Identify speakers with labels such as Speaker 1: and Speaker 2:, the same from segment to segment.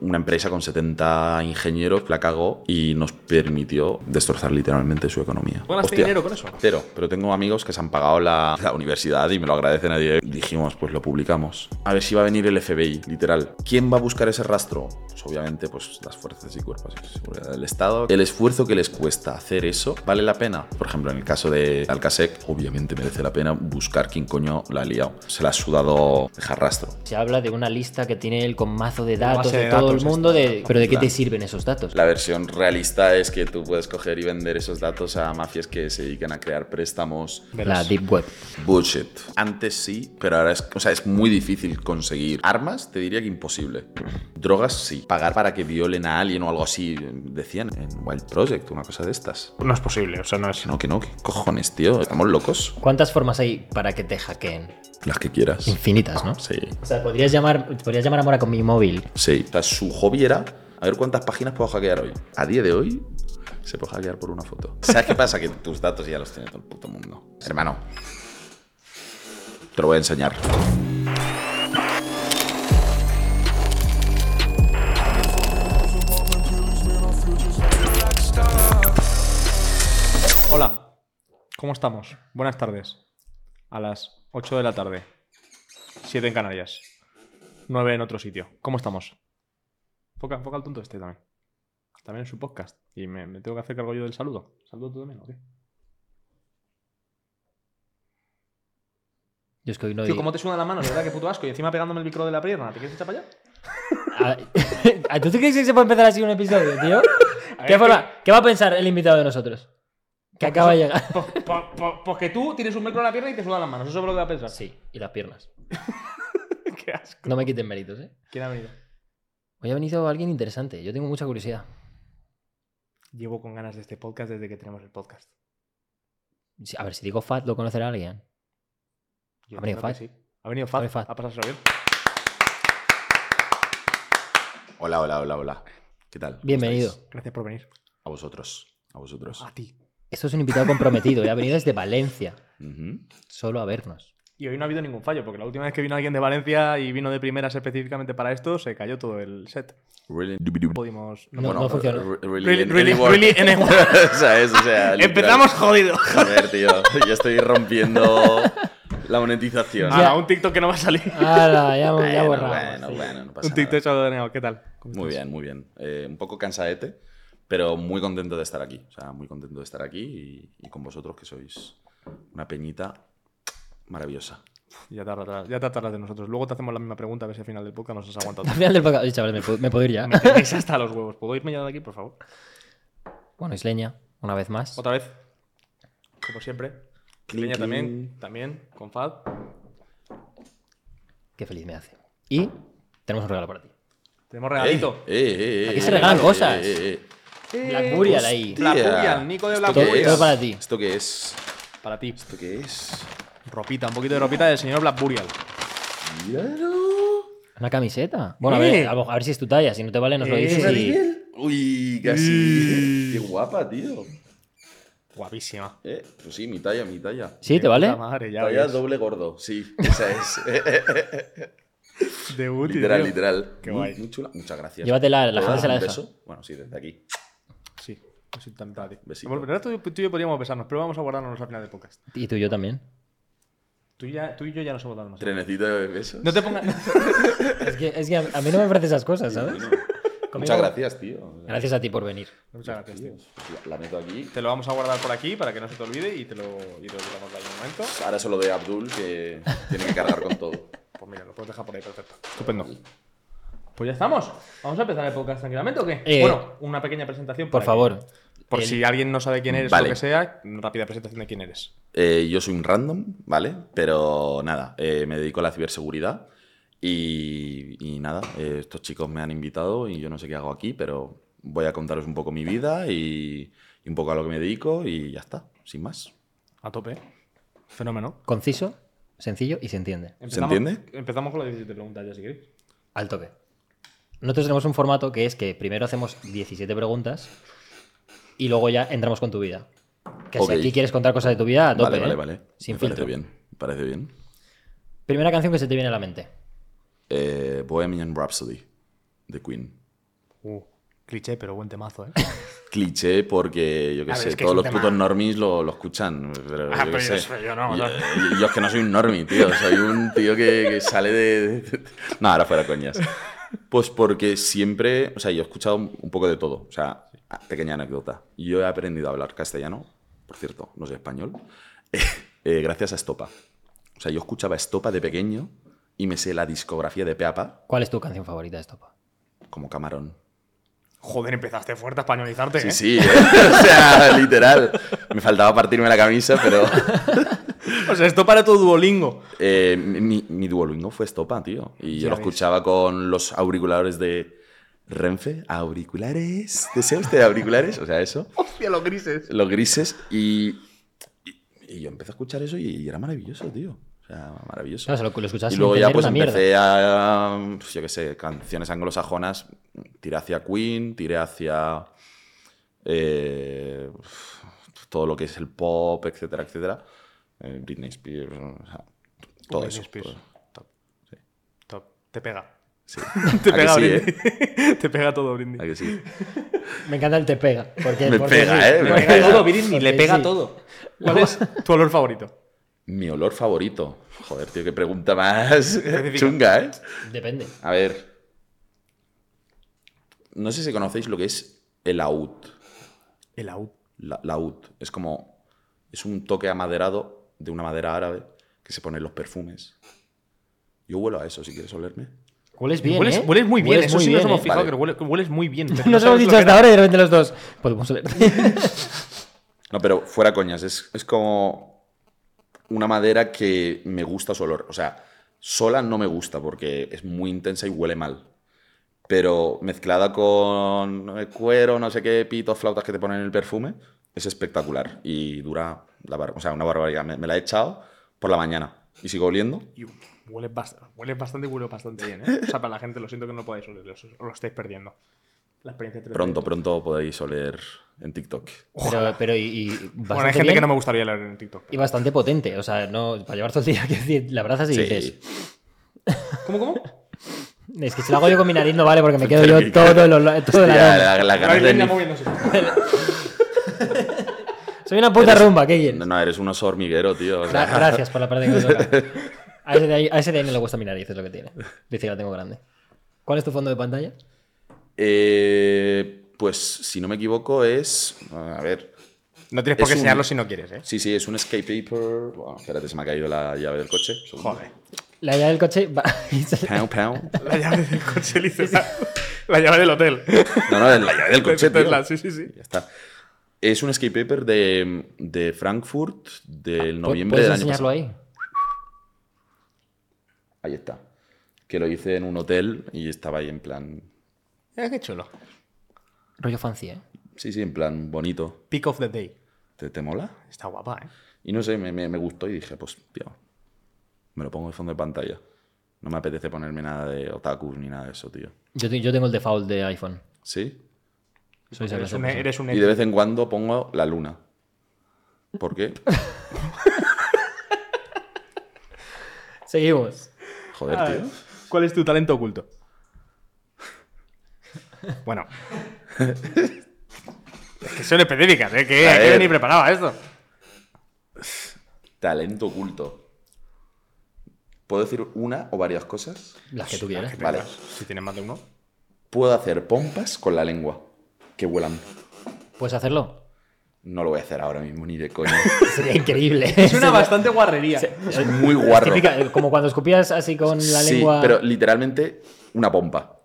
Speaker 1: una empresa con 70 ingenieros la cagó y nos permitió destrozar literalmente su economía.
Speaker 2: Bueno, hace
Speaker 1: Hostia,
Speaker 2: dinero con eso.
Speaker 1: Cero, pero tengo amigos que se han pagado la, la universidad y me lo agradecen a día. de hoy. Dijimos, pues lo publicamos. A ver si va a venir el FBI, literal. ¿Quién va a buscar ese rastro? Pues obviamente, pues las fuerzas y cuerpos de seguridad del Estado. El esfuerzo que les cuesta hacer eso, ¿vale la pena? Por ejemplo, en el caso de Alcasec, obviamente merece la pena buscar quién coño la ha liado. Se la ha sudado dejar rastro.
Speaker 3: Se habla de una lista que tiene él con mazo de datos
Speaker 2: base
Speaker 3: de,
Speaker 2: de
Speaker 3: todo
Speaker 2: datos,
Speaker 3: el mundo,
Speaker 2: esto,
Speaker 3: de, pero ¿de qué
Speaker 1: Claro.
Speaker 3: te sirven esos datos?
Speaker 1: La versión realista es que tú puedes coger y vender esos datos a mafias que se dedican a crear préstamos
Speaker 3: la
Speaker 2: Verás.
Speaker 3: Deep Web.
Speaker 1: Bullshit. Antes sí, pero ahora es, o sea, es muy difícil conseguir armas, te diría que imposible. Drogas sí, pagar para que violen a alguien o algo así, decían en Wild Project, una cosa de estas.
Speaker 2: No es posible, o sea, no es.
Speaker 1: Que no, que no, que cojones, tío, estamos locos.
Speaker 3: ¿Cuántas formas hay para que te hackeen?
Speaker 1: Las que quieras.
Speaker 3: Infinitas, ¿no?
Speaker 1: Sí,
Speaker 3: O sea, podrías llamar, podrías llamar a Mora con mi móvil.
Speaker 1: sí. O sea, su hobby era a ver cuántas páginas puedo hackear hoy. A día de hoy se puede hackear por una foto. ¿Sabes qué pasa? Que tus datos ya los tiene todo el puto mundo. Hermano, te lo voy a enseñar.
Speaker 2: Hola, ¿cómo estamos? Buenas tardes. A las 8 de la tarde. 7 en Canarias. 9 en otro sitio. ¿Cómo estamos? Foca, foca al tonto este también. También en su podcast. Y me, me tengo que hacer cargo yo del saludo. ¿Saludo tú también o qué?
Speaker 3: Yo es que hoy no
Speaker 2: Tío,
Speaker 3: di-
Speaker 2: ¿cómo te suena la mano? De verdad, qué puto asco. Y encima pegándome el micro de la pierna. ¿Te quieres echar para allá?
Speaker 3: Ah, ¿Tú te crees que se puede empezar así un episodio, tío?
Speaker 2: ver,
Speaker 3: ¿Qué,
Speaker 2: es
Speaker 3: forma- ¿Qué va a pensar el invitado de nosotros? Que acaba de llegar.
Speaker 2: Pues, pues- pues- pues que tú tienes un micro en la pierna y te sudan las manos. Eso es lo que va a pensar.
Speaker 3: Sí, y las piernas.
Speaker 2: qué asco.
Speaker 3: No me quiten méritos, ¿eh?
Speaker 2: ¿Quién ha venido?
Speaker 3: Hoy ha venido alguien interesante. Yo tengo mucha curiosidad.
Speaker 2: Llevo con ganas de este podcast desde que tenemos el podcast.
Speaker 3: Si- A ver, si digo Fat, lo conocerá alguien.
Speaker 2: Yo
Speaker 3: Ha venido
Speaker 2: creo que
Speaker 3: Fat.
Speaker 2: sí. Ha venido
Speaker 3: Ha venido
Speaker 2: Fat.
Speaker 3: Fat.
Speaker 2: Ha pasárselo bien.
Speaker 1: Hola, hola, hola, hola. ¿Qué tal? ¿Cómo
Speaker 3: Bienvenido.
Speaker 1: estáis?
Speaker 2: Gracias por venir.
Speaker 1: A vosotros. A vosotros.
Speaker 2: A ti.
Speaker 3: Esto es un invitado comprometido. ¿eh? Ha venido desde Valencia.
Speaker 1: Ujú.
Speaker 3: Solo a vernos.
Speaker 2: Y hoy no ha habido ningún fallo, porque la última vez que vino alguien de Valencia y vino de primeras específicamente para esto, se cayó todo el set.
Speaker 1: Really,
Speaker 2: No pudimos. no
Speaker 3: No,
Speaker 1: bueno,
Speaker 3: no funcionó.
Speaker 1: re- Really,
Speaker 2: Really-
Speaker 1: any-
Speaker 2: really-
Speaker 1: anyone.
Speaker 2: really anyone.
Speaker 1: o sea, es, o sea,
Speaker 2: pudimos-
Speaker 1: literal.
Speaker 2: Empezamos jodido.
Speaker 1: Joder, tío. Yo estoy rompiendo la monetización.
Speaker 2: Ah, un TikTok que no va a salir.
Speaker 3: ¡Hala! Ya, ya
Speaker 1: bueno,
Speaker 3: borramos.
Speaker 1: bueno,
Speaker 3: sí.
Speaker 1: bueno, no pasa
Speaker 2: un TikTok
Speaker 1: nada.
Speaker 2: saludaneado. ¿Qué tal? ¿Cómo
Speaker 1: Muy
Speaker 2: estás?
Speaker 1: bien, muy bien. Eh, un poco cansadete, pero muy contento de estar aquí. O sea, muy contento de estar aquí y, y con vosotros que sois una peñita maravillosa.
Speaker 2: Ya te hartarás- ya te hartarás de nosotros. Luego te hacemos la misma pregunta a ver si al final del podcast nos has aguantado.
Speaker 3: Al final del podcast. Oye, chavales, ¿me puedo, me puedo ir ya?
Speaker 2: Me tenéis hasta los huevos. ¿Puedo irme ya de aquí, por favor?
Speaker 3: Bueno, Isleña, una vez más.
Speaker 2: Otra vez. Como siempre.
Speaker 1: Clink,
Speaker 2: Peña también,
Speaker 1: clink.
Speaker 2: también, con Fad.
Speaker 3: Qué feliz me hace. Y tenemos un regalo para ti.
Speaker 2: Tenemos regalito.
Speaker 1: Eh, eh, eh,
Speaker 3: Aquí
Speaker 1: eh,
Speaker 3: se regalan
Speaker 1: eh,
Speaker 3: cosas.
Speaker 1: eh, eh, eh.
Speaker 3: Black Burial ahí.
Speaker 2: La
Speaker 1: Tía.
Speaker 2: Burial, Nico de
Speaker 1: ¿Esto
Speaker 2: Black
Speaker 1: qué
Speaker 3: Burial.
Speaker 1: es?
Speaker 3: Todo para ti.
Speaker 1: ¿Esto qué es?
Speaker 2: Para ti.
Speaker 1: ¿Esto qué es?
Speaker 2: Ropita, un poquito de ropita del señor Black Burial.
Speaker 1: Míralo.
Speaker 3: Una camiseta. Bueno, a
Speaker 2: Eh.
Speaker 3: ver, a, lo- a ver si es tu talla. Si no te vale, nos lo
Speaker 2: Eh,
Speaker 3: dices.
Speaker 2: ¿es
Speaker 3: y-
Speaker 1: Uy, casi. Qué guapa, tío.
Speaker 2: Guapísima.
Speaker 1: Eh, pues sí, mi talla, mi talla.
Speaker 3: ¿Sí? ¿Te
Speaker 2: De
Speaker 3: vale?
Speaker 2: puta madre, ya
Speaker 1: Talla
Speaker 2: ves.
Speaker 1: doble gordo, sí, esa es.
Speaker 2: De útil,
Speaker 1: literal,
Speaker 2: tío.
Speaker 1: literal.
Speaker 2: Qué
Speaker 1: muy,
Speaker 2: guay.
Speaker 1: muy chula. Muchas gracias.
Speaker 3: Llévatela, la
Speaker 1: ¿Puedo
Speaker 3: gente se la
Speaker 1: dar Ah, un
Speaker 3: deja.
Speaker 1: beso? Bueno, sí, desde aquí.
Speaker 2: Sí, eso también para ti.
Speaker 1: Besito.
Speaker 2: Bueno, pero ahora tú, tú y yo podríamos besarnos, pero vamos a guardarnos al final del podcast.
Speaker 3: Y tú y yo también.
Speaker 2: Tú y, ya- tú y yo ya nos hemos dado más.
Speaker 1: Trenecito de besos.
Speaker 2: No te pongas.
Speaker 3: Es que, es que a, a mí no me parecen esas cosas, ¿sabes?
Speaker 1: Bueno,
Speaker 3: Conmigo-
Speaker 1: muchas gracias, tío.
Speaker 3: Gracias a ti por venir.
Speaker 2: Muchas gracias, tío.
Speaker 1: Dios, la- La meto aquí.
Speaker 2: Te lo vamos a guardar por aquí para que no se te olvide y te lo, y te lo quitamos de ahí un momento.
Speaker 1: Ahora solo de Abdul que tiene que cargar con todo.
Speaker 2: Pues mira, lo puedes dejar por ahí, perfecto. Estupendo. Pues ya estamos. ¿Vamos a empezar el podcast tranquilamente o qué?
Speaker 3: Eh,
Speaker 2: bueno, una pequeña presentación.
Speaker 3: Por
Speaker 2: para
Speaker 3: favor.
Speaker 2: que- por
Speaker 3: El-
Speaker 2: si alguien no sabe quién eres o
Speaker 1: Vale.
Speaker 2: lo que sea, rápida presentación de quién eres.
Speaker 1: Eh, yo soy un random, ¿vale? Pero nada, eh, me dedico a la ciberseguridad y, y nada, eh, estos chicos me han invitado y yo no sé qué hago aquí, pero voy a contaros un poco mi vida y, y un poco a lo que me dedico y ya está, sin más.
Speaker 2: A tope. Fenómeno.
Speaker 3: Conciso, sencillo y se entiende.
Speaker 1: entiende?
Speaker 2: Empezamos con las 17 preguntas ya, si queréis.
Speaker 3: Al toque. Nosotros tenemos un formato que es que primero hacemos 17 preguntas y luego ya entramos con tu vida. Que
Speaker 1: Ok.
Speaker 3: si aquí quieres contar cosas de tu vida, a tope.
Speaker 1: Vale, vale,
Speaker 3: ¿eh?
Speaker 1: vale.
Speaker 3: Sin
Speaker 1: me Parece
Speaker 3: filtro.
Speaker 1: bien, me parece bien.
Speaker 3: Primera canción que se te viene a la mente.
Speaker 1: Eh, Bohemian Rhapsody, de Queen.
Speaker 2: Uh, cliché, pero buen temazo, ¿eh?
Speaker 1: cliché porque, yo qué
Speaker 4: A ver,
Speaker 1: sé,
Speaker 4: es que es
Speaker 1: todos
Speaker 4: un
Speaker 1: los
Speaker 4: tema-
Speaker 1: putos normies lo, lo escuchan. Pero
Speaker 4: Ah,
Speaker 1: yo,
Speaker 4: pero
Speaker 1: qué
Speaker 4: yo
Speaker 1: sé.
Speaker 4: soy- yo no,
Speaker 1: Yo,
Speaker 4: no.
Speaker 1: yo- yo es que no soy un normie, tío. Soy un tío que, que sale de... de- No, ahora fuera coñas. Pues porque siempre, o sea, yo he escuchado un poco de todo. O sea, ah, pequeña anécdota. Yo he aprendido a hablar castellano, por cierto, no sé español, eh, gracias a Estopa. O sea, yo escuchaba Estopa de pequeño y me sé la discografía de Peapa
Speaker 3: ¿Cuál es tu canción favorita de Estopa?
Speaker 1: como camarón.
Speaker 2: Joder, empezaste fuerte a españolizarte,
Speaker 1: Sí,
Speaker 2: ¿eh?
Speaker 1: sí, eh. o sea, literal. Me faltaba partirme la camisa, pero
Speaker 2: O sea, esto para tu duolingo.
Speaker 1: eh, mi, mi Duolingo fue estopa, tío. Y
Speaker 2: Ya
Speaker 1: yo lo
Speaker 2: ves.
Speaker 1: escuchaba con los auriculares de Renfe. ¿Auriculares? ¿Desea usted auriculares? O sea, eso.
Speaker 4: Hostia, los grises.
Speaker 1: Los grises. Y, y- y yo empecé a escuchar eso y, y era maravilloso, tío. O sea, maravilloso.
Speaker 3: Claro, se lo, lo escuchas
Speaker 1: Y
Speaker 3: sin
Speaker 1: luego ya
Speaker 3: entender
Speaker 1: pues
Speaker 3: una mierda.
Speaker 1: empecé a, pues, yo qué sé, canciones anglosajonas. Tiré hacia Queen, tiré hacia eh, todo lo que es el pop, etcétera, etcétera. Eh, Britney Spears, o sea, todo
Speaker 2: Britney
Speaker 1: eso.
Speaker 2: Spears.
Speaker 1: todo.
Speaker 2: Top. Te pega.
Speaker 1: Sí.
Speaker 2: Te
Speaker 1: ¿A que
Speaker 2: pega,
Speaker 1: sí,
Speaker 2: Brindy.
Speaker 1: eh?
Speaker 2: Te pega todo, Brindy.
Speaker 1: ¿A que sí?
Speaker 3: Me encanta el te pega. Porque,
Speaker 1: Me
Speaker 3: porque
Speaker 1: pega,
Speaker 3: sí.
Speaker 1: ¿eh? Me pega todo,
Speaker 3: Porque sí.
Speaker 2: ¿Cuál es tu olor favorito?
Speaker 1: Mi olor favorito. Joder, tío, qué pregunta más
Speaker 2: Específica.
Speaker 1: chunga, ¿eh?
Speaker 3: Depende.
Speaker 1: A ver. No sé si conocéis lo que es el out.
Speaker 2: El aú.
Speaker 1: la, laúd. Es como. Es un toque amaderado de una madera árabe que se pone en los perfumes. Yo huelo a eso, si quieres olerme.
Speaker 3: Hueles bien,
Speaker 2: hueles,
Speaker 3: ¿eh?
Speaker 2: hueles muy bien,
Speaker 3: Hueles
Speaker 2: eso sí nos
Speaker 3: bien,
Speaker 2: hemos
Speaker 3: ¿eh?
Speaker 2: fijado,
Speaker 1: Vale.
Speaker 2: que hueles, hueles muy bien. pero
Speaker 3: Nos hemos
Speaker 2: sabes lo
Speaker 3: dicho
Speaker 2: que
Speaker 3: hasta
Speaker 2: era.
Speaker 3: ahora y de repente los dos. Podemos oler.
Speaker 1: No, pero fuera coñas, es, es como una madera que me gusta su olor. O sea, sola no me gusta porque es muy intensa y huele mal. Pero mezclada con eh, cuero, no sé qué, pitos, flautas que te ponen en el perfume, es espectacular. Y dura, la bar- o sea, una barbaridad. Me, me la he echado por la mañana y sigo oliendo.
Speaker 2: Y Hueles bastante, hueles bastante y huele bastante bien, ¿eh? O sea, para la gente, lo siento que no podáis oler, os, os lo estáis perdiendo. La experiencia 3D.
Speaker 1: Pronto, pronto podéis oler en TikTok.
Speaker 3: Pero, pero y, y bastante
Speaker 2: Bueno, hay gente
Speaker 3: bien
Speaker 2: que no me gustaría oler en TikTok.
Speaker 3: y bastante potente. O sea, no, para llevar todo el día, quiero decir, la abrazas y
Speaker 1: Sí.
Speaker 3: dices.
Speaker 2: ¿Cómo, cómo?
Speaker 3: Es que si lo hago yo con mi nariz no vale porque me quedo yo
Speaker 1: Térmica.
Speaker 3: todo, lo, lo- todo el
Speaker 1: Ya,
Speaker 3: aroma.
Speaker 1: la- la
Speaker 2: La
Speaker 1: ganas de
Speaker 2: Britney
Speaker 1: ni-
Speaker 2: moviéndose.
Speaker 3: Soy una puta
Speaker 1: eres-
Speaker 3: rumba, ¿qué quieres?
Speaker 1: No, no, eres un oso hormiguero, tío. o sea,
Speaker 3: Gra- Gracias por la parte que me toca. A ese, de ahí, a ese de ahí no le gusta mi nariz, es lo que tiene. Dice que la tengo grande. ¿Cuál es tu fondo de pantalla?
Speaker 1: eh, pues, si no me equivoco, es. A ver.
Speaker 2: No tienes por
Speaker 1: Es
Speaker 2: qué
Speaker 1: un-
Speaker 2: enseñarlo si no quieres, ¿eh?
Speaker 1: Sí, sí, es un escape paper. Buah, espérate, se me ha caído la llave del coche. Un segundo.
Speaker 2: Joder.
Speaker 3: La llave del coche va-
Speaker 1: Pound, pound.
Speaker 2: La llave del coche, dice. La llave del hotel.
Speaker 1: No, no, es la llave del coche, tío.
Speaker 2: Tesla, Sí, sí, sí.
Speaker 1: Ya está. Es un escape paper de, de Frankfurt del noviembre
Speaker 3: Ah, ¿Puedes
Speaker 1: del año pasado.
Speaker 3: enseñarlo ahí?
Speaker 1: Ahí está. Que lo hice en un hotel y estaba ahí en plan.
Speaker 2: Mira Eh, qué chulo.
Speaker 3: Rollo fancy, ¿eh?
Speaker 1: Sí, sí, en plan bonito.
Speaker 2: Pick of the day.
Speaker 1: ¿Te, te mola?
Speaker 2: Está guapa, ¿eh?
Speaker 1: Y no sé, me, me- me gustó y dije, pues, tío, me lo pongo de fondo de pantalla. No me apetece ponerme nada de otakus ni nada de eso, tío.
Speaker 3: Yo, te- yo tengo el default de iPhone.
Speaker 1: ¿Sí?
Speaker 3: Soy esa
Speaker 2: Eres
Speaker 3: clase de
Speaker 2: un,
Speaker 3: persona.
Speaker 2: eres un
Speaker 1: Y de vez en cuando pongo la luna. ¿Por qué?
Speaker 3: Seguimos.
Speaker 1: Joder, tío.
Speaker 2: ¿Cuál es tu talento oculto? Bueno. es que son específicas, ¿eh? Que
Speaker 1: A
Speaker 2: hay que
Speaker 1: ver.
Speaker 2: venir preparado a esto.
Speaker 1: Talento oculto. ¿Puedo decir una o varias cosas?
Speaker 3: Las que tú quieras.
Speaker 1: Vale.
Speaker 2: Si tienes más de uno.
Speaker 1: Puedo hacer pompas con la lengua. Que vuelan.
Speaker 3: ¿Puedes Pues hacerlo?
Speaker 1: No lo voy a hacer ahora mismo ni de coña.
Speaker 3: Sería increíble.
Speaker 2: Suena bastante guarrería.
Speaker 1: Es muy guarro.
Speaker 3: Típica, eh, como cuando escupías así con la
Speaker 1: sí,
Speaker 3: lengua.
Speaker 1: pero literalmente una pompa.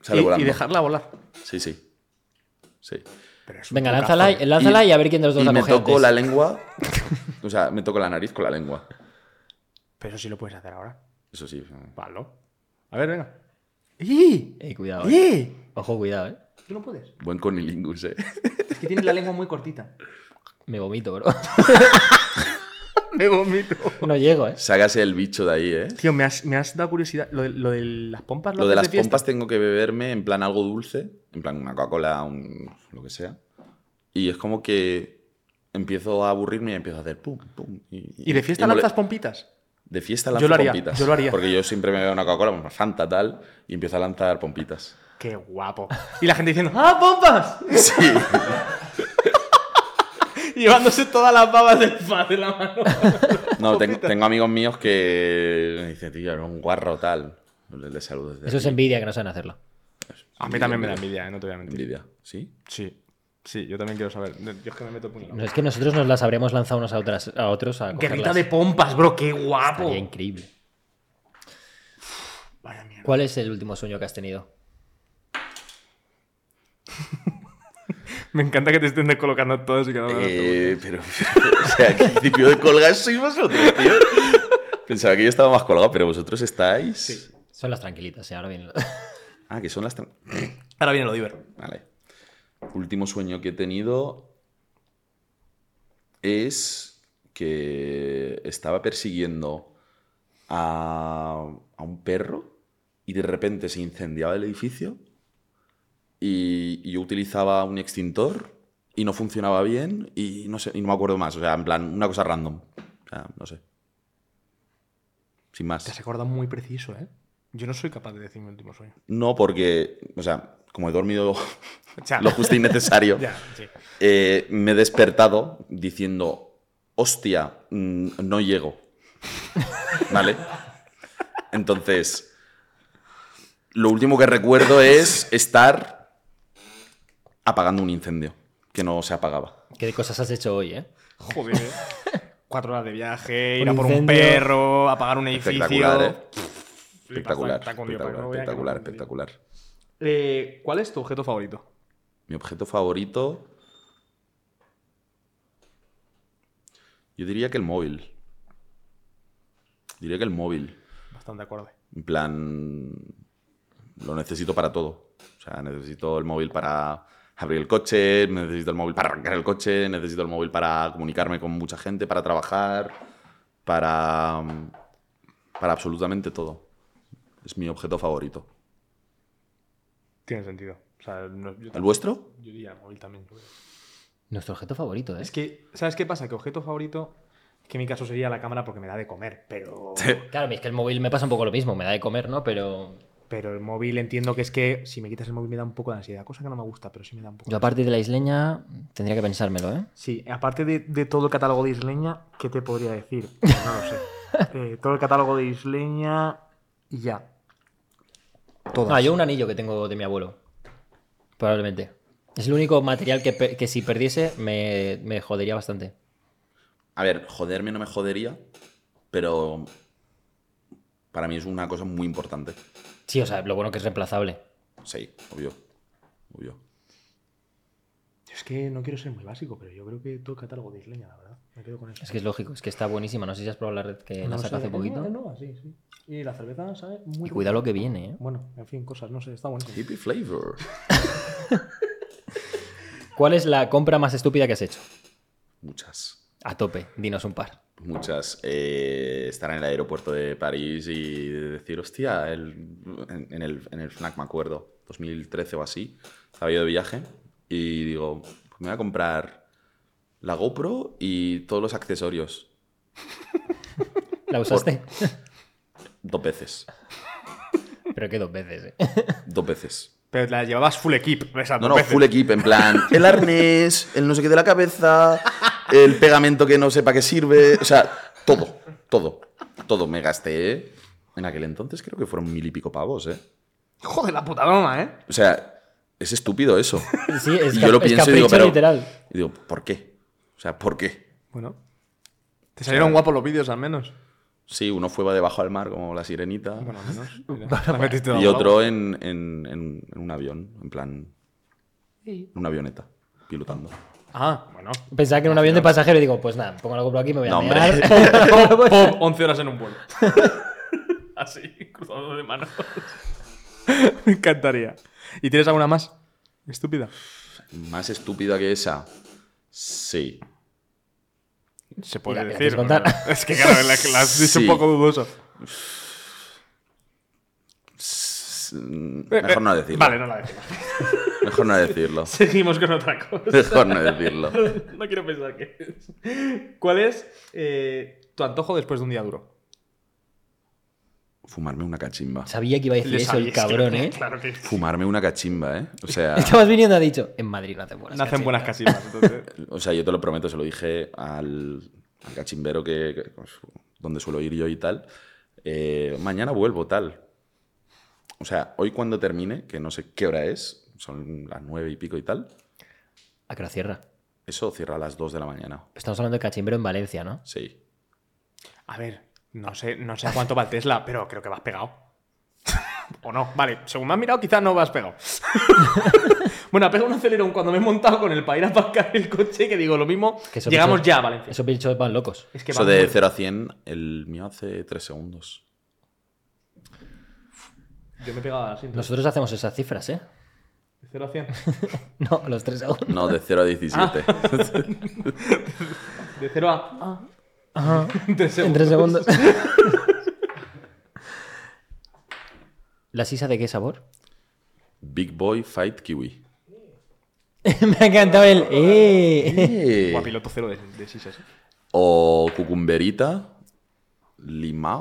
Speaker 1: Sale
Speaker 2: y,
Speaker 1: volando.
Speaker 2: dejarla volar.
Speaker 1: Sí, sí. Sí.
Speaker 3: Venga, lánzala, y- lánzala y, a ver quién de los dos
Speaker 1: y
Speaker 3: la
Speaker 1: me
Speaker 3: coge
Speaker 1: toco
Speaker 3: antes.
Speaker 1: la lengua. O sea, me toco la nariz con la lengua.
Speaker 2: Pero si lo puedes hacer ahora.
Speaker 1: Eso sí.
Speaker 2: Palo. A ver, venga. ¡Y!
Speaker 3: Ey, cuidado, eh.
Speaker 2: ¡Y!
Speaker 3: Ojo, cuidado, eh.
Speaker 2: Tú no puedes.
Speaker 1: Buen conilingus, eh.
Speaker 2: Es que tienes la lengua muy cortita.
Speaker 3: Me vomito, bro.
Speaker 2: Me vomito.
Speaker 3: No llego, eh.
Speaker 1: Sácase el bicho de ahí, eh.
Speaker 2: Tío, me has, me has dado curiosidad. Lo de, lo de las pompas.
Speaker 1: Lo de las
Speaker 2: haces fiesta?
Speaker 1: pompas tengo que beberme en plan algo dulce, en plan una Coca-Cola, un, lo que sea. Y es como que empiezo a aburrirme y empiezo a hacer pum, pum.
Speaker 2: ¿Y de fiesta
Speaker 1: y mole-
Speaker 2: lanzas pompitas?
Speaker 1: De fiesta
Speaker 2: Yo
Speaker 1: lanzo
Speaker 2: lo haría,
Speaker 1: pompitas.
Speaker 2: yo lo haría.
Speaker 1: Porque yo siempre me veo una Coca-Cola, una Fanta tal, y empiezo a lanzar pompitas.
Speaker 2: Qué guapo. Y la gente diciendo, ¡ah, pompas!
Speaker 1: Sí.
Speaker 2: Llevándose todas las babas del spa de la mano.
Speaker 1: No, tengo, tengo amigos míos que me dicen, tío, era un guarro tal. Les les saludo desde
Speaker 3: Eso es
Speaker 1: aquí.
Speaker 3: envidia que no saben hacerlo.
Speaker 2: A mí también me da envidia, eh, no te voy a mentir.
Speaker 1: Envidia, ¿sí?
Speaker 2: Sí. Sí, yo también quiero saber. Yo es que me meto puñalado.
Speaker 3: No es que nosotros nos las habríamos lanzado unos a, otras, a otros a
Speaker 2: Guerrita
Speaker 3: cogerlas.
Speaker 2: de pompas, bro, qué guapo.
Speaker 3: Sería increíble.
Speaker 2: Vaya mierda.
Speaker 3: ¿Cuál es el último sueño que has tenido?
Speaker 2: Me encanta que te estén descolocando todos y cada uno de
Speaker 1: Eh,
Speaker 2: las preguntas.
Speaker 1: pero, o sea, ¿qué principio de colgar sois vosotros, tío? Pensaba que yo estaba más colgado, pero vosotros estáis.
Speaker 3: Son las tranquilitas, sí, ahora viene.
Speaker 1: Ah, que son las. tan-
Speaker 2: Ahora viene lo diver.
Speaker 1: Vale. Último sueño que he tenido es que estaba persiguiendo a, a un perro y de repente se incendiaba el edificio y, y yo utilizaba un extintor y no funcionaba bien y no sé, y no me acuerdo más. O sea, en plan, una cosa random. O sea, no sé. Sin más.
Speaker 2: Te has acordado muy preciso, ¿eh? Yo no soy capaz de decir mi último sueño.
Speaker 1: No porque, o sea, como he dormido
Speaker 2: O sea,
Speaker 1: lo justo y necesario.
Speaker 2: Ya, sí.
Speaker 1: Eh, me he despertado diciendo, hostia, mm, no llego. ¿Vale? Entonces, lo último que recuerdo es estar apagando un incendio que no se apagaba.
Speaker 3: ¿Qué cosas has hecho hoy, eh?
Speaker 2: Joder. ¿eh? Cuatro horas de viaje,
Speaker 3: Un
Speaker 2: ir a por un
Speaker 3: incendio.
Speaker 2: perro, apagar un edificio.
Speaker 1: Espectacular, ¿eh?
Speaker 2: Flipas,
Speaker 1: Espectacular,
Speaker 2: está con Dios, para que
Speaker 1: espectacular,
Speaker 2: no vea que
Speaker 1: espectacular,
Speaker 2: no me entendí.
Speaker 1: espectacular.
Speaker 2: Eh, ¿Cuál es tu objeto favorito?
Speaker 1: Mi objeto favorito... Yo diría que el móvil. Diría que el móvil.
Speaker 2: Bastante acorde.
Speaker 1: En plan, lo necesito para todo. O sea, necesito el móvil para abrir el coche, necesito el móvil para arrancar el coche, necesito el móvil para comunicarme con mucha gente, para trabajar, para, para absolutamente todo. Es mi objeto favorito.
Speaker 2: Tiene sentido. O sea, no- yo,
Speaker 1: ¿El
Speaker 2: también-
Speaker 1: vuestro?
Speaker 2: yo diría móvil también. yo creo.
Speaker 3: Nuestro objeto favorito, ¿eh?
Speaker 2: Es que, ¿sabes qué pasa? Que objeto favorito, que en mi caso sería la cámara porque me da de comer, pero...
Speaker 3: Claro, es que el móvil me pasa un poco lo mismo, me da de comer, ¿no? Pero
Speaker 2: Pero el móvil entiendo que es que si me quitas el móvil me da un poco de ansiedad, cosa que no me gusta, pero sí me da un poco.
Speaker 3: yo a partir de la isleña tendría que pensármelo, ¿eh?
Speaker 2: Sí, aparte de, de todo el catálogo de Isleña, ¿qué te podría decir? Pues No lo sé. Eh, todo el catálogo de Isleña y ya. Todas.
Speaker 3: Ah, yo un anillo que tengo de mi abuelo. Probablemente. Es el único material que, pe- que si perdiese me, me jodería bastante.
Speaker 1: A ver, joderme no me jodería, pero para mí es una cosa muy importante.
Speaker 3: Sí, o sea, lo bueno que es reemplazable.
Speaker 1: Sí, obvio. Obvio.
Speaker 2: Es que no quiero ser muy básico, pero yo creo que todo el catálogo de Isleña, la verdad. Me quedo con eso.
Speaker 3: Es que es lógico, es que está buenísima. No sé si has probado la red que la
Speaker 2: No
Speaker 3: saca
Speaker 2: sé,
Speaker 3: hace
Speaker 2: es
Speaker 3: poquito.
Speaker 2: nueva, es nueva, sí, sí. Y la cerveza, ¿sabes? Muy
Speaker 3: Y cuidado lo que viene, ¿eh?
Speaker 2: Bueno, en fin, cosas, no sé, está bueno.
Speaker 1: Hippie flavor.
Speaker 3: ¿Cuál es la compra más estúpida que has hecho?
Speaker 1: Muchas.
Speaker 3: A tope, dinos un par.
Speaker 1: Muchas. Eh, estar en el aeropuerto de París y decir, hostia, el- en, en el, en el FNAC me acuerdo, 2013 o así, estaba yo de viaje y digo, "Pues me voy a comprar la GoPro y todos los accesorios
Speaker 3: ¿La usaste?
Speaker 1: dos veces.
Speaker 3: Pero que dos veces, ¿eh?
Speaker 1: Dos veces.
Speaker 2: Pero la llevabas full equip, esas
Speaker 1: No, no, full equip, en plan, el arnés, el no sé qué de la cabeza, el pegamento que no sepa qué sirve, o sea, todo, todo, todo me gasté. En aquel entonces creo que fueron mil y pico pavos, ¿eh?
Speaker 2: Hijo de la puta broma, ¿eh?
Speaker 1: O sea, es estúpido eso.
Speaker 3: Sí, es,
Speaker 1: Y
Speaker 3: ca-
Speaker 1: yo lo
Speaker 3: es
Speaker 1: pienso y digo,
Speaker 3: capricho
Speaker 1: pero-
Speaker 3: literal.
Speaker 1: Y digo, ¿por qué? O sea, ¿por qué?
Speaker 2: Bueno. Te salieron guapos los vídeos al menos.
Speaker 1: Sí, uno fue debajo del mar como la sirenita
Speaker 2: Bueno, al menos. La metiste
Speaker 1: y
Speaker 2: de algún lado.
Speaker 1: otro en, en- en- en un avión, en plan, en una avioneta, pilotando.
Speaker 2: Ah, bueno.
Speaker 3: Pensaba que en un avión de pasajero y digo, pues nada, pongo la GoPro aquí, me voy a
Speaker 1: No, hombre.
Speaker 3: mear.
Speaker 2: Pop, pop, 11 horas en un vuelo. Así, cruzado de manos. Me encantaría. ¿Y tienes alguna más? Estúpida.
Speaker 1: Más estúpida que esa. Sí.
Speaker 2: Se
Speaker 3: Y
Speaker 2: puede
Speaker 3: la- la
Speaker 2: decir.
Speaker 3: quieres contar.
Speaker 2: ¿no? Es que claro, la, la has dicho
Speaker 1: Sí.
Speaker 2: un poco dudoso.
Speaker 1: S- Mejor no decirlo.
Speaker 2: Eh, Vale, no la decimos.
Speaker 1: Mejor no decirlo.
Speaker 2: Seguimos con otra cosa.
Speaker 1: Mejor no decirlo.
Speaker 2: No quiero pensar qué es. ¿Cuál es eh, tu antojo después de un día duro?
Speaker 1: Fumarme una cachimba.
Speaker 3: Sabía que iba a decir
Speaker 2: Le
Speaker 3: eso
Speaker 2: sabía,
Speaker 3: el
Speaker 2: es que lo
Speaker 3: cabrón,
Speaker 2: tenía
Speaker 3: ¿eh?
Speaker 2: Claro que
Speaker 1: Fumarme una cachimba, ¿eh? O sea,
Speaker 3: Estabas viniendo ha dicho, en Madrid no hacen buenas
Speaker 2: no hacen
Speaker 3: cachimba".
Speaker 2: buenas casimas. Entonces.
Speaker 1: o sea, yo te lo prometo, se lo dije al, al cachimbero que, que- pues, donde suelo ir yo y tal. Eh, mañana vuelvo, tal. O sea, hoy cuando termine, que no sé qué hora es, son las nueve y pico y tal,
Speaker 3: ¿A qué hora cierra?
Speaker 1: eso cierra a las dos de la mañana.
Speaker 3: Estamos hablando de cachimbero en Valencia, ¿no?
Speaker 1: Sí.
Speaker 2: A ver, no sé, no sé a cuánto va el Tesla, pero creo que vas pegado. o no, vale, según me has mirado, quizás no vas pegado. bueno, pega un acelerón cuando me he montado con el para ir a aparcar el coche, que digo lo mismo,
Speaker 3: Que esos
Speaker 2: llegamos
Speaker 3: bichos-
Speaker 2: ya a Valencia.
Speaker 3: Esos bichos van locos.
Speaker 2: es que
Speaker 1: Eso
Speaker 2: van
Speaker 1: de
Speaker 2: muy-
Speaker 1: 0 a 100, el mío hace tres segundos.
Speaker 2: Yo me he pegado al asiento.
Speaker 3: Nosotros hacemos esas cifras, ¿eh?
Speaker 2: De 0 a 100.
Speaker 3: No, los tres segundos.
Speaker 1: No, de 0 a 17.
Speaker 2: De 0 a. Ah,
Speaker 3: Ajá.
Speaker 2: En tres
Speaker 3: En tres segundos. ¿La sisa de qué sabor?
Speaker 1: Big Boy Fight Kiwi.
Speaker 3: Me ha encantado el. ¡Eh!
Speaker 1: Eh.
Speaker 2: Buah, piloto cero de, de sisas.
Speaker 1: O cucumberita, limao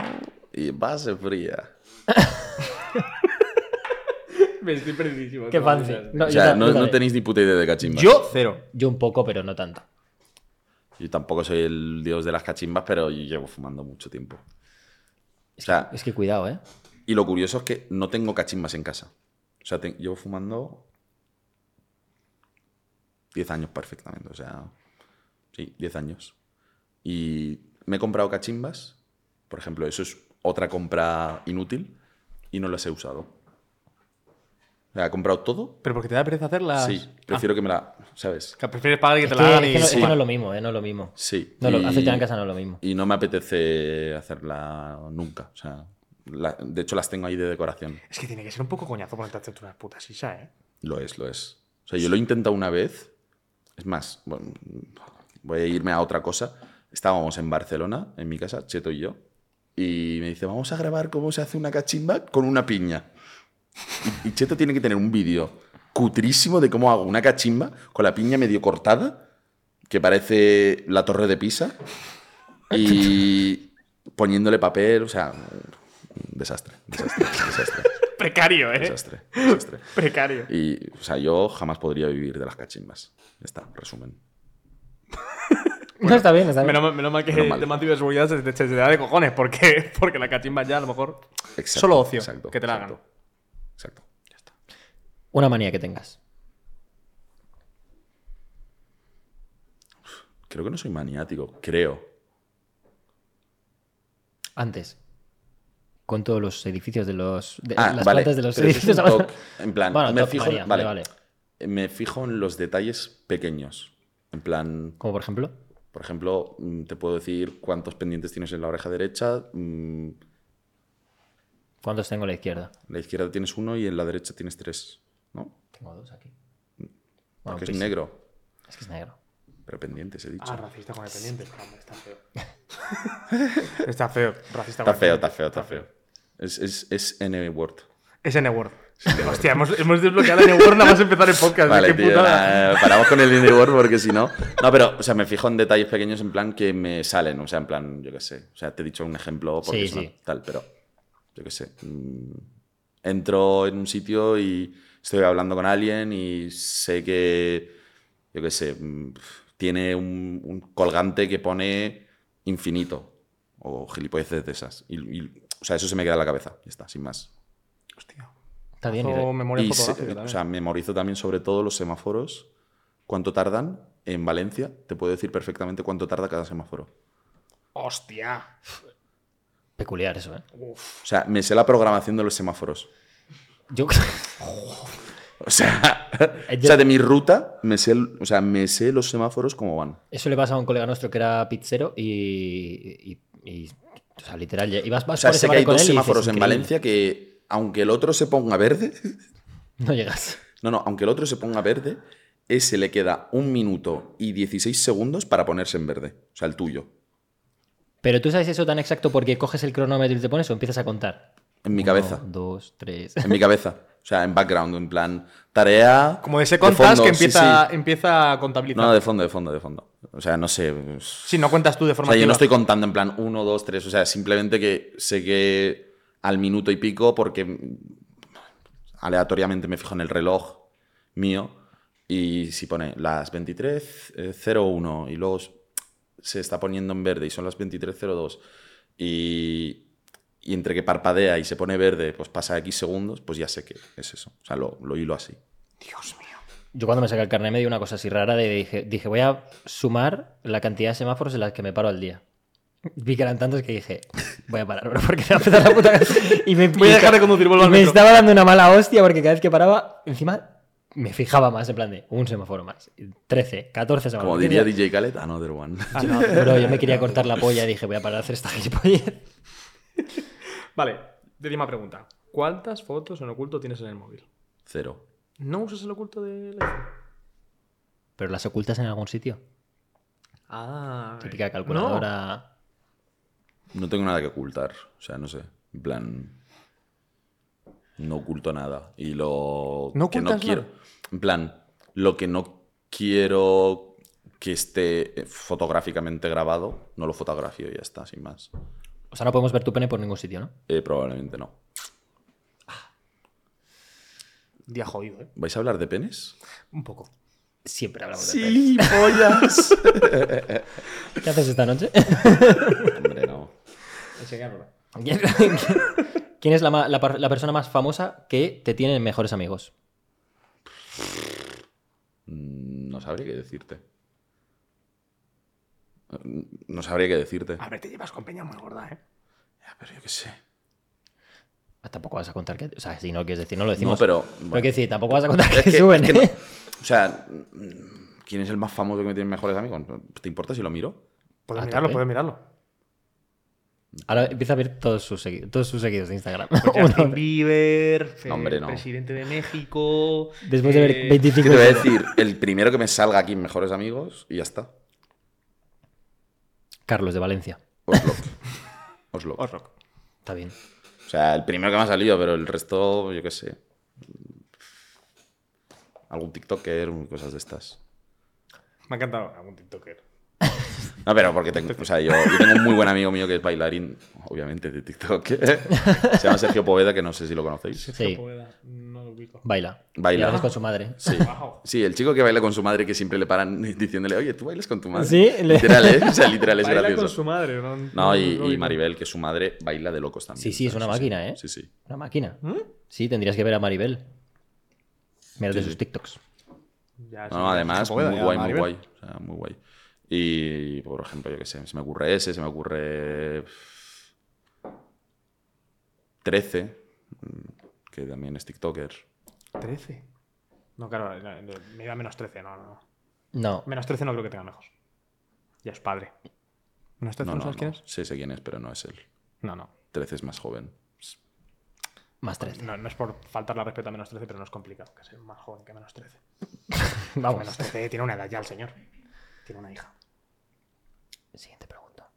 Speaker 1: y base fría.
Speaker 2: Me estoy perdidísimo.
Speaker 3: ¡Qué
Speaker 2: no,
Speaker 3: fancy!
Speaker 2: no, no.
Speaker 3: No,
Speaker 1: o
Speaker 3: yo
Speaker 1: sea,
Speaker 3: ta-
Speaker 1: no,
Speaker 3: yo
Speaker 1: no
Speaker 3: también.
Speaker 1: tenéis ni puta idea de cachimbas.
Speaker 2: Yo cero.
Speaker 3: Yo un poco, pero no tanto.
Speaker 1: Yo tampoco soy el dios de las cachimbas, pero yo llevo fumando mucho tiempo. O sea,
Speaker 3: Es que cuidado, ¿eh?
Speaker 1: y lo curioso es que no tengo cachimbas en casa. O sea, te- llevo fumando 10 años perfectamente. O sea, sí, 10 años. Y me he comprado cachimbas. Por ejemplo, eso es otra compra inútil y no las he usado. O sea, he comprado todo.
Speaker 2: Pero porque te da pereza
Speaker 3: Ah,
Speaker 2: hacerlas.
Speaker 1: Sí, prefiero que me la. ¿Sabes?
Speaker 2: Que prefieres pagar y que
Speaker 3: Es
Speaker 2: te
Speaker 3: que,
Speaker 2: la hagan
Speaker 3: es
Speaker 2: y.
Speaker 3: que no, es
Speaker 1: sí.
Speaker 3: que no es lo mismo, ¿eh? No es lo mismo.
Speaker 1: Sí.
Speaker 3: No, lo,
Speaker 1: y-
Speaker 3: hacerte en casa no es lo mismo.
Speaker 1: Y no me apetece hacerla nunca. O sea, la- de hecho, las tengo ahí de decoración.
Speaker 2: Es que tiene que ser un poco coñazo ponerte a hacerte unas putas sisas, ¿eh?
Speaker 1: Lo es, lo es. O sea, yo lo he intentado una vez. Es más, bueno, voy a irme a otra cosa. Estábamos en Barcelona, en mi casa, Cheto y yo. Y me dice, vamos a grabar cómo se hace una cachimba con una piña. Y, y Cheto tiene que tener un vídeo cutrísimo de cómo hago una cachimba con la piña medio cortada, que parece la torre de Pisa, y poniéndole papel, o sea, un desastre, desastre, desastre,
Speaker 2: Precario, ¿eh?
Speaker 1: desastre, desastre.
Speaker 2: Precario.
Speaker 1: Y, o sea, yo jamás podría vivir de las cachimbas. Ya está, resumen.
Speaker 3: no, está bien, está bien.
Speaker 2: Menos, mal- menos mal que
Speaker 1: Menos
Speaker 2: el
Speaker 1: mal.
Speaker 2: tema de seguridad se, se- se te da de cojones, porque, porque la cachimba ya a lo mejor.
Speaker 1: Exacto,
Speaker 2: Solo ocio,
Speaker 1: exacto,
Speaker 2: que te la
Speaker 1: exacto,
Speaker 2: hagan.
Speaker 1: Exacto. Ya está.
Speaker 3: Una manía que tengas.
Speaker 1: Creo que no soy maniático, creo.
Speaker 3: Antes. Con todos los edificios de los. de-
Speaker 1: Ah,
Speaker 3: las
Speaker 1: vale.
Speaker 3: plantas de los
Speaker 1: pero eso es
Speaker 3: edificios.
Speaker 1: un toc, en plan,
Speaker 3: Bueno,
Speaker 1: me
Speaker 3: toc,
Speaker 1: fijo,
Speaker 3: manía,
Speaker 1: vale,
Speaker 3: vale, vale.
Speaker 1: me fijo en los detalles pequeños. En plan,
Speaker 3: Como por ejemplo.
Speaker 1: por ejemplo, mm, te puedo decir cuántos pendientes tienes en la oreja derecha, mm,
Speaker 3: ¿Cuántos tengo a la izquierda?
Speaker 1: en la izquierda tienes uno y en la derecha tienes tres, ¿no?
Speaker 3: Tengo dos aquí. Bueno,
Speaker 1: Porque
Speaker 3: pues,
Speaker 1: es negro,
Speaker 3: Es que es negro.
Speaker 1: pero pendientes he dicho.
Speaker 2: Ah, racista con el pendiente. Hombre, Está feo. está feo.
Speaker 1: está
Speaker 2: Racista con el
Speaker 1: feo,
Speaker 2: pendiente.
Speaker 1: está feo, está feo. Es, es, es N-word.
Speaker 2: Es N-Word. Hostia, hemos, hemos desbloqueado el N-Word nada más empezar el podcast.
Speaker 1: Vale,
Speaker 2: qué
Speaker 1: tío,
Speaker 2: putada.
Speaker 1: nada, paramos con el N-word porque si no. No, pero, o sea, me fijo en detalles pequeños en plan que me salen, o sea, en plan, yo qué sé. O sea, te he dicho un ejemplo porque
Speaker 3: Sí,
Speaker 1: es una-
Speaker 3: sí.
Speaker 1: tal, pero yo qué sé. mm, Entro en un sitio y estoy hablando con alguien y sé que, yo qué sé, mm, tiene un, un colgante que pone infinito o gilipolleces de esas. Y, y, o sea, eso se me queda en la cabeza, ya está, sin más.
Speaker 2: Hostia.
Speaker 3: Está bien.
Speaker 2: Hizo
Speaker 3: Irene.
Speaker 2: memoria
Speaker 1: Y se- eh,
Speaker 2: fotográfica también.
Speaker 1: o sea, memorizo también sobre todo los semáforos, cuánto tardan. En Valencia te puedo decir perfectamente cuánto tarda cada semáforo.
Speaker 2: Hostia.
Speaker 3: Peculiar eso, ¿eh?
Speaker 2: Uf.
Speaker 1: O sea, me sé la programación de los semáforos.
Speaker 3: Yo.
Speaker 1: O sea, o sea, de mi ruta, me sé, el- o sea, me sé los semáforos cómo van.
Speaker 3: Eso le pasa a un colega nuestro que era pizzero y. y- y- o sea, literal, ya- ibas
Speaker 2: Ah,
Speaker 1: O
Speaker 3: vas
Speaker 1: sea,
Speaker 3: por ese
Speaker 1: sé que hay
Speaker 3: barrio con
Speaker 1: dos
Speaker 3: él y dices,
Speaker 1: semáforos en
Speaker 3: "Increíble".
Speaker 1: Valencia que, aunque el otro se ponga verde,
Speaker 3: No llegas.
Speaker 1: no, no, aunque el otro se ponga verde, ese le queda un minuto y 16 segundos para ponerse en verde. O sea, el tuyo.
Speaker 3: Pero tú sabes eso tan exacto porque coges el cronómetro y te pones o empiezas a contar.
Speaker 1: En mi
Speaker 3: Uno,
Speaker 1: cabeza.
Speaker 3: dos, tres.
Speaker 1: En mi cabeza. O sea, en background, en plan, tarea.
Speaker 2: Como de ese
Speaker 1: fondo,
Speaker 2: contas que
Speaker 1: sí,
Speaker 2: empieza,
Speaker 1: sí.
Speaker 2: empieza a contabilizar.
Speaker 1: No, de fondo, de fondo, de fondo. O sea, no sé. es-
Speaker 2: Si no cuentas tú de
Speaker 1: O
Speaker 2: forma
Speaker 1: sea, yo no
Speaker 2: activa.
Speaker 1: estoy contando en plan uno, dos, tres. O sea, simplemente que sé que al minuto y pico porque aleatoriamente me fijo en el reloj mío y si pone las 23.01 y luego se está poniendo en verde y son las 23.02 y, y entre que parpadea y se pone verde, pues pasa X segundos, pues ya sé que es eso. O sea, lo, lo hilo así.
Speaker 2: Dios mío.
Speaker 3: Yo cuando me saqué el carnet me dio una cosa así rara de dije, dije, voy a sumar la cantidad de semáforos en las que me paro al día. Vi que eran tantos que dije, voy a parar, bro, porque me va a petar la puta. cabeza". Y me,
Speaker 2: Voy a dejar de conducir, vuelvo
Speaker 3: y
Speaker 2: al
Speaker 3: Me
Speaker 2: metro.
Speaker 3: estaba dando una mala hostia porque cada vez que paraba, encima me fijaba más, en plan de un semáforo más. 13, 14 semáforos.
Speaker 1: Como diría DJ Khaled, another one.
Speaker 3: Ah, no, bro, yo me quería cortar la polla y dije, voy a parar de hacer esta gilipollez.
Speaker 2: Vale, décima pregunta. ¿Cuántas fotos en oculto tienes en el móvil?
Speaker 1: Cero.
Speaker 2: ¿No usas el oculto del iPhone?
Speaker 3: Pero las ocultas en algún sitio.
Speaker 2: Ah.
Speaker 3: Típica calculadora.
Speaker 1: No tengo nada que ocultar. O sea, no sé. En plan. No oculto nada. Y lo
Speaker 2: ¿No
Speaker 1: que no
Speaker 2: ocultas
Speaker 1: quiero.
Speaker 2: nada?
Speaker 1: En plan, lo que no quiero que esté eh, fotográficamente grabado, no lo fotografío y ya está, sin más.
Speaker 3: O sea, no podemos ver tu pene por ningún sitio, ¿no?
Speaker 1: Eh, probablemente no.
Speaker 2: Día jodido, ¿eh?
Speaker 1: ¿Vais a hablar de penes?
Speaker 2: Un poco.
Speaker 3: Siempre hablamos de pene.
Speaker 1: Sí, pollas.
Speaker 3: ¿Qué haces esta noche?
Speaker 1: Hombre, no.
Speaker 3: ¿Quién quién es la, ma- la par- la persona más famosa que te tiene en mejores amigos?
Speaker 1: Mm, No sabría qué decirte. Mm, No sabría qué decirte.
Speaker 2: A ver, te llevas con Peña muy gorda, ¿eh?
Speaker 1: Ya, pero yo qué sé.
Speaker 3: Ah, Tampoco vas a contar que. O sea, si no quieres decir, no lo decimos.
Speaker 1: No, pero, bueno.
Speaker 3: que decir, tampoco vas a contar que,
Speaker 1: Es que-
Speaker 3: suben.
Speaker 1: es que no-
Speaker 3: ¿eh?
Speaker 1: o sea, mm, ¿quién es el más famoso que me tiene mejores amigos? ¿Te importa si lo miro?
Speaker 2: Puedes
Speaker 3: A
Speaker 2: mirarlo,
Speaker 3: tope.
Speaker 2: puedes mirarlo.
Speaker 3: Ahora empieza a ver todos sus, segui- todos sus seguidos de Instagram.
Speaker 1: Pues
Speaker 2: Justin
Speaker 3: Uno,
Speaker 2: Bieber,
Speaker 1: No, hombre, no.
Speaker 2: presidente de México.
Speaker 3: después de ver
Speaker 2: eh,
Speaker 3: 25
Speaker 1: ¿Qué te voy a
Speaker 3: videos.
Speaker 1: decir? El primero que me salga aquí en mejores amigos y ya está.
Speaker 3: Carlos de Valencia.
Speaker 1: Oslo. Oslo.
Speaker 2: Osrock.
Speaker 3: Está bien.
Speaker 1: O sea, el primero que me ha salido, pero el resto, yo qué sé. Algún TikToker, cosas de estas.
Speaker 2: Me ha encantado algún TikToker.
Speaker 1: No, pero porque tengo, o sea, yo, yo tengo un muy buen amigo mío que es bailarín, obviamente, de TikTok. Se llama Sergio Poveda, que no sé si lo conocéis.
Speaker 3: Sí.
Speaker 2: No lo ubico.
Speaker 3: Baila.
Speaker 1: Baila.
Speaker 3: Y ahora es con su madre.
Speaker 1: Sí. Sí, el chico que baila con su madre que siempre le paran diciéndole, oye, ¿tú bailas con tu madre?
Speaker 3: Sí, le-
Speaker 1: literal, ¿eh? O sea, literal es
Speaker 2: Baila con
Speaker 1: gracioso.
Speaker 2: su madre, ¿no?
Speaker 1: No, y,
Speaker 2: lo
Speaker 1: y
Speaker 2: ubico.
Speaker 1: Maribel, que su madre baila de locos también.
Speaker 3: Sí, sí, es una máquina, ¿eh?
Speaker 1: Sí, sí.
Speaker 3: Una máquina.
Speaker 2: ¿Mm?
Speaker 3: Sí, tendrías que ver a Maribel. Mírate
Speaker 1: Sí, sí.
Speaker 3: sus TikToks.
Speaker 2: Ya, sí,
Speaker 1: No, no, además,
Speaker 2: se puede,
Speaker 1: muy
Speaker 2: ya,
Speaker 1: guay, muy
Speaker 2: Maribel.
Speaker 1: guay. O sea, muy guay. Y, por ejemplo, yo qué sé, se me ocurre ese, se me ocurre. 13, mm, que también es TikToker.
Speaker 2: 13. No, claro, no, no, me da menos 13, no, no, no.
Speaker 3: No.
Speaker 2: Menos 13 no creo que tenga mejor. Ya es padre. ¿Menos 13
Speaker 1: No,
Speaker 2: no,
Speaker 1: no,
Speaker 2: sabes
Speaker 1: no.
Speaker 2: quién es?
Speaker 1: Sí, sé quién es, pero no es él.
Speaker 2: No, no.
Speaker 1: 13 es más joven.
Speaker 3: Más 13.
Speaker 2: No, no es por faltarle al respeto a menos 13, pero no es complicado que sea más joven que menos 13. Menos
Speaker 3: Vamos.
Speaker 2: 13 tiene una edad ya el señor. Tiene una hija.
Speaker 3: Siguiente pregunta.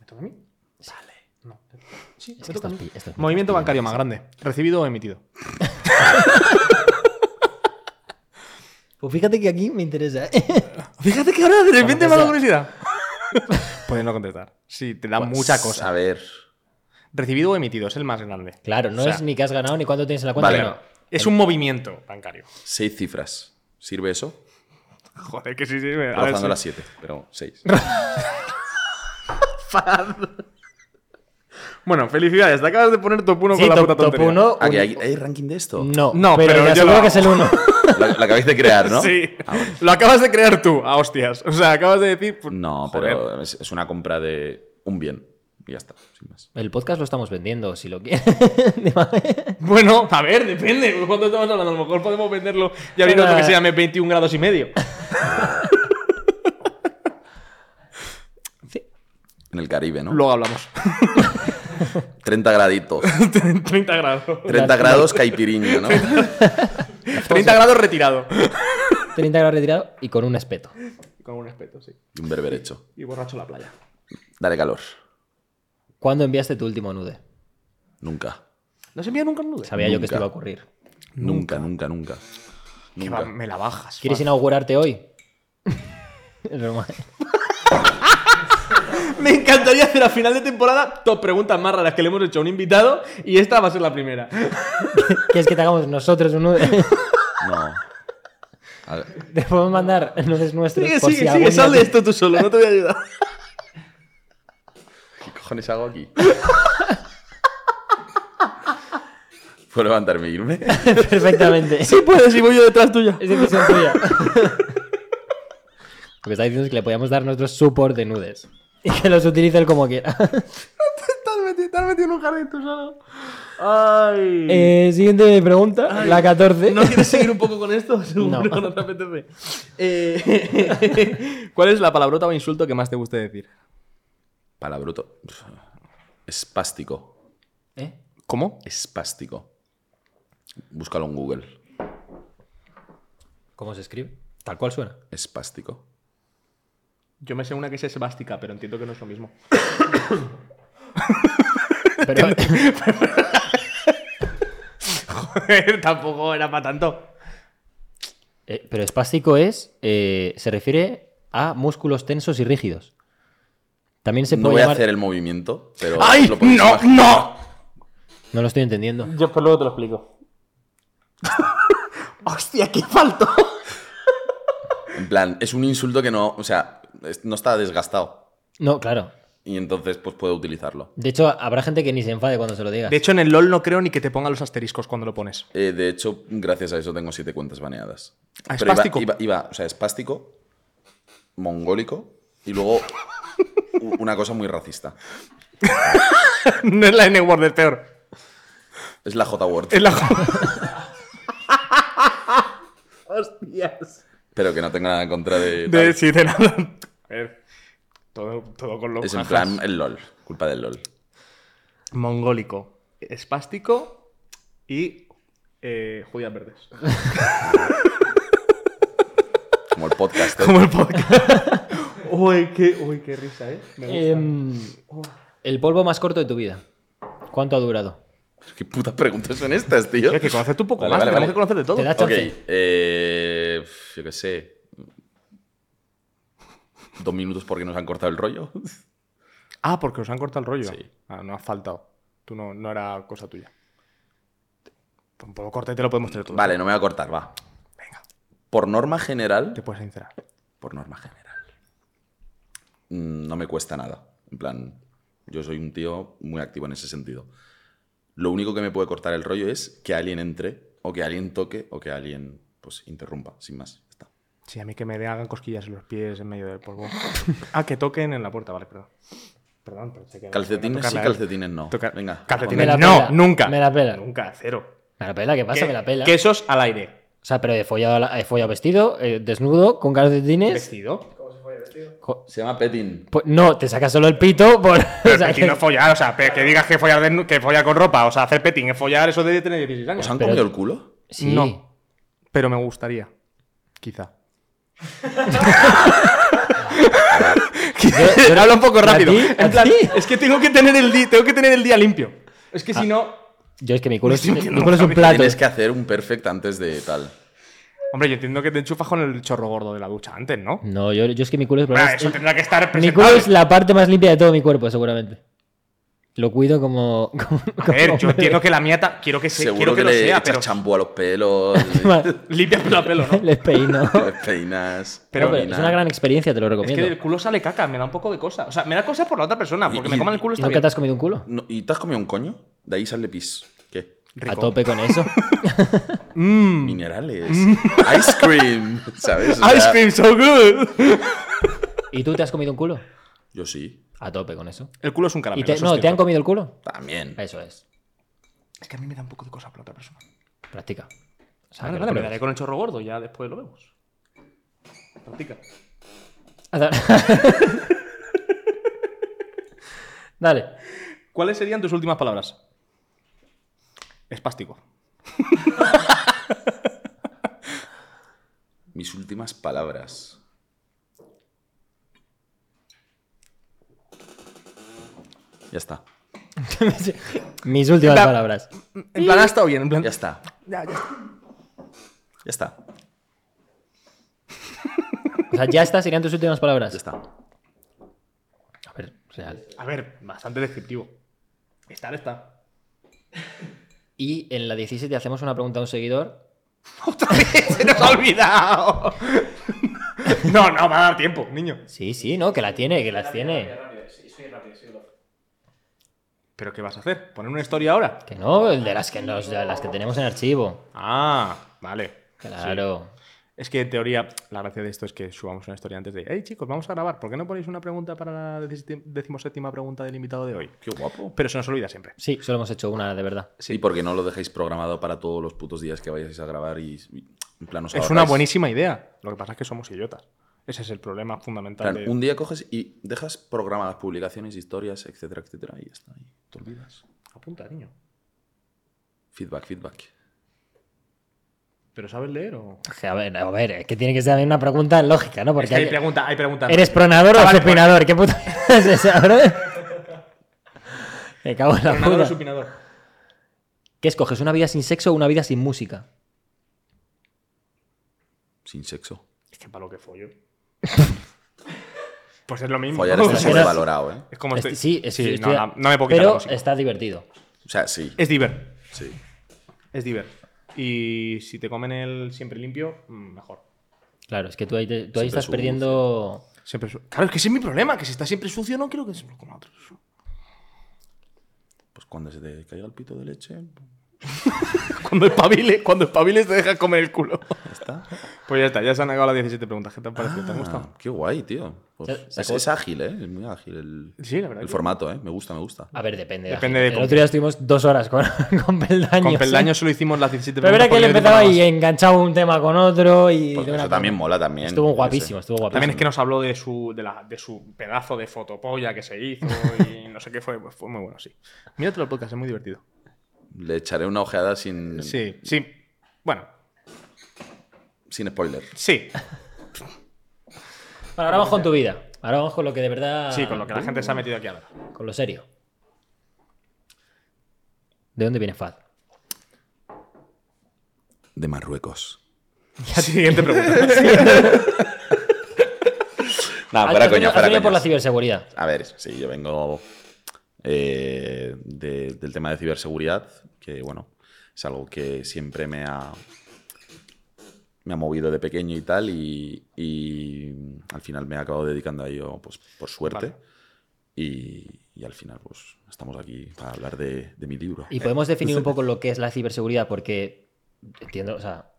Speaker 2: ¿Me toca a mí?
Speaker 3: Sale.
Speaker 2: No. Sí,
Speaker 3: Es
Speaker 2: me
Speaker 3: que
Speaker 2: toca a
Speaker 3: estás
Speaker 2: mí.
Speaker 3: pi- estás
Speaker 2: Movimiento
Speaker 3: pillando.
Speaker 2: bancario más grande. ¿Recibido o emitido?
Speaker 3: Pues fíjate que aquí me interesa. ¿eh?
Speaker 2: Fíjate que ahora de
Speaker 3: repente
Speaker 2: repente
Speaker 3: me
Speaker 2: me
Speaker 3: ha dado
Speaker 2: da curiosidad. Puedes no contestar. Sí, te
Speaker 1: Pues
Speaker 2: da mucha cosa.
Speaker 1: A ver.
Speaker 2: Recibido o emitido es el más grande.
Speaker 3: Claro, no
Speaker 2: O sea,
Speaker 3: es ni que has ganado ni cuánto tienes en la cuenta.
Speaker 1: Vale.
Speaker 3: no.
Speaker 2: Es un movimiento bancario.
Speaker 1: Seis cifras. ¿Sirve eso?
Speaker 2: Joder, que sí, sí. me- a ver
Speaker 1: Rozando
Speaker 2: si-
Speaker 1: las siete, pero seis.
Speaker 2: Bueno, felicidades. Te acabas de poner top 1
Speaker 3: Sí,
Speaker 2: con la
Speaker 3: top-
Speaker 2: puta
Speaker 3: top
Speaker 2: tontería.
Speaker 3: uno.
Speaker 1: Ah, que hay, hay ranking de esto.
Speaker 3: No,
Speaker 2: No,
Speaker 3: pero,
Speaker 2: pero
Speaker 3: te
Speaker 2: yo
Speaker 3: aseguro
Speaker 2: lo
Speaker 3: que es el uno.
Speaker 1: Lo, lo acabáis de crear, ¿no?
Speaker 2: Sí.
Speaker 1: Ah, bueno.
Speaker 2: Lo acabas de crear tú, a hostias. O sea, acabas de decir. pues,
Speaker 1: No,
Speaker 2: joder.
Speaker 1: pero es, es una compra de un bien. Y ya está, sin más.
Speaker 3: El podcast lo estamos vendiendo, si lo quieres.
Speaker 2: Bueno, a ver, depende. pues, ¿Cuánto estamos hablando? A lo mejor podemos venderlo y abrir otro que se llame 21 grados y medio.
Speaker 3: Sí.
Speaker 1: En el Caribe, ¿no?
Speaker 2: Luego hablamos.
Speaker 1: 30 graditos.
Speaker 2: 30 grados.
Speaker 1: 30 grados caipiriño, ¿no?
Speaker 2: 30 grados retirado.
Speaker 3: 30 grados retirado y con un espeto.
Speaker 2: Con un respeto, sí.
Speaker 1: Y un berberecho.
Speaker 2: Y borracho la playa.
Speaker 1: Dale calor.
Speaker 3: ¿Cuándo enviaste tu último nude?
Speaker 1: Nunca.
Speaker 2: No se envía nunca un nude.
Speaker 3: Sabía yo que esto
Speaker 1: Nunca.
Speaker 3: iba a ocurrir.
Speaker 1: Nunca, nunca, nunca.
Speaker 2: Que va,
Speaker 1: Nunca.
Speaker 2: me la bajas.
Speaker 3: ¿Quieres
Speaker 2: fa.
Speaker 3: inaugurarte hoy? Es broma.
Speaker 2: Me encantaría hacer a final de temporada top preguntas más raras que le hemos hecho a un invitado y esta va a ser la primera.
Speaker 3: ¿Quieres que te hagamos nosotros uno?
Speaker 1: No. A ver,
Speaker 3: Te podemos mandar es nuestro.
Speaker 2: Sigue, sigue, sigue, sal de esto tú solo, no te voy a ayudar.
Speaker 1: ¿Qué cojones hago aquí? ¿Puedo levantarme e irme?
Speaker 3: Perfectamente.
Speaker 2: Sí puedes, y voy yo detrás tuya.
Speaker 3: Es decisión tuya. Lo que está diciendo es que le podíamos dar nuestro support de nudes. Y que los utilice él como quiera.
Speaker 2: Estás metido, estás metido en un jardín tú solo. Ay.
Speaker 3: Eh, siguiente pregunta,
Speaker 2: Ay,
Speaker 3: la 14.
Speaker 2: ¿No quieres seguir un poco con esto? Seguro no,
Speaker 3: No.
Speaker 2: te apetece. Eh, ¿Cuál es la palabrota o insulto que más te guste decir?
Speaker 1: Palabroto. Espástico.
Speaker 3: ¿Eh?
Speaker 2: ¿Cómo?
Speaker 1: Espástico. Búscalo en Google.
Speaker 3: ¿Cómo se escribe? Tal cual suena.
Speaker 1: Espástico.
Speaker 2: Yo me sé una que es sebástica, pero entiendo que no es lo mismo.
Speaker 3: Pero, eh,
Speaker 2: Joder, tampoco era para tanto.
Speaker 3: eh, pero espástico es. eh, se refiere a músculos tensos y rígidos. También se
Speaker 1: No
Speaker 3: puede
Speaker 1: voy a
Speaker 3: llamar.
Speaker 1: hacer el movimiento, pero.
Speaker 2: ¡Ay!
Speaker 1: lo podéis
Speaker 2: ¡No!
Speaker 1: imaginar.
Speaker 2: ¡No!
Speaker 3: No lo estoy entendiendo.
Speaker 2: Yo pues luego te lo explico. ¡Hostia, qué faltó!
Speaker 1: En plan, es un insulto que no. O sea, es- no está desgastado.
Speaker 3: No, claro.
Speaker 1: Y entonces, pues puedo utilizarlo.
Speaker 3: De hecho, habrá gente que ni se enfade cuando se lo digas.
Speaker 2: De hecho, en el LOL no creo ni que te ponga los asteriscos cuando lo pones.
Speaker 1: Eh, de hecho, gracias a eso tengo siete cuentas baneadas. Pero
Speaker 2: Ah,
Speaker 1: iba-
Speaker 2: espástico.
Speaker 1: Iba, iba- o sea, espástico, mongólico y luego u- una cosa muy racista.
Speaker 2: no es la N-Word, es peor.
Speaker 1: Es la J-word.
Speaker 2: Es la. ¡Hostias!
Speaker 1: Pero que no tenga nada en contra de.
Speaker 2: De,
Speaker 1: tal.
Speaker 2: sí, de nada. A ver, Todo, todo con los
Speaker 1: es en
Speaker 2: jajas.
Speaker 1: plan eh. el LOL. Culpa del LOL.
Speaker 2: Mongólico, espástico y eh, judías verdes.
Speaker 1: Como el podcast. ¿eh?
Speaker 2: Como el podcast. uy, qué, uy, qué risa, ¿eh? Me gusta.
Speaker 3: Em, el polvo más corto de tu vida. ¿Cuánto ha durado?
Speaker 1: ¿Qué putas preguntas son estas, tío?
Speaker 2: Hay que conocerte un poco
Speaker 1: Vale,
Speaker 2: más,
Speaker 1: vale,
Speaker 2: tenemos
Speaker 1: vale.
Speaker 2: que conocer de todo.
Speaker 3: Te da
Speaker 1: Ok,
Speaker 3: chance.
Speaker 1: eh, yo qué sé. Dos minutos porque nos han cortado el rollo.
Speaker 2: Ah, porque os han cortado el rollo.
Speaker 1: Sí.
Speaker 2: Ah, no has faltado. Tú no, no era cosa tuya. Un poco corte te lo podemos tener todo.
Speaker 1: Vale, no me voy a cortar, va.
Speaker 2: Venga.
Speaker 1: Por norma general.
Speaker 2: Te puedes sincerar.
Speaker 1: Por norma general. mm, No me cuesta nada. En plan, yo soy un tío muy activo en ese sentido. Lo único que me puede cortar el rollo es que alguien entre, o que alguien toque, o que alguien pues interrumpa, sin más. Ya Está.
Speaker 2: Sí, a mí que me hagan cosquillas en los pies en medio del polvo. ah, que toquen en la puerta, vale, perdón. Perdón, pensé que.
Speaker 1: Calcetines sí,
Speaker 2: tocarla, ¿eh?
Speaker 1: calcetines no.
Speaker 2: Toca-
Speaker 1: Venga.
Speaker 2: calcetines
Speaker 1: ponme-
Speaker 3: Me la
Speaker 2: no,
Speaker 3: pela,
Speaker 2: nunca.
Speaker 3: me la pela.
Speaker 2: Nunca, cero.
Speaker 3: Me la pela, ¿qué pasa? Me la pela.
Speaker 2: Quesos al aire.
Speaker 3: O sea, pero he follado, a la- he follado vestido, eh, desnudo, con calcetines.
Speaker 2: Vestido.
Speaker 3: Jo-
Speaker 1: Se llama petting.
Speaker 3: pues no, te sacas solo el pito por. o sea,
Speaker 2: Petín no es
Speaker 3: que-
Speaker 2: follar, o sea, pe- que digas que follar, desnu- que follar con ropa, o sea, hacer petín es follar, eso debe tener 16 años.
Speaker 1: ¿Os han
Speaker 3: Pero-
Speaker 1: comido el culo?
Speaker 3: sí.
Speaker 2: No. Pero me gustaría. Quizá. Yo hablo un poco rápido.
Speaker 3: ¿A ti?
Speaker 2: En
Speaker 3: ¿A
Speaker 2: plan,
Speaker 3: ti? Ah.
Speaker 2: es que tengo que tener el día, tengo que tener el día limpio. Es que si no.
Speaker 3: Yo es que mi culo, es,
Speaker 2: estoy
Speaker 3: mi
Speaker 2: metiendo
Speaker 3: culo es un
Speaker 2: la
Speaker 3: plato.
Speaker 1: Tienes que hacer un perfect antes de tal.
Speaker 2: Hombre, yo entiendo que te enchufas con el chorro gordo de la ducha antes, ¿no?
Speaker 3: No, yo, yo es que mi culo es.
Speaker 2: Hombre,
Speaker 3: Pues es-
Speaker 2: eso tendrá que estar
Speaker 3: mi culo
Speaker 2: presentable.
Speaker 3: es la parte más limpia de todo mi cuerpo, seguramente. Lo cuido como. como-
Speaker 2: A ver,
Speaker 3: como-
Speaker 2: yo entiendo que la mía ta- quiero que, se,
Speaker 1: Seguro
Speaker 2: quiero
Speaker 1: que,
Speaker 2: que, lo
Speaker 1: le
Speaker 2: sea,
Speaker 1: echas
Speaker 2: pero
Speaker 1: champú a los pelos,
Speaker 2: limpia pelo a pelo, ¿no?
Speaker 3: Les peino. No,
Speaker 1: les peinas.
Speaker 2: Pero-
Speaker 3: pero es
Speaker 1: orinas.
Speaker 3: una gran experiencia, te lo
Speaker 2: Es
Speaker 3: recomiendo.
Speaker 2: que del culo sale caca, me da un poco de cosa. O sea, me da cosa por la otra persona, porque
Speaker 1: Y-
Speaker 2: me
Speaker 1: y-
Speaker 2: coman el culo
Speaker 3: ¿Y
Speaker 2: está
Speaker 3: nunca
Speaker 2: bien.
Speaker 3: te has comido un culo?
Speaker 1: No, ¿Y te has comido un coño? De ahí sale pis. ¿Qué?
Speaker 2: Rico.
Speaker 3: A tope con eso.
Speaker 2: Mm.
Speaker 1: Minerales. Ice cream. ¿Sabes? O sea,
Speaker 2: Ice cream so good.
Speaker 3: ¿Y tú te has comido un culo?
Speaker 1: Yo sí.
Speaker 3: A tope con eso.
Speaker 2: El culo es un
Speaker 3: ¿Y
Speaker 2: caramelo.
Speaker 3: te-
Speaker 2: eso es
Speaker 3: no, te han
Speaker 2: cierto.
Speaker 3: comido el culo?
Speaker 1: También.
Speaker 3: Eso es.
Speaker 2: Es que a mí me da un poco de cosa por la otra persona.
Speaker 3: Practica. O sea,
Speaker 2: Vale, vale,
Speaker 3: que lo
Speaker 2: me
Speaker 3: pruebes.
Speaker 2: daré con el chorro gordo, ya después lo vemos. Practica.
Speaker 3: Dale.
Speaker 2: ¿Cuáles serían tus últimas palabras? Espástico.
Speaker 1: Mis últimas palabras. Ya está.
Speaker 3: Mis últimas
Speaker 2: Da-
Speaker 3: palabras.
Speaker 2: En plan, ha estado bien. En plan,
Speaker 1: Ya está.
Speaker 2: Ya, ya.
Speaker 1: Ya está.
Speaker 3: O sea, ya está, serían tus últimas
Speaker 1: Ya
Speaker 3: palabras.
Speaker 1: está.
Speaker 3: A ver, real.
Speaker 2: A ver, bastante descriptivo. Estar está.
Speaker 3: Y en la 17 hacemos una pregunta a un seguidor.
Speaker 2: ¡Otra vez! ¡Se nos ha olvidado! no, no, va a dar tiempo, niño.
Speaker 3: Sí, sí, no, que la tiene, que las tiene.
Speaker 2: ¿Pero qué vas a hacer? ¿Poner una historia ahora?
Speaker 3: Que no, el de las que nos, de las que tenemos en archivo.
Speaker 2: Ah, vale.
Speaker 3: Claro.
Speaker 2: Es que en teoría, la gracia de esto es que subamos una historia antes de, hey chicos, vamos a grabar, ¿por qué no ponéis una pregunta para la decim- decimoséptima pregunta del invitado de hoy?
Speaker 1: Qué guapo.
Speaker 2: Pero se nos olvida siempre.
Speaker 3: Sí. solo hemos hecho una de verdad.
Speaker 1: Sí, porque no lo dejéis programado para todos los putos días que vayáis a grabar y, y, en plan os
Speaker 2: Es una
Speaker 1: ahorráis.
Speaker 2: buenísima idea. Lo que pasa es que somos idiotas. Ese es el problema
Speaker 1: En plan,
Speaker 2: fundamental. de-
Speaker 1: un día coges y dejas programadas publicaciones, historias, etcétera, etcétera, y ya está. y te olvidas.
Speaker 2: Apunta, niño.
Speaker 1: Feedback, feedback.
Speaker 2: ¿Pero sabes leer o...?
Speaker 3: Que, A ver, a ver, es que tiene que ser también una pregunta lógica, ¿no? Porque
Speaker 2: Es que hay,
Speaker 3: hay-
Speaker 2: pregunta, hay preguntas.
Speaker 3: ¿Eres pronador
Speaker 2: Ah,
Speaker 3: o
Speaker 2: vale,
Speaker 3: supinador? ¿Qué puta mierda es esa, bro? Me cago en la
Speaker 2: ¿Pronador o
Speaker 3: puta.
Speaker 2: supinador?
Speaker 3: ¿Qué escoges? ¿Una vida sin sexo o una vida sin música?
Speaker 1: Sin sexo.
Speaker 2: Es que para lo que follo. pues es lo mismo.
Speaker 1: Follar
Speaker 2: O
Speaker 1: está
Speaker 2: sea,
Speaker 3: Pero-
Speaker 1: sobrevalorado, ¿eh?
Speaker 2: es como
Speaker 3: Este-
Speaker 2: estoy...
Speaker 3: sí, es-
Speaker 2: sí,
Speaker 3: estoy-
Speaker 2: no, no, no me puedo quitar la
Speaker 3: Pero
Speaker 2: música.
Speaker 3: está divertido.
Speaker 1: O sea, sí.
Speaker 2: Es diver.
Speaker 1: Sí.
Speaker 2: Es diver. Y si te comen el siempre limpio, mm, mejor.
Speaker 3: Claro, es que tú ahí, te- tú
Speaker 1: Siempre
Speaker 3: ahí estás
Speaker 1: sucio.
Speaker 3: perdiendo.
Speaker 2: Siempre su- Claro, es que ese es mi problema, que si está siempre sucio no quiero que se lo coma otro.
Speaker 1: Pues cuando se te caiga el pito de leche, ya
Speaker 2: Cuando espabiles, cuando espabiles te dejas comer el culo.
Speaker 1: está.
Speaker 2: Pues ya está, ya se han acabado las 17 preguntas. ¿Qué te han parecido? ¿Te han
Speaker 1: Ah,
Speaker 2: gustado?
Speaker 1: Qué guay, tío. Pues
Speaker 3: Se- se
Speaker 1: es,
Speaker 3: acabó-
Speaker 1: es ágil, ¿eh? Es muy ágil el,
Speaker 2: Sí, la verdad.
Speaker 1: el
Speaker 2: que-
Speaker 1: formato, ¿eh? Me gusta, me gusta.
Speaker 3: A ver, depende. de la
Speaker 2: Depende
Speaker 3: gente.
Speaker 2: de
Speaker 3: El
Speaker 2: cómo-
Speaker 3: otro día estuvimos dos horas con, con peldaños.
Speaker 2: Con peldaño
Speaker 3: ¿eh?
Speaker 2: solo hicimos las 17
Speaker 3: Pero
Speaker 2: preguntas.
Speaker 3: verá que él
Speaker 2: porque yo "Ah, tengo
Speaker 3: empezaba y
Speaker 2: más.
Speaker 3: enganchaba un tema con otro y.
Speaker 1: Pues
Speaker 3: de
Speaker 1: eso
Speaker 3: una-
Speaker 1: también mola también.
Speaker 3: Estuvo
Speaker 1: yo qué
Speaker 3: guapísimo,
Speaker 1: sé.
Speaker 3: estuvo guapísimo.
Speaker 2: También es que nos habló de su, de, la, de su pedazo de fotopolla que se hizo y no sé qué fue. Pues fue muy bueno, sí. Mírate el podcast, es muy divertido.
Speaker 1: Le echaré una ojeada sin,
Speaker 2: Sí, sí. Bueno,
Speaker 1: sin spoiler.
Speaker 2: sí.
Speaker 3: Bueno, ahora vamos con tu vida. Ahora vamos con lo que de verdad.
Speaker 2: Sí, con lo que la gente se ha metido aquí a ver.
Speaker 3: Con lo serio. ¿De dónde viene Fad?
Speaker 1: De Marruecos.
Speaker 2: Siguiente pregunta.
Speaker 1: No,
Speaker 3: Ah,
Speaker 1: fuera
Speaker 3: has venido-
Speaker 1: coña,
Speaker 3: has
Speaker 1: fuera
Speaker 3: venido por la
Speaker 1: coñas.
Speaker 3: ciberseguridad.
Speaker 1: A ver, sí, yo vengo eh, de- del tema de ciberseguridad, que bueno, es algo que siempre me ha, me ha movido de pequeño y tal, y, y al final me he acabado dedicando a ello, pues por suerte.
Speaker 2: Vale.
Speaker 1: Y, y al final, pues estamos aquí para hablar de, de mi libro.
Speaker 2: Eh,
Speaker 3: Y podemos definir un poco lo que es la ciberseguridad, porque entiendo, o sea,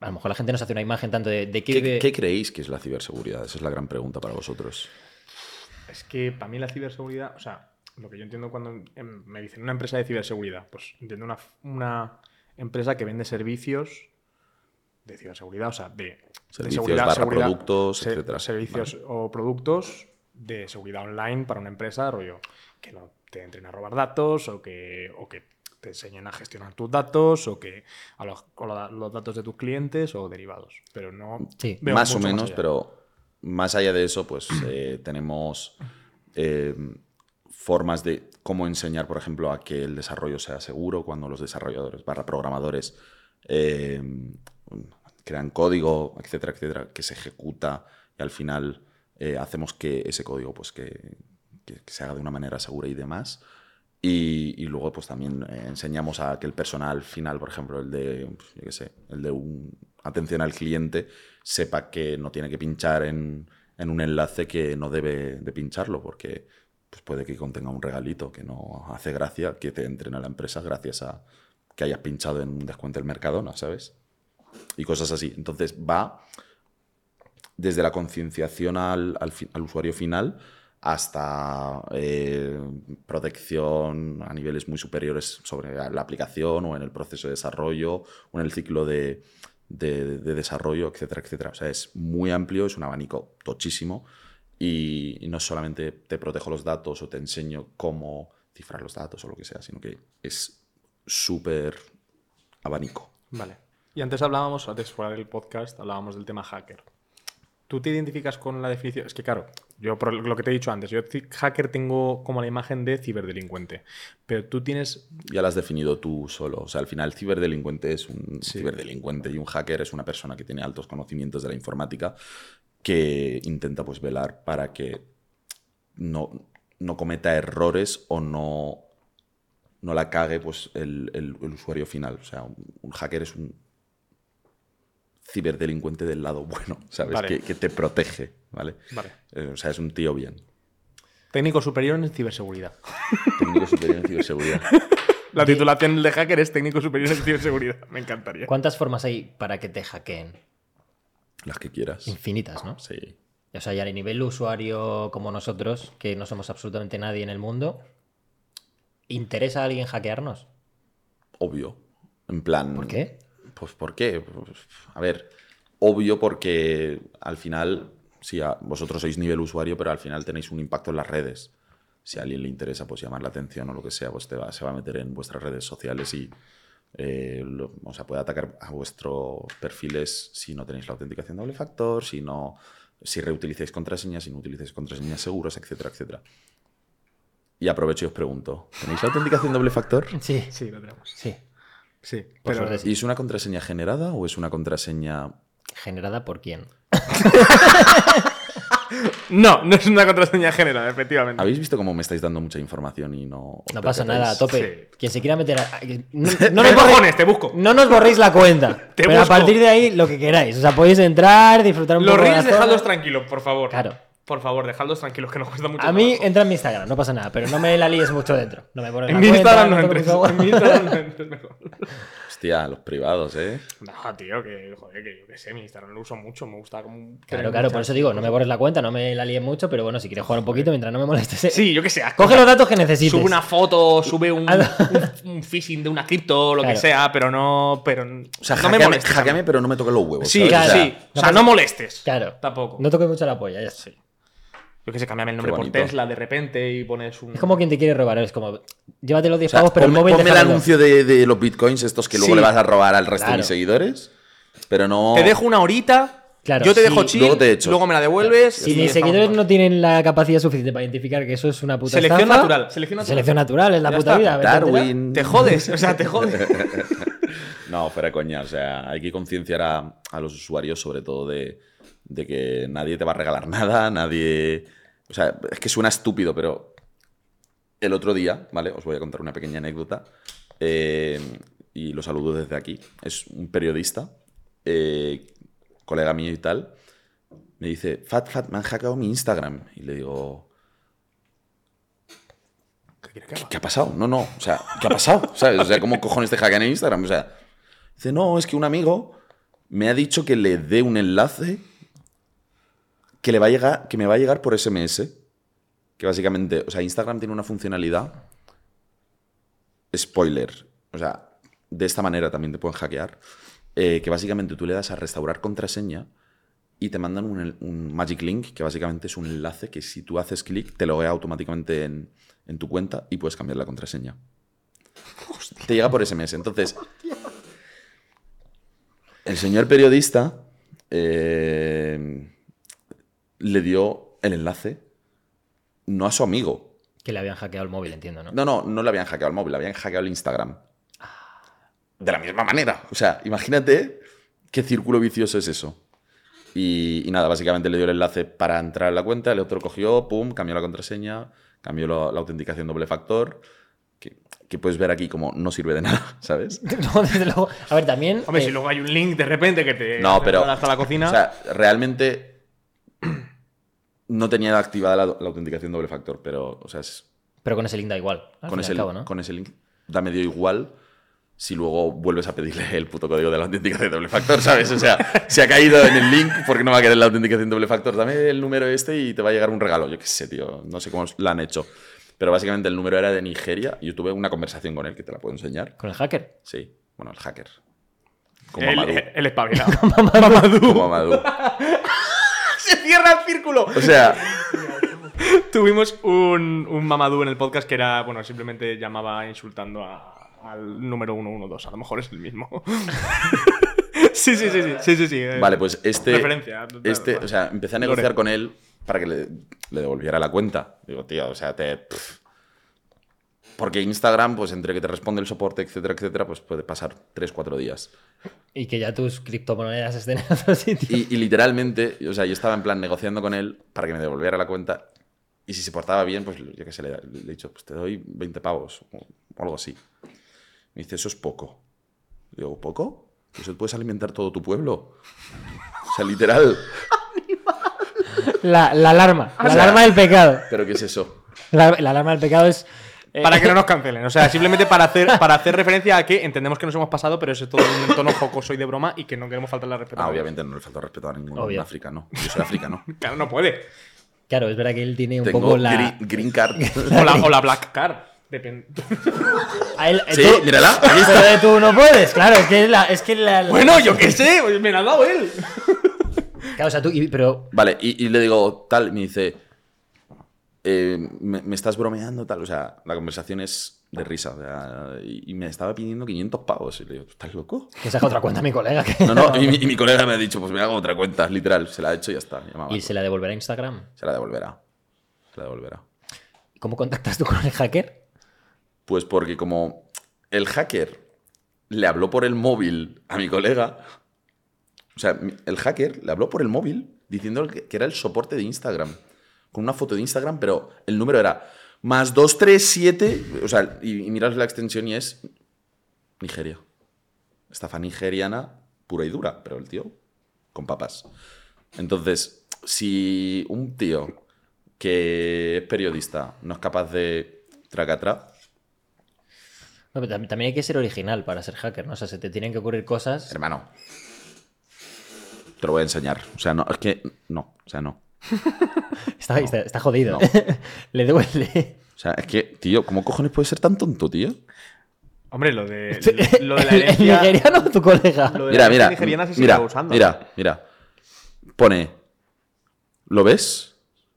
Speaker 3: a lo mejor la gente nos hace una imagen tanto de, de qué
Speaker 1: ¿Qué,
Speaker 3: vive-
Speaker 1: qué creéis que es la ciberseguridad? Esa es la gran pregunta para vosotros.
Speaker 2: Es que para mí la ciberseguridad, o sea, lo que yo entiendo cuando em, me dicen una empresa de ciberseguridad, pues entiendo una, una empresa que vende servicios de ciberseguridad, o sea, de, de
Speaker 1: Servicios barra productos, etcétera.
Speaker 2: Servicios o productos de seguridad online para una empresa, rollo, que no te entren a robar datos o que, o que te enseñen a gestionar tus datos o que a los, o la- los datos de tus clientes o derivados. Pero no.
Speaker 3: Sí.
Speaker 2: veo
Speaker 1: más o
Speaker 2: mucho
Speaker 1: menos,
Speaker 2: allá.
Speaker 1: pero más allá de eso, pues eh, tenemos eh, formas de cómo enseñar, por ejemplo, a que el desarrollo sea seguro cuando los desarrolladores barra programadores eh, crean código, etcétera, etcétera, que se ejecuta y al final eh, hacemos que ese código pues que, que- que se haga de una manera segura y demás. Y, y luego pues también eh, enseñamos a que el personal final, por ejemplo, el de, pues, yo qué sé, el de un- atención al cliente, sepa que no tiene que pinchar en, en un enlace que no debe de pincharlo porque pues, puede que contenga un regalito que no hace gracia que te entren a la empresa gracias a que hayas pinchado en un descuento del Mercadona, ¿sabes? Y cosas así. Entonces va desde la concienciación al, al fi- al usuario final hasta eh, protección a niveles muy superiores sobre la aplicación o en el proceso de desarrollo o en el ciclo de, de- de desarrollo, etcétera, etcétera. O sea, es muy amplio, es un abanico tochísimo y, y no solamente te protejo los datos o te enseño cómo cifrar los datos o lo que sea, sino que es súper abanico.
Speaker 2: Vale. Y antes hablábamos, antes fuera del podcast, hablábamos del tema hacker. ¿Tú te identificas con la definición? Es que claro, yo por lo que te he dicho antes, yo ci- hacker tengo como la imagen de ciberdelincuente, pero tú tienes...
Speaker 1: ya las has definido tú solo. O sea, al final, ciberdelincuente es un
Speaker 2: Sí.
Speaker 1: ciberdelincuente y un hacker es una persona que tiene altos conocimientos de la informática que intenta pues velar para que no, no cometa errores o no, no la cague pues, el, el- el usuario final. O sea, un, un hacker es un ciberdelincuente del lado bueno, ¿sabes?
Speaker 2: Vale.
Speaker 1: Que, que te protege, ¿vale?
Speaker 2: Vale.
Speaker 1: Eh, o sea, es un tío bien.
Speaker 2: Técnico superior en ciberseguridad.
Speaker 1: Técnico superior en ciberseguridad.
Speaker 2: La titulación de hacker es técnico superior en ciberseguridad. Me encantaría.
Speaker 3: ¿Cuántas formas hay para que te hackeen?
Speaker 1: Las que quieras.
Speaker 3: Infinitas, ¿no?
Speaker 1: Sí.
Speaker 3: O sea, ya a nivel usuario como nosotros, que no somos absolutamente nadie en el mundo, ¿interesa a alguien hackearnos?
Speaker 1: Obvio. En plan.
Speaker 3: ¿Por qué?
Speaker 1: Pues ¿por qué? Pues, A ver, obvio porque al final, si a- vosotros sois nivel usuario, pero al final tenéis un impacto en las redes. Si a alguien le interesa pues llamar la atención o lo que sea, pues te va- se va a meter en vuestras redes sociales y eh, lo- o sea, puede atacar a vuestros perfiles si no tenéis la autenticación doble factor, si no si reutilicéis contraseñas, si no utilizáis contraseñas seguras, etcétera, etcétera. Y aprovecho y os pregunto, ¿tenéis la autenticación doble factor?
Speaker 3: Sí,
Speaker 2: Sí, lo tenemos.
Speaker 3: sí.
Speaker 2: Sí,
Speaker 3: Por
Speaker 2: pero
Speaker 3: suerte sí.
Speaker 1: ¿Y es una contraseña generada o es una contraseña
Speaker 3: ¿Generada por quién?
Speaker 2: Pues No, no es una contraseña general, efectivamente.
Speaker 1: ¿Habéis visto cómo me estáis dando mucha información y no... os
Speaker 3: No pasa nada, a
Speaker 1: percatáis?
Speaker 3: tope.
Speaker 2: Sí.
Speaker 3: Quien se quiera meter a... No,
Speaker 2: No
Speaker 3: no
Speaker 2: me
Speaker 3: nos borréis,
Speaker 2: cojones, te busco.
Speaker 3: no nos borréis la cuenta.
Speaker 2: Te
Speaker 3: pero a
Speaker 2: busco.
Speaker 3: partir de ahí, lo que queráis. O sea, podéis entrar, disfrutar un
Speaker 2: Los
Speaker 3: poco de la
Speaker 2: reels
Speaker 3: zona.
Speaker 2: dejadlos tranquilos, por favor.
Speaker 3: Claro.
Speaker 2: Por favor, dejadlos tranquilos, que nos cuesta mucho
Speaker 3: A mí,
Speaker 2: trabajo.
Speaker 3: entra en mi Instagram, no pasa nada. Pero no me la líes mucho dentro. No me borres
Speaker 2: en
Speaker 3: la
Speaker 2: mi
Speaker 3: cuenta,
Speaker 2: Instagram no
Speaker 3: no toques
Speaker 2: entres.
Speaker 3: mis aguas.
Speaker 2: En mi Instagram no entres mejor.
Speaker 1: Hostia, los privados, ¿eh?
Speaker 2: No, tío, que joder, que yo qué sé, mi Instagram lo uso mucho, me gusta como...
Speaker 3: Claro,
Speaker 2: tener
Speaker 3: claro, por
Speaker 2: muchas
Speaker 3: eso digo, no
Speaker 2: cosas.
Speaker 3: me borres la cuenta, no me la líes mucho, pero bueno, si quieres jugar un poquito mientras no me molestes. eh.
Speaker 2: Sí, yo qué sé,
Speaker 3: Coge los datos que necesites.
Speaker 2: sube una foto, sube un,
Speaker 3: Algo.
Speaker 2: un, un phishing de una cripto, lo que
Speaker 3: Claro.
Speaker 2: sea, pero no... Pero,
Speaker 1: O sea,
Speaker 2: no
Speaker 1: hackeame,
Speaker 2: me molestes.
Speaker 1: hackeame, pero no me toques los huevos.
Speaker 2: Sí,
Speaker 1: ¿sabes? O sea,
Speaker 2: sí. O sea, no molestes.
Speaker 3: Claro.
Speaker 2: Tampoco.
Speaker 3: No toques mucho la polla, ya está.
Speaker 2: Yo que sé, cambiame el nombre por
Speaker 1: bonito.
Speaker 2: Tesla de repente y pones un...
Speaker 3: Es como quien te quiere robar, es como, llévate los 10
Speaker 1: o sea,
Speaker 3: pavos, pero
Speaker 1: ponme,
Speaker 3: el móvil
Speaker 1: ponme el
Speaker 3: déjamelo.
Speaker 1: anuncio de, de los bitcoins estos que luego
Speaker 2: Sí.
Speaker 1: le vas a robar al resto de mis
Speaker 3: Claro.
Speaker 1: seguidores, pero no...
Speaker 2: Te dejo una horita,
Speaker 3: Claro,
Speaker 2: yo te
Speaker 3: sí.
Speaker 2: dejo chill,
Speaker 1: Luego te echo.
Speaker 2: luego me la devuelves.
Speaker 3: Si
Speaker 2: y
Speaker 3: mis
Speaker 2: estamos
Speaker 3: seguidores
Speaker 2: en
Speaker 3: no
Speaker 2: paz.
Speaker 3: tienen la capacidad suficiente para identificar que eso es una puta
Speaker 2: Selección
Speaker 3: estafa,
Speaker 2: natural, selección natural.
Speaker 3: Selección natural es la
Speaker 2: Ya
Speaker 3: puta
Speaker 2: está.
Speaker 3: vida. vete a enterar.
Speaker 1: Darwin...
Speaker 2: Te jodes, o sea, te jodes.
Speaker 1: No, fuera coña, o sea, hay que concienciar a, a los usuarios sobre todo de, de que nadie te va a regalar nada, nadie... O sea, es que suena estúpido, pero el otro día, ¿vale? Os voy a contar una pequeña anécdota eh, y lo saludo desde aquí. Es un periodista, eh, colega mío y tal, me dice, Fat, Fat, me han hackeado mi Instagram. Y le digo,
Speaker 2: ¿Qué quieres que haga?
Speaker 1: ¿qué ha pasado? No, no, o sea, ¿qué ha pasado? ¿Sabes? O sea, ¿cómo cojones te hackean en Instagram? O sea, dice, no, es que un amigo me ha dicho que le dé un enlace que, le va a llegar, que me va a llegar por SMS. Que básicamente, o sea, Instagram tiene una funcionalidad. Spoiler. O sea, de esta manera también te pueden hackear. eh, que básicamente tú le das a restaurar contraseña y te mandan un, el- un Magic Link, que básicamente es un enlace que si tú haces clic te loguea automáticamente en, en tu cuenta y puedes cambiar la contraseña. Te llega por SMS. Entonces, el señor periodista eh, le dio el enlace no a su amigo.
Speaker 3: Que le habían hackeado el móvil, entiendo, ¿no?
Speaker 1: No, no, no le habían hackeado el móvil, le habían hackeado el Instagram. De la misma manera. O sea, imagínate qué círculo vicioso es eso. Y, y nada, básicamente le dio el enlace para entrar en la cuenta, el otro cogió, pum, cambió la contraseña, cambió la, la autenticación doble factor, que, que puedes ver aquí como no sirve de nada, ¿sabes?
Speaker 3: No, desde luego. A ver, también.
Speaker 2: Hombre,
Speaker 3: eh,
Speaker 2: si luego hay un link de repente que te
Speaker 1: No,
Speaker 2: hace
Speaker 1: pero.
Speaker 2: entrar hasta la cocina.
Speaker 1: O sea, realmente no tenía activada la, la autenticación doble factor, pero, o sea, es-
Speaker 3: Pero con ese link da igual.
Speaker 1: con,
Speaker 3: Al fin y
Speaker 1: ese,
Speaker 3: al cabo, ¿no?
Speaker 1: con ese link da medio igual si luego vuelves a pedirle el puto código de la autenticación doble factor, ¿sabes? O sea, se ha caído en el link porque no va a querer la autenticación doble factor. Dame el número este y te va a llegar un regalo. Yo qué sé, tío. No sé cómo la han hecho. Pero básicamente el número era de Nigeria y yo tuve una conversación con él que te la puedo enseñar.
Speaker 3: Con el hacker.
Speaker 1: Sí. Bueno, el hacker. Como
Speaker 2: el,
Speaker 1: Amadou.
Speaker 2: el, el espabilado.
Speaker 1: Como Amadou.
Speaker 2: Se cierra el círculo.
Speaker 1: O sea,
Speaker 2: Tuvimos un, un mamadú en el podcast que era, bueno, simplemente llamaba insultando a- al número 112. A lo mejor es el mismo. sí, sí, sí, sí, sí, sí, sí, eh.
Speaker 1: Vale, pues este.
Speaker 2: Referencia, claro,
Speaker 1: este,
Speaker 2: vale.
Speaker 1: o sea, empecé a negociar
Speaker 2: Lore.
Speaker 1: con él para que le, le devolviera la cuenta. Digo, tío, o sea, te. pff. Porque Instagram, pues entre que te responde el soporte, etcétera, etcétera, pues puede pasar 3-4 días.
Speaker 3: Y que ya tus criptomonedas estén en otro sitio.
Speaker 1: Y, y literalmente, o sea, yo estaba en plan negociando con él para que me devolviera la cuenta Y si se portaba bien, pues yo qué sé, le, le he dicho, pues te doy 20 pavos o, o algo así. Me dice, eso es poco. Digo, ¿poco? Pues puedes alimentar todo tu pueblo. O sea, literal.
Speaker 3: La, la alarma. La
Speaker 1: sea-
Speaker 3: alarma del pecado.
Speaker 1: ¿Pero qué es eso?
Speaker 3: La, la alarma del pecado es.
Speaker 1: pues,
Speaker 3: eh,
Speaker 2: Para que no nos cancelen. O sea, simplemente para hacer, para hacer referencia a que entendemos que nos hemos pasado, pero eso es todo en un tono jocoso y de broma y que no queremos faltar la respeto.
Speaker 1: Ah, obviamente no le falta respeto a ningún
Speaker 3: Obvio.
Speaker 1: africano. Yo soy africano.
Speaker 2: Claro, no puede.
Speaker 3: Claro, es verdad que él tiene un
Speaker 1: Tengo
Speaker 3: poco la.
Speaker 1: green, green card.
Speaker 2: O la, o la Black Card. Depende.
Speaker 3: A él-
Speaker 1: sí,
Speaker 3: tú-
Speaker 1: mírala. Aquí está.
Speaker 3: Pero tú no puedes, claro, es que la. Es que la, la-
Speaker 2: Bueno, yo qué sé, pues me la ha dado él.
Speaker 3: Claro, o sea, tú. y- pero.
Speaker 1: Vale, y, y le digo tal, y me dice, eh, me, me estás bromeando, tal. O sea, la conversación es de risa. o sea, y, y me estaba pidiendo 500 pavos. Y le digo, ¿estás loco?
Speaker 3: Que saca otra cuenta mi colega. que-
Speaker 1: No, no, y, mi- y mi colega me ha dicho, pues me hago otra cuenta, literal. Se la ha hecho y ya está. ya me va.
Speaker 3: Y se la devolverá a Instagram.
Speaker 1: Se la devolverá. Se la devolverá.
Speaker 3: ¿Cómo contactas tú con el hacker?
Speaker 1: Pues porque como el hacker le habló por el móvil a mi colega, o sea, mi- el hacker le habló por el móvil diciendo que, que era el soporte de Instagram, con una foto de Instagram, pero el número era más 237, o sea, y, y miras la extensión y es Nigeria. Estafa nigeriana pura y dura, pero el tío con papas. Entonces, si un tío que es periodista no es capaz de tracatra,
Speaker 3: No, pero tam- también hay que ser original para ser hacker, ¿no? O sea, se te tienen que ocurrir cosas.
Speaker 1: Hermano. Te lo voy a enseñar. O sea, no, es que no, o sea, no.
Speaker 3: Está, está, está jodido.
Speaker 1: No.
Speaker 3: Le duele.
Speaker 1: O sea, es que, tío, ¿cómo cojones puedes ser tan tonto, tío?
Speaker 2: Hombre, lo de, lo de la
Speaker 3: ¿El- el
Speaker 2: herencia.
Speaker 3: nigeriano o tu colega?
Speaker 2: Lo de la
Speaker 1: Mira,
Speaker 2: herencia
Speaker 1: mira.
Speaker 2: nigeriana se
Speaker 1: Mira,
Speaker 2: sigue usando.
Speaker 1: mira, mira. Pone. ¿Lo ves?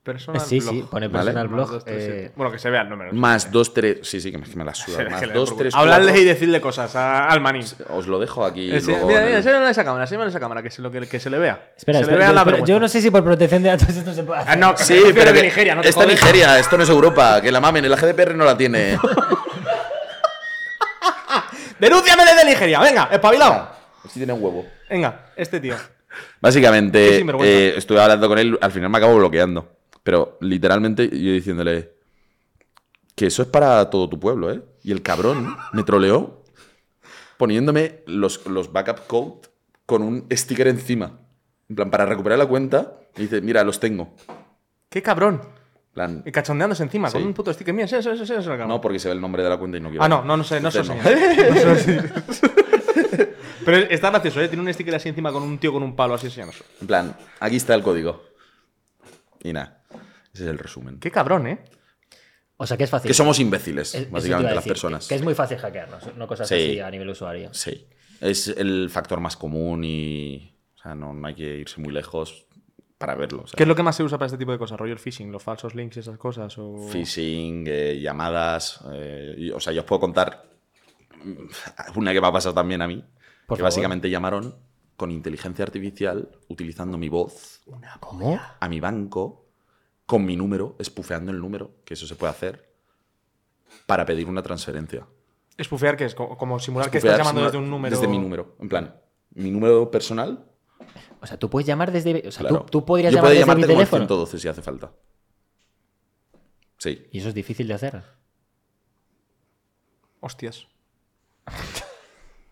Speaker 2: Personal
Speaker 3: Eh, Sí,
Speaker 2: blog.
Speaker 3: sí, pone
Speaker 1: Vale.
Speaker 3: personal
Speaker 2: Más
Speaker 3: blog.
Speaker 2: dos, tres, siete.
Speaker 3: eh,
Speaker 2: Bueno, que se vea el número.
Speaker 1: Más dos, tres. Sí, sí, que me, que me la
Speaker 2: Se
Speaker 1: suda.
Speaker 2: le-
Speaker 1: Mm, Más
Speaker 2: se le da
Speaker 1: dos,
Speaker 2: por
Speaker 1: tres.
Speaker 2: culo. Hablarle
Speaker 1: cuatro.
Speaker 2: y decirle cosas a- al manín.
Speaker 1: Os lo dejo aquí.
Speaker 2: Ese-
Speaker 1: luego
Speaker 2: mira,
Speaker 1: en
Speaker 2: mira,
Speaker 1: el-
Speaker 2: enséñale esa cámara, enséñale esa cámara, que se, lo que, que se le vea.
Speaker 3: Espera,
Speaker 2: se
Speaker 3: espera,
Speaker 2: le vea
Speaker 3: espera,
Speaker 2: la
Speaker 3: espera,
Speaker 2: vergüenza.
Speaker 3: yo no sé si por protección de datos esto se puede hacer.
Speaker 2: Ah, no, que
Speaker 1: Sí,
Speaker 2: me refiero
Speaker 1: pero
Speaker 2: que
Speaker 1: que
Speaker 2: Nigeria, no te
Speaker 1: Esta
Speaker 2: jodes.
Speaker 1: Nigeria, esto no es Europa, que la mamen, el GDPR no la tiene.
Speaker 2: ¡Denúnciame desde Nigeria! ¡Venga, espabilado!
Speaker 1: Si tiene un huevo.
Speaker 2: Venga, este tío. Qué
Speaker 1: Básicamente,
Speaker 2: sinvergüenza.
Speaker 1: eh, estuve hablando con él, al final me acabo bloqueando. Pero literalmente yo diciéndole que eso es para todo tu pueblo, ¿eh? Y el cabrón me troleó poniéndome los, los backup code con un sticker encima. En plan, para recuperar la cuenta, y dice, mira, los tengo.
Speaker 2: ¡Qué cabrón!
Speaker 1: En plan,
Speaker 2: Y cachondeándose encima, con
Speaker 1: Sí.
Speaker 2: un puto sticker. Mira, sí, sí, sí, sí, sí, sí, la cámara.
Speaker 1: no, porque se ve el nombre de la cuenta y este no quiero.
Speaker 2: Ah, no, no, no sé, no sé.
Speaker 1: Dice,
Speaker 2: no. No sé, sí. Pero está gracioso, ¿eh? Tiene un sticker así encima con un tío con un palo así enseñándose.
Speaker 1: En plan, aquí está el código. Y nada, ese es el resumen.
Speaker 2: ¡Qué cabrón, eh!
Speaker 3: O sea, que es fácil.
Speaker 1: Que somos imbéciles,
Speaker 3: Es- eso te iba
Speaker 1: básicamente,
Speaker 3: a
Speaker 1: las
Speaker 3: decir,
Speaker 1: personas.
Speaker 3: Que es muy fácil hackearnos, no cosas
Speaker 1: Sí.
Speaker 3: así a nivel usuario.
Speaker 1: Sí. Es el factor más común y. O sea, no, no hay que irse muy lejos para verlo. o sea,
Speaker 2: ¿Qué es lo que más se usa para este tipo de cosas? ¿Rollo el phishing, los falsos links y esas cosas? O...
Speaker 1: phishing, eh, llamadas. eh, y- o sea, yo os puedo contar mm, una que me ha pasado también a mí.
Speaker 3: Por
Speaker 1: que
Speaker 3: favor.
Speaker 1: básicamente llamaron con inteligencia artificial, utilizando mi voz,
Speaker 3: ¿Cómo?
Speaker 1: a mi banco, con mi número, espufeando el número, que eso se puede hacer, para pedir una transferencia.
Speaker 2: Espufear, que es Co- como simular Ah, que
Speaker 1: Espufear
Speaker 2: estás llamando
Speaker 1: sin-
Speaker 2: desde un número.
Speaker 1: Desde mi número. En plan, mi número personal
Speaker 3: O sea, tú puedes llamar desde. O sea,
Speaker 1: Claro.
Speaker 3: tú, tú podrías
Speaker 1: Yo
Speaker 3: llamar
Speaker 1: podría
Speaker 3: desde mi
Speaker 1: llamarte como el
Speaker 3: teléfono.
Speaker 1: 112 si hace falta. Sí.
Speaker 3: Y eso es difícil de hacer.
Speaker 2: Hostias.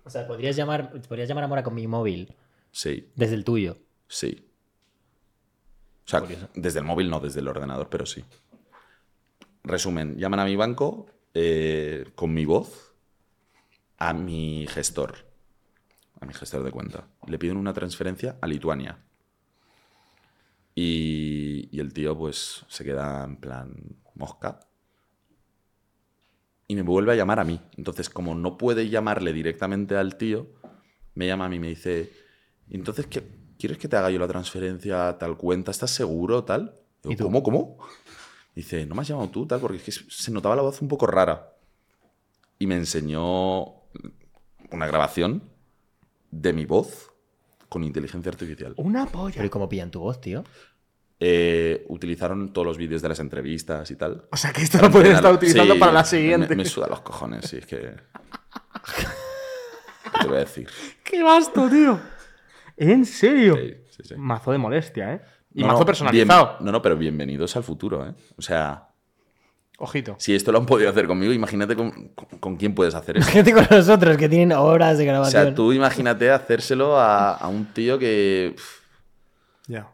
Speaker 3: O sea, podrías llamar, podrías llamar a Mora con mi móvil
Speaker 1: Sí,
Speaker 3: desde el tuyo.
Speaker 1: sí. O sea,
Speaker 3: Curioso.
Speaker 1: desde el móvil no, desde el ordenador, pero sí. Resumen, llaman a mi banco eh, con mi voz a mi gestor, a mi gestor de cuenta. Le piden una transferencia a Lituania. Y, y el tío pues se queda en plan mosca. Y me vuelve a llamar a mí. Entonces, como no puede llamarle directamente al tío, me llama a mí y me dice, entonces, ¿qué, ¿quieres que te haga yo la transferencia a tal cuenta? ¿Estás seguro? Tal. Digo,
Speaker 3: ¿Y tú?
Speaker 1: ¿Cómo? ¿Cómo? Dice, no me has llamado tú, tal, porque es que se notaba la voz un poco rara. Y me enseñó una grabación de mi voz con inteligencia artificial.
Speaker 2: Una
Speaker 3: Pero
Speaker 2: polla.
Speaker 3: ¿y cómo pillan tu voz, tío?
Speaker 1: Eh, utilizaron todos los vídeos de las entrevistas y tal.
Speaker 2: O sea, que esto lo pueden estar utilizando
Speaker 1: Sí,
Speaker 2: para la
Speaker 1: me-
Speaker 2: siguiente.
Speaker 1: Me, suda los cojones, sí, es que. ¿Qué te voy a decir?
Speaker 2: ¡Qué basto, tío! ¿En serio?
Speaker 1: Sí, sí, sí.
Speaker 2: Mazo de molestia, ¿eh? Y
Speaker 1: No,
Speaker 2: mazo
Speaker 1: no,
Speaker 2: personalizado.
Speaker 1: bien- no, no, pero bienvenidos al futuro, ¿eh? O sea,
Speaker 2: Ojito.
Speaker 1: si esto lo han podido hacer conmigo, imagínate con, con- con quién puedes hacer esto.
Speaker 3: Gente con nosotros que tienen horas de
Speaker 1: O
Speaker 3: grabación.
Speaker 1: sea, tú imagínate hacérselo a, a un tío que,
Speaker 2: Ya.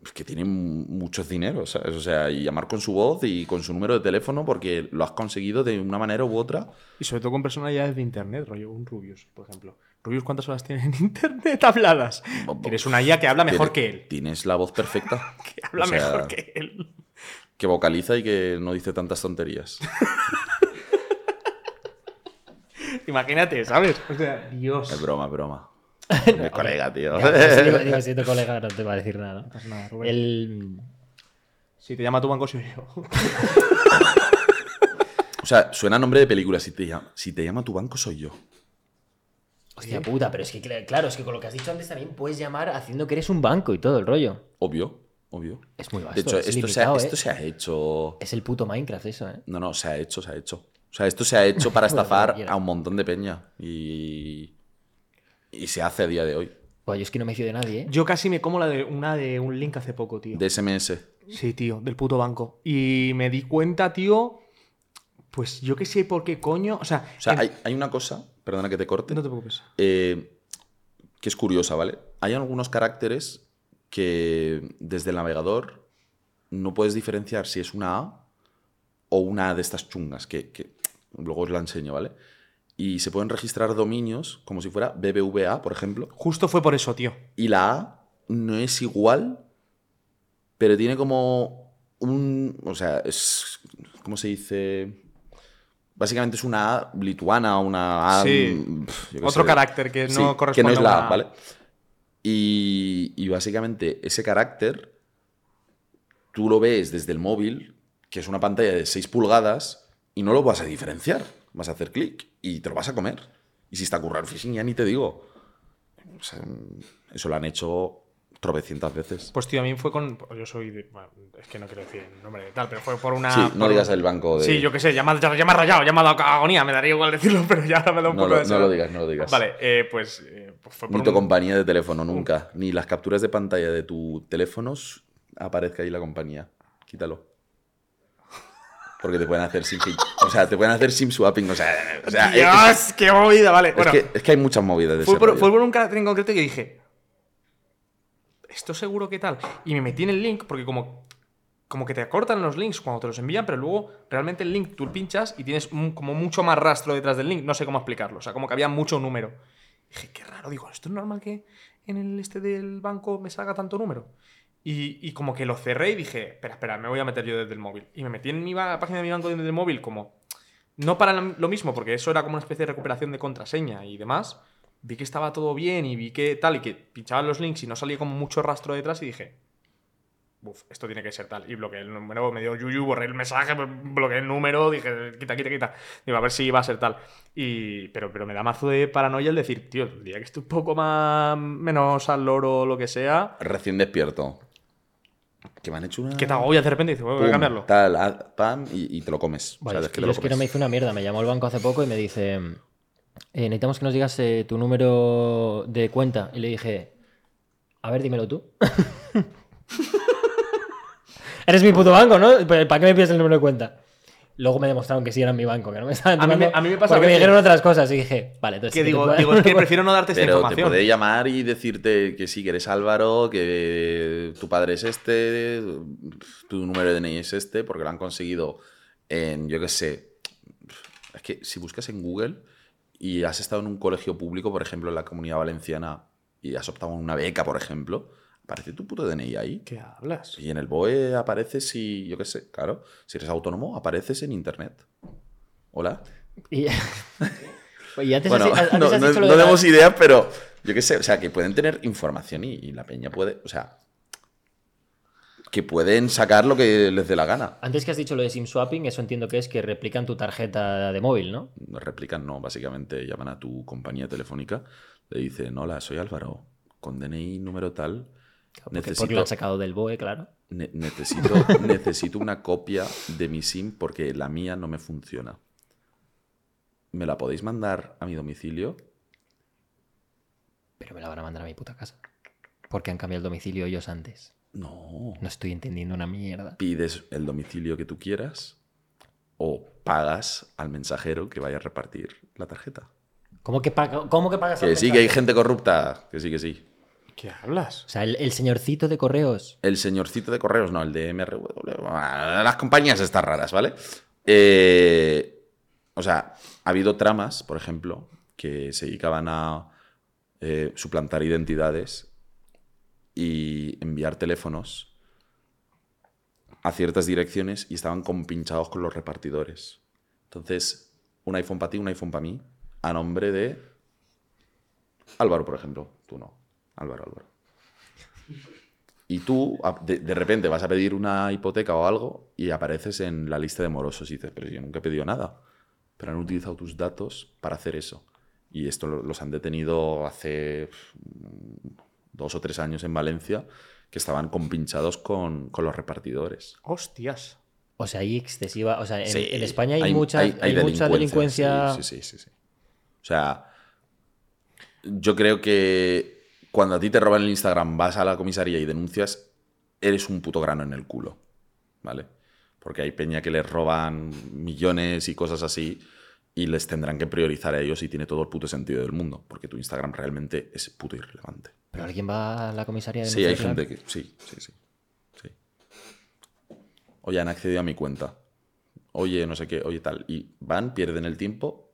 Speaker 1: pues, que tiene mu- mucho dinero, ¿sabes? O sea, y llamar con su voz y con su número de teléfono porque lo has conseguido de una manera u otra.
Speaker 2: Y sobre todo con personalidades de internet, rollo un Rubius, por ejemplo. Rubius, ¿cuántas horas tiene en internet habladas?
Speaker 1: Bo- bo-
Speaker 2: Tienes una IA que habla mejor que
Speaker 1: Tiene-
Speaker 2: él.
Speaker 1: Tienes la voz perfecta.
Speaker 2: Que habla
Speaker 1: O sea,
Speaker 2: mejor que él.
Speaker 1: Que vocaliza y que no dice tantas tonterías.
Speaker 2: Imagínate, ¿sabes? O sea, Dios.
Speaker 1: Es broma, es broma. Es colega, tío.
Speaker 3: Ya, sí, digo, digo, si tu colega no te va a decir nada.
Speaker 2: No pasa nada, Rubén.
Speaker 3: El...
Speaker 2: Si te llama tu banco, soy yo.
Speaker 1: O sea, suena nombre de película. Si te, llama, si te llama tu banco, soy yo.
Speaker 3: Hostia puta, pero es que cl- claro, es que con lo que has dicho antes también puedes llamar haciendo que eres un banco y todo el rollo.
Speaker 1: Obvio, obvio.
Speaker 3: Es muy vasto.
Speaker 1: De hecho,
Speaker 3: es,
Speaker 1: esto, se ha,
Speaker 3: limitado, ¿eh?
Speaker 1: esto se ha hecho.
Speaker 3: es el puto Minecraft eso, ¿eh?
Speaker 1: No, no, se ha hecho, se ha hecho. O sea, esto se ha hecho para
Speaker 3: Bueno,
Speaker 1: estafar
Speaker 3: cualquiera.
Speaker 1: a un montón de peña. Y. Y se hace a día de hoy.
Speaker 3: Buah, yo es que no me fío de nadie, ¿eh?
Speaker 2: Yo casi me como la de una de un link hace poco, tío.
Speaker 1: De SMS.
Speaker 2: Sí, tío, del puto banco. Y me di cuenta, tío. Pues yo qué sé por qué coño. O sea,
Speaker 1: O sea,
Speaker 2: en-
Speaker 1: hay, hay una cosa, perdona que te corte,
Speaker 2: no te preocupes.
Speaker 1: eh, que es curiosa, ¿vale? Hay algunos caracteres que desde el navegador no puedes diferenciar si es una A o una A de estas chungas, que, que luego os la enseño, ¿vale? Y se pueden registrar dominios como si fuera BBVA, por ejemplo,
Speaker 2: Justo fue por eso, tío.
Speaker 1: y la A no es igual, pero tiene como un. O sea, es. ¿Cómo se dice? Básicamente es una A lituana, una A.
Speaker 2: Sí.
Speaker 1: mm, pf, yo qué
Speaker 2: Otro
Speaker 1: sé.
Speaker 2: carácter que
Speaker 1: Sí,
Speaker 2: no corresponde
Speaker 1: Que no es la
Speaker 2: a
Speaker 1: A, ¿vale? Y, y básicamente ese carácter tú lo ves desde el móvil, que es una pantalla de 6 pulgadas, y no lo vas a diferenciar. Vas a hacer clic y te lo vas a comer. Y si está currado phishing, ya ni te digo. O sea, eso lo han hecho tropecientas veces.
Speaker 2: Pues tío, a mí fue con. Yo soy. de- bueno, es que no quiero decir el nombre de tal, pero fue por una.
Speaker 1: sí, no
Speaker 2: por-
Speaker 1: digas el banco de.
Speaker 2: Sí, yo qué sé, ya me, ya, ya me ha rayado, ya me ha dado agonía, me daría igual decirlo, pero ya ahora me da un
Speaker 1: no,
Speaker 2: poco
Speaker 1: lo,
Speaker 2: de.
Speaker 1: no
Speaker 2: sal-
Speaker 1: lo digas, no lo digas.
Speaker 2: Vale, eh, pues, eh, pues fue por.
Speaker 1: Ni tu
Speaker 2: un-
Speaker 1: compañía de teléfono, nunca. Ni las capturas de pantalla de tu teléfono s- aparezca ahí la compañía. Quítalo. Porque te pueden hacer SIM O sea, te pueden hacer SIM swapping. O sea, o sea, es,
Speaker 2: Dios, qué movida, vale.
Speaker 1: es
Speaker 2: bueno,
Speaker 1: que, es que hay muchas movidas de
Speaker 2: fue
Speaker 1: ese
Speaker 2: por,
Speaker 1: rollo.
Speaker 2: fue por un carácter en concreto que dije, ¿esto seguro que tal? Y me metí en el link porque como, como que te acortan los links cuando te los envían, pero luego realmente el link tú pinchas y tienes un- como mucho más rastro detrás del link. No sé cómo explicarlo, o sea, como que había mucho número. Dije, qué raro, digo, ¿esto es normal que en el este del banco me salga tanto número? Y, y como que lo cerré y dije, espera, espera, me voy a meter yo desde el móvil. Y me metí en mi ba- página de mi banco desde el móvil como no para la- lo mismo, porque eso era como una especie de recuperación de contraseña y demás. Vi que estaba todo bien y vi que tal, y que pinchaban los links y no salía como mucho rastro detrás y dije, Buf, esto tiene que ser tal. Y bloqueé el número, me dio yuyu, borré el mensaje, bloqueé el número, dije, quita, quita, quita. Digo, a ver si va a ser tal. Y, pero, pero me da mazo de paranoia el decir, tío, el día que esté un poco más menos al loro o lo que sea,
Speaker 1: Recién despierto. Que me han hecho una.
Speaker 2: que te agobia de repente y dices, "Bueno, voy
Speaker 1: pum,
Speaker 2: a cambiarlo.
Speaker 1: Tal, haz, pam, y, y te lo comes.
Speaker 3: Vale,
Speaker 1: o sea,
Speaker 3: es
Speaker 1: es
Speaker 3: que
Speaker 1: te
Speaker 3: yo
Speaker 1: lo
Speaker 3: es que no
Speaker 2: pues
Speaker 1: comes.
Speaker 3: me hizo una mierda. Me llamó el banco hace poco y me dice: eh, Necesitamos que nos digas eh, tu número de cuenta. Y le dije: A ver, dímelo tú. Eres mi puto banco, ¿no? ¿Para qué me pides el número de cuenta? Luego me demostraron que sí era mi banco, que no me estaban
Speaker 2: A mí me-
Speaker 3: timando,
Speaker 2: a mí me pasa a
Speaker 3: Porque me
Speaker 2: veces.
Speaker 3: dijeron otras cosas y dije: Vale, entonces.
Speaker 2: Que
Speaker 3: sí te
Speaker 2: digo,
Speaker 3: puedo-
Speaker 2: digo, es que prefiero no darte esta
Speaker 1: Pero te
Speaker 2: información.
Speaker 1: puede llamar y decirte que sí, que eres Álvaro, que tu padre es este, tu número de DNI es este, porque lo han conseguido en, yo qué sé, es que si buscas en Google y has estado en un colegio público, por ejemplo, en la comunidad valenciana, y has optado en una beca, por ejemplo, aparece tu puto DNI ahí.
Speaker 2: ¿Qué hablas?
Speaker 1: Y en el BOE apareces si, yo qué sé, claro, si eres autónomo, apareces en Internet. Hola.
Speaker 3: Y, y antes,
Speaker 1: Bueno,
Speaker 3: has, antes
Speaker 1: no,
Speaker 3: has
Speaker 1: no-
Speaker 3: dicho lo
Speaker 1: no
Speaker 3: de la-
Speaker 1: demos ideas, pero yo qué sé, o sea, que pueden tener información y, y la peña puede, o sea, que pueden sacar lo que les dé la gana.
Speaker 3: Antes que has dicho lo de SIM swapping, eso entiendo que es que replican tu tarjeta de móvil, ¿no?
Speaker 1: No Replican, no, básicamente llaman a tu compañía telefónica, le dicen, hola, soy Álvaro, con DNI número tal,
Speaker 3: Porque,
Speaker 1: necesito,
Speaker 3: porque lo han sacado del BOE, claro.
Speaker 1: ne- necesito, necesito una copia de mi SIM porque la mía no me funciona. ¿Me la podéis mandar a mi domicilio?
Speaker 3: Pero me la van a mandar a mi puta casa. Porque han cambiado el domicilio ellos antes.
Speaker 1: No.
Speaker 3: No estoy entendiendo una mierda.
Speaker 1: Pides el domicilio que tú quieras o pagas al mensajero que vaya a repartir la tarjeta.
Speaker 3: ¿Cómo que, paga- cómo que pagas al
Speaker 1: Que sí, que
Speaker 3: mensajero?
Speaker 1: hay gente corrupta. Que sí, que sí.
Speaker 2: ¿Qué hablas?
Speaker 3: O sea, el, el señorcito de correos.
Speaker 1: El señorcito de correos, no, el de MRW. ah, Las compañías están raras, ¿vale? Eh, o sea, ha habido tramas, por ejemplo, que se dedicaban a eh, suplantar identidades y enviar teléfonos a ciertas direcciones y estaban compinchados con los repartidores. Entonces, un iPhone para ti, un iPhone para mí, a nombre de Álvaro, por ejemplo. Tú no. Álvaro, Álvaro y tú a- de, de repente vas a pedir una hipoteca o algo y apareces en la lista de morosos y dices, pero yo nunca he pedido nada. Pero han utilizado tus datos para hacer eso. Y esto lo- los han detenido hace pf, mm, dos o tres años en Valencia, que estaban compinchados con, con los repartidores.
Speaker 2: Hostias.
Speaker 3: O sea, hay excesiva. O sea, en,
Speaker 1: Sí,
Speaker 3: en España hay, mucha, hay, mucha delincuencia.
Speaker 1: Sí, sí, sí, sí, sí. O sea, yo creo que cuando a ti te roban el Instagram, vas a la comisaría y denuncias, eres un puto grano en el culo. ¿Vale? Porque hay peña que les roban millones y cosas así y les tendrán que priorizar a ellos y tiene todo el puto sentido del mundo, porque tu Instagram realmente es puto irrelevante.
Speaker 3: Pero alguien va a la comisaría de
Speaker 1: Sí, hay gente que. Sí, sí, sí. sí. Oye, han accedido a mi cuenta. Oye, no sé qué, oye, tal. Y van, pierden el tiempo,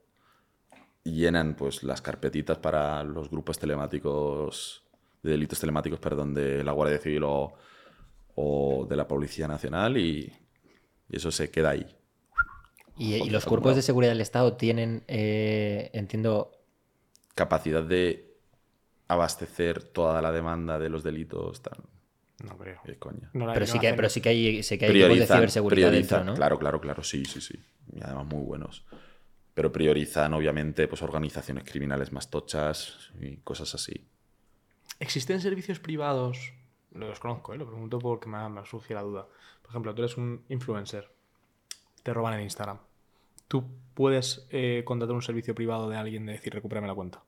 Speaker 1: llenan pues las carpetitas para los grupos telemáticos, de delitos telemáticos, perdón, de la Guardia Civil o, o de la Policía Nacional y, y eso se queda ahí.
Speaker 3: Y, y
Speaker 1: Joder,
Speaker 3: los
Speaker 1: acumulado.
Speaker 3: cuerpos de seguridad del Estado tienen, eh, entiendo,
Speaker 1: Capacidad de abastecer toda la demanda de los delitos, tan.
Speaker 2: No creo.
Speaker 1: qué coña.
Speaker 2: No la-
Speaker 3: pero
Speaker 2: no
Speaker 3: sí, que,
Speaker 2: hacen-
Speaker 3: pero sí que hay, sí que hay equipos de ciberseguridad
Speaker 1: priorizan,
Speaker 3: dentro, ¿no?
Speaker 1: Claro, claro, claro, sí, sí, sí. Y además muy buenos. Pero priorizan, obviamente, pues organizaciones criminales más tochas y cosas así.
Speaker 2: ¿Existen servicios privados? Lo desconozco, ¿eh? lo pregunto porque me, me surge la duda. Por ejemplo, tú eres un influencer, te roban en Instagram. Tú puedes eh, contratar un servicio privado de alguien de decir, recupérame la cuenta.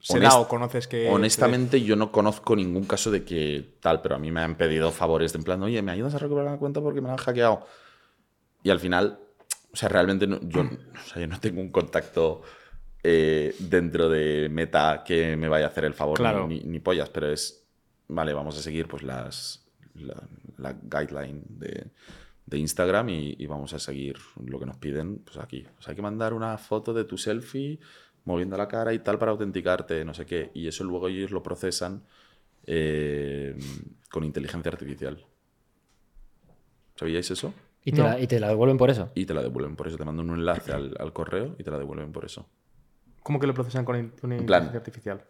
Speaker 2: ¿Será
Speaker 1: Honest-
Speaker 2: o conoces que...
Speaker 1: Honestamente, yo no conozco ningún caso de que tal, pero a mí me han pedido favores de en plan, oye, ¿me ayudas a recuperar la cuenta porque me la han hackeado? Y al final, o sea, realmente no- yo, o sea, yo no tengo un contacto eh, dentro de Meta que me vaya a hacer el favor,
Speaker 2: Claro.
Speaker 1: ni, ni pollas, pero es, vale, vamos a seguir pues las, la, la guideline de, de Instagram y, y vamos a seguir lo que nos piden pues aquí. O sea, hay que mandar una foto de tu selfie moviendo la cara y tal para autenticarte, no sé qué. Y eso luego ellos lo procesan eh, con inteligencia artificial. ¿Sabíais eso?
Speaker 3: Y, te
Speaker 2: No.
Speaker 3: la, y te la devuelven por eso.
Speaker 1: Y te la devuelven por eso. Te mandan un enlace al, al correo y te la devuelven por eso.
Speaker 2: ¿Cómo que lo procesan con in- con
Speaker 1: plan-
Speaker 2: inteligencia artificial?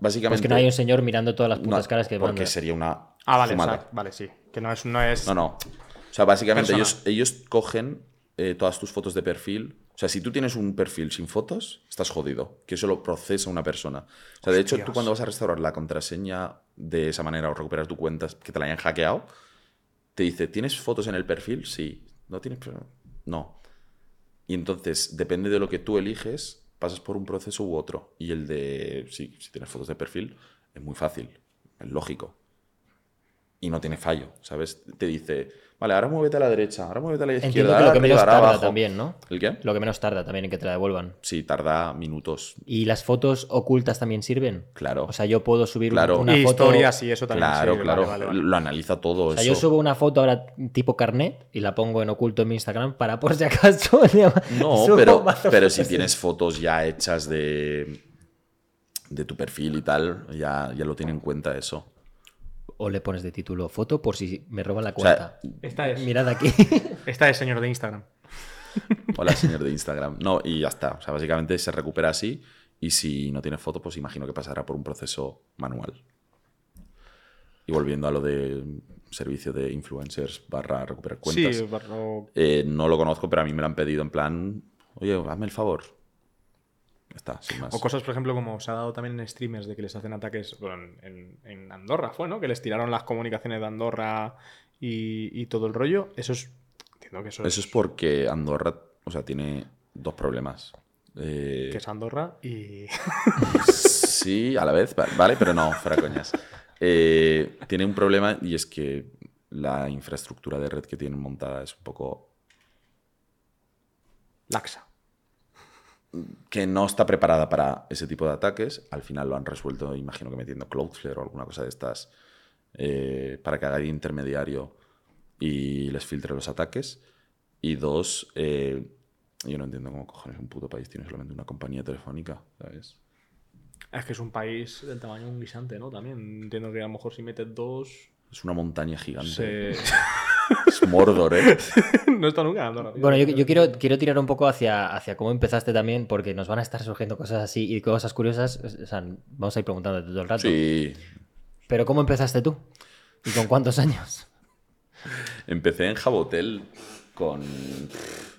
Speaker 1: Básicamente.
Speaker 3: Pues que no hay un señor mirando todas las
Speaker 1: no,
Speaker 3: putas caras que
Speaker 1: Porque
Speaker 3: manda.
Speaker 1: sería una.
Speaker 2: Ah, vale,
Speaker 1: fumada.
Speaker 2: exacto, vale, sí. Que no es... No es...
Speaker 1: No, no. O sea, básicamente
Speaker 2: Persona.
Speaker 1: ellos, ellos cogen eh, todas tus fotos de perfil. O sea, si tú tienes un perfil sin fotos, estás jodido. Que eso lo procesa una persona. O sea, de hecho, tú
Speaker 2: Hostias.
Speaker 1: cuando vas a restaurar la contraseña de esa manera o recuperar tu cuenta que te la hayan hackeado, te dice, ¿tienes fotos en el perfil? Sí. ¿No tienes? per- No. Y entonces, depende de lo que tú eliges, pasas por un proceso u otro. Y el de, sí, si tienes fotos de perfil, es muy fácil, es lógico. Y no tiene fallo, ¿sabes? Te dice, vale, ahora muévete a la derecha, ahora muévete a la izquierda,
Speaker 3: Entiendo que
Speaker 1: ahora
Speaker 3: lo que
Speaker 1: arriba,
Speaker 3: menos
Speaker 1: ahora
Speaker 3: tarda
Speaker 1: abajo.
Speaker 3: también, ¿no?
Speaker 1: ¿El qué?
Speaker 3: Lo que menos tarda también en que te la devuelvan.
Speaker 1: Sí, tarda minutos,
Speaker 3: ¿Y las fotos ocultas también sirven?
Speaker 1: claro.
Speaker 3: O sea, yo puedo subir
Speaker 1: Claro.
Speaker 3: una
Speaker 2: y
Speaker 3: foto.
Speaker 2: historias y eso también.
Speaker 1: claro,
Speaker 2: sirve,
Speaker 1: claro.
Speaker 2: vale, vale, vale.
Speaker 1: Lo analiza todo
Speaker 3: O sea,
Speaker 1: eso.
Speaker 3: yo subo una foto ahora tipo carnet y la pongo en oculto en mi Instagram para por si acaso.
Speaker 1: No,
Speaker 3: subo
Speaker 1: pero,
Speaker 3: más
Speaker 1: pero
Speaker 3: fotos.
Speaker 1: si tienes fotos ya hechas de, de tu perfil y tal, ya, ya lo tiene en cuenta eso.
Speaker 3: O le pones de título foto por si me roban la
Speaker 1: O sea,
Speaker 3: cuenta.
Speaker 2: Esta es...
Speaker 3: Mirad aquí.
Speaker 2: Esta es señor de Instagram.
Speaker 1: Hola, señor de Instagram. No, y ya está. O sea, básicamente se recupera así. Y si no tiene foto, pues imagino que pasará por un proceso manual. Y volviendo a lo de servicio de influencers barra recuperar cuentas.
Speaker 2: Sí, barro...
Speaker 1: Eh, no lo conozco, pero a mí me lo han pedido en plan, oye, hazme el favor. Ya está, sin más.
Speaker 2: O cosas, por ejemplo, como se ha dado también en streamers de que les hacen ataques bueno, en, en- en Andorra, fue, ¿no? Que les tiraron las comunicaciones de Andorra y, y todo el rollo. Eso es. Entiendo que eso,
Speaker 1: Eso es porque Andorra, o sea, tiene dos problemas. Eh,
Speaker 2: que es Andorra y.
Speaker 1: Sí, a la vez, va- vale, pero no, fuera coñas. Eh, tiene un problema y es que la infraestructura de red que tienen montada es un poco
Speaker 2: Laxa.
Speaker 1: que no está preparada para ese tipo de ataques. Al final lo han resuelto, imagino que metiendo Cloudflare o alguna cosa de estas eh, para que haga de intermediario y les filtre los ataques. Y dos, eh, yo no entiendo cómo cojones un puto país tiene solamente una compañía telefónica, ¿sabes?
Speaker 2: Es que es un país del tamaño de un guisante, ¿no? También entiendo que a lo mejor si metes dos.
Speaker 1: Es una montaña gigante.
Speaker 2: Se...
Speaker 1: Es Mordor, ¿eh?
Speaker 2: no está nunca ganando rápido.
Speaker 3: Bueno, yo, yo quiero, quiero tirar un poco hacia, hacia cómo empezaste también, porque nos van a estar surgiendo cosas así y cosas curiosas. O sea, vamos a ir preguntándote todo el rato.
Speaker 1: Sí.
Speaker 3: Pero ¿cómo empezaste tú? ¿Y con cuántos años?
Speaker 1: Empecé en Jabotel con pff,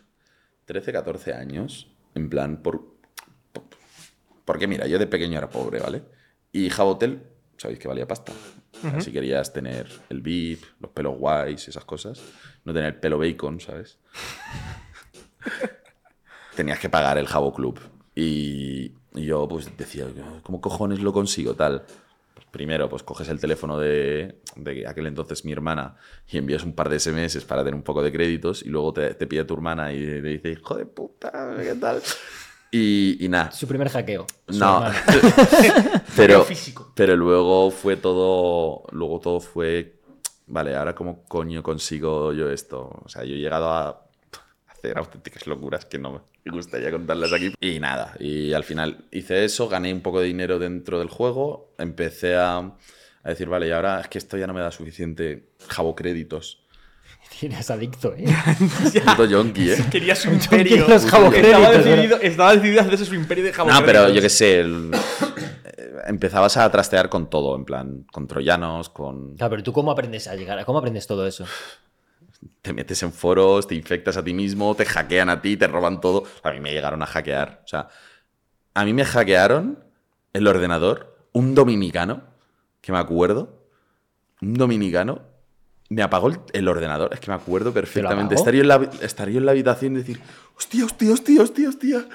Speaker 1: 13, 14 años. En plan, por. por- Porque mira, yo de pequeño era pobre, ¿vale? Y Jabotel, sabéis que valía pasta. O sea, Si querías tener el VIP, los pelos guays, esas cosas. No tener el pelo bacon, ¿sabes? Tenías que pagar el Jabo Club. Y, y yo, pues decía, ¿cómo cojones lo consigo? Tal. Pues primero, pues coges el teléfono de, de aquel entonces mi hermana y envías un par de SMS para tener un poco de créditos y luego te, te pide tu hermana y le dices, hijo de puta, ¿qué tal? Y, y nada.
Speaker 3: Su primer hackeo. su
Speaker 1: No,
Speaker 3: hermano.
Speaker 1: pero,
Speaker 2: físico.
Speaker 1: pero luego fue todo, luego todo fue, vale, ahora cómo coño consigo yo esto. O sea, yo he llegado a hacer auténticas locuras que no me gustaría contarlas aquí. Y nada, y al final hice eso, gané un poco de dinero dentro del juego, empecé a, a decir, vale, y ahora es que esto ya no me da suficiente jabo créditos.
Speaker 3: Tienes adicto, ¿eh?
Speaker 1: Puto yonki, ¿eh?
Speaker 2: Quería su
Speaker 3: imperio. los
Speaker 2: estaba,
Speaker 3: jabocréditos,
Speaker 2: decidido, estaba decidido a hacerse su imperio de jabón.
Speaker 1: No, pero yo qué sé, el- eh, empezabas a trastear con todo, en plan, con troyanos, con...
Speaker 3: Claro, Ah, pero tú cómo aprendes a llegar, a- cómo aprendes todo eso.
Speaker 1: te metes en foros, te infectas a ti mismo, te hackean a ti, te roban todo. A mí me llegaron a hackear. O sea, a mí me hackearon el ordenador, un dominicano, que me acuerdo, un dominicano, me apagó el, el ordenador, es que me acuerdo perfectamente.
Speaker 3: apagó?
Speaker 1: Estar yo, en la, habi- estar yo en la habitación y decir, hostia, hostia, hostia, hostia, hostia,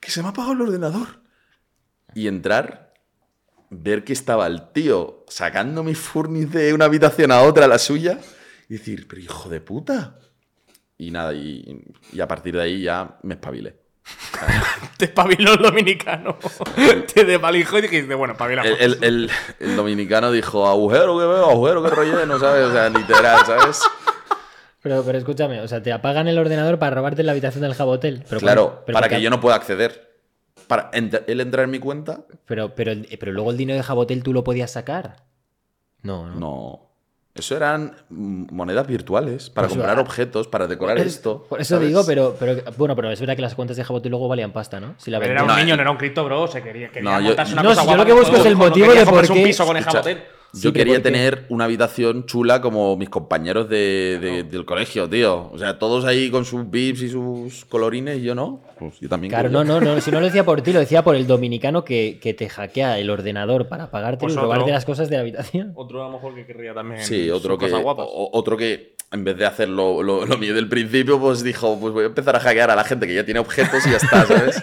Speaker 1: que se me ha apagado el ordenador. Y entrar ver que estaba el tío sacando mi furnis de una habitación a otra, la suya, y decir, pero hijo de puta. Y nada, y, y a partir de ahí ya me espabilé.
Speaker 2: Te espabiló el dominicano. Te desvalijó y dijiste, bueno, espabilamos.
Speaker 1: El, el- el- el dominicano dijo, agujero que veo, agujero que relleno, ¿sabes? O sea, literal, ¿sabes?
Speaker 3: Pero, pero escúchame, o sea, te apagan el ordenador para robarte la habitación del Jabotel. Pero
Speaker 1: claro,
Speaker 3: cuando- pero
Speaker 1: para
Speaker 3: porque-
Speaker 1: que yo no pueda acceder. Para ent- él entrar en mi cuenta,
Speaker 3: Pero, pero, el- pero luego el dinero de Jabotel tú lo podías sacar. No, no.
Speaker 1: no. Eso eran mm, monedas virtuales para
Speaker 3: Pues,
Speaker 1: comprar
Speaker 3: ah,
Speaker 1: objetos, para decorar
Speaker 3: Es-
Speaker 1: esto.
Speaker 3: Por eso
Speaker 1: ¿sabes?
Speaker 3: digo, pero, pero bueno, pero es verdad que las cuentas de Jabotel luego valían pasta, ¿no? Si la
Speaker 2: Pero era un
Speaker 1: No,
Speaker 3: vendían.
Speaker 2: niño,
Speaker 1: eh.
Speaker 2: no era un cripto, bro. Se quería, quería
Speaker 1: No, yo-
Speaker 2: montarse una
Speaker 3: No,
Speaker 2: cosa
Speaker 3: si yo lo
Speaker 2: guapa
Speaker 3: que
Speaker 2: con
Speaker 3: busco es
Speaker 2: todo, no
Speaker 3: el motivo
Speaker 2: quería
Speaker 3: de por
Speaker 2: comprarse un
Speaker 3: qué-
Speaker 2: piso con el
Speaker 1: Escucha,
Speaker 2: jabotel.
Speaker 1: Yo
Speaker 3: Sí, pero
Speaker 1: quería
Speaker 3: ¿por qué?
Speaker 1: tener una habitación chula como mis compañeros de, de- del colegio, tío. O sea, todos ahí con sus bips y sus colorines y yo no. Pues yo también.
Speaker 3: Claro,
Speaker 1: quería.
Speaker 3: no, no, no, si no lo decía por ti, lo decía por el dominicano que, que te hackea el ordenador para pagarte
Speaker 2: Pues
Speaker 3: y
Speaker 2: otro.
Speaker 3: robarte las cosas de la habitación.
Speaker 2: Otro a lo mejor que querría también.
Speaker 1: Sí,
Speaker 2: sus
Speaker 1: otro que,
Speaker 2: cosas guapas.
Speaker 1: o- otro que en vez de hacer lo, lo- lo mío del principio, pues dijo, pues voy a empezar a hackear a la gente que ya tiene objetos y ya está, ¿sabes?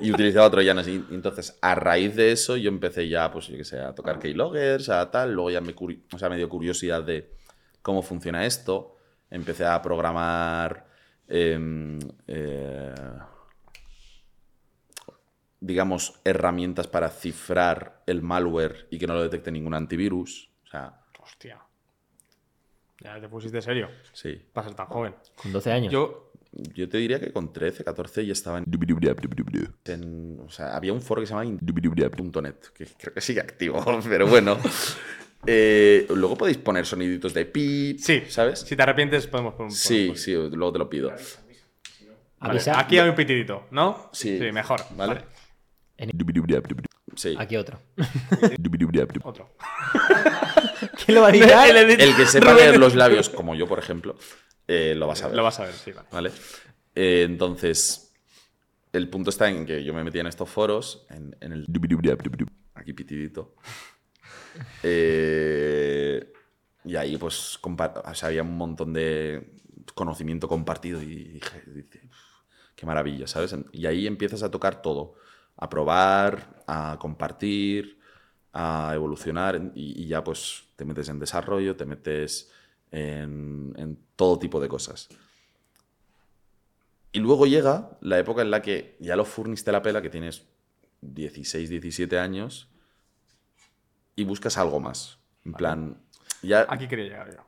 Speaker 1: Y utilizaba otro llanas. Y entonces, a raíz de eso, yo empecé ya, pues yo qué sé, a tocar keyloggers, a tal. Luego ya me, curi- o sea, me dio curiosidad de cómo funciona esto. Empecé a programar. em, eh, digamos, herramientas para cifrar el malware y que no lo detecte ningún antivirus. O sea,
Speaker 2: Hostia. Ya te pusiste serio.
Speaker 1: sí.
Speaker 2: Para ser tan joven.
Speaker 3: Con 12 años.
Speaker 2: Yo.
Speaker 1: Yo te diría que con 13, 14 ya estaba en... en- o sea, había un foro que se llamaba in.net, que creo que sigue activo, pero bueno. Eh, luego podéis poner soniditos de pi,
Speaker 2: Sí.
Speaker 1: ¿sabes?
Speaker 2: Si te arrepientes, podemos poner un
Speaker 1: sí,
Speaker 2: podemos-
Speaker 1: sí, luego te lo pido.
Speaker 2: Vale,
Speaker 3: Avisa-
Speaker 2: Aquí hay un pitidito, ¿no?
Speaker 1: Sí.
Speaker 2: Sí, mejor.
Speaker 1: Vale.
Speaker 2: Vale.
Speaker 1: Sí.
Speaker 3: Aquí otro.
Speaker 2: Otro.
Speaker 3: ¿Quién lo va a editar?
Speaker 2: El edit-
Speaker 1: El que sepa
Speaker 2: Rubén-
Speaker 1: leer los labios, como yo, por ejemplo, eh, lo vas a ver.
Speaker 2: Lo vas a ver, sí, vale.
Speaker 1: ¿Vale? Eh, entonces, el punto está en que yo me metía en estos foros, en, en el... Aquí pitidito. Eh, y ahí pues compa- o sea, había un montón de conocimiento compartido y dije, dice, "Uf, qué maravilla, ¿sabes? En- Y ahí empiezas a tocar todo. a probar, a compartir, a evolucionar y, y ya pues te metes en desarrollo, te metes en, en todo tipo de cosas. Y luego llega la época en la que ya lo furniste la pela, que tienes 16, 17 años, y buscas algo más. En plan, ya
Speaker 2: Aquí quería llegar yo.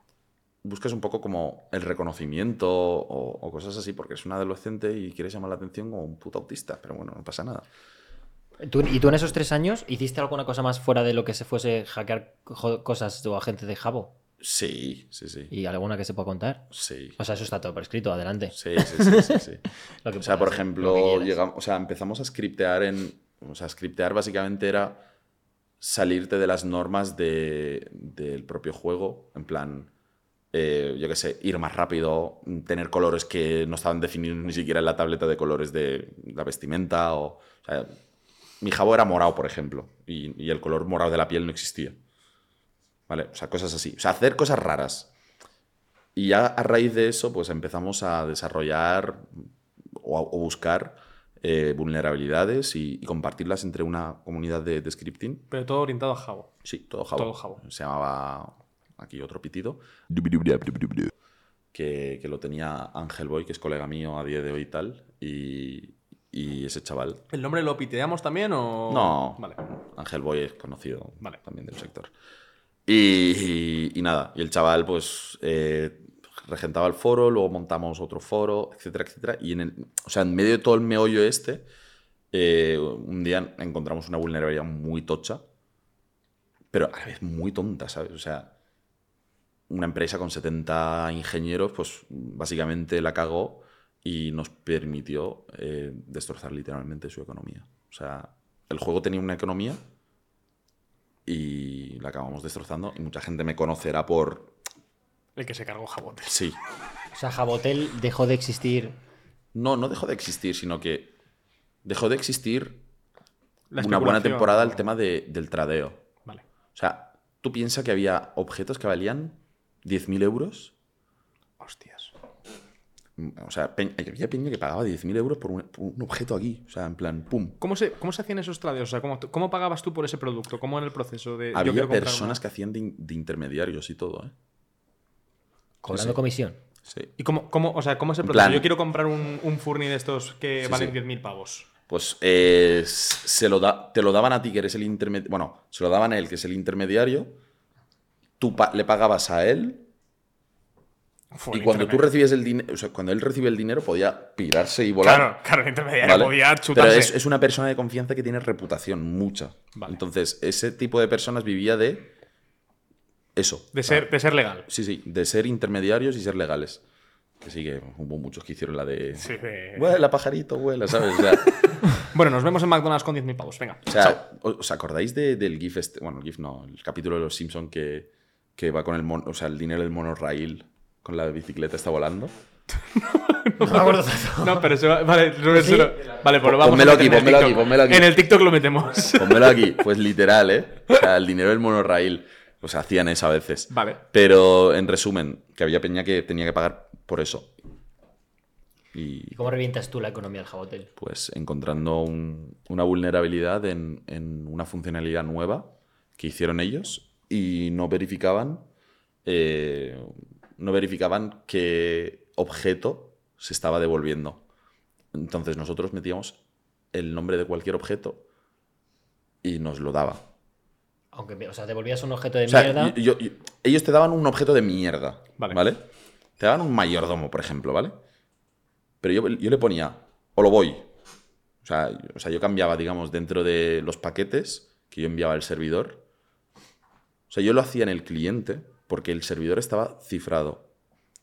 Speaker 1: buscas un poco como el reconocimiento o, o cosas así, porque es un adolescente y quieres llamar la atención como un puto autista, pero bueno, no pasa nada.
Speaker 3: ¿Tú- ¿Y tú en esos tres años hiciste alguna cosa más fuera de lo que se fuese hackear jo- cosas o agentes de Jabo?
Speaker 1: Sí, sí, sí.
Speaker 3: ¿Y pues, alguna que se pueda contar?
Speaker 1: Sí.
Speaker 3: O sea, eso está todo prescrito, adelante.
Speaker 1: Sí, sí, sí, sí, sí.
Speaker 3: Lo que
Speaker 1: O sea, por
Speaker 3: puedas, lo que
Speaker 1: ejemplo,
Speaker 3: quieras.
Speaker 1: llegamos, o sea, empezamos a scriptear en. O sea, scriptear básicamente era salirte de las normas de- del propio juego. En plan, eh, yo qué sé, ir más rápido, tener colores que no estaban definidos ni siquiera en la tableta de colores de la vestimenta. O, o sea, mi jabo era morado, por ejemplo, y, y el color morado de la piel no existía. ¿Vale? O sea, cosas así. O sea, hacer cosas raras. Y ya a raíz de eso, pues empezamos a desarrollar o, a- o buscar eh, vulnerabilidades y, y compartirlas entre una comunidad de, de scripting.
Speaker 2: Pero todo orientado a Jabo.
Speaker 1: Sí, todo jabo.
Speaker 2: Todo jabo.
Speaker 1: Se llamaba aquí otro pitido. Que, que lo tenía Ángel Boy, que es colega mío a día de hoy y tal. Y, y ese chaval.
Speaker 2: ¿El nombre lo piteamos también o.?
Speaker 1: No,
Speaker 2: Vale.
Speaker 1: Ángel Boy es conocido
Speaker 2: Vale.
Speaker 1: también del sector. Y, y- y nada, y el chaval pues eh, regentaba el foro, luego montamos otro foro, etcétera, etcétera. Y en, el, o sea, en medio de todo el meollo este, eh, un día encontramos una vulnerabilidad muy tocha, pero a la vez muy tonta, ¿sabes? O sea, una empresa con 70 ingenieros, pues básicamente la cagó y nos permitió eh, destrozar literalmente su economía. O sea, el juego tenía una economía y la acabamos destrozando y mucha gente me conocerá por...
Speaker 2: El que se cargó Jabote.
Speaker 1: Sí.
Speaker 3: O sea, Jabotel dejó de existir.
Speaker 1: No, no dejó de existir, sino que dejó de existir
Speaker 2: La
Speaker 1: una buena
Speaker 2: especulación.
Speaker 1: temporada el tema de- del tradeo.
Speaker 2: Vale.
Speaker 1: O sea, tú piensas que había objetos que valían 10.000 euros
Speaker 2: Hostias.
Speaker 1: Mm, O sea, pe- había peña que pagaba 10.000 euros por un, por un objeto aquí. O sea, en plan, pum.
Speaker 2: ¿Cómo se, ¿Cómo se hacían esos tradeos? O sea, ¿cómo, tú- cómo pagabas tú por ese producto? ¿Cómo en el proceso de.? yo
Speaker 1: Había
Speaker 2: quiero comprar
Speaker 1: personas
Speaker 2: una-
Speaker 1: que hacían de, in- de intermediarios y todo, ¿eh?
Speaker 3: Cobrando
Speaker 1: sí.
Speaker 3: comisión.
Speaker 1: Sí.
Speaker 2: ¿Y cómo, cómo, o sea, cómo es el
Speaker 1: En
Speaker 2: proceso?
Speaker 1: plan-
Speaker 2: Yo quiero comprar un, un furni de estos que
Speaker 1: Sí,
Speaker 2: valen
Speaker 1: sí.
Speaker 2: 10.000 pavos.
Speaker 1: Pues eh, s- se lo da, te lo daban a ti, que eres el intermediario. Bueno, se lo daban a él, que es el intermediario. Tú pa- le pagabas a él.
Speaker 2: Fue
Speaker 1: y
Speaker 2: un
Speaker 1: cuando tú
Speaker 2: intermedio.
Speaker 1: recibías el dinero. O sea, cuando él recibe el dinero, podía pirarse y volar.
Speaker 2: Claro, claro, el intermediario
Speaker 1: ¿vale?
Speaker 2: podía
Speaker 1: Pero
Speaker 2: chutarse.
Speaker 1: es, es una persona de confianza que tiene reputación, mucha.
Speaker 2: Vale.
Speaker 1: Entonces, ese tipo de personas vivía de. Eso.
Speaker 2: de, ser, de ser legal.
Speaker 1: Sí, sí, de ser intermediarios y ser legales. Que sí, que hubo muchos que hicieron la de.
Speaker 2: Sí, de-
Speaker 1: Vuela, pajarito, vuela, ¿sabes? O sea,
Speaker 2: Bueno, nos vemos en McDonald's con 10.000 pavos. Venga.
Speaker 1: o sea, ¿os os acordáis de- del GIF? Este? Bueno, el GIF no, el capítulo de los Simpsons que, que va con el mono, o sea, el dinero del monorail con la bicicleta está volando.
Speaker 3: No me acuerdo tanto.
Speaker 2: No, pero se va. Vale, Rubén,
Speaker 3: ¿Sí?
Speaker 2: se lo- Vale, pues lo vamos
Speaker 1: Pónmelo
Speaker 2: a
Speaker 1: aquí,
Speaker 2: meter en el
Speaker 1: pónmelo aquí,
Speaker 2: TikTok.
Speaker 1: pónmelo aquí.
Speaker 2: En el TikTok lo metemos.
Speaker 1: Pónmelo aquí, pues literal, ¿eh? O sea, el dinero del monorail. Pues hacían eso a veces.
Speaker 2: Vale.
Speaker 1: Pero en resumen, que había peña que tenía que pagar por eso. Y
Speaker 3: ¿Y cómo revientas tú la economía del Jabotel?
Speaker 1: pues encontrando un- una vulnerabilidad en, en una funcionalidad nueva que hicieron ellos y no verificaban eh, no verificaban qué objeto se estaba devolviendo. Entonces nosotros metíamos el nombre de cualquier objeto y nos lo daba.
Speaker 3: Aunque, o sea, devolvías un objeto de
Speaker 1: O sea,
Speaker 3: mierda.
Speaker 1: yo- yo- yo- ellos te daban un objeto de mierda,
Speaker 2: Vale.
Speaker 1: ¿vale? Te daban un mayordomo, por ejemplo, ¿vale? Pero yo, yo le ponía, o lo voy. O sea, yo- o sea, yo cambiaba, digamos, dentro de los paquetes que yo enviaba al servidor. O sea, yo lo hacía en el cliente porque el servidor estaba cifrado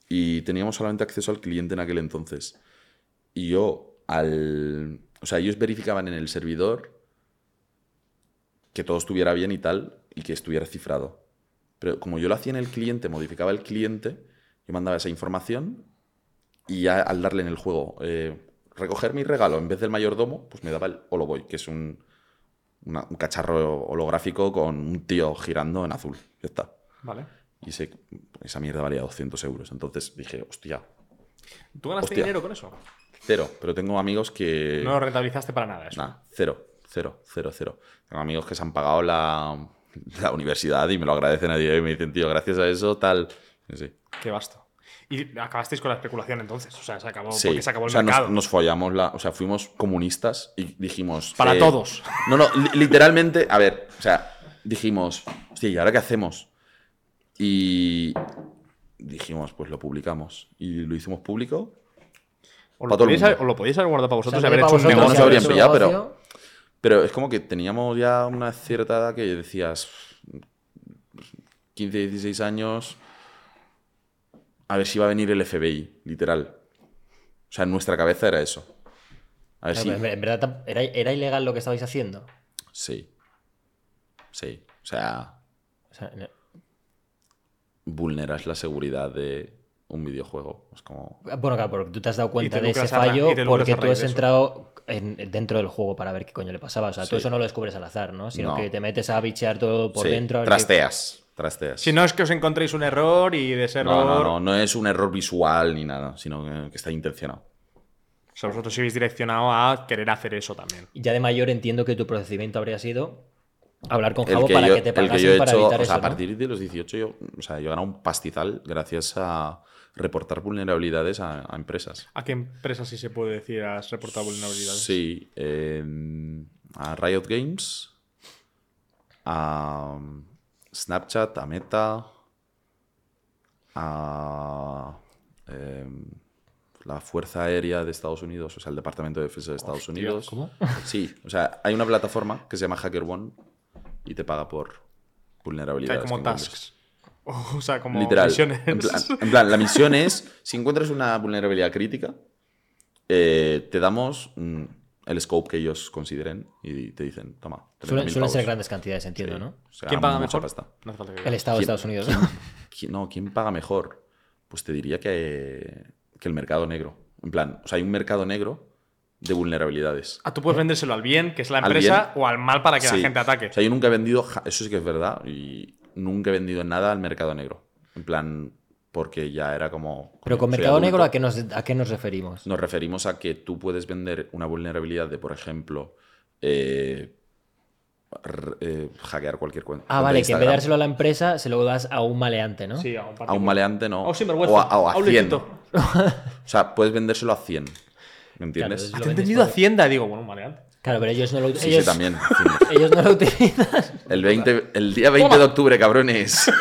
Speaker 1: y teníamos solamente acceso al cliente en aquel entonces. Y yo, al... O sea, ellos verificaban en el servidor que todo estuviera bien y tal, y que estuviera cifrado. Pero como yo lo hacía en el cliente, modificaba el cliente, yo mandaba esa información y ya al darle en el juego eh, recoger mi regalo en vez del mayordomo, pues me daba el Holoboy, que es un, una- un cacharro holográfico con un tío girando en azul. Ya está.
Speaker 2: Vale.
Speaker 1: Y ese- esa mierda valía 200 euros. Entonces dije, hostia,
Speaker 2: ¿Tú ganaste
Speaker 1: Hostia.
Speaker 2: dinero con eso?
Speaker 1: cero. Pero tengo amigos que...
Speaker 2: No lo rentabilizaste para nada. Eso.
Speaker 1: Nah, cero. cero, cero, cero. Tengo amigos que se han pagado la, la universidad y me lo agradecen a día y me dicen, tío, gracias a eso, tal. Sí, sí.
Speaker 2: Qué vasto. Y acabasteis con la especulación entonces. O sea, se acabó
Speaker 1: Sí.
Speaker 2: porque se acabó el
Speaker 1: O sea, nos-
Speaker 2: mercado.
Speaker 1: Nos, follamos la. O sea, fuimos comunistas y dijimos.
Speaker 2: Para
Speaker 1: eh,
Speaker 2: todos.
Speaker 1: No, no, li- literalmente. A ver, o sea, dijimos. Hostia, ¿y ahora qué hacemos? Y. Dijimos, pues lo publicamos. Y lo hicimos público.
Speaker 2: Os
Speaker 1: para
Speaker 2: lo,
Speaker 1: todo el
Speaker 2: podíais,
Speaker 1: mundo.
Speaker 2: haber- os lo podíais haber guardado para vosotros
Speaker 3: O sea,
Speaker 2: y haber
Speaker 3: para
Speaker 2: hecho un
Speaker 3: vosotros,
Speaker 1: No nos
Speaker 2: negocio.
Speaker 3: ya
Speaker 1: habrían
Speaker 3: habéis hecho
Speaker 1: pillado,
Speaker 3: un
Speaker 1: pero-
Speaker 3: negocio.
Speaker 1: Pero es como que teníamos ya una cierta edad que decías 15, 16 años, a ver si va a venir el FBI, literal. O sea, en nuestra cabeza era eso. A ver
Speaker 3: No,
Speaker 1: si...
Speaker 3: pero En verdad, tam- era, era ilegal lo que estabais haciendo.
Speaker 1: Sí. Sí. O sea,
Speaker 3: O sea, no-
Speaker 1: vulneras la seguridad de un videojuego. Es como...
Speaker 3: Bueno, claro, porque tú te has dado cuenta
Speaker 2: te
Speaker 3: de ese
Speaker 2: lucras a ra-
Speaker 3: fallo
Speaker 2: y te lucras
Speaker 3: porque
Speaker 2: a
Speaker 3: tú
Speaker 2: raíz
Speaker 3: has
Speaker 2: de eso.
Speaker 3: entrado en- dentro del juego para ver qué coño le pasaba. O sea,
Speaker 1: Sí.
Speaker 3: tú eso no lo descubres al azar, ¿no? Sino
Speaker 1: No.
Speaker 3: que te metes a bichear todo por
Speaker 1: Sí,
Speaker 3: dentro. a ver qué-
Speaker 1: Trasteas. Trasteas.
Speaker 2: Si no es que os encontréis un error y de ese
Speaker 1: no,
Speaker 2: error.
Speaker 1: no, no, no es un error visual ni nada, sino que- que está intencionado.
Speaker 2: O sea, vosotros ibais direccionado a querer hacer eso también.
Speaker 3: Ya de mayor entiendo que tu procedimiento habría sido hablar con
Speaker 1: el
Speaker 3: Javo
Speaker 1: que
Speaker 3: para
Speaker 1: yo,
Speaker 3: que te
Speaker 1: el que
Speaker 3: pagasen
Speaker 1: yo he
Speaker 3: para
Speaker 1: hecho,
Speaker 3: evitar
Speaker 1: o sea,
Speaker 3: eso.
Speaker 1: a
Speaker 3: ¿no?
Speaker 1: partir de los 18 yo, o sea, yo he ganado un pastizal gracias a reportar vulnerabilidades a, a empresas.
Speaker 2: ¿A qué empresa sí se puede decir has reportado vulnerabilidades?
Speaker 1: Sí, eh, a Riot Games, a um, Snapchat, a Meta, a eh, la Fuerza Aérea de Estados Unidos, o sea, el Departamento de Defensa de Estados Unidos.
Speaker 3: ¿cómo?
Speaker 1: Sí, o sea, hay una plataforma que se llama HackerOne y te paga por
Speaker 2: Que hay
Speaker 1: vulnerabilidades. que
Speaker 2: como
Speaker 1: encuentres.
Speaker 2: tasks. O sea, como
Speaker 1: Literal.
Speaker 2: misiones.
Speaker 1: En plan, en plan, la misión es, si encuentras una vulnerabilidad crítica, eh, te damos mm, el scope que ellos consideren y te dicen, toma.
Speaker 3: Suelen,
Speaker 1: 30.000
Speaker 3: suelen ser
Speaker 1: pavos.
Speaker 3: grandes cantidades,
Speaker 1: Sí,
Speaker 3: entiendo, ¿no?
Speaker 1: o sea,
Speaker 2: ¿Quién paga
Speaker 1: mucha
Speaker 2: mejor?
Speaker 1: pasta.
Speaker 2: No hace falta que
Speaker 3: El
Speaker 2: diga.
Speaker 3: Estado de
Speaker 1: ¿Quién-
Speaker 3: Estados Unidos.
Speaker 1: ¿Qui- No, ¿quién paga mejor? Pues te diría que, que el mercado negro. En plan, o sea, hay un mercado negro de vulnerabilidades.
Speaker 2: Ah, tú puedes vendérselo al bien, que es la
Speaker 1: Al
Speaker 2: empresa, o al mal para que la
Speaker 1: Sí.
Speaker 2: gente ataque.
Speaker 1: O sea, yo nunca he vendido, ja- eso sí que es verdad, y nunca he vendido nada al mercado negro. En plan, porque ya era como...
Speaker 3: Pero con
Speaker 1: soy
Speaker 3: Mercado
Speaker 1: adulto.
Speaker 3: Negro, ¿a qué nos, a qué nos referimos?
Speaker 1: Nos referimos a que tú puedes vender una vulnerabilidad de, por ejemplo, eh, r- eh, hackear cualquier cuen- cuenta.
Speaker 3: Ah, vale,
Speaker 1: de
Speaker 3: que en vez
Speaker 1: Instagram.
Speaker 3: de dárselo a la empresa, se lo das a un maleante, ¿no?
Speaker 2: Sí, a un,
Speaker 1: A
Speaker 2: particular.
Speaker 1: un maleante no.
Speaker 2: A un sinvergüenza,
Speaker 1: O a, o a
Speaker 2: a un
Speaker 1: 100.
Speaker 2: lechito.
Speaker 1: O sea, puedes vendérselo a 100. ¿Me entiendes?
Speaker 3: es
Speaker 2: Ah,
Speaker 3: lo-
Speaker 2: te he
Speaker 3: vendes
Speaker 2: entendido
Speaker 3: por-
Speaker 2: Hacienda, digo, bueno, un maleante.
Speaker 3: Claro, pero ellos no lo
Speaker 1: sí, sí,
Speaker 3: ellos-
Speaker 1: también.
Speaker 3: Ellos no lo utilizan.
Speaker 1: El, 20 el día 20 de octubre, cabrones.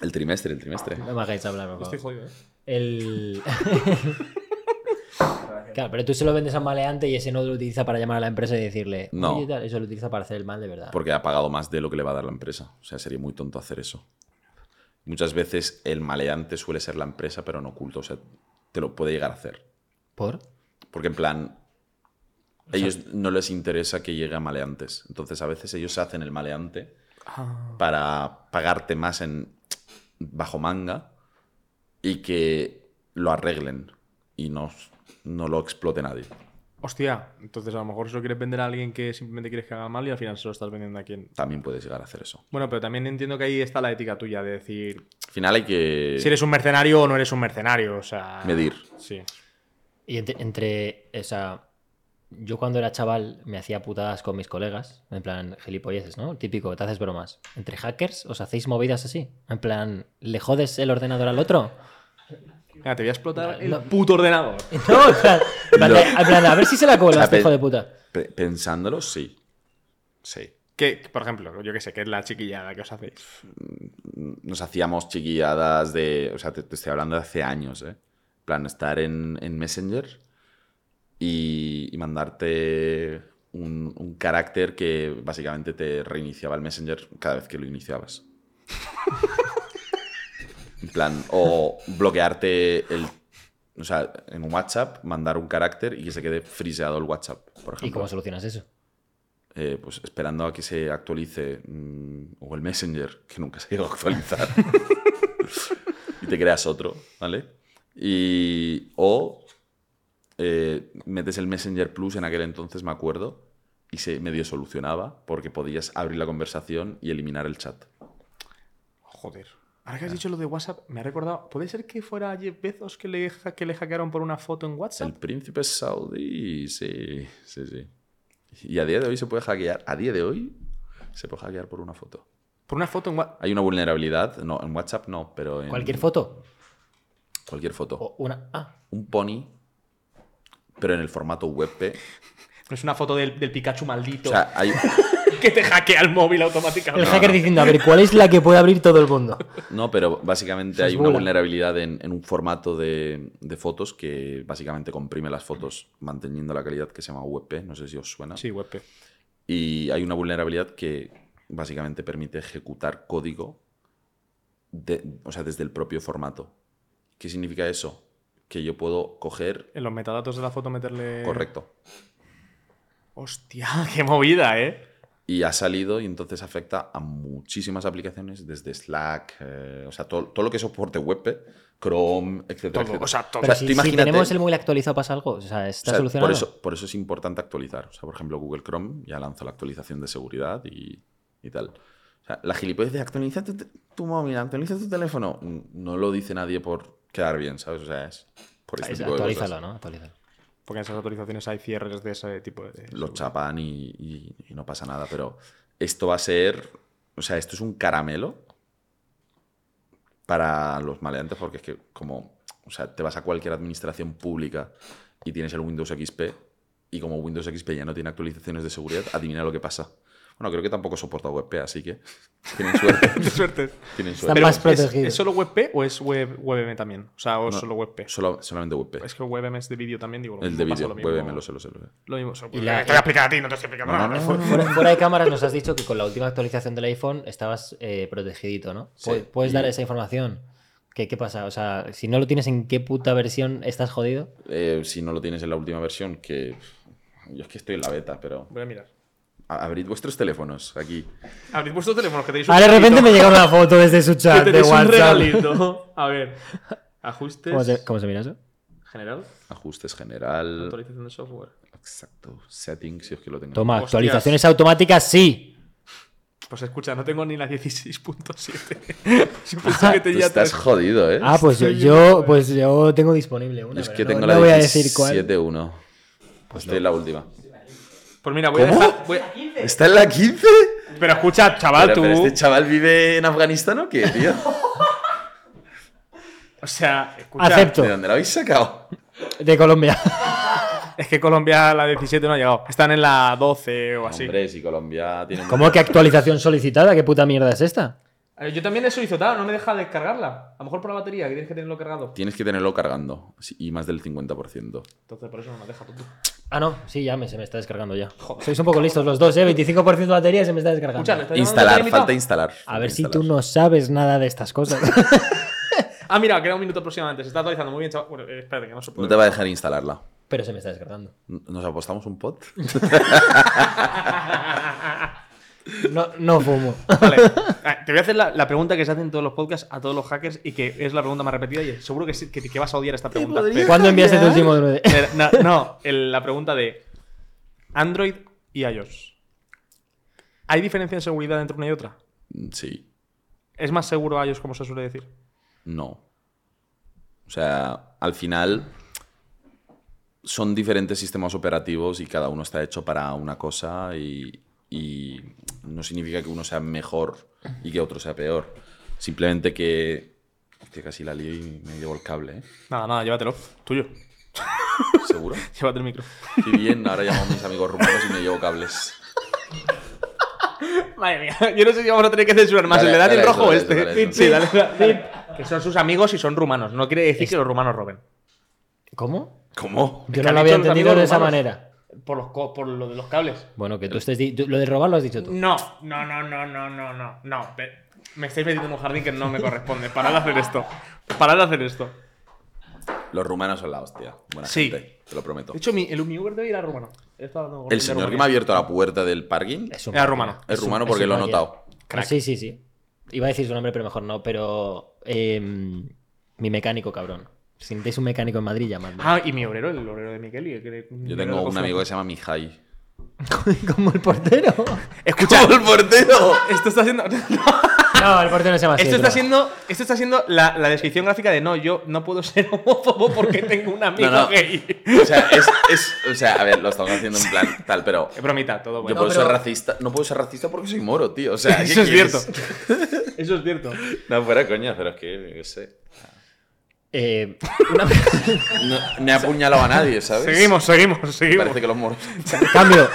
Speaker 1: El trimestre, el trimestre.
Speaker 3: No me hagáis hablar, por favor.
Speaker 2: Estoy jodido, ¿eh?
Speaker 3: El. claro, pero tú se lo vendes a un maleante y ese no lo utiliza para llamar a la empresa y decirle.
Speaker 1: No.
Speaker 3: "Oye, tal", eso lo utiliza para hacer el mal de verdad.
Speaker 1: Porque ha pagado más de lo que le va a dar la empresa. O sea, sería muy tonto hacer eso. Muchas veces el maleante suele ser la empresa, pero no oculto. O sea, te lo puede llegar a hacer.
Speaker 3: ¿Por?
Speaker 1: Porque en plan, a ellos no les interesa que llegue a maleantes. Entonces a veces ellos se hacen el maleante
Speaker 2: Ah.
Speaker 1: para pagarte más en bajo manga y que lo arreglen y no, no lo explote nadie.
Speaker 2: Hostia, entonces a lo mejor se lo quieres vender a alguien que simplemente quieres que haga mal y al final se lo estás vendiendo a quien.
Speaker 1: También puedes llegar a hacer eso.
Speaker 2: Bueno, pero también entiendo que ahí está la ética tuya de decir
Speaker 1: Al final hay que
Speaker 2: si eres un mercenario o no eres un mercenario. O sea.
Speaker 1: medir.
Speaker 2: Sí.
Speaker 3: Y entre, entre- O sea. Yo cuando era chaval me hacía putadas con mis colegas, en plan gilipolleces, ¿no? Típico, te haces bromas. ¿Entre hackers os hacéis movidas así? En plan, ¿le jodes el ordenador al otro?
Speaker 2: Mira, te voy a explotar el
Speaker 3: No.
Speaker 2: puto ordenador.
Speaker 3: No, en plan, en plan,
Speaker 1: No.
Speaker 3: en plan, a ver si se la
Speaker 1: O
Speaker 3: colas,
Speaker 1: sea, pe-
Speaker 3: hijo de puta.
Speaker 1: Pe- pensándolo, sí. Sí.
Speaker 2: Que, por ejemplo, yo que sé, que es la chiquillada que os hacéis.
Speaker 1: nos hacíamos chiquilladas de. O sea, te, te estoy hablando de hace años, ¿eh? En plan, estar en, en Messenger y, y mandarte un, un carácter que básicamente te reiniciaba el Messenger cada vez que lo iniciabas. en plan, o bloquearte el. O sea, en un WhatsApp, mandar un carácter y que se quede friseado el WhatsApp, por ejemplo
Speaker 3: ¿Y cómo solucionas eso?
Speaker 1: eh, pues esperando a que se actualice mm, o el Messenger, que nunca se llegó a actualizar, y te creas otro, ¿vale? Y, o eh, metes el Messenger Plus, en aquel entonces me acuerdo, y se medio solucionaba porque podías abrir la conversación y eliminar el chat.
Speaker 2: Joder. Ahora
Speaker 1: Ah.
Speaker 2: que has dicho lo de WhatsApp, me ha recordado. ¿Puede ser que fuera Jeff Bezos que le, ha- que le hackearon por una foto en WhatsApp?
Speaker 1: El príncipe saudí, sí, sí, sí. Y a día de hoy se puede hackear, a día de hoy se puede hackear por una foto.
Speaker 2: Por una foto en WhatsApp.
Speaker 1: Hay una vulnerabilidad, no, en WhatsApp no, pero en
Speaker 3: Cualquier foto.
Speaker 1: cualquier foto.
Speaker 3: O una. Ah,
Speaker 1: Un pony, pero en el formato WebP.
Speaker 2: No es una foto del, del Pikachu
Speaker 1: O
Speaker 2: maldito
Speaker 1: sea, hay,
Speaker 2: que te hackea el móvil
Speaker 3: el
Speaker 2: automáticamente.
Speaker 3: hacker diciendo, a ver, ¿cuál es la que puede abrir todo el mundo?
Speaker 1: No, pero básicamente
Speaker 3: Eso es
Speaker 1: hay una
Speaker 3: bola.
Speaker 1: vulnerabilidad en, en un formato de, de fotos que básicamente comprime las fotos manteniendo la calidad que se llama WebP, no sé si os suena.
Speaker 2: Sí, WebP.
Speaker 1: Y hay una vulnerabilidad que básicamente permite ejecutar código de- o sea, desde el propio formato. ¿Qué significa eso? Que yo puedo coger...
Speaker 2: En los metadatos de la foto meterle.
Speaker 3: Eh,
Speaker 1: Correcto.
Speaker 2: Hostia, qué movida, ¿eh?
Speaker 1: Y ha salido y entonces afecta a muchísimas aplicaciones, desde Slack, eh, o sea, todo, todo lo que soporte WebP, Chrome, etcétera.
Speaker 2: Todo,
Speaker 1: etcétera.
Speaker 2: o sea, todo.
Speaker 1: O sea,
Speaker 3: Pero
Speaker 1: tú
Speaker 3: si, si
Speaker 1: imagínate-
Speaker 3: tenemos el móvil actualizado, pasa algo. O sea,
Speaker 1: O
Speaker 3: está
Speaker 1: sea,
Speaker 3: solucionado.
Speaker 1: Por eso, por eso es importante actualizar. O sea, por ejemplo, Google Chrome ya lanzó la actualización de seguridad y, y tal. O sea, la gilipollez de actualiza tu, te- tu móvil, actualiza tu teléfono. Mm, No lo dice nadie por quedar bien, ¿sabes? O sea, es por este
Speaker 3: Es-
Speaker 1: tipo de cosas.
Speaker 3: actualízalo, ¿no? Actualízalo.
Speaker 2: Porque en esas actualizaciones hay cierres de ese tipo de.
Speaker 1: Lo chapan y, y- y no pasa nada, pero esto va a ser. O sea, esto es un caramelo para los maleantes, porque es que, como. O sea, te vas a cualquier administración pública y tienes el Windows XP, y como Windows XP ya no tiene actualizaciones de seguridad, adivina lo que pasa. Bueno, creo que tampoco soporta WebP, así que. Tienen suerte.
Speaker 2: De suerte.
Speaker 1: tienen suerte.
Speaker 3: Están
Speaker 2: Pero,
Speaker 3: más
Speaker 2: ¿es-
Speaker 3: protegidos.
Speaker 2: ¿es, solo WebP o es web, WebM también? O sea, o
Speaker 1: No.
Speaker 2: solo WebP.
Speaker 1: Solo- solamente WebP.
Speaker 2: Es que WebM es de vídeo también, digo. Lo
Speaker 1: el
Speaker 2: mismo,
Speaker 1: de
Speaker 2: pasa
Speaker 1: vídeo,
Speaker 2: lo mismo.
Speaker 1: WebM, lo sé, lo sé, lo sé.
Speaker 2: Lo mismo. so-
Speaker 3: Y la-
Speaker 2: Te voy a explicar a ti, no te estoy explicando
Speaker 1: No, no,
Speaker 2: nada.
Speaker 1: no, no, no.
Speaker 3: Fuera, fuera de cámara nos has dicho que con la última actualización del iPhone estabas eh, protegidito, ¿no?
Speaker 1: Sí,
Speaker 3: Pu- ¿Puedes
Speaker 1: y-
Speaker 3: dar esa información? ¿Qué, ¿Qué pasa? O sea, si no lo tienes, ¿en qué puta versión estás jodido?
Speaker 1: Eh, si no lo tienes en la última versión, que. Yo es que estoy en la beta, pero.
Speaker 2: Voy a mirar.
Speaker 1: A- Abrid vuestros teléfonos aquí.
Speaker 2: Abrid vuestros teléfonos que tenéis un
Speaker 3: Ahora Ah, de repente me
Speaker 2: regalito.
Speaker 3: llega una foto desde su chat
Speaker 2: Que
Speaker 3: de
Speaker 2: tenéis un
Speaker 3: WhatsApp.
Speaker 2: regalito. A ver. Ajustes.
Speaker 3: ¿Cómo se, cómo se mira eso?
Speaker 2: General.
Speaker 1: Ajustes general.
Speaker 2: Actualización de software.
Speaker 1: Exacto. Settings, si es que lo tengo.
Speaker 3: Toma,
Speaker 2: Hostias.
Speaker 3: actualizaciones automáticas, sí.
Speaker 2: Pues escucha, no tengo ni la 16.7. Yo pensé que
Speaker 1: Ah, Tú
Speaker 2: tenía
Speaker 1: estás
Speaker 2: tres.
Speaker 1: jodido, ¿eh?
Speaker 3: Ah, pues yo,
Speaker 2: Estoy viendo,
Speaker 3: yo- pues yo tengo disponible
Speaker 1: Yo
Speaker 3: una.
Speaker 1: es
Speaker 3: pero
Speaker 1: que
Speaker 3: no-
Speaker 1: tengo
Speaker 3: no,
Speaker 1: la
Speaker 3: voy a decir cuál.
Speaker 1: 17.1. estoy en la última.
Speaker 2: Pues mira, voy a
Speaker 1: ¿Cómo?
Speaker 2: dejar. voy a-
Speaker 1: ¿Está en la 15?
Speaker 2: Pero escucha,
Speaker 3: Ah,
Speaker 2: chaval,
Speaker 1: Pero,
Speaker 2: tú.
Speaker 1: pero, ¿Este chaval vive en Afganistán o qué, tío?
Speaker 2: O sea, escucha.
Speaker 3: Acepto,
Speaker 1: ¿De dónde lo habéis sacado?
Speaker 3: de Colombia.
Speaker 2: Es que Colombia a la 17 no ha llegado. Están en la 12
Speaker 3: Ah,
Speaker 2: o así.
Speaker 1: Hombre, si Colombia tiene.
Speaker 3: ¿Cómo que actualización solicitada? ¿Qué puta mierda es esta?
Speaker 2: Eh, Yo también he solicitado, no me deja descargarla. A lo mejor por la batería, que tienes que tenerlo cargado.
Speaker 1: Tienes que tenerlo cargando. sí, Y más del 50%.
Speaker 2: Entonces por eso no me deja tú.
Speaker 3: Ah, no, sí, ya me, se me está descargando ya. Sois un poco listos los dos, ¿eh? 25% de batería y se me está descargando.
Speaker 2: Escucha, le estoy llamando
Speaker 1: Instalar,
Speaker 2: al
Speaker 1: falta
Speaker 2: invitado.
Speaker 1: instalar.
Speaker 3: A
Speaker 1: falta
Speaker 3: ver si tú
Speaker 1: instalar.
Speaker 3: no sabes nada de estas cosas.
Speaker 2: Ah, mira, queda un minuto aproximadamente. Se está actualizando muy bien, chaval. Bueno, eh, espérate, que no se puede.
Speaker 1: No te va a dejar instalarla.
Speaker 3: Pero se me está descargando.
Speaker 1: ¿Nos apostamos un pot?
Speaker 3: No, no fumo.
Speaker 2: Vale. Ah, Te voy a hacer la, la pregunta que se hacen todos los podcasts a todos los hackers y que es la pregunta más repetida y seguro que, sí- que, que vas a odiar esta pregunta. Pero-
Speaker 3: ¿Cuándo enviaste tu último DVD?
Speaker 2: pero no, no, el- la pregunta de Android y iOS. ¿Hay diferencia en seguridad entre una y otra?
Speaker 1: Sí.
Speaker 2: ¿Es más seguro iOS como se suele decir?
Speaker 1: No. O sea, al final son diferentes sistemas operativos y cada uno está hecho para una cosa y, y no significa que uno sea mejor y que otro sea peor. Simplemente que... Hostia, casi la lío y me llevo el cable, ¿eh?
Speaker 2: Nada, nada, llévatelo. Tuyo.
Speaker 1: ¿Seguro?
Speaker 2: Llévate el micro.
Speaker 1: Qué bien, ahora llamo a mis amigos rumanos y me llevo cables.
Speaker 2: Madre mía, yo no sé si vamos a tener que censurar más.
Speaker 1: Dale,
Speaker 2: el de Dani
Speaker 1: dale
Speaker 2: rojo
Speaker 1: eso,
Speaker 2: este.
Speaker 1: dale eso, dale eso.
Speaker 2: sí, dale, dale. Que son sus amigos y son rumanos. No quiere decir que los rumanos roben.
Speaker 3: ¿Cómo?
Speaker 1: ¿Cómo?
Speaker 3: Yo
Speaker 2: que
Speaker 3: no
Speaker 2: han
Speaker 3: lo había
Speaker 2: dicho los
Speaker 3: entendido
Speaker 2: amigos
Speaker 3: de esa
Speaker 2: romanos.
Speaker 3: manera.
Speaker 2: Por, los co- por lo de los cables.
Speaker 3: Bueno, que tú estés. di- tú- Lo de robar lo has dicho tú.
Speaker 2: No, no, no, no, no, no, no, no. Ve- Me estáis metiendo en un jardín que no me corresponde. Parad de hacer esto. Parad de hacer esto.
Speaker 1: Los rumanos son la hostia. Buena
Speaker 2: Sí.
Speaker 1: gente, te lo prometo.
Speaker 2: De hecho, mi, el mi Uber debe ir a rumano. He estado hablando con
Speaker 1: El
Speaker 2: de
Speaker 1: señor que me ha
Speaker 2: Rumanía.
Speaker 1: abierto la puerta del parking
Speaker 3: Es un
Speaker 2: Era
Speaker 3: máquina.
Speaker 2: rumano.
Speaker 1: es
Speaker 3: un-
Speaker 1: rumano porque
Speaker 3: un
Speaker 1: lo he
Speaker 3: máquina.
Speaker 1: notado.
Speaker 2: Crack.
Speaker 3: Sí, sí, sí. Iba a decir su nombre, pero mejor no. Pero. eh, mi mecánico, cabrón. Si necesitáis un mecánico en Madrid, llamadme.
Speaker 2: Ah, y mi obrero, el obrero de Miquel. Y el que-
Speaker 1: Yo
Speaker 2: el obrero
Speaker 1: tengo
Speaker 2: de
Speaker 1: un
Speaker 2: Cofre.
Speaker 1: amigo que se llama Mihai.
Speaker 3: Como el portero.
Speaker 2: Escucha,
Speaker 1: ¡Como el portero!
Speaker 2: esto está siendo.
Speaker 3: No, el portero se llama así.
Speaker 2: Esto
Speaker 3: es
Speaker 2: está
Speaker 3: broma.
Speaker 2: siendo, esto está siendo la, la descripción gráfica de no, yo no puedo ser homófobo porque tengo un amigo
Speaker 1: No, no.
Speaker 2: gay.
Speaker 1: O sea, es, es- O sea, a ver, lo estamos haciendo en plan tal, pero.
Speaker 2: Es bromita, todo
Speaker 1: Yo
Speaker 2: bueno.
Speaker 1: puedo
Speaker 3: pero-
Speaker 1: ser racista. No puedo ser racista porque soy moro, tío. O sea, ¿qué
Speaker 2: Eso es
Speaker 1: quieres?
Speaker 2: cierto. Eso es cierto.
Speaker 1: No, fuera coña, pero es que, yo qué sé.
Speaker 3: Eh, una-
Speaker 1: No, no he apuñalado a nadie, ¿sabes?
Speaker 2: Seguimos, seguimos, seguimos.
Speaker 1: Parece que los moros.
Speaker 3: Cambio.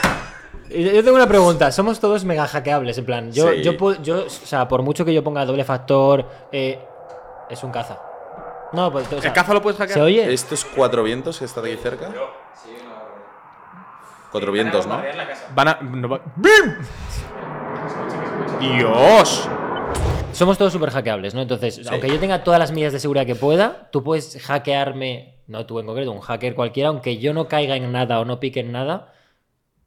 Speaker 3: Yo yo tengo una pregunta. Somos todos mega hackeables, en plan. Yo,
Speaker 1: Sí.
Speaker 3: yo, puedo- yo, o sea, por mucho que yo ponga doble factor, eh, es un caza. No, pues, o sea,
Speaker 2: ¿El caza lo puedes hackear?
Speaker 3: ¿se oye?
Speaker 1: ¿Estos cuatro vientos que están aquí cerca? Cuatro vientos, ¿no?
Speaker 2: Van a. no va- ¡Bim! ¡Dios!
Speaker 3: Somos todos súper hackeables, ¿no? Entonces, aunque yo tenga todas las medidas de seguridad que pueda, tú puedes hackearme, no tú en concreto, un hacker cualquiera, aunque yo no caiga en nada o no pique en nada,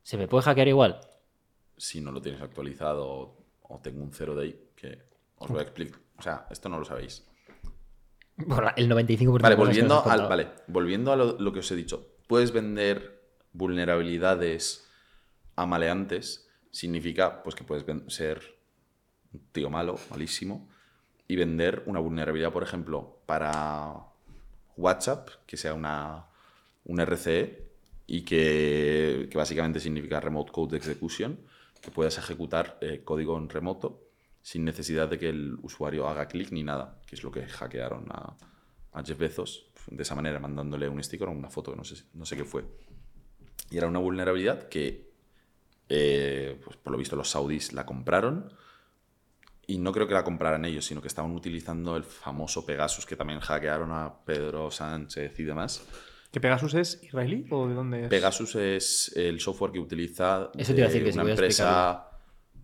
Speaker 3: se me puede hackear igual.
Speaker 1: Si no lo tienes actualizado o- o tengo un cero de ahí, que os voy a explicar. O sea, esto no lo sabéis.
Speaker 3: Por la- el 95%
Speaker 1: Vale,
Speaker 3: de cosas que nos
Speaker 1: volviendo,
Speaker 3: has
Speaker 1: al,
Speaker 3: contado.
Speaker 1: vale, volviendo a lo, lo que os he dicho. Puedes vender vulnerabilidades a maleantes. Significa pues, que puedes ven- ser un tío malo, malísimo, y vender una vulnerabilidad, por ejemplo, para WhatsApp, que sea una, un RCE, y que, que básicamente significa Remote Code Execution, que puedas ejecutar eh, código en remoto sin necesidad de que el usuario haga clic ni nada, que es lo que hackearon a, a Jeff Bezos de esa manera, mandándole un sticker o una foto, no sé, si- no sé qué fue. Y era una vulnerabilidad que, eh, pues por lo visto, los saudis la compraron. Y no creo que la compraran ellos, sino que estaban utilizando el famoso Pegasus que también hackearon a Pedro Sánchez y demás.
Speaker 2: ¿Que Pegasus es israelí o de dónde es?
Speaker 1: Pegasus es el software que utiliza
Speaker 3: Eso te iba a decir que si
Speaker 1: una
Speaker 3: voy a
Speaker 1: empresa
Speaker 3: explicarlo.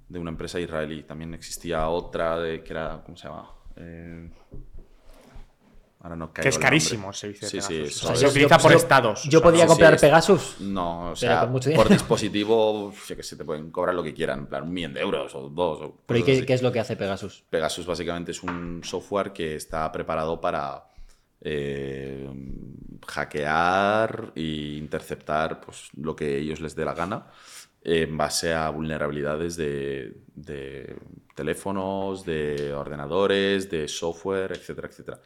Speaker 1: de una empresa israelí. También existía otra de que era ¿cómo se llama? Eh, ahora no caigo
Speaker 2: Que es
Speaker 1: el
Speaker 2: carísimo
Speaker 1: nombre.
Speaker 2: el servicio de
Speaker 1: Sí, sí,
Speaker 2: Pegasus.
Speaker 1: eso
Speaker 2: O sea,
Speaker 1: es.
Speaker 2: se utiliza por estados.
Speaker 3: Yo
Speaker 2: o sea,
Speaker 3: podía
Speaker 1: sí,
Speaker 3: comprar
Speaker 1: es-
Speaker 3: Pegasus.
Speaker 1: No, o
Speaker 3: Pero
Speaker 1: sea,
Speaker 3: con mucho
Speaker 1: por
Speaker 3: dinero.
Speaker 1: dispositivo, yo que sé, te pueden cobrar lo que quieran, en plan un millón de euros o dos. o
Speaker 3: Pero ¿y
Speaker 1: cosas
Speaker 3: qué,
Speaker 1: así.
Speaker 3: qué es lo que hace Pegasus?
Speaker 1: Pegasus básicamente es un software que está preparado para eh, hackear e interceptar pues, lo que ellos les dé la gana en base a vulnerabilidades de, de teléfonos, de ordenadores, de software, etcétera, etcétera.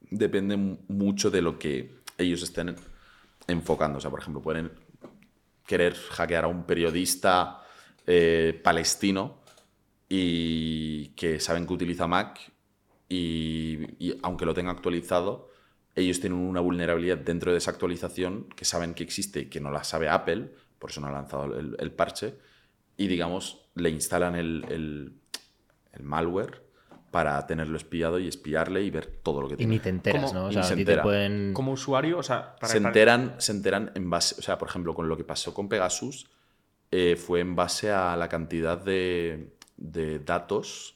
Speaker 1: Depende mu- mucho de lo que ellos estén enfocando. O sea, por ejemplo, pueden querer hackear a un periodista eh, palestino y que saben que utiliza Mac y, y aunque lo tenga actualizado, ellos tienen una vulnerabilidad dentro de esa actualización que saben que existe y que no la sabe Apple, por eso no ha lanzado el, el parche, y digamos, le instalan el, el- el malware para tenerlo espiado y espiarle y ver todo lo que
Speaker 3: Y
Speaker 1: tiene.
Speaker 3: ni te enteras,
Speaker 2: ¿Cómo?
Speaker 3: ¿no? O
Speaker 1: Ni
Speaker 3: sea,
Speaker 1: se
Speaker 3: a ti te
Speaker 1: entera.
Speaker 3: pueden...
Speaker 2: Como usuario, o sea, para-
Speaker 1: se enteran, se enteran en base, o sea, por ejemplo, con lo que pasó con Pegasus, eh, fue en base a la cantidad de, de datos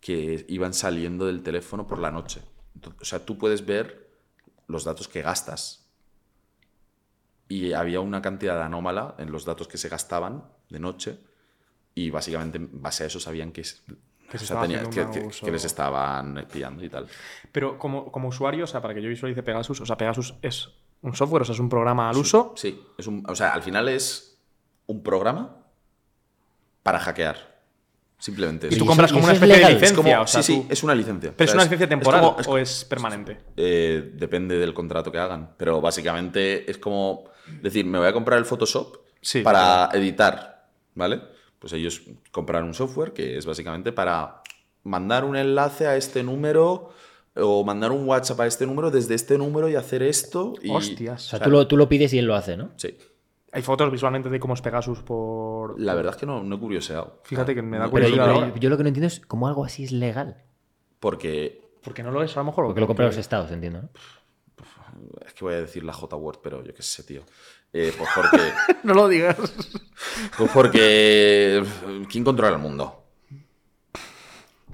Speaker 1: que iban saliendo del teléfono por la noche. Ento- O sea, tú puedes ver los datos que gastas. Y había una cantidad anómala en los datos que se gastaban de noche y básicamente en base a eso sabían que, es-
Speaker 2: Que se
Speaker 1: o sea,
Speaker 2: estaba
Speaker 1: tenía-
Speaker 2: haciendo
Speaker 1: que-
Speaker 2: un
Speaker 1: que-
Speaker 2: abuso.
Speaker 1: que les estaban espiando y tal.
Speaker 2: Pero como, como usuario, o sea, para que yo visualice Pegasus, o sea, Pegasus es un software, o sea, es un programa al uso.
Speaker 1: Sí, es un, o sea, al final es un programa para hackear. Simplemente.
Speaker 2: Y
Speaker 1: Es
Speaker 2: tú
Speaker 3: eso-
Speaker 2: compras como
Speaker 3: y
Speaker 2: una
Speaker 3: eso es
Speaker 2: especie de
Speaker 3: legal?
Speaker 2: licencia.
Speaker 1: es como-
Speaker 2: o sea,
Speaker 1: sí, sí,
Speaker 2: tú-
Speaker 1: es una licencia.
Speaker 2: ¿Pero
Speaker 1: O
Speaker 2: es
Speaker 1: sea,
Speaker 2: una licencia temporal
Speaker 1: como- es-
Speaker 2: o es permanente?
Speaker 1: eh, depende del contrato que hagan. Pero básicamente es como decir, me voy a comprar el Photoshop
Speaker 2: Sí,
Speaker 1: para editar, ¿vale? Pues ellos compraron un software que es básicamente para mandar un enlace a este número o mandar un WhatsApp a este número desde este número y hacer esto. Y,
Speaker 3: O
Speaker 2: Hostias.
Speaker 3: sea, tú lo, tú lo pides y él lo hace, ¿no?
Speaker 1: Sí.
Speaker 2: Hay fotos visualmente de cómo es Pegasus por.
Speaker 1: La verdad es que no, no he curioseado.
Speaker 2: Fíjate que me da
Speaker 1: No,
Speaker 3: Pero,
Speaker 2: curiosidad
Speaker 3: pero
Speaker 2: ahora.
Speaker 3: yo, yo lo que no entiendo es cómo algo así es legal.
Speaker 1: Porque
Speaker 2: Porque no lo es, a lo mejor. o
Speaker 3: Porque lo compran los
Speaker 2: porque-
Speaker 3: estados, entiendo, ¿no?
Speaker 1: es que voy a decir la J-word, pero yo qué sé, tío. Eh, pues porque,
Speaker 2: No lo digas.
Speaker 1: pues porque. ¿Quién controla el mundo?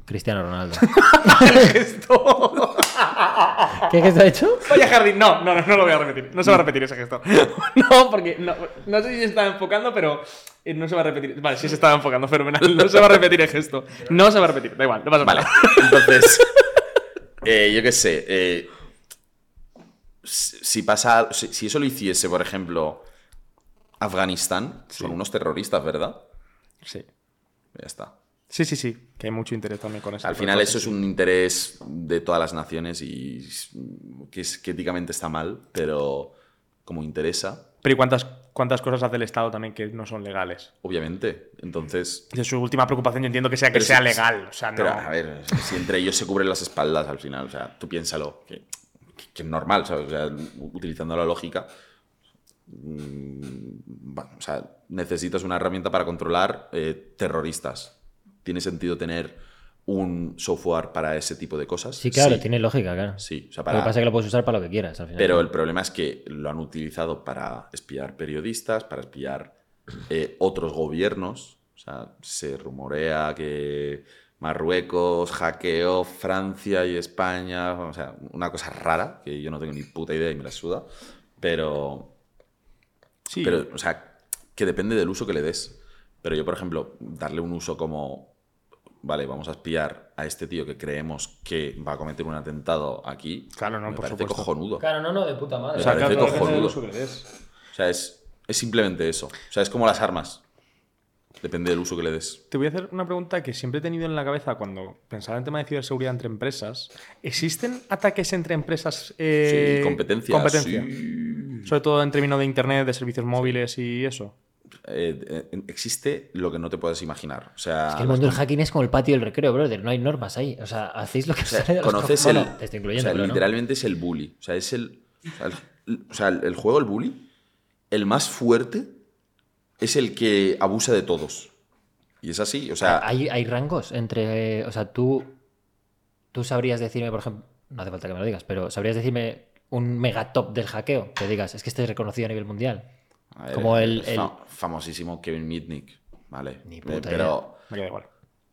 Speaker 3: Cristiano Ronaldo.
Speaker 2: Esto.
Speaker 3: ¿Qué gesto ha hecho?
Speaker 2: Vaya jardín. No, no, no, no lo voy a repetir. No se va a repetir ese gesto. No, porque no, no sé si se estaba enfocando, pero eh, no se va a repetir. Vale, sí se estaba enfocando, fenomenal. No se va a repetir el gesto. No se va a repetir, da igual, no pasa
Speaker 1: Vale,
Speaker 2: nada.
Speaker 1: entonces. eh, yo qué sé. eh, si si pasa. Si, si eso lo hiciese, por ejemplo, Afganistán son unos terroristas, ¿verdad?
Speaker 2: Sí.
Speaker 1: Ya está.
Speaker 2: Sí, sí, sí. Que hay mucho interés también con eso.
Speaker 1: Al final eso es un interés de todas las naciones y es- que, es, que éticamente está mal, pero como interesa,
Speaker 2: Pero ¿y cuántas, cuántas cosas hace el Estado también que no son legales?
Speaker 1: obviamente. Entonces,
Speaker 2: De su última preocupación yo entiendo que sea que
Speaker 1: Pero
Speaker 2: sea
Speaker 1: sí,
Speaker 2: legal. O sea, Ah, no.
Speaker 1: pero a ver, si entre ellos se cubren las espaldas al final, o sea, tú piénsalo, que, que- que es normal, ¿sabes? O sea, utilizando la lógica, mm, bueno, o sea, necesitas una herramienta para controlar eh, terroristas. ¿Tiene sentido tener un software para ese tipo de cosas?
Speaker 3: Sí, claro, tiene lógica, claro.
Speaker 1: Sí, o sea,
Speaker 3: Lo que
Speaker 1: para,
Speaker 3: pasa es que lo puedes usar para lo que quieras al final.
Speaker 1: Pero el problema es que lo han utilizado para espiar periodistas, para espiar eh, otros gobiernos. O sea, se rumorea que Marruecos hackeó Francia y España. O sea, una cosa rara que yo no tengo ni puta idea y me la suda. Pero,
Speaker 2: Sí.
Speaker 1: pero o sea, que depende del uso que le des. Pero yo, por ejemplo, darle un uso como. Vale, vamos a espiar a este tío que creemos que va a cometer un atentado aquí.
Speaker 2: Claro, no,
Speaker 1: me
Speaker 2: por
Speaker 1: parece
Speaker 2: supuesto.
Speaker 1: cojonudo.
Speaker 3: Claro, no, no, de puta madre.
Speaker 1: O sea, parece
Speaker 2: claro, depende
Speaker 1: cojonudo.
Speaker 2: del uso que le des.
Speaker 1: O sea, es, es simplemente eso. O sea, es como las armas. Depende del uso que le des.
Speaker 2: Te voy a hacer una pregunta que siempre he tenido en la cabeza cuando pensaba en tema de ciberseguridad entre empresas. ¿Existen ataques entre empresas? eh,
Speaker 1: sí, competencia.
Speaker 2: competencia?
Speaker 1: sí.
Speaker 2: Sobre todo en términos de internet, de servicios móviles y eso.
Speaker 1: Eh, eh, existe lo que no te puedes imaginar. O sea,
Speaker 3: Es que el mundo del hacking es como el patio del recreo, brother. No hay normas ahí. O sea, hacéis lo que
Speaker 1: o sea,
Speaker 3: os sale de los
Speaker 1: conoces el.
Speaker 3: cojones. Te estoy incluyendo,
Speaker 1: o sea,
Speaker 3: pero no.
Speaker 1: literalmente es el bully. O sea, es el. O sea, el, o sea, el- el juego, el bully, el más fuerte es el que abusa de todos. Y es así. O sea,
Speaker 3: Ah, ¿Hay, hay rangos entre. O sea, tú. Tú sabrías decirme, por ejemplo. No hace falta que me lo digas, pero sabrías decirme un megatop del hackeo. Que digas, es que este es reconocido a nivel mundial.
Speaker 1: a ver,
Speaker 3: como el- el-
Speaker 1: fa- famosísimo Kevin Mitnick. Vale.
Speaker 3: Ni
Speaker 1: Eh,
Speaker 3: puta
Speaker 1: pero.
Speaker 2: Me queda igual.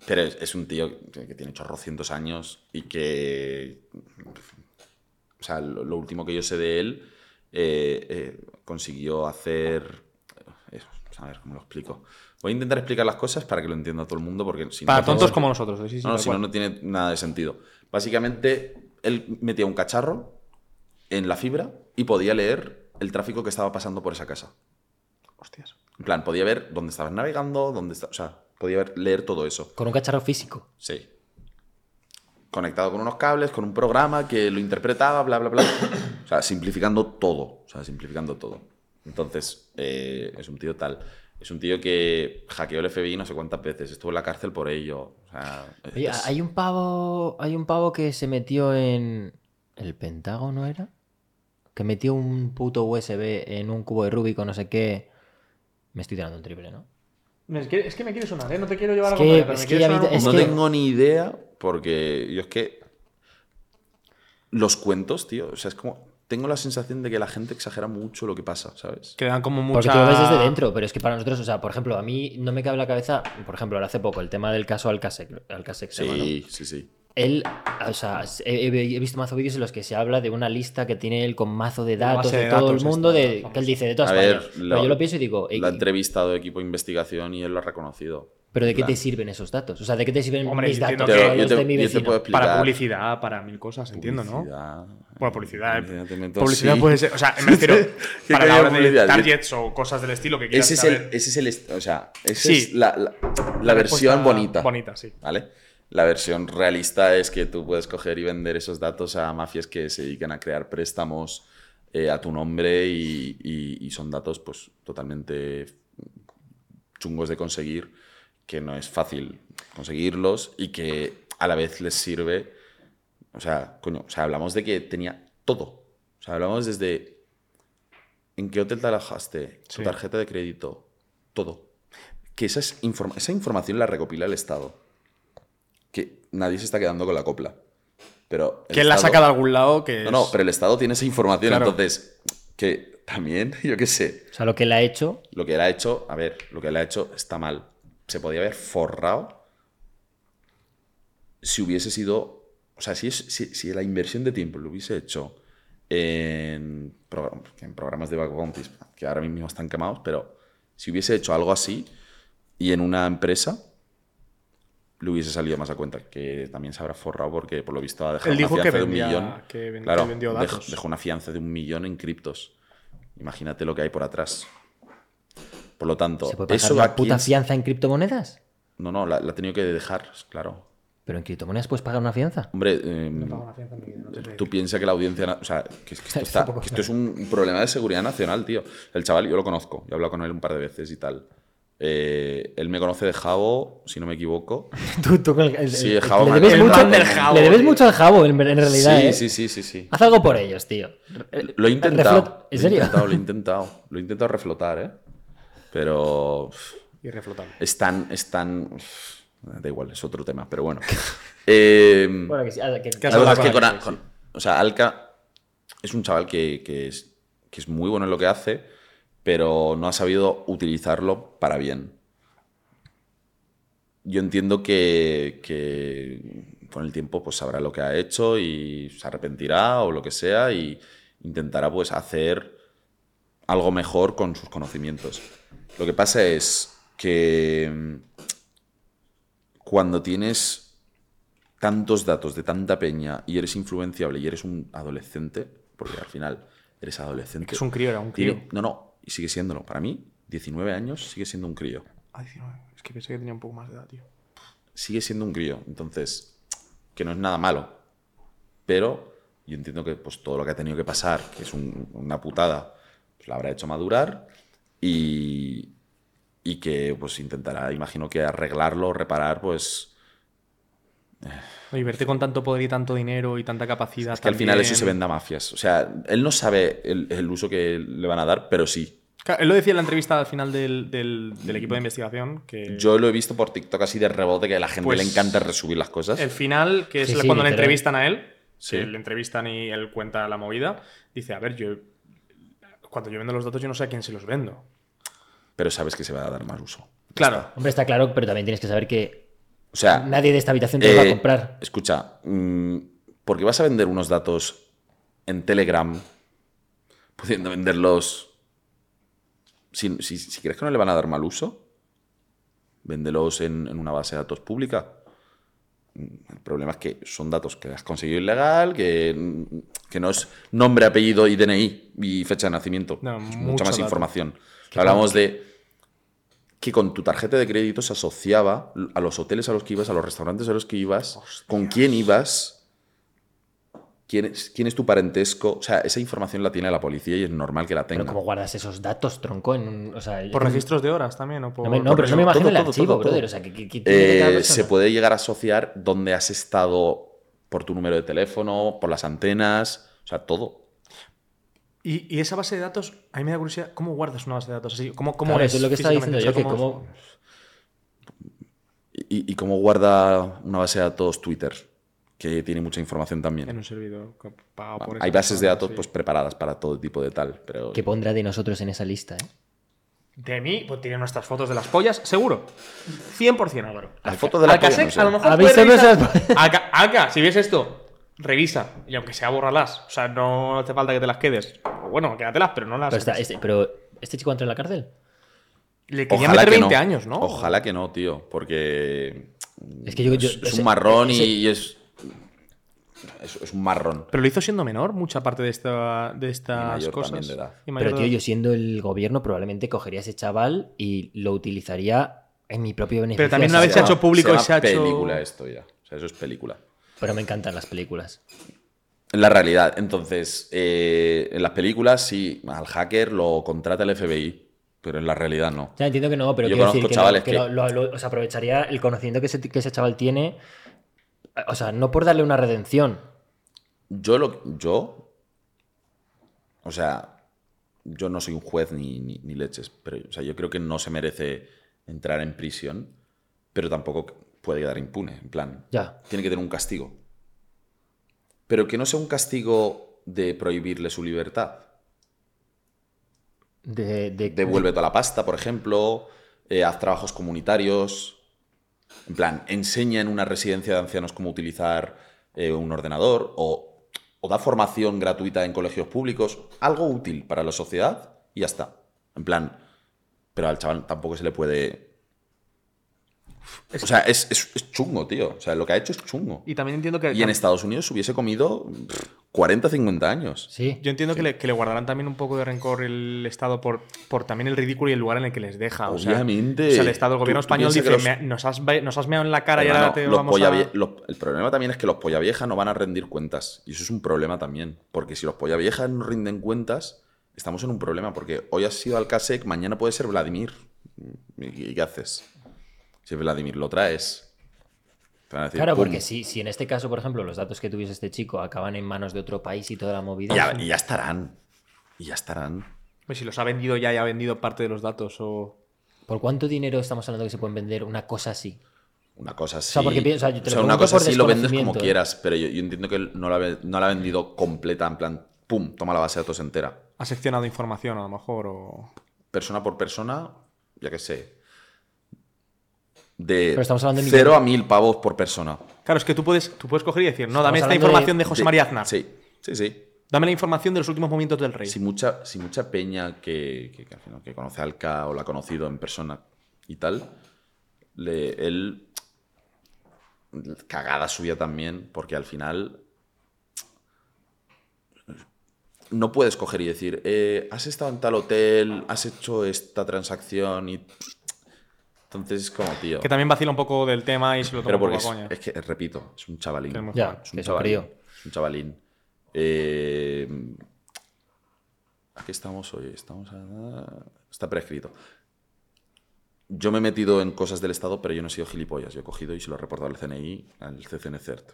Speaker 1: Pero es, es un tío que, que tiene 800 años y que. O sea, lo, lo último que yo sé de él eh, eh, consiguió hacer. eh, a ver, ¿cómo lo explico? Voy a intentar explicar las cosas para que lo entienda todo el mundo, porque si no-
Speaker 2: Para
Speaker 1: no.
Speaker 2: tontos como nosotros. sí, sí,
Speaker 1: No,
Speaker 2: tal
Speaker 1: si no,
Speaker 2: cual.
Speaker 1: no tiene nada de sentido. Básicamente, él metía un cacharro en la fibra y podía leer el tráfico que estaba pasando por esa casa.
Speaker 2: Hostias.
Speaker 1: En plan, podía ver dónde estabas navegando, dónde está, o sea, podía ver, leer todo eso.
Speaker 3: Con un cacharro físico.
Speaker 1: Sí. Conectado con unos cables, con un programa que lo interpretaba, bla, bla, bla. O sea, simplificando todo. O sea, simplificando todo. Entonces, eh, es un tío tal. Es un tío que hackeó el FBI no sé cuántas veces. Estuvo en la cárcel por ello. O sea, es-
Speaker 3: Oye,
Speaker 1: es-
Speaker 3: hay un pavo. Hay un pavo que se metió en. ¿El Pentágono era? Que metió un puto USB en un cubo de Rubik o no sé qué. Me estoy tirando un triple, ¿no?
Speaker 2: Es que, es que me quiere sonar, ¿eh? No te quiero llevar
Speaker 3: Es
Speaker 2: a la
Speaker 3: que-
Speaker 2: contraria, pero
Speaker 3: es
Speaker 2: me
Speaker 3: que
Speaker 2: quiere
Speaker 3: ya
Speaker 2: sonar
Speaker 3: vi-
Speaker 2: un
Speaker 3: es
Speaker 1: no
Speaker 2: poco.
Speaker 3: que-
Speaker 1: tengo ni idea porque yo es que... Los cuentos, tío. O sea, es como... Tengo la sensación de que la gente exagera mucho lo que pasa, ¿sabes?
Speaker 2: Que dan como mucha...
Speaker 3: Porque tú lo ves desde dentro, pero es que para nosotros, o sea, por ejemplo, a mí no me cabe en la cabeza, por ejemplo, ahora hace poco, el tema del caso Alcasec, Alcasec se llama, ¿no?
Speaker 1: Sí, sí, sí.
Speaker 3: Él, o sea, he, he- he visto mazo vídeos en los que se habla de una lista que tiene él con mazo de
Speaker 2: Una
Speaker 3: datos
Speaker 2: base
Speaker 3: de,
Speaker 2: de
Speaker 3: todo el
Speaker 2: datos
Speaker 3: mundo,
Speaker 2: esta,
Speaker 3: de,
Speaker 2: famosa.
Speaker 3: que él dice, de todas
Speaker 1: A ver,
Speaker 3: España.
Speaker 1: lo-
Speaker 3: Pero yo lo pienso y digo, "Ey,
Speaker 1: Lo ha entrevistado equipo de investigación y él lo ha reconocido.
Speaker 3: ¿pero de qué
Speaker 1: plan.
Speaker 3: te sirven esos datos? O sea, ¿de qué te sirven
Speaker 2: Hombre,
Speaker 3: mis
Speaker 2: yo
Speaker 3: datos?
Speaker 2: entiendo
Speaker 1: Te-
Speaker 2: que-
Speaker 3: los
Speaker 1: yo, te,
Speaker 3: de mi
Speaker 1: yo te
Speaker 3: vecino?
Speaker 1: puedo explicar.
Speaker 2: Para publicidad, para mil cosas, Pues entiendo, ¿no? Bueno, publicidad. eh.
Speaker 1: Publicidad, te meto-
Speaker 2: Publicidad
Speaker 1: sí.
Speaker 2: puede ser. O sea, me refiero
Speaker 1: ¿Qué coño
Speaker 2: para la
Speaker 1: de
Speaker 2: hora de
Speaker 1: publicidad?
Speaker 2: targets o cosas del estilo que quieras
Speaker 1: Ese es,
Speaker 2: saber.
Speaker 1: el, ese es el est- O sea, esa
Speaker 2: Sí.
Speaker 1: es la, la- la
Speaker 2: respuesta
Speaker 1: versión bonita.
Speaker 2: Bonita, sí.
Speaker 1: ¿Vale? La versión realista es que tú puedes coger y vender esos datos a mafias que se dedican a crear préstamos eh, a tu nombre y, y- y son datos pues totalmente chungos de conseguir, que no es fácil conseguirlos y que a la vez les sirve. O sea, coño, o sea, hablamos de que tenía todo. O sea, hablamos desde en qué hotel trabajaste, tu
Speaker 2: Sí.
Speaker 1: tarjeta de crédito, todo. Que esa, es informa- esa información la recopila el Estado. Que nadie se está quedando con la copla. Pero el
Speaker 2: Que él la
Speaker 1: Estado-
Speaker 2: saca de algún lado que
Speaker 1: No, no,
Speaker 2: es-
Speaker 1: pero el Estado tiene esa información.
Speaker 2: Claro.
Speaker 1: Entonces, que también, yo qué sé
Speaker 3: O sea, lo que él ha hecho,
Speaker 1: lo que él ha hecho, a ver, lo que él ha hecho está mal. Se podía haber forrado si hubiese sido. O sea, si, es- si, si la inversión de tiempo lo hubiese hecho en, progr- en programas de back bounties, que ahora mismo están quemados, pero si hubiese hecho algo así y en una empresa, le hubiese salido más a cuenta, que también se habrá forrado porque por lo visto ha dejado
Speaker 2: Él
Speaker 1: una
Speaker 2: dijo que
Speaker 1: fianza
Speaker 2: vendía-
Speaker 1: de un millón.
Speaker 2: que ven-
Speaker 1: claro,
Speaker 2: que vendió
Speaker 1: dej-
Speaker 2: datos.
Speaker 1: dejó una fianza de un millón en criptos. Imagínate lo que hay por atrás. Por lo tanto,
Speaker 3: ¿Se puede pagar
Speaker 1: eso
Speaker 3: una
Speaker 1: a quién
Speaker 3: puta
Speaker 1: se-
Speaker 3: fianza en criptomonedas?
Speaker 1: No, no, la, la ha tenido que dejar, claro.
Speaker 3: Pero en criptomonedas puedes pagar una fianza.
Speaker 1: Hombre, eh,
Speaker 2: No pago una fianza en mi vida, no te
Speaker 1: tú
Speaker 2: preocupes.
Speaker 1: piensas que la audiencia. na- O sea, que, es que esto, está-
Speaker 2: Tampoco
Speaker 1: que esto es un problema de seguridad nacional, tío. El chaval, yo lo conozco, yo he hablado con él un par de veces y tal. Eh, él me conoce de Jabo, si no me equivoco.
Speaker 3: Tú, tú con el, el-
Speaker 1: Sí,
Speaker 3: el-
Speaker 1: el jabo
Speaker 3: le
Speaker 1: me-
Speaker 3: debes
Speaker 1: el
Speaker 3: mucho,
Speaker 1: man del jabo,
Speaker 3: le debes
Speaker 1: tío.
Speaker 3: mucho al jabo en, en realidad.
Speaker 1: sí,
Speaker 3: ¿eh?
Speaker 1: sí, sí, sí, sí.
Speaker 3: Haz algo por ellos, tío. Eh,
Speaker 1: Lo he
Speaker 3: reflot-
Speaker 1: intentado.
Speaker 3: ¿En
Speaker 1: Lo he
Speaker 3: serio?
Speaker 1: intentado, lo he intentado. Lo he intentado reflotar, ¿eh? Pero. uf,
Speaker 2: Y reflotable.
Speaker 1: Es tan. Es tan- uf, Da igual, es otro tema, pero bueno. Eh,
Speaker 3: Bueno, que sí, ah, que-
Speaker 2: ¿Qué has
Speaker 1: La verdad es
Speaker 2: hablado
Speaker 1: que
Speaker 2: con
Speaker 1: con,
Speaker 2: Alca,
Speaker 1: Al- con- o sea, Alca es un chaval que, que es, que es muy bueno en lo que hace, pero no ha sabido utilizarlo para bien. Yo entiendo que, que con el tiempo pues sabrá lo que ha hecho y se arrepentirá o lo que sea y intentará pues hacer algo mejor con sus conocimientos. Lo que pasa es que mm, cuando tienes tantos datos de tanta peña y eres influenciable y eres un adolescente, porque al final eres adolescente.
Speaker 2: Que es un crío, era un
Speaker 1: tiene-
Speaker 2: crío.
Speaker 1: no, no, y sigue siéndolo. Para mí, 19 años sigue siendo un crío.
Speaker 2: Ah, 19. Es que pensé que tenía un poco más de edad, tío.
Speaker 1: Sigue siendo un crío. Entonces, que no es nada malo. Pero yo entiendo que pues, todo lo que ha tenido que pasar, que es un- una putada, pues, la habrá hecho madurar y, y que pues intentará, imagino que arreglarlo, reparar, pues...
Speaker 2: No, Y verte con tanto poder y tanto dinero y tanta capacidad.
Speaker 1: Es que al final
Speaker 2: también.
Speaker 1: eso se vende a mafias. O sea, él no sabe el, el uso que le van a dar, pero sí.
Speaker 2: Claro, Él lo decía en la entrevista al final del, del- del equipo de investigación, que
Speaker 1: Yo lo he visto por TikTok así de rebote, que a la gente
Speaker 2: Pues-
Speaker 1: le encanta resubir las cosas.
Speaker 2: el final, que es
Speaker 3: Sí,
Speaker 2: la-
Speaker 3: sí,
Speaker 2: cuando le
Speaker 3: literal.
Speaker 2: entrevistan a él,
Speaker 1: Sí.
Speaker 2: que le entrevistan y él cuenta la movida, dice, a ver, yo cuando yo vendo los datos yo no sé a quién se los vendo.
Speaker 1: Pero sabes que se va a dar más uso.
Speaker 2: Claro,
Speaker 3: Hombre, está claro, pero también tienes que saber que
Speaker 1: O sea,
Speaker 3: Ah, nadie de esta habitación te lo va a
Speaker 1: Eh,
Speaker 3: comprar.
Speaker 1: Escucha, mm, ¿por qué vas a vender unos datos en Telegram pudiendo venderlos? Si, si- si crees que no le van a dar mal uso, véndelos en, en una base de datos pública. Mm, El problema es que son datos que has conseguido ilegal, que, mm, que no es nombre, apellido y DNI y fecha de nacimiento.
Speaker 2: No,
Speaker 1: Es
Speaker 2: mucho
Speaker 1: mucha más
Speaker 2: dato.
Speaker 1: información. Hablamos de que con tu tarjeta de crédito se asociaba a los hoteles a los que ibas, a los restaurantes a los que ibas, con quién ibas, quién es, quién es tu parentesco. O sea, esa información la tiene la policía y es normal que la tenga.
Speaker 3: Pero ¿cómo guardas esos datos, tronco? En un- o sea,
Speaker 2: por
Speaker 3: yo-
Speaker 2: registros de horas también, o por...
Speaker 3: No, me- no, pero no me
Speaker 1: todo,
Speaker 3: imagino el
Speaker 1: todo, todo,
Speaker 3: archivo,
Speaker 1: todo.
Speaker 3: brother. O sea, que, que- que tiene que cada
Speaker 1: Eh,
Speaker 3: persona.
Speaker 1: se puede llegar a asociar dónde has estado por tu número de teléfono, por las antenas, o sea, todo.
Speaker 2: Y, y esa base de datos, a mí me da curiosidad, ¿cómo guardas una base de datos así? ¿Cómo, cómo
Speaker 3: Claro,
Speaker 2: es
Speaker 3: eso es lo que estaba diciendo
Speaker 2: físicamente?
Speaker 3: yo, que
Speaker 2: O sea, ¿cómo-
Speaker 3: como...
Speaker 1: ¿Y, y cómo guarda una base de datos Twitter? Que tiene mucha información también.
Speaker 2: En un servidor que paga por
Speaker 1: Hay
Speaker 2: esa
Speaker 1: bases de
Speaker 2: persona,
Speaker 1: datos
Speaker 2: sí.
Speaker 1: pues preparadas para todo tipo de tal, pero
Speaker 3: ¿Qué pondrá de nosotros en esa lista, eh?
Speaker 2: De mí, pues tiene nuestras fotos de las pollas, seguro. 100% Álvaro.
Speaker 1: Las fotos de la polla, no
Speaker 2: Alcasec,
Speaker 1: sé.
Speaker 2: a lo mejor.
Speaker 3: Avísame
Speaker 2: puede revisar-
Speaker 3: esas-
Speaker 2: Aca, Aca, si ves esto, revisa. Y aunque sea, bórralas. O sea, no hace falta que te las quedes. O Bueno, quédatelas, pero no las.
Speaker 3: Pero, está- este, pero, ¿este chico entra en la cárcel?
Speaker 2: Le quería meter 20 años, ¿no?
Speaker 1: Ojalá que no, tío, porque
Speaker 3: Es que yo- yo-
Speaker 1: Pues es, es
Speaker 3: ese-
Speaker 1: un marrón
Speaker 3: ese-
Speaker 1: y es, es es un marrón.
Speaker 2: Pero lo hizo siendo menor, mucha parte de, esta, de estas
Speaker 1: Y mayor
Speaker 2: cosas.
Speaker 1: también de edad.
Speaker 2: Y mayor
Speaker 3: Pero,
Speaker 2: de
Speaker 3: tío,
Speaker 2: edad.
Speaker 3: yo siendo el gobierno probablemente cogería a ese chaval y lo utilizaría en mi propio beneficio.
Speaker 2: Pero también una
Speaker 3: ¿sabes?
Speaker 2: vez se ha hecho público y
Speaker 1: llama
Speaker 2: se ha hecho-
Speaker 1: película esto ya. O sea, eso es película.
Speaker 3: Pero me encantan las películas.
Speaker 1: En la realidad, entonces, eh, en las películas sí, al hacker lo contrata el FBI, pero en la realidad no.
Speaker 3: Ya entiendo que no, pero
Speaker 1: Yo
Speaker 3: quiero
Speaker 1: conozco
Speaker 3: decir que,
Speaker 1: chavales
Speaker 3: lo- que
Speaker 1: que-
Speaker 3: lo- lo- lo- o sea, aprovecharía el conocimiento que ese, que ese chaval tiene. O sea, no por darle una redención.
Speaker 1: Yo lo. Yo. O sea. Yo no soy un juez ni, ni- ni leches. Pero, o sea, yo creo que no se merece entrar en prisión. Pero tampoco puede quedar impune. En plan.
Speaker 3: Ya.
Speaker 1: Tiene que tener un castigo. Pero que no sea un castigo de prohibirle su libertad.
Speaker 3: De, de-
Speaker 1: Devuelve toda la pasta, por ejemplo. eh, haz trabajos comunitarios. En plan, enseña en una residencia de ancianos cómo utilizar eh, un ordenador. O, o da formación gratuita en colegios públicos. Algo útil para la sociedad y ya está. En plan, pero al chaval tampoco se le puede O sea, es, es- es chungo, tío. O sea, lo que ha hecho es chungo.
Speaker 2: Y también entiendo que.
Speaker 1: Y en Estados Unidos hubiese comido pff, 40, 50 años.
Speaker 3: Sí.
Speaker 2: Yo entiendo que, le, que le guardarán también un poco de rencor el Estado por, por también el ridículo y el lugar en el que les deja. o sea-
Speaker 1: Obviamente.
Speaker 2: O sea, el Estado, el gobierno
Speaker 1: Tú- tú
Speaker 2: español
Speaker 1: piensa
Speaker 2: dice:
Speaker 1: que los-
Speaker 2: "Me- nos, has, ve- nos has meado en la cara y
Speaker 1: Hermano,
Speaker 2: ahora te
Speaker 1: los
Speaker 2: vamos
Speaker 1: polla
Speaker 2: a.
Speaker 1: vie- los- el problema también es que los polla vieja no van a rendir cuentas. Y eso es un problema también. Porque si los polla vieja no rinden cuentas, estamos en un problema. Porque hoy has sido Alcasec, E mañana puede ser Vladimir. ¿Y y qué haces? Si Vladimir lo traes. Te van a decir,
Speaker 3: Claro,
Speaker 1: "Pum".
Speaker 3: porque si, si en este caso, por ejemplo, los datos que tuviese este chico acaban en manos de otro país y toda la movida.
Speaker 1: Y ya,
Speaker 3: es un-
Speaker 1: y ya estarán. Y ya estarán.
Speaker 2: Pues si los ha vendido ya y ha vendido parte de los datos o.
Speaker 3: ¿Por cuánto dinero estamos hablando que se pueden vender una cosa así?
Speaker 1: Una cosa así.
Speaker 3: sea, porque pienso- o sea, yo te lo
Speaker 1: una
Speaker 3: pregunto
Speaker 1: cosa
Speaker 3: por
Speaker 1: así lo vendes como
Speaker 3: desconocimiento, ¿eh?
Speaker 1: quieras, pero yo, yo entiendo que no la, ha ve- no la ha vendido completa, en plan, pum, toma la base de datos entera.
Speaker 2: Ha seccionado información a lo mejor o.
Speaker 1: persona por persona, ya que sé, de
Speaker 3: Pero estamos hablando de
Speaker 1: 0
Speaker 3: millones.
Speaker 1: a 1000 pavos por persona.
Speaker 2: Claro, es que tú puedes, tú puedes coger y decir: No, dame
Speaker 3: Estamos
Speaker 2: esta
Speaker 3: hablando
Speaker 2: información de, José
Speaker 1: De-
Speaker 2: María Aznar.
Speaker 1: Sí, sí, sí.
Speaker 2: Dame la información de los últimos momentos del rey.
Speaker 1: Si mucha, si mucha peña que, que, que al final que conoce a Alca o la ha conocido en persona y tal, le, él cagada suya también, porque al final no puedes coger y decir, eh, has estado en tal hotel, has hecho esta transacción y... Entonces es como, tío...
Speaker 2: Que también vacila un poco del tema y se lo toma
Speaker 1: Pero
Speaker 2: un
Speaker 1: porque
Speaker 2: poco a
Speaker 1: es,
Speaker 2: coña.
Speaker 1: es que, repito, es un chavalín.
Speaker 2: Tenemos-
Speaker 3: Ya,
Speaker 1: Es
Speaker 3: que
Speaker 1: un
Speaker 3: es un
Speaker 1: chavalín.
Speaker 3: crío.
Speaker 1: Es un chavalín. Eh, ¿A qué estamos hoy? Estamos a- Está prescrito. Yo me he metido en cosas del Estado, pero yo no he sido gilipollas. Yo he cogido y se lo he reportado al CNI, al CCNCERT. E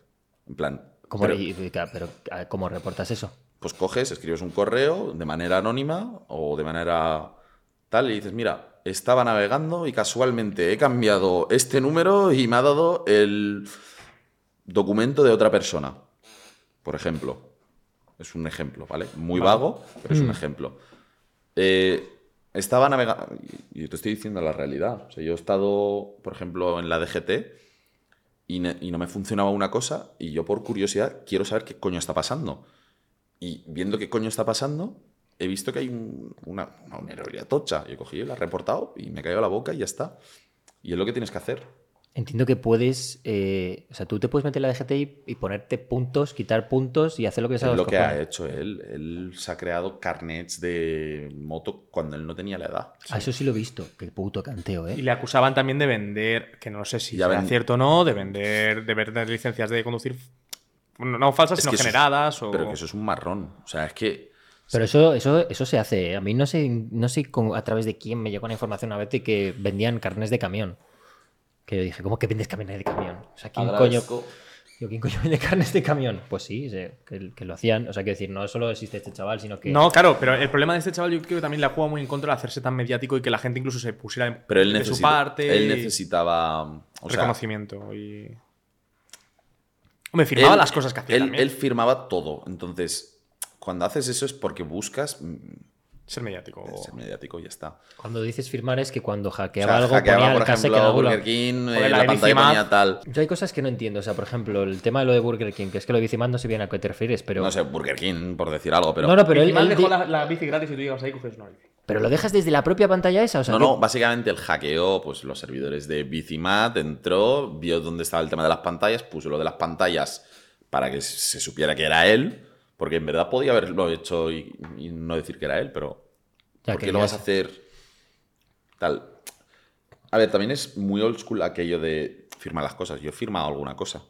Speaker 1: En plan,
Speaker 3: ¿Cómo,
Speaker 1: pero-
Speaker 3: y- ca- pero, ah, ¿Cómo reportas eso?
Speaker 1: pues coges, escribes un correo de manera anónima o de manera tal y dices, mira, estaba navegando y casualmente he cambiado este número y me ha dado el documento de otra persona. Por ejemplo. Es un ejemplo, ¿vale? Muy vago, pero es un ejemplo. Eh, estaba navegando... Y y te estoy diciendo la realidad. O sea, yo he estado, por ejemplo, en la DGT y, ne- y no me funcionaba una cosa y yo por curiosidad quiero saber qué coño está pasando. Y viendo qué coño está pasando, he visto que hay un- una, una vulnerabilidad tocha. Yo he cogido y la he reportado y me he caído a la boca y ya está. Y es lo que tienes que hacer.
Speaker 3: Entiendo que puedes. eh, o sea, tú te puedes meter en la DGTI y ponerte puntos, quitar puntos y hacer lo que
Speaker 1: Es
Speaker 3: sea.
Speaker 1: lo que ha hecho él. Él se ha creado carnets de moto cuando él no tenía la edad.
Speaker 3: A Ah, eso sí lo he visto. Qué puto canteo,
Speaker 2: Y
Speaker 3: ¿eh?
Speaker 2: le acusaban también de vender, que no sé si
Speaker 1: Ya
Speaker 2: era
Speaker 1: ven-
Speaker 2: cierto o no, de vender, de vender licencias de conducir no, no falsas,
Speaker 1: Es
Speaker 2: sino
Speaker 1: que eso es-
Speaker 2: generadas. o...
Speaker 1: Pero que eso es un marrón. O sea, es que
Speaker 3: Pero eso, eso, eso se hace. ¿eh? A mí no sé, no sé cómo- a través de quién me llegó la información una vez de que vendían carnes de camión. Que yo dije, ¿cómo que vendes carnes de camión? O sea, ¿quién coño,
Speaker 1: agradezco,
Speaker 3: digo, ¿quién coño vende carnes de camión? Pues sí, sé que, que lo hacían. O sea, quiero decir, no solo existe este chaval, sino que.
Speaker 2: No, claro, pero el problema de este chaval yo creo que también le ha jugado muy en contra de hacerse tan mediático y que la gente incluso se pusiera en-
Speaker 1: pero él,
Speaker 2: de
Speaker 1: necesita-
Speaker 2: su parte.
Speaker 1: él
Speaker 2: y
Speaker 1: necesitaba... o sea,
Speaker 2: reconocimiento. Y... Hombre, firmaba
Speaker 1: Él-
Speaker 2: las cosas que hacía.
Speaker 1: él-
Speaker 2: también,
Speaker 1: él firmaba todo. Entonces, cuando haces eso es porque buscas mm,
Speaker 2: ser mediático.
Speaker 1: ser mediático y ya está.
Speaker 3: Cuando dices firmar es que cuando
Speaker 1: O
Speaker 3: hackeaba
Speaker 1: sea,
Speaker 3: algo
Speaker 1: hackeaba,
Speaker 3: ponía el
Speaker 1: por
Speaker 3: case que
Speaker 1: ejemplo,
Speaker 3: en algún
Speaker 1: Burger
Speaker 3: lado.
Speaker 1: King, eh,
Speaker 2: Joder, la
Speaker 1: la
Speaker 2: de
Speaker 1: pantalla
Speaker 2: Bizimap.
Speaker 1: ponía tal.
Speaker 3: Yo hay cosas que no entiendo. O sea, por ejemplo, el tema de lo de Burger King, que es que lo de Bizimad no sé bien a qué te refieres, pero.
Speaker 1: No sé, Burger King, por decir algo, pero.
Speaker 3: no, no, pero él. él di-
Speaker 2: bici gratis y tú llegas ahí y coges una bici.
Speaker 3: Pero lo dejas desde la propia pantalla esa, o sea.
Speaker 1: No,
Speaker 3: que-
Speaker 1: no, básicamente el hackeo, pues los servidores de Bicimat entró, vio dónde estaba el tema de las pantallas, puso lo de las pantallas para que se supiera que era él, porque en verdad podía haberlo hecho y, y no decir que era él, pero
Speaker 3: Ya
Speaker 1: ¿por
Speaker 3: que
Speaker 1: qué lo
Speaker 3: ya
Speaker 1: vas a
Speaker 3: sé.
Speaker 1: hacer tal? A ver, también es muy old school aquello de firmar las cosas. Yo he firmado alguna cosa.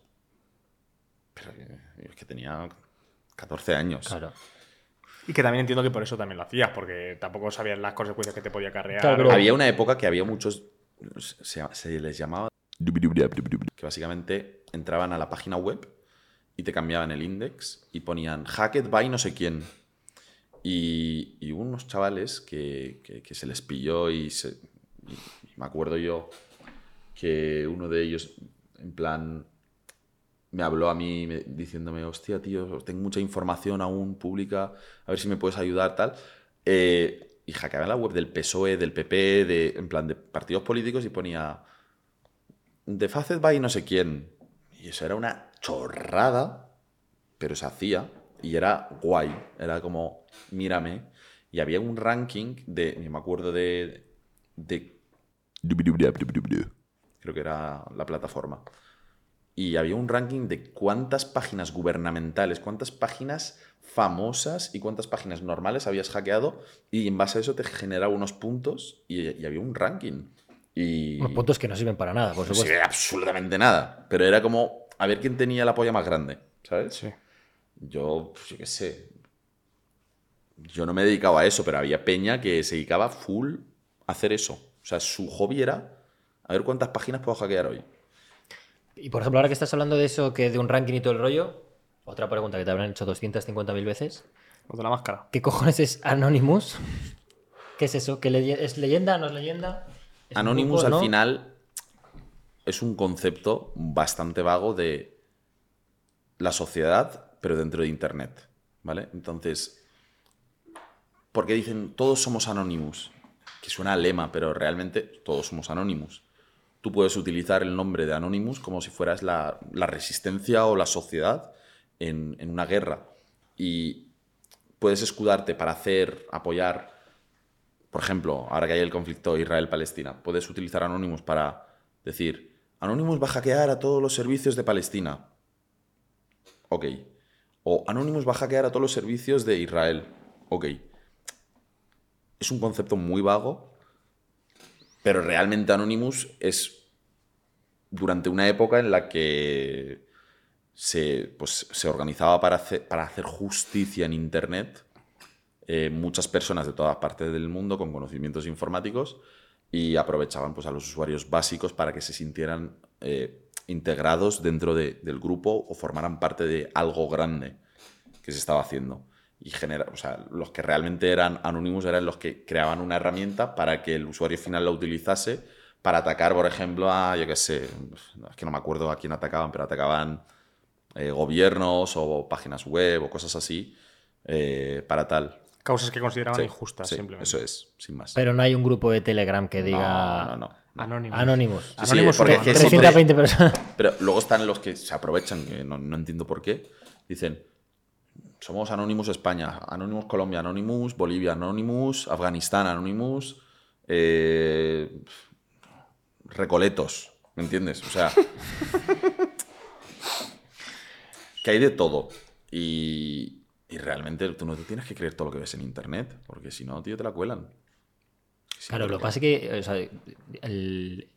Speaker 1: Pero eh, es que tenía 14 años.
Speaker 3: Claro.
Speaker 2: Y que también entiendo que por eso también lo hacías, porque tampoco sabías las consecuencias que te podía acarrear.
Speaker 3: Claro, pero-
Speaker 1: Había una época que había muchos. Se, se les llamaba. Que básicamente entraban a la página web y te cambiaban el index y ponían hacked by no sé quién. Y, y hubo unos chavales que, que- que se les pilló y, se, y- y me acuerdo yo que uno de ellos, en plan, me habló a mí me- diciéndome, hostia, tío, tengo mucha información aún pública, a ver si me puedes ayudar, tal. Eh, y hackeaba la web del PSOE, E, del PP, de, en plan, de partidos políticos y ponía, de Facet by no sé quién. Y eso era una chorrada, pero se hacía y era guay. Era como, mírame. Y había un ranking de, ni me acuerdo de, de creo que era la plataforma. Y había un ranking de cuántas páginas gubernamentales, cuántas páginas famosas y cuántas páginas normales habías hackeado y en base a eso te generaba unos puntos y, y había un ranking. Y
Speaker 3: Unos puntos que no sirven para nada, por
Speaker 1: no
Speaker 3: supuesto.
Speaker 1: sirve absolutamente nada, pero era como a ver quién tenía la polla más grande, ¿sabes?
Speaker 2: Sí.
Speaker 1: Yo, pues, yo qué sé. Yo no me dedicaba a eso, pero había peña que se dedicaba full a hacer eso. O sea, su hobby era a ver cuántas páginas puedo hackear hoy.
Speaker 3: Y por ejemplo, ahora que estás hablando de eso, que de un ranking y todo el rollo, otra pregunta que te habrán hecho 250.000 veces.
Speaker 2: Lo de la máscara.
Speaker 3: ¿Qué cojones es Anonymous? ¿Qué es eso? ¿Que le- ¿Es leyenda? ¿No es leyenda? ¿Es un
Speaker 1: Anonymous
Speaker 3: grupo,
Speaker 1: al
Speaker 3: no?
Speaker 1: final es un concepto bastante vago de la sociedad, pero dentro de Internet. ¿Vale? Entonces, ¿por qué dicen todos somos Anonymous? Que suena a lema, pero realmente todos somos Anonymous. Tú puedes utilizar el nombre de Anonymous como si fueras la, la resistencia o la sociedad en, en una guerra. Y puedes escudarte para hacer, apoyar por ejemplo, ahora que hay el conflicto Israel-Palestina, puedes utilizar Anonymous para decir, Anonymous va a hackear a todos los servicios de Palestina. Ok. O Anonymous va a hackear a todos los servicios de Israel. Ok. Es un concepto muy vago, pero realmente Anonymous es durante una época en la que se, pues, se organizaba para hacer- para hacer justicia en Internet eh, muchas personas de todas partes del mundo con conocimientos informáticos y aprovechaban pues, a los usuarios básicos para que se sintieran eh, integrados dentro de- del grupo o formaran parte de algo grande que se estaba haciendo. Y genera, o sea, los que realmente eran anónimos eran los que creaban una herramienta para que el usuario final la utilizase para atacar, por ejemplo, a, yo qué sé, es que no me acuerdo a quién atacaban, pero atacaban eh, gobiernos o páginas web o cosas así eh, para tal.
Speaker 2: Causas que consideraban
Speaker 1: Sí,
Speaker 2: injustas,
Speaker 1: sí,
Speaker 2: simplemente.
Speaker 1: Eso es, sin más.
Speaker 3: Pero no hay un grupo de Telegram que diga
Speaker 1: No, no, no.
Speaker 2: Anónimo.
Speaker 3: Anonymous.
Speaker 1: Sí, sí,
Speaker 2: Anonymous
Speaker 1: porque
Speaker 2: uno,
Speaker 1: es que
Speaker 2: Anonymous
Speaker 1: siempre-
Speaker 3: 320 personas.
Speaker 1: Pero luego están los que se aprovechan, que no, no entiendo por qué. Dicen, somos Anonymous España, Anonymous Colombia, Anonymous Bolivia, Anonymous Afganistán, Anonymous eh, Recoletos, ¿me entiendes? O sea, que hay de todo. Y, y realmente tú no te tienes que creer todo lo que ves en Internet, porque si no, tío, te la cuelan. Sí,
Speaker 3: Claro, lo
Speaker 1: porque-
Speaker 3: que pasa es que o sea, el-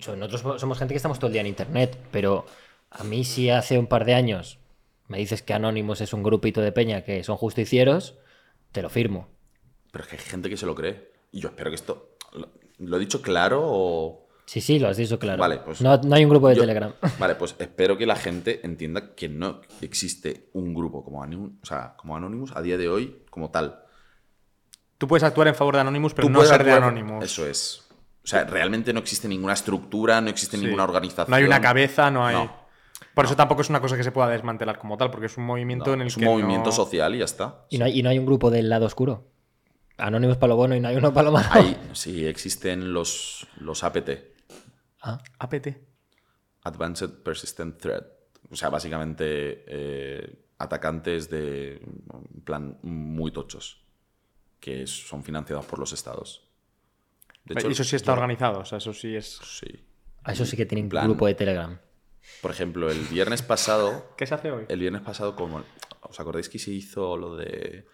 Speaker 3: so- nosotros somos gente que estamos todo el día en internet, pero a mí si hace un par de años me dices que Anonymous es un grupito de peña que son justicieros, te lo firmo.
Speaker 1: Pero es que hay gente que se lo cree. Y yo espero que esto. ¿Lo, lo he dicho claro o.?
Speaker 3: Sí, sí, lo has dicho claro.
Speaker 1: Vale, pues-
Speaker 3: no, no hay un grupo de
Speaker 1: Yo-
Speaker 3: Telegram.
Speaker 1: Vale, pues espero que la gente entienda que no existe un grupo como Anonymous, o sea, como Anonymous a día de hoy como tal.
Speaker 2: Tú puedes actuar en favor de Anonymous, pero
Speaker 1: Tú
Speaker 2: no
Speaker 1: puedes
Speaker 2: ser de
Speaker 1: actuar-
Speaker 2: Anonymous.
Speaker 1: Eso es. O sea, realmente no existe ninguna estructura, no existe
Speaker 2: Sí.
Speaker 1: ninguna organización.
Speaker 2: No hay una cabeza, no hay.
Speaker 1: No.
Speaker 2: Por eso tampoco es una cosa que se pueda desmantelar como tal, porque es un
Speaker 1: No,
Speaker 2: movimiento en el
Speaker 1: es
Speaker 2: que.
Speaker 1: un movimiento
Speaker 2: no-
Speaker 1: social y ya está.
Speaker 3: Y no, hay, y no hay un grupo del lado oscuro. Anonymous para lo bueno y no hay uno para lo malo.
Speaker 1: Hay, sí, existen los, los APT.
Speaker 3: Ah,
Speaker 2: APT.
Speaker 1: Advanced Persistent Threat. O sea, básicamente eh, atacantes de en plan muy tochos, que son financiados por los estados. De hecho,
Speaker 2: eso sí está organizado, o sea, eso sí es.
Speaker 1: sí.
Speaker 3: a eso sí que tienen un
Speaker 1: plan-
Speaker 3: grupo de Telegram.
Speaker 1: Por ejemplo, el viernes pasado,
Speaker 2: ¿Qué se hace hoy?
Speaker 1: el viernes pasado como os acordáis que se hizo lo de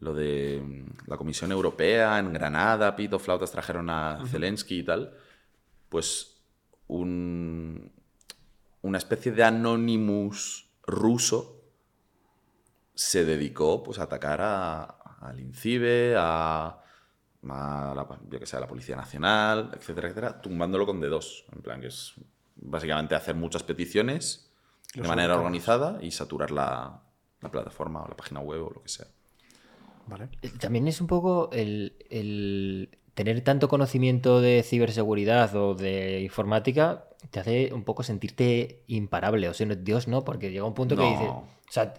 Speaker 1: lo de mm, la Comisión Europea en Granada, pito flautas trajeron a Zelensky y tal, pues un una especie de Anonymous ruso se dedicó pues a atacar a- al INCIBE, a, a la, yo que sé, a la Policía Nacional, etcétera, etcétera, tumbándolo con dedos. En plan, que es básicamente hacer muchas peticiones de
Speaker 2: Los
Speaker 1: manera
Speaker 2: saboteos.
Speaker 1: organizada y saturar la, la plataforma o la página web o lo que sea.
Speaker 2: Vale.
Speaker 3: Eh, También es un poco el, el tener tanto conocimiento de ciberseguridad o de informática te hace un poco sentirte imparable. O sea, no- Dios no, porque llega un punto que
Speaker 1: No.
Speaker 3: dices. O sea,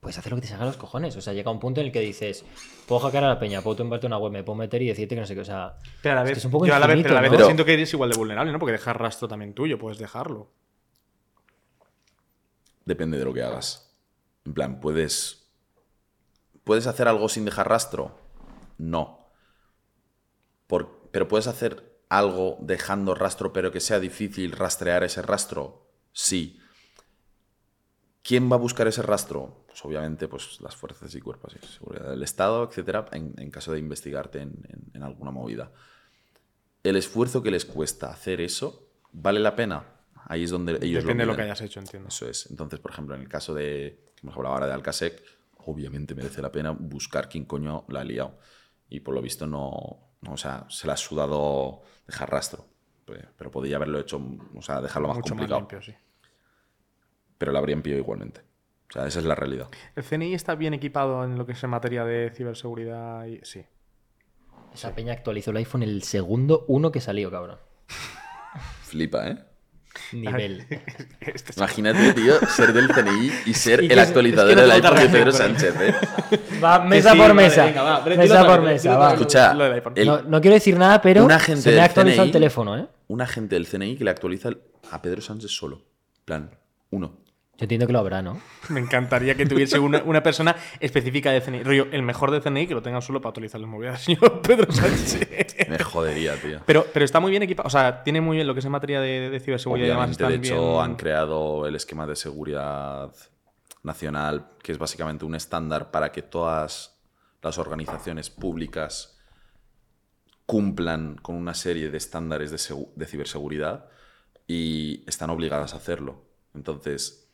Speaker 3: puedes hacer lo que te salga a los cojones. O sea, llega un punto en el que dices, puedo hackear a la peña, puedo tumbarte una web, me puedo meter y decirte que no sé qué. O sea,
Speaker 2: Pero a la
Speaker 3: Es que
Speaker 2: vez,
Speaker 3: es un poco
Speaker 2: yo a la vez, pero a la
Speaker 3: infinito,
Speaker 2: vez
Speaker 3: ¿no?
Speaker 1: Pero-
Speaker 2: siento que eres igual de vulnerable, ¿no? Porque dejar rastro también tuyo, puedes dejarlo.
Speaker 1: Depende de lo que hagas. En plan, puedes. ¿Puedes hacer algo sin dejar rastro? No. Por- pero puedes hacer algo dejando rastro, pero que sea difícil rastrear ese rastro? Sí. ¿Quién va a buscar ese rastro? Pues obviamente pues, las fuerzas y cuerpos de seguridad del Estado, etcétera, en, en caso de investigarte en, en- en alguna movida. El esfuerzo que les cuesta hacer eso, ¿vale la pena? Ahí es donde ellos
Speaker 2: Depende de lo que
Speaker 1: miden.
Speaker 2: hayas hecho, entiendo.
Speaker 1: Eso es. Entonces, por ejemplo, en el caso de, que hemos hablado ahora de Alcasec, obviamente merece la pena buscar quién coño la ha liado. Y por lo visto no, no, o sea, se la ha sudado dejar rastro. Pues, Pero podía haberlo hecho, o sea, dejarlo más
Speaker 2: Mucho
Speaker 1: complicado.
Speaker 2: más limpio, sí.
Speaker 1: pero la habría pillado igualmente. O sea, esa es la realidad.
Speaker 2: ¿El CNI está bien equipado en lo que es en materia de ciberseguridad? y- Sí.
Speaker 3: Esa peña actualizó el iPhone el segundo uno que salió, cabrón.
Speaker 1: Flipa, ¿eh?
Speaker 3: Nivel.
Speaker 2: Este es-
Speaker 1: Imagínate, tío, ser del CNI y ser
Speaker 3: Y que-
Speaker 1: el actualizador
Speaker 3: es que no
Speaker 1: del
Speaker 3: tengo
Speaker 1: iPhone de Pedro
Speaker 3: cargador,
Speaker 1: Sánchez,
Speaker 3: pero-
Speaker 1: ¿eh?
Speaker 3: Va, mesa
Speaker 2: sí,
Speaker 3: por
Speaker 2: vale,
Speaker 3: mesa.
Speaker 2: venga, va, pero dilo
Speaker 3: mesa
Speaker 2: otra
Speaker 3: por
Speaker 2: vez,
Speaker 3: mesa,
Speaker 2: dilo
Speaker 3: va.
Speaker 2: otra vez.
Speaker 1: Escucha,
Speaker 2: Lo del iPhone.
Speaker 1: el-
Speaker 3: No, no quiero decir nada, pero
Speaker 1: Un agente
Speaker 3: se me ha
Speaker 1: del
Speaker 3: actualizado el
Speaker 1: CNI.
Speaker 3: teléfono, ¿eh?
Speaker 1: un agente del CNI que le actualiza a Pedro Sánchez solo. Plan, uno.
Speaker 3: Yo entiendo que lo habrá, ¿no?
Speaker 2: Me encantaría que tuviese una, una persona específica de CNI. Rollo, el mejor de CNI que lo tengan solo para actualizar las movidas, señor Pedro Sánchez.
Speaker 1: Me jodería, tío.
Speaker 2: pero, pero está muy bien equipado. O sea, tiene muy bien lo que es en materia de, de ciberseguridad y demás.
Speaker 1: Obviamente, de
Speaker 2: están
Speaker 1: hecho,
Speaker 2: bien-
Speaker 1: han creado el esquema de seguridad nacional, que es básicamente un estándar para que todas las organizaciones públicas cumplan con una serie de estándares de, segu- de ciberseguridad y están obligadas a hacerlo. Entonces,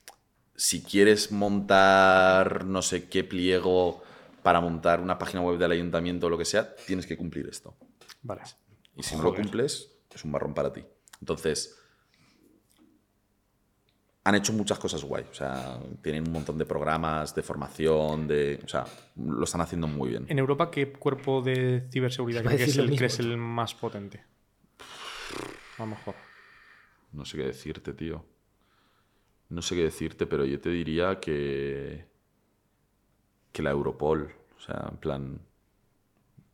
Speaker 1: si quieres montar no sé qué pliego para montar una página web del ayuntamiento o lo que sea, tienes que cumplir esto.
Speaker 2: Vale.
Speaker 1: Y si no lo
Speaker 2: Joder.
Speaker 1: cumples, es un marrón para ti. Entonces, han hecho muchas cosas guay. O sea, tienen un montón de programas de formación, de. O sea, lo están haciendo muy bien.
Speaker 2: En Europa, ¿qué cuerpo de ciberseguridad
Speaker 3: Iba a
Speaker 2: crees que es
Speaker 3: decir lo
Speaker 2: el, que
Speaker 3: mismo,
Speaker 2: es el más potente? A lo mejor.
Speaker 1: No sé qué decirte, tío. No sé qué decirte, pero yo te diría que. que la Europol. O sea, en plan.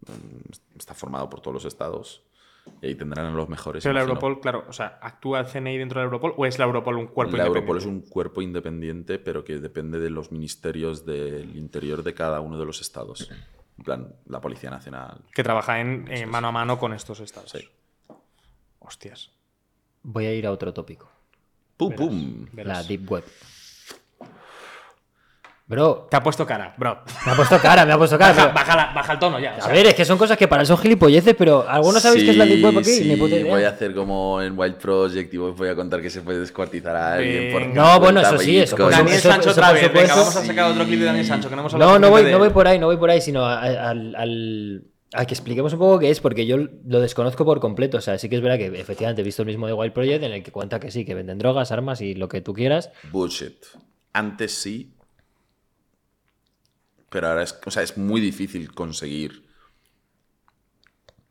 Speaker 1: mm, Está formado por todos los estados. Y ahí tendrán a los mejores.
Speaker 2: Pero la
Speaker 1: imagino.
Speaker 2: Europol, claro, o sea, ¿actúa el CNI dentro de la Europol o es la Europol un cuerpo
Speaker 1: la
Speaker 2: independiente?
Speaker 1: Europol es un cuerpo independiente, pero que depende de los ministerios del interior de cada uno de los estados. En plan, la Policía Nacional.
Speaker 2: Que trabaja en, eh, mano a mano con estos estados.
Speaker 1: Sí.
Speaker 2: Hostias.
Speaker 3: Voy a ir a otro tópico.
Speaker 1: ¡Pum,
Speaker 2: Verás,
Speaker 1: pum!
Speaker 2: verás.
Speaker 3: La Deep Web. Bro,
Speaker 2: Te ha puesto cara, bro.
Speaker 3: me ha puesto cara, me ha puesto cara.
Speaker 2: Baja,
Speaker 3: pero-
Speaker 2: baja, la- baja el tono ya. o
Speaker 3: A
Speaker 2: sea,
Speaker 3: ver, es que son cosas que para él son gilipolleces, pero algunos sabéis que es la Deep Web aquí?
Speaker 1: Sí,
Speaker 3: Ni puta
Speaker 1: sí,
Speaker 3: idea.
Speaker 1: voy a hacer como en Wild Project y os voy a contar que se puede descuartizar a alguien. por
Speaker 2: Venga.
Speaker 3: No, bueno,
Speaker 1: cuenta,
Speaker 3: eso sí, eso,
Speaker 1: pellizcos.
Speaker 3: por
Speaker 2: Daniel
Speaker 3: eso-
Speaker 2: Sancho
Speaker 3: eso
Speaker 2: otra
Speaker 3: por
Speaker 2: vez. Venga,
Speaker 3: supuesto.
Speaker 2: vamos a sacar otro clip de Daniel Sancho, que no hemos hablado
Speaker 3: No, no voy,
Speaker 2: suficiente
Speaker 3: no
Speaker 2: de
Speaker 3: voy
Speaker 2: él.
Speaker 3: por ahí, no voy por ahí, sino a, a- al, al- a que expliquemos un poco qué es, porque yo lo desconozco por completo. O sea, sí que es verdad que efectivamente he visto el mismo de Wild Project en el que cuenta que sí, que venden drogas, armas y lo que tú quieras.
Speaker 1: Bullshit. Antes sí. Pero ahora es, o sea, es muy difícil conseguir.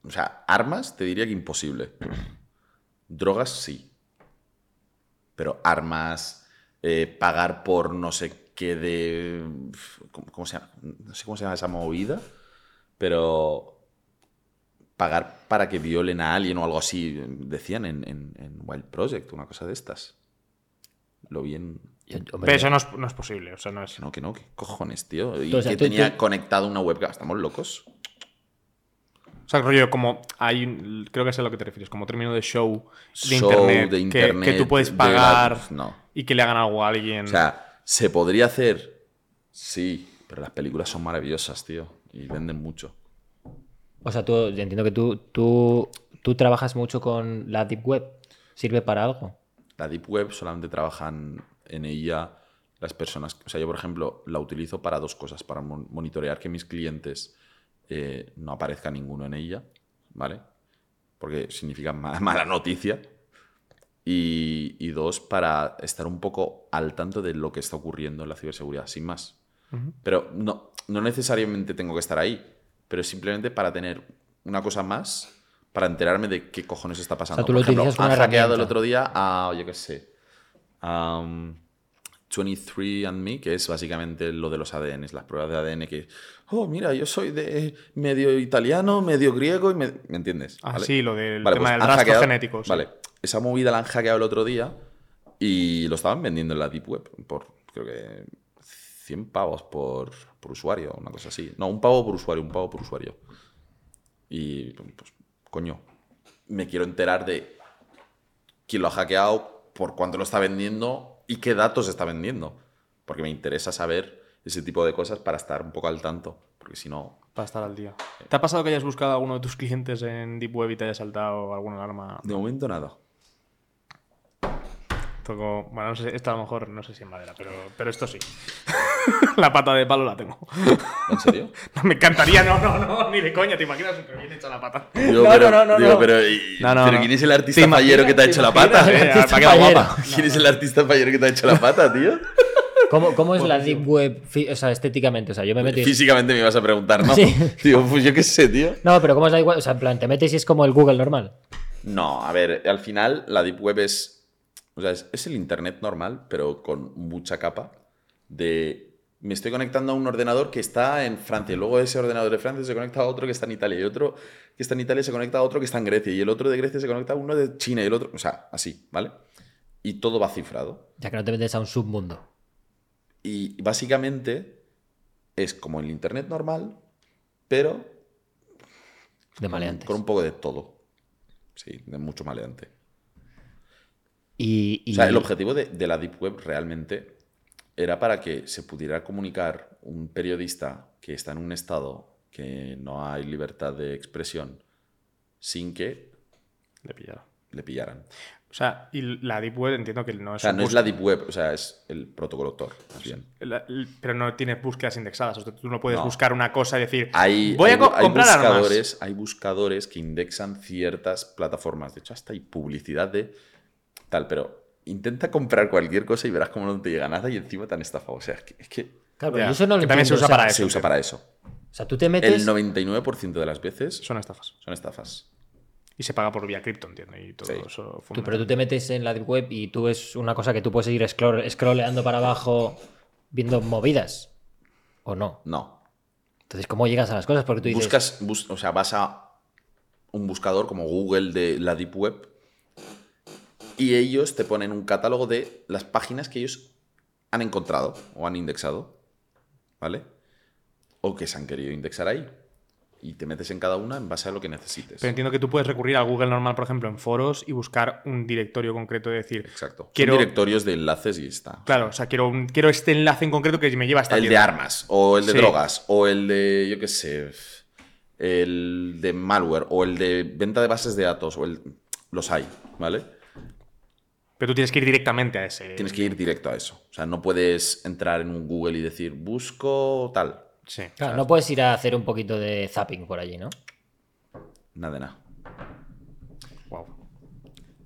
Speaker 1: O sea, armas te diría que imposible. Drogas sí. Pero armas, eh, pagar por no sé qué de. ¿cómo, cómo se llama? No sé cómo se llama esa movida. Pero. Pagar para que violen a alguien o algo así, decían en, en- en Wild Project, una cosa de estas. Lo vi en.
Speaker 3: Yo- hombre,
Speaker 2: Pero eso no es, no es posible, o sea, no es...
Speaker 1: Que no, que no, que cojones, tío. Y
Speaker 3: O sea,
Speaker 1: que
Speaker 3: tú-
Speaker 1: tenía
Speaker 3: tú-
Speaker 1: conectado una webcam. Estamos locos.
Speaker 2: O sea, rollo como hay, un- creo que sé a lo que te refieres, como término de show de,
Speaker 1: Show
Speaker 2: internet,
Speaker 1: de
Speaker 2: que- Que,
Speaker 1: internet,
Speaker 2: tú puedes
Speaker 1: de
Speaker 2: pagar Mm.
Speaker 1: la- no.
Speaker 2: y que le hagan algo a alguien.
Speaker 1: O sea, ¿se podría hacer? Sí, pero las películas son maravillosas, tío. Y venden mucho.
Speaker 3: O sea, tú, yo entiendo que tú, tú, tú trabajas mucho con la Deep Web. ¿Sirve para algo?
Speaker 1: La Deep Web solamente trabajan en ella las personas. O sea, yo, por ejemplo, la utilizo para dos cosas: para mon- monitorear que mis clientes eh, no aparezca ninguno en ella, ¿vale? Porque significa ma- mala noticia. Y, y dos, para estar un poco al tanto de lo que está ocurriendo en la ciberseguridad, sin más.
Speaker 2: Ujú.
Speaker 1: Pero no, no necesariamente tengo que estar ahí, pero simplemente para tener una cosa más, para enterarme de qué cojones está pasando.
Speaker 3: O sea, tú lo utilizas como
Speaker 1: han
Speaker 3: una
Speaker 1: hackeado el
Speaker 3: herramienta.
Speaker 1: otro día a, yo qué sé, a um, 23andMe, que es básicamente lo de los ADN, las pruebas de ADN que, oh, mira, yo soy de medio italiano, medio griego, y me, ¿me entiendes?
Speaker 2: Ah,
Speaker 1: ¿Vale?
Speaker 2: sí, lo del
Speaker 1: Vale,
Speaker 2: tema
Speaker 1: pues
Speaker 2: del
Speaker 1: han
Speaker 2: rastro
Speaker 1: hackeado-
Speaker 2: genético. sí.
Speaker 1: Vale, esa movida la han hackeado el otro día y lo estaban vendiendo en la Deep Web por, creo que, 100 pavos por, por usuario, una cosa así. No, un pavo por usuario, un pavo por usuario. Y, pues, coño, me quiero enterar de quién lo ha hackeado, por cuánto lo está vendiendo y qué datos está vendiendo. Porque me interesa saber ese tipo de cosas para estar un poco al tanto. Porque si no,
Speaker 2: Para estar al día. ¿Te ha pasado que hayas buscado a alguno de tus clientes en Deep Web y te haya saltado alguna alarma?
Speaker 1: de momento nada.
Speaker 2: Toco... Bueno, no sé, esta a lo mejor no sé si es madera, pero, pero esto sí. la pata de palo la tengo.
Speaker 1: ¿En serio?
Speaker 2: No, me encantaría, no, no, no, ni de coña, te imaginas súper bien hecha la pata.
Speaker 1: Digo,
Speaker 3: No,
Speaker 1: pero,
Speaker 3: no, no, no,
Speaker 1: digo,
Speaker 3: no.
Speaker 1: pero, y-
Speaker 2: No, no,
Speaker 1: pero
Speaker 2: no.
Speaker 1: ¿quién es el artista
Speaker 2: ¿Te imaginas-
Speaker 1: fallero que te ha
Speaker 2: te
Speaker 1: hecho la
Speaker 2: imaginas
Speaker 1: pata?
Speaker 2: el
Speaker 1: eh?
Speaker 2: artista
Speaker 1: Me ha quedado
Speaker 3: Este fallero?
Speaker 1: guapa. ¿Quién es el artista fallero que te ha hecho la pata, tío?
Speaker 3: ¿Cómo, cómo es la Deep Web fi- o sea, estéticamente? O sea, yo me meto y-
Speaker 1: Físicamente me ibas a preguntar, ¿no?
Speaker 3: Sí.
Speaker 1: Digo, pues yo qué sé, tío.
Speaker 3: No, pero ¿cómo es la Deep Web? O sea, en plan, te metes y es como el Google normal.
Speaker 1: No, a ver, al final la Deep Web es. O sea, es, es el Internet normal, pero con mucha capa. De. Me estoy conectando a un ordenador que está en Francia. y Luego ese ordenador de Francia se conecta a otro que está en Italia. Y otro que está en Italia se conecta a otro que está en Grecia. Y el otro de Grecia se conecta a uno de China. Y el otro. O sea, así, ¿vale? Y todo va cifrado.
Speaker 3: Ya que no te metes a un submundo.
Speaker 1: Y básicamente es como el Internet normal, pero
Speaker 3: De
Speaker 1: con,
Speaker 3: maleantes.
Speaker 1: con un poco de todo. Sí, de mucho maleante.
Speaker 3: Y, y-
Speaker 1: O sea, el objetivo de, de la Deep Web realmente era para que se pudiera comunicar un periodista que está en un estado que no hay libertad de expresión sin que
Speaker 2: Le pillaron.
Speaker 1: le pillaran.
Speaker 2: O sea, y la Deep Web entiendo que no
Speaker 1: O
Speaker 2: es,
Speaker 1: sea,
Speaker 2: un
Speaker 1: no es
Speaker 2: bus-
Speaker 1: la Deep Web, o sea, es el protocolo Tor, más bien.
Speaker 2: la- l- Pero no tienes búsquedas indexadas. O sea, tú no puedes
Speaker 1: No.
Speaker 2: buscar una cosa y decir,
Speaker 1: Hay,
Speaker 2: voy
Speaker 1: hay
Speaker 2: a co-
Speaker 1: bu- hay
Speaker 2: comprar armas.
Speaker 1: buscadores, hay buscadores que indexan ciertas plataformas. De hecho, hasta hay publicidad de tal, pero intenta comprar cualquier cosa y verás cómo no te llega nada y encima tan estafado. O sea, es que, es que
Speaker 3: Claro, pero
Speaker 2: Ya,
Speaker 3: yo eso no lo
Speaker 2: que también se usa
Speaker 3: entiendo, o sea,
Speaker 2: para
Speaker 1: se
Speaker 2: eso,
Speaker 1: usa
Speaker 2: tío.
Speaker 1: para eso.
Speaker 3: O sea, tú te
Speaker 1: El
Speaker 3: metes.
Speaker 1: 99% de las veces
Speaker 2: son estafas.
Speaker 1: son estafas.
Speaker 2: Y se paga por vía cripto, entiendo. Y todo
Speaker 1: Sí.
Speaker 2: eso
Speaker 3: tú-
Speaker 2: funciona.
Speaker 3: pero tú te metes en la Deep Web y tú ves una cosa que tú puedes ir scroll- scrolleando para abajo viendo movidas. ¿O no?
Speaker 1: No.
Speaker 3: Entonces, ¿cómo llegas a las cosas? Porque tú dices.
Speaker 1: Buscas, bus- o sea, vas a un buscador como Google de la Deep Web y ellos te ponen un catálogo de las páginas que ellos han encontrado o han indexado, ¿vale? O que se han querido indexar ahí. Y te metes en cada una en base a lo que necesites.
Speaker 2: Pero entiendo que tú puedes recurrir al Google normal, por ejemplo, en foros y buscar un directorio concreto y decir,
Speaker 1: Exacto. Son
Speaker 2: Quiero-
Speaker 1: directorios de enlaces y está.
Speaker 2: claro, o sea, quiero, un- quiero este enlace en concreto que me lleva hasta
Speaker 1: El de armas, o el de
Speaker 2: Sí.
Speaker 1: drogas, o el de, yo qué sé, el de malware, o el de venta de bases de datos, o el... Los hay, ¿vale?
Speaker 2: Pero tú tienes que ir directamente a ese.
Speaker 1: Tienes que ir directo a eso. O sea, no puedes entrar en un Google y decir, busco tal.
Speaker 2: Sí.
Speaker 3: Claro, no puedes ir a hacer un poquito de zapping por allí, ¿no?
Speaker 1: Nada de nada.
Speaker 2: Wow.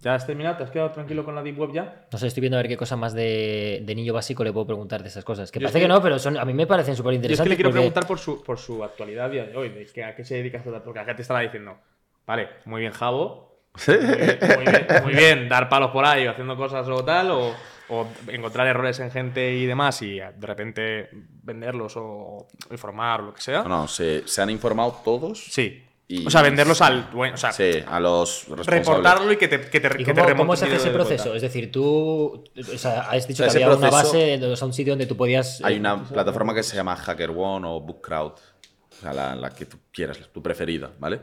Speaker 2: ¿Ya has terminado? ¿Te has quedado tranquilo con la Deep Web ya?
Speaker 3: No sé, estoy viendo a ver qué cosa más de, de niño básico le puedo preguntar de esas cosas. Que
Speaker 2: Yo es
Speaker 3: parece que,
Speaker 2: que-
Speaker 3: no, pero son, a mí me parecen súper
Speaker 2: Yo es que
Speaker 3: interesantes.
Speaker 2: le
Speaker 1: pues,
Speaker 2: quiero
Speaker 1: eh.
Speaker 2: preguntar por su, por su actualidad día de hoy, de que a qué se dedica esto, porque acá te estaba diciendo, vale, muy bien, Javo. Muy bien, muy bien, muy bien, dar palos por ahí, haciendo cosas o tal, o, o encontrar errores en gente y demás, y de repente venderlos o informar o lo que sea.
Speaker 1: No, no, se, se han informado todos.
Speaker 2: Sí.
Speaker 1: Y-
Speaker 2: O sea, venderlos al. Bueno, o sea,
Speaker 1: Sí, a los responsables.
Speaker 2: reportarlo y que te, que te,
Speaker 3: ¿Y
Speaker 2: que te
Speaker 3: cómo,
Speaker 2: remonte
Speaker 3: cómo
Speaker 2: un
Speaker 3: se hace
Speaker 2: dinero
Speaker 3: ese
Speaker 2: de vuelta.
Speaker 3: proceso? Es decir, tú o sea, has dicho
Speaker 1: O sea,
Speaker 3: que
Speaker 1: ese
Speaker 3: había una
Speaker 1: proceso-
Speaker 3: base, o sea, un sitio donde tú podías. eh,
Speaker 1: Hay una plataforma que se llama HackerOne o BookCrowd, o sea, la, la que tú quieras, tu preferida, ¿vale?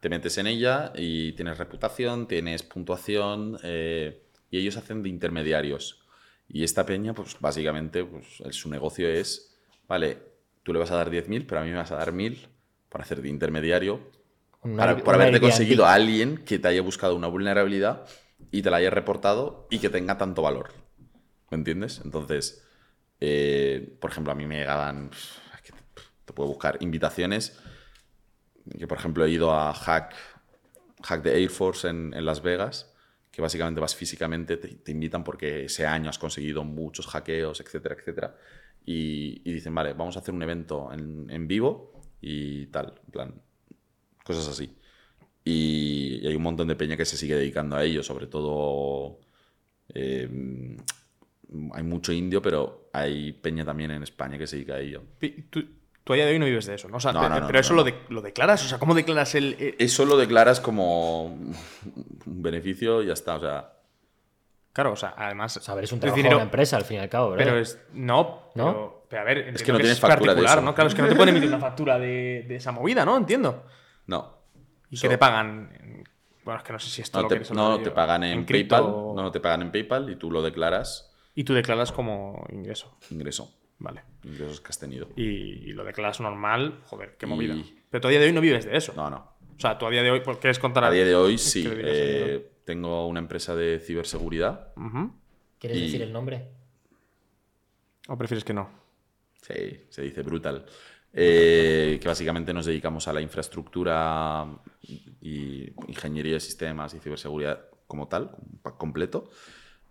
Speaker 1: Te metes en ella y tienes reputación, tienes puntuación eh, y ellos hacen de intermediarios. Y esta peña, pues básicamente, pues, el- su negocio es, vale, tú le vas a dar 10.000, pero a mí me vas a dar 1.000 para hacer de intermediario
Speaker 3: un
Speaker 1: para-
Speaker 3: Air-
Speaker 1: por
Speaker 3: un
Speaker 1: haberte
Speaker 3: Airbnb.
Speaker 1: conseguido a alguien que te haya buscado una vulnerabilidad y te la haya reportado y que tenga tanto valor. ¿Me entiendes? Entonces, eh, por ejemplo, a mí me llegaban. pf, es que te, pf, te puedo buscar invitaciones. Que, por ejemplo, he ido a Hack, Hack de Air Force en, en Las Vegas, que básicamente vas físicamente, te, te invitan porque ese año has conseguido muchos hackeos, etcétera, etcétera. Y, y dicen, vale, vamos a hacer un evento en, en vivo y tal. En plan, cosas así. Y hay un montón de peña que se sigue dedicando a ello, sobre todo eh, hay mucho indio, pero hay peña también en España que se dedica a ello.
Speaker 2: Pi- Tú, tú a día de hoy no vives de eso, ¿no? O sea,
Speaker 1: No,
Speaker 2: te-
Speaker 1: no,
Speaker 2: te-
Speaker 1: no,
Speaker 2: pero eso
Speaker 1: no,
Speaker 2: Lo,
Speaker 1: no.
Speaker 2: de- lo declaras, o sea, ¿cómo declaras el. el-
Speaker 1: Eso lo declaras como un beneficio y ya está. O sea,
Speaker 2: Claro, o sea, además.
Speaker 3: O sea, a ver, es un
Speaker 2: es
Speaker 3: trabajo
Speaker 2: dinero,
Speaker 3: de una empresa al fin y al cabo, ¿verdad?
Speaker 2: Pero es. No,
Speaker 3: ¿No?
Speaker 2: Pero, pero a ver, entiendo
Speaker 1: no tienes factura de
Speaker 2: particular,
Speaker 1: eso.
Speaker 2: ¿no? Claro, es que no te pueden emitir una factura de, de esa movida, ¿no? Entiendo.
Speaker 1: no.
Speaker 2: Y
Speaker 1: So-
Speaker 2: que te pagan. Bueno, es que no sé si esto
Speaker 1: No,
Speaker 2: lo
Speaker 1: te,
Speaker 2: quieres
Speaker 1: no,
Speaker 2: hablar
Speaker 1: te
Speaker 2: yo.
Speaker 1: pagan en,
Speaker 2: cripto
Speaker 1: PayPal.
Speaker 2: o-
Speaker 1: No, te pagan en PayPal y tú lo declaras
Speaker 2: Y tú declaras como ingreso.
Speaker 1: ingreso.
Speaker 2: Vale.
Speaker 1: Ingresos que has tenido.
Speaker 2: Y, y lo declaras normal. Joder, qué
Speaker 1: Y-
Speaker 2: movida. Pero tú a día de hoy no vives de eso.
Speaker 1: No, no.
Speaker 2: O sea, tú a día de hoy, ¿por qué es contar
Speaker 1: A día de hoy sí.
Speaker 2: ¿Qué le dirías
Speaker 1: eh,
Speaker 2: a alguien?
Speaker 1: tengo una empresa de ciberseguridad.
Speaker 2: Ujú.
Speaker 3: ¿Quieres
Speaker 1: Y-
Speaker 3: decir el nombre?
Speaker 2: ¿O prefieres que no?
Speaker 1: Sí, se dice brutal. Eh, que básicamente nos dedicamos a la infraestructura y ingeniería de sistemas y ciberseguridad como tal, un pack completo.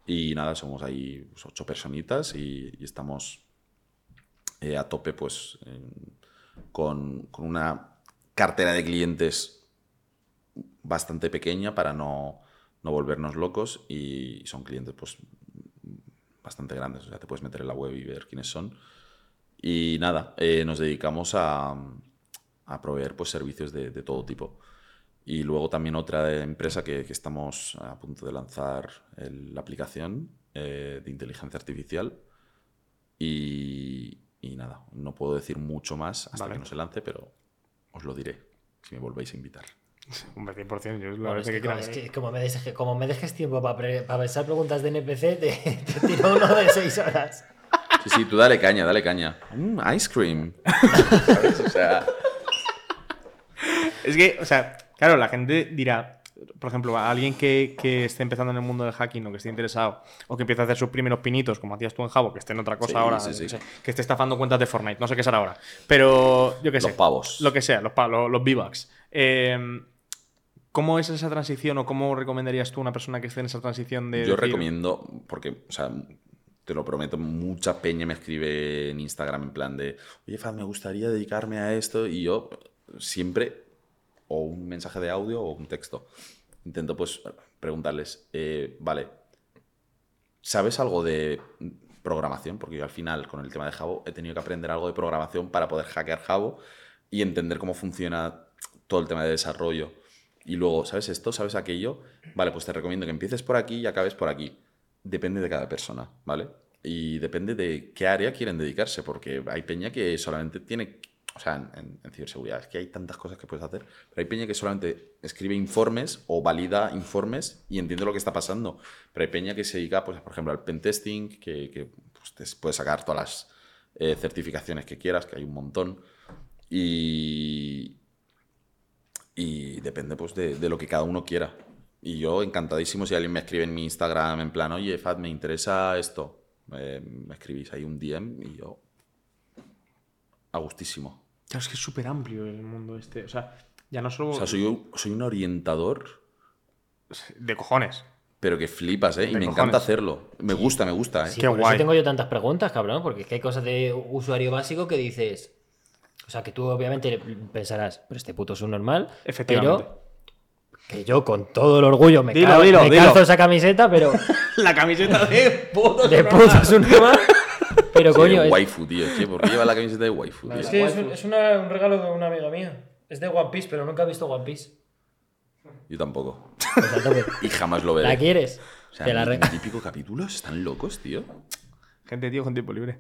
Speaker 1: Y nada, somos ahí pues, ocho personitas y, y estamos eh, a tope pues en- con, con una cartera de clientes bastante pequeña para no, no volvernos locos y son clientes pues bastante grandes. O sea, te puedes meter en la web y ver quiénes son. Y nada, eh, nos dedicamos a, a proveer pues, servicios de, de todo tipo. Y luego también otra empresa que, que estamos a punto de lanzar el- la aplicación eh, de inteligencia artificial. Y, y nada, no puedo decir mucho más hasta
Speaker 2: Vale.
Speaker 1: que no se lance, pero os lo diré si me volvéis a invitar.
Speaker 2: Hombre, 100%. Yo es la
Speaker 3: Bueno,
Speaker 2: verdad
Speaker 3: es
Speaker 2: que,
Speaker 3: que,
Speaker 2: quiero
Speaker 3: como- es
Speaker 2: ver.
Speaker 3: que como, me dejes, como me dejes tiempo para, pre- para pensar preguntas de NPC, te, te tiro uno de seis horas.
Speaker 1: Sí, sí, tú dale caña, dale caña. Mm, ice cream. ¿Sabes? O sea,
Speaker 2: Es que, o sea, claro, la gente dirá, por ejemplo, a alguien que, que esté empezando en el mundo del hacking o que esté interesado, o que empiece a hacer sus primeros pinitos, como hacías tú en Javo, que esté en otra cosa
Speaker 1: Sí,
Speaker 2: ahora,
Speaker 1: sí, sí.
Speaker 2: no sé, que esté estafando cuentas de Fortnite, no sé qué será ahora. Pero, yo qué sé.
Speaker 1: los pavos.
Speaker 2: Lo que sea, los, pa- lo- los V-Bucks. Eh, ¿Cómo es esa transición o cómo recomendarías tú a una persona que esté en esa transición de.
Speaker 1: Yo
Speaker 2: decir,
Speaker 1: recomiendo, porque, o sea, te lo prometo, mucha peña me escribe en Instagram en plan de, oye, Fad, me gustaría dedicarme a esto. Y yo siempre, o un mensaje de audio o un texto, intento pues preguntarles, eh, vale, ¿sabes algo de programación? Porque yo al final, con el tema de Javo, he tenido que aprender algo de programación para poder hackear Javo y entender cómo funciona todo el tema de desarrollo. Y luego, ¿sabes esto? ¿Sabes aquello? Vale, pues te recomiendo que empieces por aquí y acabes por aquí. Depende de cada persona, ¿vale? Y depende de qué área quieren dedicarse, porque hay peña que solamente tiene, o sea, en- en, en ciberseguridad, es que hay tantas cosas que puedes hacer, pero hay peña que solamente escribe informes o valida informes y entiende lo que está pasando. Pero hay peña que se dedica, pues, por ejemplo, al pentesting, que, que pues, te puedes sacar todas las eh, certificaciones que quieras, que hay un montón. Y, y depende pues de, de lo que cada uno quiera. Y yo encantadísimo si alguien me escribe en mi Instagram en plan, oye, Fad, me interesa esto. Eh, me escribís ahí un DM y yo... A gustísimo.
Speaker 2: Claro, es que es súper amplio el mundo este. O sea, ya no solo.
Speaker 1: O sea, soy, un- soy un orientador,
Speaker 2: De cojones.
Speaker 1: pero que flipas, ¿eh? Y
Speaker 2: De
Speaker 1: me
Speaker 2: cojones.
Speaker 1: encanta hacerlo. Me gusta, me gusta, ¿eh?
Speaker 3: Sí,
Speaker 2: Qué
Speaker 3: por
Speaker 2: guay.
Speaker 3: eso tengo yo tantas preguntas, cabrón, porque es que hay cosas de usuario básico que dices. O sea, que tú obviamente pensarás, pero este puto es un normal.
Speaker 2: Efectivamente.
Speaker 3: Pero que yo con todo el orgullo me,
Speaker 2: Dilo,
Speaker 3: calzo-
Speaker 2: dilo,
Speaker 3: me
Speaker 2: dilo.
Speaker 3: calzo esa camiseta, pero
Speaker 2: La camiseta de puto.
Speaker 3: de puto es un normal. Pero
Speaker 1: Sí,
Speaker 3: coño, es,
Speaker 1: waifu, tío. tío. ¿Por qué lleva la camiseta de waifu, tío?
Speaker 3: es que es un, es una- un regalo de una amiga mía. Es de One Piece, pero nunca he visto One Piece.
Speaker 1: Yo tampoco.
Speaker 3: Pues a tope.
Speaker 1: Y jamás lo
Speaker 3: ¿La
Speaker 1: veré.
Speaker 3: quieres?
Speaker 1: O sea,
Speaker 3: Te la re-
Speaker 1: mi típico capítulo, están locos, tío.
Speaker 2: Gente, tío, con tiempo libre.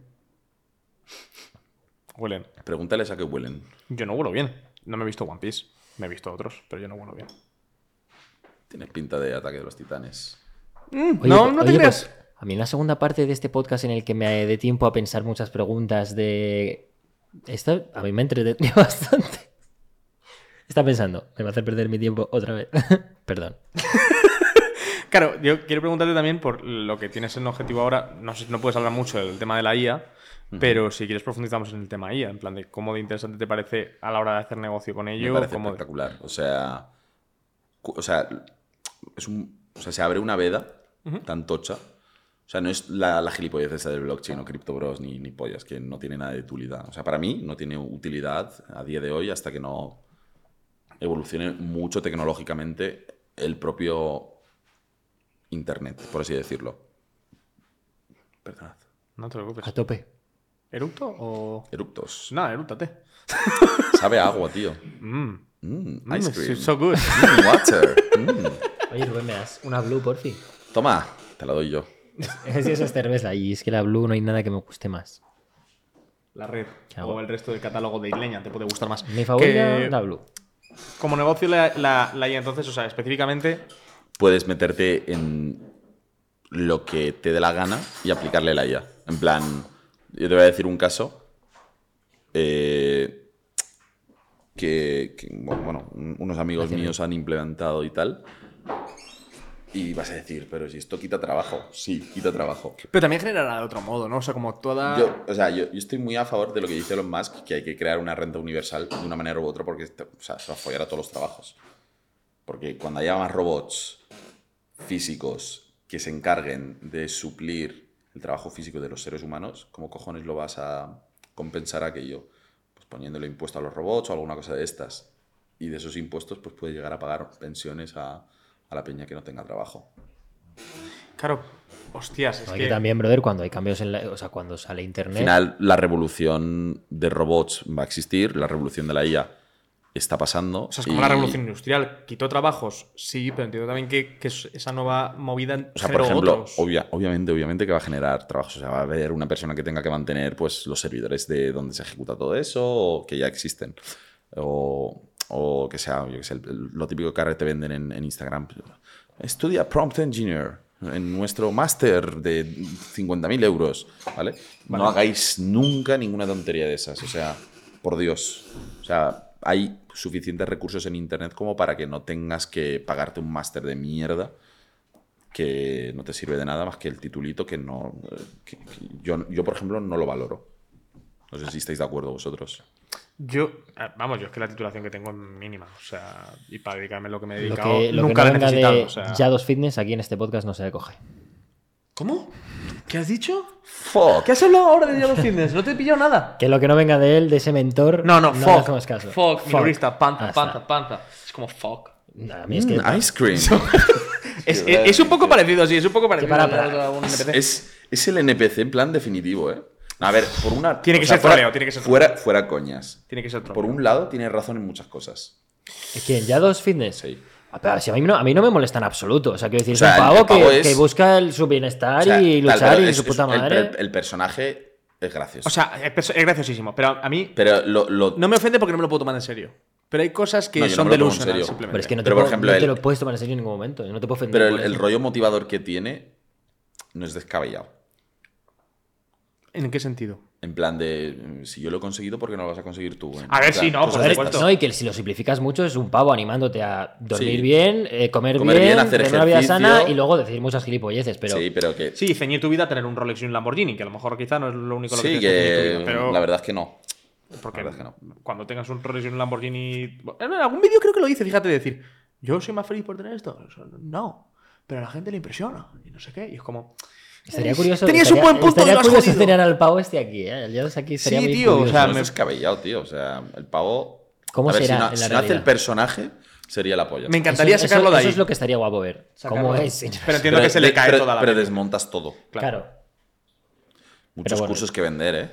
Speaker 2: Huelen.
Speaker 1: Pregúntales a qué huelen.
Speaker 2: Yo no huelo bien. No me he visto One Piece. Me he visto otros, pero yo no huelo bien.
Speaker 1: Tienes pinta de ataque de los titanes.
Speaker 3: Oye,
Speaker 2: Mm, no,
Speaker 3: pues-
Speaker 2: no te
Speaker 3: oye,
Speaker 2: creas.
Speaker 3: pues, a mí en la segunda parte de este podcast en el que me dé tiempo a pensar muchas preguntas de... Esta a mí me entretenido bastante. Está pensando, me va a hacer perder mi tiempo otra vez. Perdón.
Speaker 2: Claro, yo quiero preguntarte también por lo que tienes en objetivo ahora. No sé si no puedes hablar mucho del tema de la IA, pero si quieres profundizamos en el tema IA, en plan de cómo de interesante te parece a la hora de hacer negocio con ello.
Speaker 1: me parece
Speaker 2: cómo de-
Speaker 1: espectacular. O sea, cu- o sea, es un, o sea, se abre una veda tan tocha. O sea, no es la, la gilipollez esa del blockchain o cripto bros ni, ni pollas, que no tiene nada de utilidad. O sea, para mí no tiene utilidad a día de hoy hasta que no evolucione mucho tecnológicamente el propio Internet, por así decirlo. Perdonad.
Speaker 2: No te
Speaker 3: A
Speaker 2: preocupes.
Speaker 3: tope.
Speaker 2: ¿Erupto o...?
Speaker 1: Eructos.
Speaker 2: Ah. Pues Nada, erúptate.
Speaker 1: Sabe a agua, tío.
Speaker 2: Mm.
Speaker 1: Mm,
Speaker 2: Mm,
Speaker 1: ice
Speaker 2: it's
Speaker 1: cream.
Speaker 2: so good.
Speaker 1: Mm, water. Mm.
Speaker 3: Oye, Rubén, me das una blue, por fin.
Speaker 1: Toma, te la doy yo.
Speaker 3: Es eso es cerveza y es que la blue no hay nada que me guste más.
Speaker 2: La red
Speaker 3: Qué
Speaker 2: o
Speaker 3: guay.
Speaker 2: el resto del catálogo de Isleña te puede gustar más.
Speaker 3: Mi favorita,
Speaker 2: Que-
Speaker 3: la blue.
Speaker 2: como negocio la, la, la IA, entonces, o sea, específicamente,
Speaker 1: Puedes meterte en lo que te dé la gana y aplicarle la IA. En plan, yo te voy a decir un caso eh, que, que, bueno, bueno, un- unos amigos míos han implementado y tal. Y vas a decir, pero si esto quita trabajo. Sí, quita trabajo.
Speaker 2: Pero también generará de otro modo, ¿no? O sea, como toda.
Speaker 1: Yo, o sea, yo, yo estoy muy a favor de lo que dice Elon Musk, que hay que crear una renta universal de una manera u otra porque te- o sea, se va a follar a todos los trabajos. Porque cuando haya más robots físicos que se encarguen de suplir el trabajo físico de los seres humanos, ¿cómo cojones lo vas a compensar aquello? Pues poniéndole impuesto a los robots o alguna cosa de estas. Y de esos impuestos, pues puede llegar a pagar pensiones a, a la peña que no tenga trabajo.
Speaker 2: Claro, hostias, es
Speaker 3: No,
Speaker 2: que.
Speaker 3: Aquí también, brother, cuando hay cambios en la. O sea, cuando sale
Speaker 1: Al
Speaker 3: internet.
Speaker 1: final, la revolución de robots va a existir, la revolución de la IA está pasando.
Speaker 2: O sea, es como
Speaker 1: y-
Speaker 2: la revolución industrial. Quitó trabajos, sí, pero entiendo también que, que es- esa nueva movida.
Speaker 1: O sea, por
Speaker 2: generó
Speaker 1: ejemplo,
Speaker 2: otros.
Speaker 1: obvia- obviamente, obviamente que va a generar trabajos. O sea, va a haber una persona que tenga que mantener pues, los servidores de donde se ejecuta todo eso, o que ya existen. O, o que sea, yo que sé, el- el- lo típico que ahora te venden en, en Instagram. Estudia Prompt Engineer en nuestro máster de 50.000 euros, ¿vale? No hagáis nunca ninguna tontería de esas. O sea, por Dios. O sea, hay suficientes recursos en Internet como para que no tengas que pagarte un máster de mierda que no te sirve de nada más que el titulito que no. eh, que- que yo, yo, por ejemplo, no lo valoro. No sé si estáis de acuerdo vosotros.
Speaker 2: Yo, eh, vamos, yo es que la titulación que tengo es mínima. O sea, y para dedicarme a lo que me he
Speaker 3: Lo
Speaker 2: dedicado,
Speaker 3: que, lo que
Speaker 2: nunca
Speaker 3: no
Speaker 2: la he
Speaker 3: venga
Speaker 2: necesitado.
Speaker 3: de
Speaker 2: o sea.
Speaker 3: Yados Fitness aquí en este podcast no se le coge.
Speaker 2: ¿Cómo? ¿Qué has dicho?
Speaker 1: ¡Fuck!
Speaker 2: has hablado ahora de Yados Fitness? No te he pillado nada.
Speaker 3: Que lo que no venga de él, de ese mentor.
Speaker 2: No, no,
Speaker 3: le
Speaker 2: fuck.
Speaker 3: hacemos caso.
Speaker 4: Fuck,
Speaker 3: Fuck.
Speaker 4: minorista,
Speaker 3: Ah,
Speaker 4: panza,
Speaker 3: está.
Speaker 4: panza, panza. Es como fuck.
Speaker 3: No, a mí es que.
Speaker 1: Mm, ice cream.
Speaker 2: Es, es- es un poco parecido, sí, es un poco parecido.
Speaker 3: para-
Speaker 2: a
Speaker 3: para-
Speaker 2: algún NPC.
Speaker 1: es, es el NPC en plan definitivo, ¿eh? A ver, por una.
Speaker 2: Tiene que
Speaker 1: o sea,
Speaker 2: ser
Speaker 1: fuera-
Speaker 2: troleo, tiene que ser troleo.
Speaker 1: Fuera, fuera coñas.
Speaker 2: Tiene que ser otro.
Speaker 1: Por un lado, tiene razón en muchas cosas.
Speaker 3: ¿Quién? ¿Yados Fitness?
Speaker 1: Sí.
Speaker 3: Ah, pero si a, mí no, a mí no me molesta en absoluto. O sea, quiero decir,
Speaker 1: O sea,
Speaker 3: es un
Speaker 1: el
Speaker 3: pavo,
Speaker 1: pavo
Speaker 3: que,
Speaker 1: es-
Speaker 3: que busca el, su bienestar
Speaker 1: O sea, tal,
Speaker 3: y luchar
Speaker 1: pero
Speaker 3: y
Speaker 1: es-
Speaker 3: su
Speaker 1: es-
Speaker 3: puta
Speaker 1: el-
Speaker 3: madre.
Speaker 1: El, el personaje es gracioso.
Speaker 2: O sea, es, perso- es graciosísimo, pero a mí
Speaker 1: pero lo. lo-
Speaker 2: no me ofende porque no me lo puedo tomar en serio. Pero hay cosas que
Speaker 1: No, yo no
Speaker 2: son
Speaker 1: me lo tomo en
Speaker 2: delusional,
Speaker 1: serio.
Speaker 2: simplemente.
Speaker 3: pero es que no, te,
Speaker 1: Pero, por
Speaker 3: puedo-
Speaker 1: ejemplo,
Speaker 3: no te
Speaker 1: el-
Speaker 3: lo puedes tomar en serio en ningún momento. No te puedo ofender.
Speaker 1: pero el,
Speaker 3: por
Speaker 1: el
Speaker 3: eso.
Speaker 1: rollo motivador que tiene no es descabellado.
Speaker 2: ¿En qué sentido?
Speaker 1: En plan de, mm, si yo lo he conseguido, ¿por qué no lo vas a conseguir tú?
Speaker 2: A ver,
Speaker 1: O sea,
Speaker 2: sí, no, por
Speaker 1: cosas de
Speaker 2: supuesto.
Speaker 1: estas.
Speaker 3: No, y que si lo simplificas mucho es un pavo animándote a dormir
Speaker 1: Sí.
Speaker 3: bien, eh, comer,
Speaker 1: Comer bien,
Speaker 3: bien,
Speaker 1: hacer
Speaker 3: tener una vida
Speaker 1: ejercicio.
Speaker 3: sana y luego decir muchas gilipolleces. Pero
Speaker 1: Sí, pero que... Sí,
Speaker 2: Sí, ceñir tu vida a tener un Rolex y un Lamborghini, que a lo mejor quizá no es lo único a lo que,
Speaker 1: que...
Speaker 2: tienes que ceñir tu vida, pero
Speaker 1: La verdad es que no.
Speaker 2: porque
Speaker 1: la verdad es que
Speaker 2: cuando tengas un Rolex y un Lamborghini, eh, Bueno, en algún vídeo creo que lo hice, fíjate decir, yo soy más feliz por tener esto, Eso, no, pero a la gente le impresiona y no sé qué, y es como
Speaker 3: estaría curioso.
Speaker 2: Tenías un
Speaker 3: estaría-
Speaker 2: buen punto
Speaker 3: estaría
Speaker 2: y lo has
Speaker 3: curioso
Speaker 2: jodido.
Speaker 3: tener al pavo este aquí. ¿eh? El Yados aquí
Speaker 2: Sí,
Speaker 3: sería muy
Speaker 2: tío, o
Speaker 3: curioso.
Speaker 2: sea,
Speaker 1: no
Speaker 2: me-
Speaker 1: es descabellado, tío. O sea, el pavo...
Speaker 3: ¿Cómo
Speaker 1: a ver,
Speaker 3: será
Speaker 1: si no,
Speaker 3: en la
Speaker 1: si no hace el
Speaker 3: realidad?
Speaker 1: personaje, sería la polla.
Speaker 2: me encantaría
Speaker 3: Eso- eso-
Speaker 2: sacarlo de ahí.
Speaker 3: Eso es lo que estaría guapo ver.
Speaker 2: Sacarlo.
Speaker 3: ¿Cómo es?
Speaker 2: Pero entiendo que se le
Speaker 1: de-
Speaker 2: cae
Speaker 1: pero-
Speaker 2: toda la
Speaker 1: Pero
Speaker 2: vida.
Speaker 1: desmontas todo.
Speaker 3: Claro.
Speaker 1: Muchos
Speaker 3: bueno.
Speaker 1: cursos que vender, ¿eh?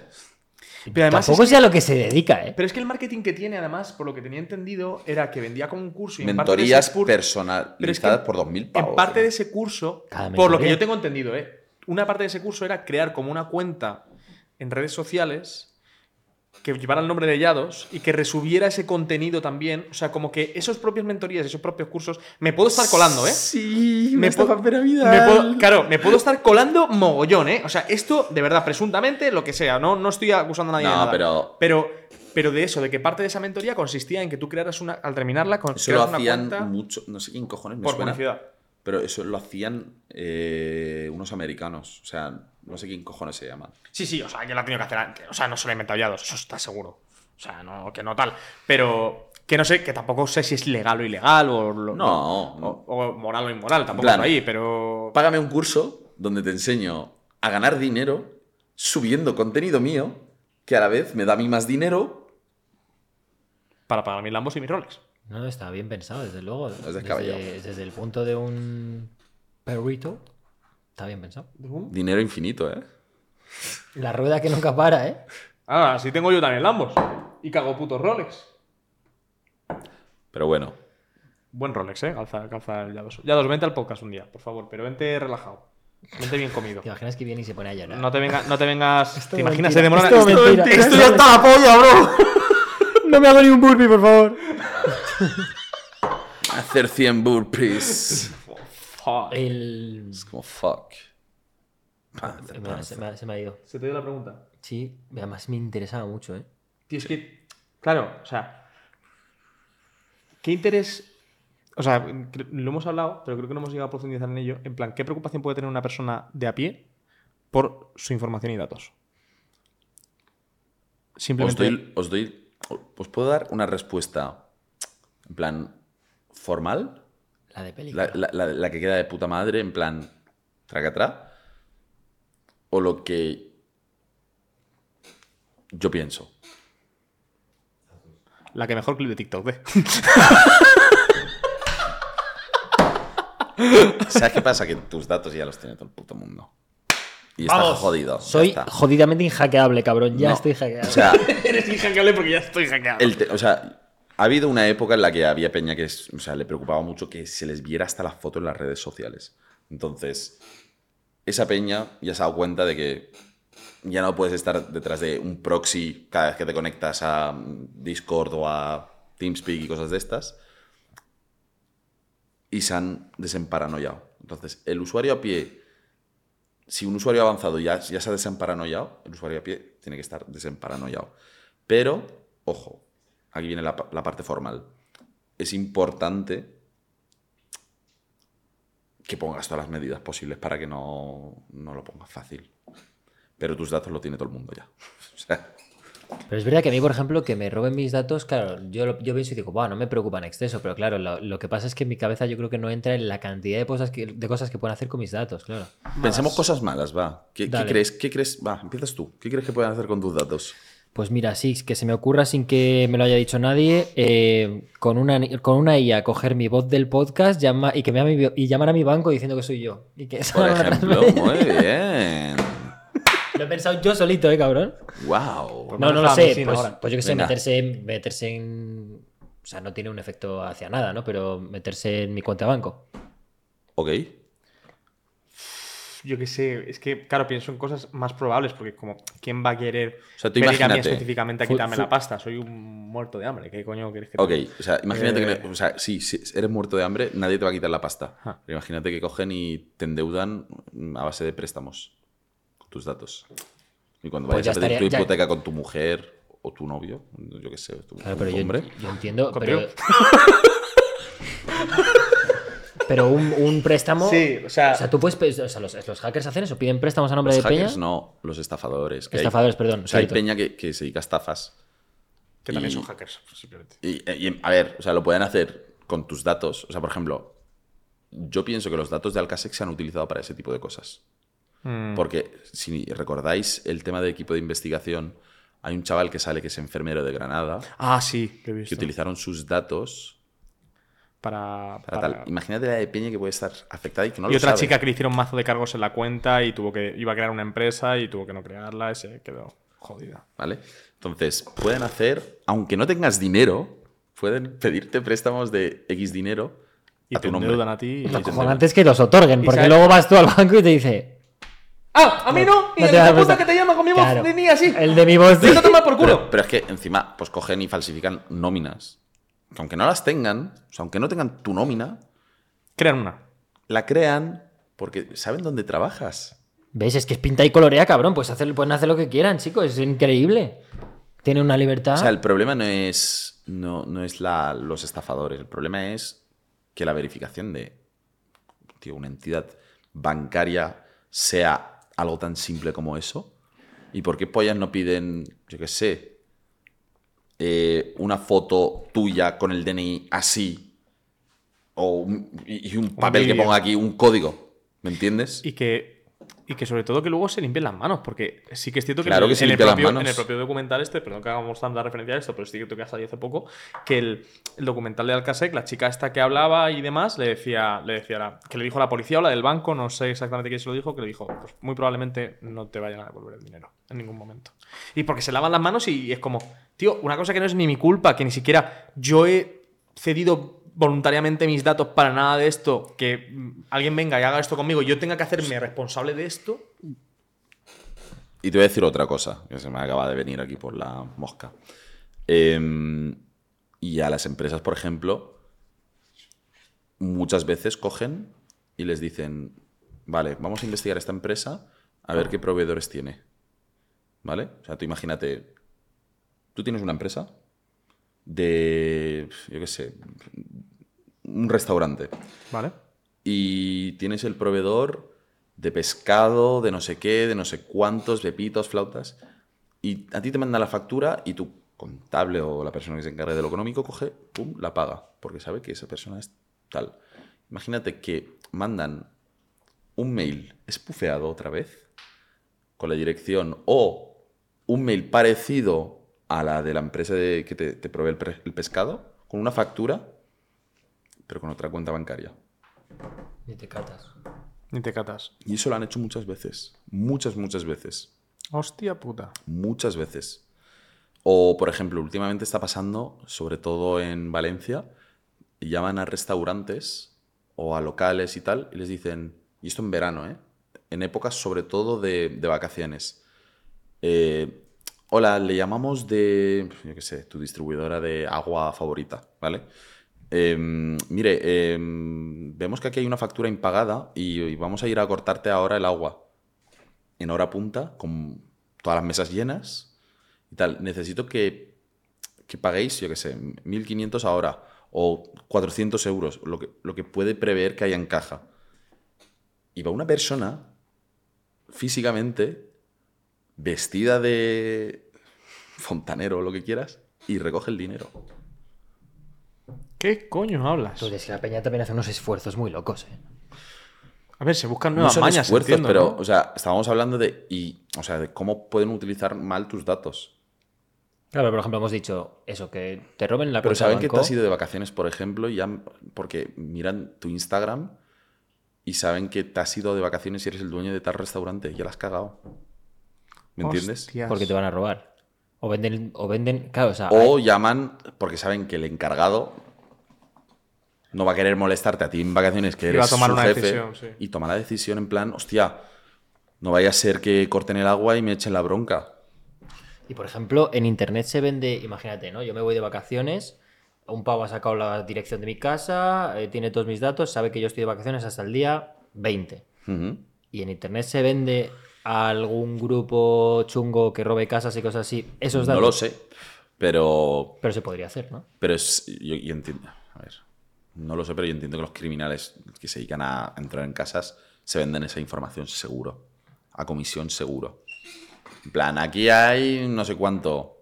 Speaker 2: Pero además
Speaker 3: Tampoco
Speaker 2: es que-
Speaker 3: sea lo que se dedica, ¿eh?
Speaker 2: pero es que el marketing que tiene, además, por lo que tenía entendido, era que vendía como un curso y en parte de ese
Speaker 1: Mentorías
Speaker 2: curso- Pero es que
Speaker 1: personalizadas por 2.000 pavos.
Speaker 2: En parte
Speaker 1: ¿eh?
Speaker 2: de ese curso,
Speaker 3: Cada
Speaker 2: por lo que
Speaker 3: mentoría.
Speaker 2: yo tengo entendido, ¿eh? una parte de ese curso era crear como una cuenta en redes sociales que llevara el nombre de Yados y que resubiera ese contenido también. O sea, como que esos propios mentorías, esos propios cursos, me puedo estar colando, ¿eh?
Speaker 1: Sí,
Speaker 2: Me
Speaker 1: me
Speaker 2: po-
Speaker 1: puedo
Speaker 2: Me puedo- claro, me puedo estar colando mogollón, ¿eh? O sea, esto, de verdad, presuntamente, lo que sea, no, no estoy acusando a nadie de
Speaker 1: No,
Speaker 2: nada.
Speaker 1: pero-
Speaker 2: pero. pero de eso, de que parte de esa mentoría consistía en que tú crearas una. Al terminarla, con-
Speaker 1: Eso lo
Speaker 2: crearas una cuenta
Speaker 1: hacían mucho... No sé quién cojones me
Speaker 2: por
Speaker 1: suena.
Speaker 2: publicidad.
Speaker 1: Pero eso lo hacían eh, unos americanos. O sea, no sé quién cojones se llaman.
Speaker 2: Sí, sí, o sea, yo la he tenido que hacer antes. O sea, no se la he inventado ya dos, eso está seguro. O sea, no, que no tal. Pero que no sé, que tampoco sé si es legal o ilegal o, lo-
Speaker 1: No,
Speaker 2: o,
Speaker 1: no.
Speaker 2: o moral o inmoral, tampoco
Speaker 1: Claro.
Speaker 2: por ahí, pero.
Speaker 1: Págame un curso donde te enseño a ganar dinero subiendo contenido mío que a la vez me da a mí más dinero.
Speaker 2: Para pagar mis lambos y mis roles.
Speaker 3: No, está bien pensado, desde luego.
Speaker 1: es descabellado.
Speaker 3: desde, desde el punto de un perrito, está bien pensado.
Speaker 1: Dinero infinito, ¿eh?
Speaker 3: La rueda que nunca para, ¿eh?
Speaker 2: Ah, así tengo yo también lambos. Y cago putos Rolex.
Speaker 1: Pero bueno,
Speaker 2: Buen Rolex, eh. Calza, calza el Yados. Yados, vente al podcast un día, por favor, pero vente relajado. Vente bien comido.
Speaker 3: ¿Te imaginas que viene y se pone a llorar?
Speaker 2: No te, venga- no te vengas.
Speaker 3: Es
Speaker 2: ¿Te
Speaker 3: todo
Speaker 2: imaginas? Se
Speaker 3: mentira,
Speaker 2: demora.
Speaker 3: es todo mentira.
Speaker 2: esto ya está la polla, bro.
Speaker 3: me hago ni un burpee, por favor.
Speaker 1: Hacer 100 burpees.
Speaker 2: Fuck.
Speaker 3: El...
Speaker 1: Es como fuck. Pa,
Speaker 3: Se
Speaker 1: hacer
Speaker 3: me, ha-
Speaker 1: panza.
Speaker 3: se me ha- se me ha ido.
Speaker 2: Se te dio la pregunta.
Speaker 3: Sí, además me interesaba mucho, ¿eh?
Speaker 2: Tío, es que. Claro, o sea. ¿Qué interés.? O sea, cre- lo hemos hablado, pero creo que no hemos llegado a profundizar en ello. En plan, ¿qué preocupación puede tener una persona de a pie por su información y datos?
Speaker 1: Os
Speaker 2: Simplemente.
Speaker 1: doy, os doy- os puedo dar una respuesta en plan formal,
Speaker 3: La de película.
Speaker 1: la, la- la- la que queda de puta madre, en plan tracatrá, o lo que yo pienso.
Speaker 2: La que mejor clip de TikTok de.
Speaker 1: ¿Sabes qué pasa? Que tus datos ya los tiene todo el puto mundo. Y
Speaker 3: Vamos,
Speaker 1: estás jodido. ya
Speaker 3: Soy
Speaker 1: está.
Speaker 3: jodidamente inhackeable, cabrón. Ya
Speaker 1: No.
Speaker 3: estoy hackeado.
Speaker 1: O sea,
Speaker 2: Eres inhackeable porque ya estoy hackeado.
Speaker 1: el te- o sea, ha habido una época en la que había peña que es- o sea, le preocupaba mucho que se les viera hasta la foto en las redes sociales. Entonces, esa peña ya se ha dado cuenta de que ya no puedes estar detrás de un proxy cada vez que te conectas a mm, Discord o a TeamSpeak y cosas de estas. Y se han desemparanoiado. Entonces, el usuario a pie, si un usuario avanzado ya, ya se ha desemparanoiado, el usuario a pie tiene que estar desemparanoiado. Pero, ojo, aquí viene la, pa- la parte formal. Es importante que pongas todas las medidas posibles para que no, no lo pongas fácil. Pero tus datos lo tiene todo el mundo ya. O sea,
Speaker 3: Pero es verdad que a mí, por ejemplo, que me roben mis datos, claro, yo, lo- yo pienso y digo, bueno, no me preocupa en exceso, pero claro, lo, lo que pasa es que en mi cabeza yo creo que no entra en la cantidad de cosas que, de cosas que pueden hacer con mis datos, claro.
Speaker 1: pensemos cosas malas, va. ¿Qué, qué
Speaker 3: Dale.
Speaker 1: crees? ¿Qué crees? Va, empiezas tú. ¿Qué crees que pueden hacer con tus datos?
Speaker 3: Pues mira, sí, que se me ocurra sin que me lo haya dicho nadie, eh, con, una, con una IA coger mi voz del podcast llama- y, que me llame- y llamar a mi banco diciendo que soy yo. Y que
Speaker 1: Por ejemplo, muy bien.
Speaker 3: lo he pensado yo solito, ¿eh, cabrón?
Speaker 1: Wow.
Speaker 3: No, no lo
Speaker 2: Ah,
Speaker 3: sé.
Speaker 2: sí, no,
Speaker 3: Pues,
Speaker 2: ahora.
Speaker 3: pues yo que sé,
Speaker 1: Venga.
Speaker 3: meterse, en- meterse en. O sea, no tiene un efecto hacia nada, ¿no? Pero meterse en mi cuenta de banco.
Speaker 1: Ok.
Speaker 2: Yo qué sé, es que, claro, pienso en cosas más probables, porque como, ¿quién va a querer
Speaker 1: O sea, tú
Speaker 2: venir a mí
Speaker 1: imagínate.
Speaker 2: específicamente a
Speaker 3: Fu-
Speaker 2: quitarme
Speaker 3: fu-
Speaker 2: la pasta? Soy un muerto de hambre, ¿qué coño quieres que te
Speaker 1: Ok, o sea, imagínate
Speaker 2: Eh.
Speaker 1: que. no- o sea, sí, sí, eres muerto de hambre, nadie te va a quitar la pasta.
Speaker 2: Ajá.
Speaker 1: Pero imagínate que cogen y te endeudan mm, a base de préstamos tus datos. Y cuando
Speaker 3: Pues
Speaker 1: vayas
Speaker 3: ya
Speaker 1: a pedir
Speaker 3: estaría-
Speaker 1: tu
Speaker 3: ya-
Speaker 1: hipoteca con tu mujer o tu novio, yo qué sé, tu,
Speaker 3: Claro,
Speaker 1: tu
Speaker 3: pero yo,
Speaker 1: hombre.
Speaker 3: yo entiendo.
Speaker 2: Copio.
Speaker 3: Pero, pero un, un préstamo.
Speaker 2: Sí, o sea-
Speaker 3: O sea, tú puedes. pe- O sea, los, los hackers hacen eso, piden préstamos a nombre
Speaker 1: Los
Speaker 3: de
Speaker 1: hackers
Speaker 3: Peña.
Speaker 1: no, los estafadores. que hay-
Speaker 3: Estafadores, perdón.
Speaker 1: o sea, hay
Speaker 3: cierto.
Speaker 1: peña que, que se dedica a estafas.
Speaker 2: Que también
Speaker 1: Y-
Speaker 2: son hackers, simplemente.
Speaker 1: Y, eh, y, a ver, o sea, lo pueden hacer con tus datos. O sea, por ejemplo, yo pienso que los datos de Alcasex se han utilizado para ese tipo de cosas.
Speaker 2: Mm.
Speaker 3: Mm.
Speaker 1: Porque si recordáis el tema de equipo de investigación, hay un chaval que sale que es enfermero de Granada,
Speaker 2: Ah, sí, lo he
Speaker 1: que
Speaker 2: visto.
Speaker 1: utilizaron sus datos
Speaker 2: Para,
Speaker 1: para,
Speaker 2: para-
Speaker 1: tal. Imagínate la de Peña que puede estar afectada y que no
Speaker 2: y
Speaker 1: lo
Speaker 2: otra
Speaker 1: sabe.
Speaker 2: chica que le hicieron mazo de cargos en la cuenta y tuvo que iba a crear una empresa y tuvo que no crearla y se quedó jodida.
Speaker 1: ¿Vale? Entonces, pueden hacer, aunque no tengas dinero, pueden pedirte préstamos de X dinero
Speaker 2: Y
Speaker 1: a
Speaker 2: te
Speaker 1: tu nombre.
Speaker 2: endeudan a ti.
Speaker 1: Lo
Speaker 2: y-
Speaker 1: cojo.
Speaker 3: Cojones, que los otorguen,
Speaker 2: Y
Speaker 3: porque
Speaker 2: sabe-
Speaker 3: luego vas tú al banco y te dice.
Speaker 2: ¡Ah! ¡A mí no! ¡Y
Speaker 3: no
Speaker 2: el
Speaker 3: te
Speaker 2: hijo
Speaker 3: vas a
Speaker 2: puta
Speaker 3: prestar".
Speaker 2: que te llama con mi voz
Speaker 3: Claro,
Speaker 2: de ni así!
Speaker 3: El de mi voz.
Speaker 2: ¡Vete a tomar por
Speaker 1: Pero,
Speaker 2: culo!
Speaker 1: pero es que encima, pues cogen y falsifican nóminas. Que aunque no las tengan, o sea, aunque no tengan tu nómina,
Speaker 2: Crean una.
Speaker 1: la crean porque saben dónde trabajas.
Speaker 3: ¿Ves? Es que es pinta y colorea, cabrón. Pues hacer, pueden hacer lo que quieran, chicos. Es increíble. Tienen una libertad.
Speaker 1: O sea, el problema no es, no, no es la, los estafadores, el problema es que la verificación de tío, una entidad bancaria sea algo tan simple como eso. ¿Y por qué pollas no piden, yo qué sé, eh, una foto tuya con el DNI así o un- y y un papel que
Speaker 2: vídeo.
Speaker 1: ponga aquí un código? ¿Me entiendes?
Speaker 2: Y que, y que sobre todo que luego se limpien las manos, porque sí que es cierto que,
Speaker 1: Claro
Speaker 2: en, el-
Speaker 1: que se
Speaker 2: en el
Speaker 1: limpian las
Speaker 2: propio,
Speaker 1: manos.
Speaker 2: en el propio documental este, perdón que hagamos tanta referencia a esto, pero sí que tú que ha salido hace poco, que el, el documental de Alcasec, la chica esta que hablaba y demás, le decía, le decía la- que le dijo la policía o la del banco, no sé exactamente quién se lo dijo, que le dijo, pues muy probablemente no te vayan a devolver el dinero en ningún momento. Y porque se lavan las manos y es como, tío, una cosa que no es ni mi culpa, que ni siquiera yo he cedido voluntariamente mis datos para nada de esto, que mm, alguien venga y haga esto conmigo y yo tenga que hacerme responsable de esto.
Speaker 1: Y te voy a decir otra cosa, que se me acaba de venir aquí por la mosca. Em, Y a las empresas, por ejemplo, muchas veces cogen y les dicen, vale, vamos a investigar esta empresa a ver qué proveedores tiene. ¿Vale? O sea, tú imagínate, tú tienes una empresa de, yo qué sé, un restaurante
Speaker 2: ¿Vale?
Speaker 1: y tienes el proveedor de pescado, de no sé qué, de no sé cuántos, pepitos, flautas, y a ti te manda la factura y tu contable o la persona que se encargue de lo económico coge, pum, la paga, porque sabe que esa persona es tal. Imagínate que mandan un mail espufeado otra vez con la dirección o un mail parecido a la de la empresa de- que te, te provee el, pre- el pescado con una factura, pero con otra cuenta bancaria.
Speaker 3: Ni te catas.
Speaker 2: Ni te catas.
Speaker 1: Y eso lo han hecho muchas veces. Muchas, muchas veces.
Speaker 2: Hostia puta.
Speaker 1: Muchas veces. O, por ejemplo, últimamente está pasando, sobre todo en Valencia, y llaman a restaurantes o a locales y tal, y les dicen, y esto en verano, ¿eh? En épocas sobre todo de, de vacaciones. Eh, hola, le llamamos de, yo qué sé, tu distribuidora de agua favorita, ¿vale? Em, mire, em, vemos que aquí hay una factura impagada y, y vamos a ir a cortarte ahora el agua en hora punta, con todas las mesas llenas y tal. Necesito que, que paguéis, yo qué sé, 1.500 ahora o 400 euros, lo que, lo que puede prever que haya en caja. Y va una persona físicamente vestida de fontanero o lo que quieras y recoge el dinero.
Speaker 2: ¿Qué coño hablas?
Speaker 3: Entonces, si la peña también hace unos esfuerzos muy locos, ¿eh?
Speaker 2: A ver, se buscan
Speaker 1: No
Speaker 2: nuevas
Speaker 1: son
Speaker 2: mañas,
Speaker 1: esfuerzos,
Speaker 2: entiendo,
Speaker 1: pero,
Speaker 2: ¿no?
Speaker 1: o sea, estábamos hablando de, y, o sea, de cómo pueden utilizar mal tus datos.
Speaker 3: Claro, por ejemplo, hemos dicho eso, que te roben la
Speaker 1: Ah, Pero
Speaker 3: cuenta
Speaker 1: saben
Speaker 3: de
Speaker 1: que te
Speaker 3: banco.
Speaker 1: has ido de vacaciones, por ejemplo, y ya, porque miran tu Instagram y saben que te has ido de vacaciones y eres el dueño de tal restaurante. Ya la has cagado. ¿Me entiendes?
Speaker 2: Hostias.
Speaker 3: Porque te van a robar. O venden, o venden, claro, o sea,
Speaker 1: O llaman porque saben que el encargado no va a querer molestarte a ti en vacaciones, que
Speaker 2: Y va
Speaker 1: eres
Speaker 2: a tomar
Speaker 1: su
Speaker 2: una
Speaker 1: jefe,
Speaker 2: decisión, sí.
Speaker 1: y toma la decisión en plan, hostia, no vaya a ser que corten el agua y me echen la bronca.
Speaker 3: Y por ejemplo, en internet se vende, imagínate, ¿no? Yo me voy de vacaciones, un pavo ha sacado la dirección de mi casa, eh, tiene todos mis datos, sabe que yo estoy de vacaciones hasta el día 20.
Speaker 1: Ujú.
Speaker 3: Y en internet se vende a algún grupo chungo que robe casas y cosas así, esos
Speaker 1: No
Speaker 3: datos.
Speaker 1: lo sé, pero
Speaker 3: Pero se podría hacer, ¿no?
Speaker 1: Pero es, yo, yo entiendo, a ver, no lo sé, pero yo entiendo que los criminales que se dedican a entrar en casas se venden esa información seguro, a comisión seguro. En plan, aquí hay no sé cuánto.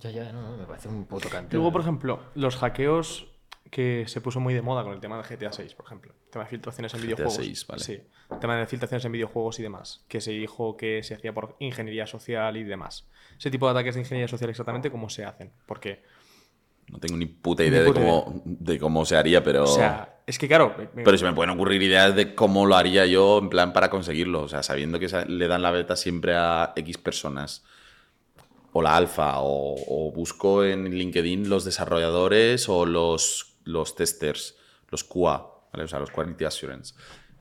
Speaker 3: Ya, ya, no, no, me parece un puto
Speaker 2: Y
Speaker 3: canteo.
Speaker 2: Luego, por ejemplo, los hackeos que se puso muy de moda con el tema de GTA 6, por ejemplo. El tema de filtraciones en
Speaker 1: GTA
Speaker 2: videojuegos.
Speaker 1: 6, vale.
Speaker 2: Sí. El tema de filtraciones en videojuegos y demás. Que se dijo que se hacía por ingeniería social y demás. Ese tipo de ataques de ingeniería social exactamente cómo se hacen. Porque,
Speaker 1: No tengo ni puta idea,
Speaker 2: puta
Speaker 1: de, cómo, de cómo se haría, pero,
Speaker 2: o sea, es que claro... me- me-
Speaker 1: pero se me pueden ocurrir ideas de cómo lo haría yo en plan para conseguirlo. O sea, sabiendo que sa- le dan la beta siempre a X personas. o la alfa, o, o busco en LinkedIn los desarrolladores o los, los testers, los QA, ¿vale? o sea, los Quality Assurance,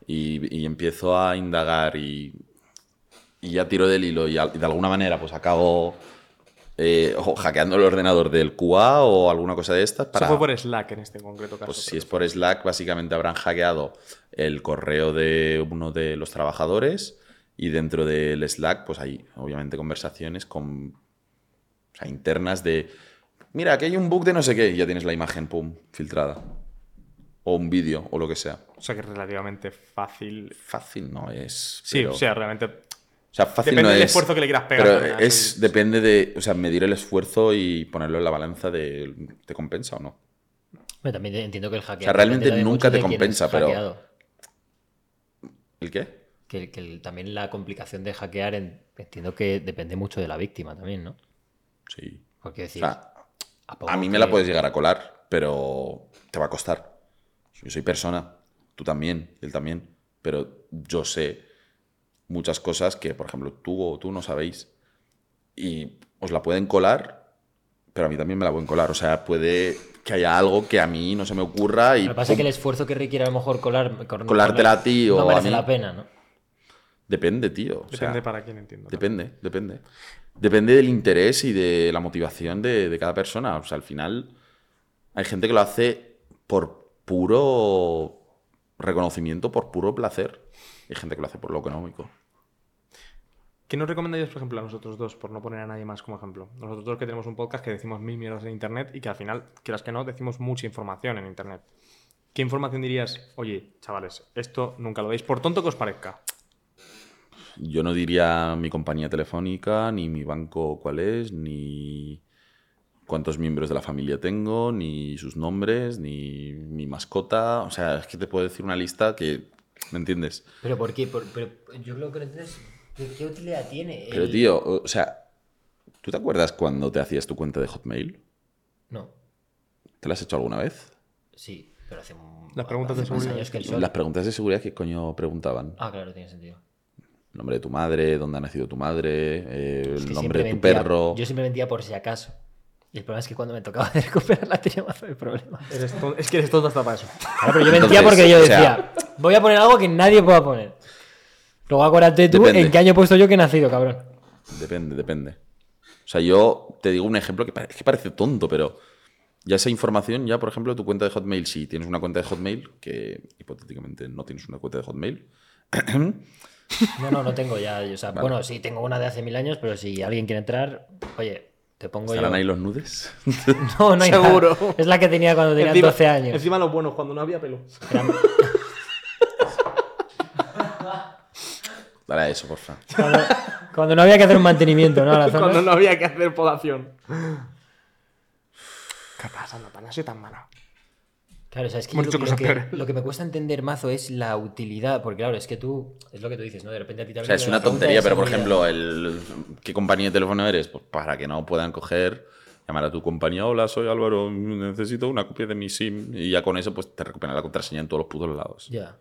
Speaker 1: y, y empiezo a indagar y, y ya tiro del hilo y, al- y de alguna manera pues acabo eh, o hackeando el ordenador del QA o alguna cosa de estas para...
Speaker 2: Se fue por Slack en este concreto caso.
Speaker 1: Pues si
Speaker 2: pero-
Speaker 1: es por Slack, básicamente habrán hackeado el correo de uno de los trabajadores y dentro del Slack, pues hay obviamente conversaciones con. O sea, internas de. Mira, aquí hay un bug de no sé qué y ya tienes la imagen, pum, filtrada. O un vídeo o lo que sea.
Speaker 2: O sea, que es relativamente fácil...
Speaker 1: Fácil no es.
Speaker 2: Sí,
Speaker 1: pero-
Speaker 2: o sea, realmente...
Speaker 1: o sea, fácil
Speaker 2: depende
Speaker 1: no
Speaker 2: del
Speaker 1: es,
Speaker 2: esfuerzo que le quieras pegar
Speaker 1: Pero
Speaker 2: también a
Speaker 1: es,
Speaker 2: eso.
Speaker 1: depende de. O sea, medir el esfuerzo y ponerlo en la balanza de. ¿Te compensa o no?
Speaker 3: Bueno, también entiendo que el
Speaker 1: O
Speaker 3: hackeo.
Speaker 1: sea, realmente
Speaker 3: depende también
Speaker 1: nunca
Speaker 3: mucho
Speaker 1: te
Speaker 3: de quién es
Speaker 1: compensa, pero-
Speaker 3: hackeado.
Speaker 1: ¿El qué?
Speaker 3: Que, el- que el- también la complicación de hackear en- entiendo que depende mucho de la víctima también, ¿no?
Speaker 1: Sí.
Speaker 3: Porque
Speaker 1: O
Speaker 3: decir,
Speaker 1: sea,
Speaker 3: ¿a poco
Speaker 1: A mí me la
Speaker 3: que-
Speaker 1: puedes llegar a colar, pero te va a costar. Yo soy persona, tú también, él también, pero yo sé muchas cosas que, por ejemplo, tú o tú no sabéis. Y os la pueden colar, pero a mí también me la pueden colar. O sea, puede que haya algo que a mí no se me ocurra y
Speaker 3: Lo que pasa es que
Speaker 1: pum,
Speaker 3: el esfuerzo que requiere a lo mejor colar, cor-
Speaker 1: colártela a ti
Speaker 3: no
Speaker 1: o a
Speaker 3: merece
Speaker 1: mí.
Speaker 3: la pena, ¿no?
Speaker 1: Depende, tío. O sea,
Speaker 2: Depende para quién entiendo.
Speaker 1: Depende, depende. Depende del interés y de la motivación de, de cada persona. O sea, al final hay gente que lo hace por puro reconocimiento, por puro placer. Hay gente que lo hace por lo económico.
Speaker 2: ¿Qué nos recomendáis, por ejemplo, a nosotros dos, por no poner a nadie más como ejemplo? Nosotros dos que tenemos un podcast que decimos mil mierdas en internet y que al final, quieras que no, decimos mucha información en internet. ¿Qué información dirías, oye, chavales, esto nunca lo veis, por tonto que os parezca?
Speaker 1: Yo no diría mi compañía telefónica, ni mi banco cuál es, ni cuántos miembros de la familia tengo, ni sus nombres, ni mi mascota. O sea, es que te puedo decir una lista que, ¿me entiendes?
Speaker 3: Pero ¿por qué? Por- pero yo creo que no entiendes. ¿Qué, qué utilidad tiene?
Speaker 1: Pero
Speaker 3: el-
Speaker 1: tío, o sea, ¿tú te acuerdas cuando te hacías tu cuenta de Hotmail?
Speaker 3: No,
Speaker 1: ¿Te la has hecho alguna vez?
Speaker 3: sí, pero hace un-
Speaker 2: Las preguntas
Speaker 3: hace
Speaker 2: de
Speaker 3: más
Speaker 2: seguridad.
Speaker 3: años que el sol.
Speaker 1: Las preguntas de seguridad que coño preguntaban.
Speaker 3: Ah, claro, tiene sentido.
Speaker 1: El nombre de tu madre, dónde ha nacido tu madre, eh,
Speaker 3: Es
Speaker 1: el
Speaker 3: que
Speaker 1: nombre
Speaker 3: siempre
Speaker 1: de tu
Speaker 3: mentía-
Speaker 1: perro.
Speaker 3: Yo siempre mentía por si acaso. Y el problema es que cuando me tocaba de recuperarla tenía más de problemas.
Speaker 2: Eres ton- es que eres tonto hasta para eso.
Speaker 3: Claro, Ah, pero yo mentía
Speaker 1: Entonces,
Speaker 3: porque yo
Speaker 1: o
Speaker 3: decía,
Speaker 1: sea-
Speaker 3: voy a poner algo que nadie pueda poner. Luego acuérdate tú
Speaker 1: Depende.
Speaker 3: en qué año he puesto yo que he nacido, cabrón.
Speaker 1: Depende, depende. O sea, yo te digo un ejemplo que, pare- que parece tonto, pero ya esa información, ya por ejemplo, tu cuenta de Hotmail, si tienes una cuenta de Hotmail, que hipotéticamente no tienes una cuenta de Hotmail,
Speaker 3: No, no, no tengo ya. O sea,
Speaker 1: Vale.
Speaker 3: bueno, sí, tengo una de hace mil años, pero si alguien quiere entrar, oye, te pongo yo.
Speaker 1: estarán ahí los nudes.
Speaker 3: No, no hay nada.
Speaker 2: Seguro.
Speaker 3: Es la que tenía cuando tenía 12 años.
Speaker 2: Encima lo bueno, cuando no había pelo.
Speaker 1: Dale a eso, porfa.
Speaker 3: Cuando, cuando no había que hacer un mantenimiento, ¿no? A la zona.
Speaker 2: cuando no había que hacer podación. ¿Qué pasa, no, pues no soy tan malo.
Speaker 3: Claro, o sea, es que,
Speaker 2: Hemos
Speaker 3: yo-
Speaker 2: hecho
Speaker 3: lo,
Speaker 2: cosas
Speaker 3: que
Speaker 2: peores.
Speaker 3: lo que me cuesta entender mazo es la utilidad, porque claro, es que tú, es lo que tú dices, ¿no? De repente a ti te
Speaker 1: O sea,
Speaker 3: viene
Speaker 1: es una
Speaker 3: pregunta
Speaker 1: tontería,
Speaker 3: de
Speaker 1: pero por
Speaker 3: seguridad.
Speaker 1: ejemplo, el, ¿qué compañía de teléfono eres? Pues para que no puedan coger, llamar a tu compañía, hola, soy Álvaro, necesito una copia de mi SIM y ya con eso pues te recuperan la contraseña en todos los putos lados.
Speaker 3: Ya.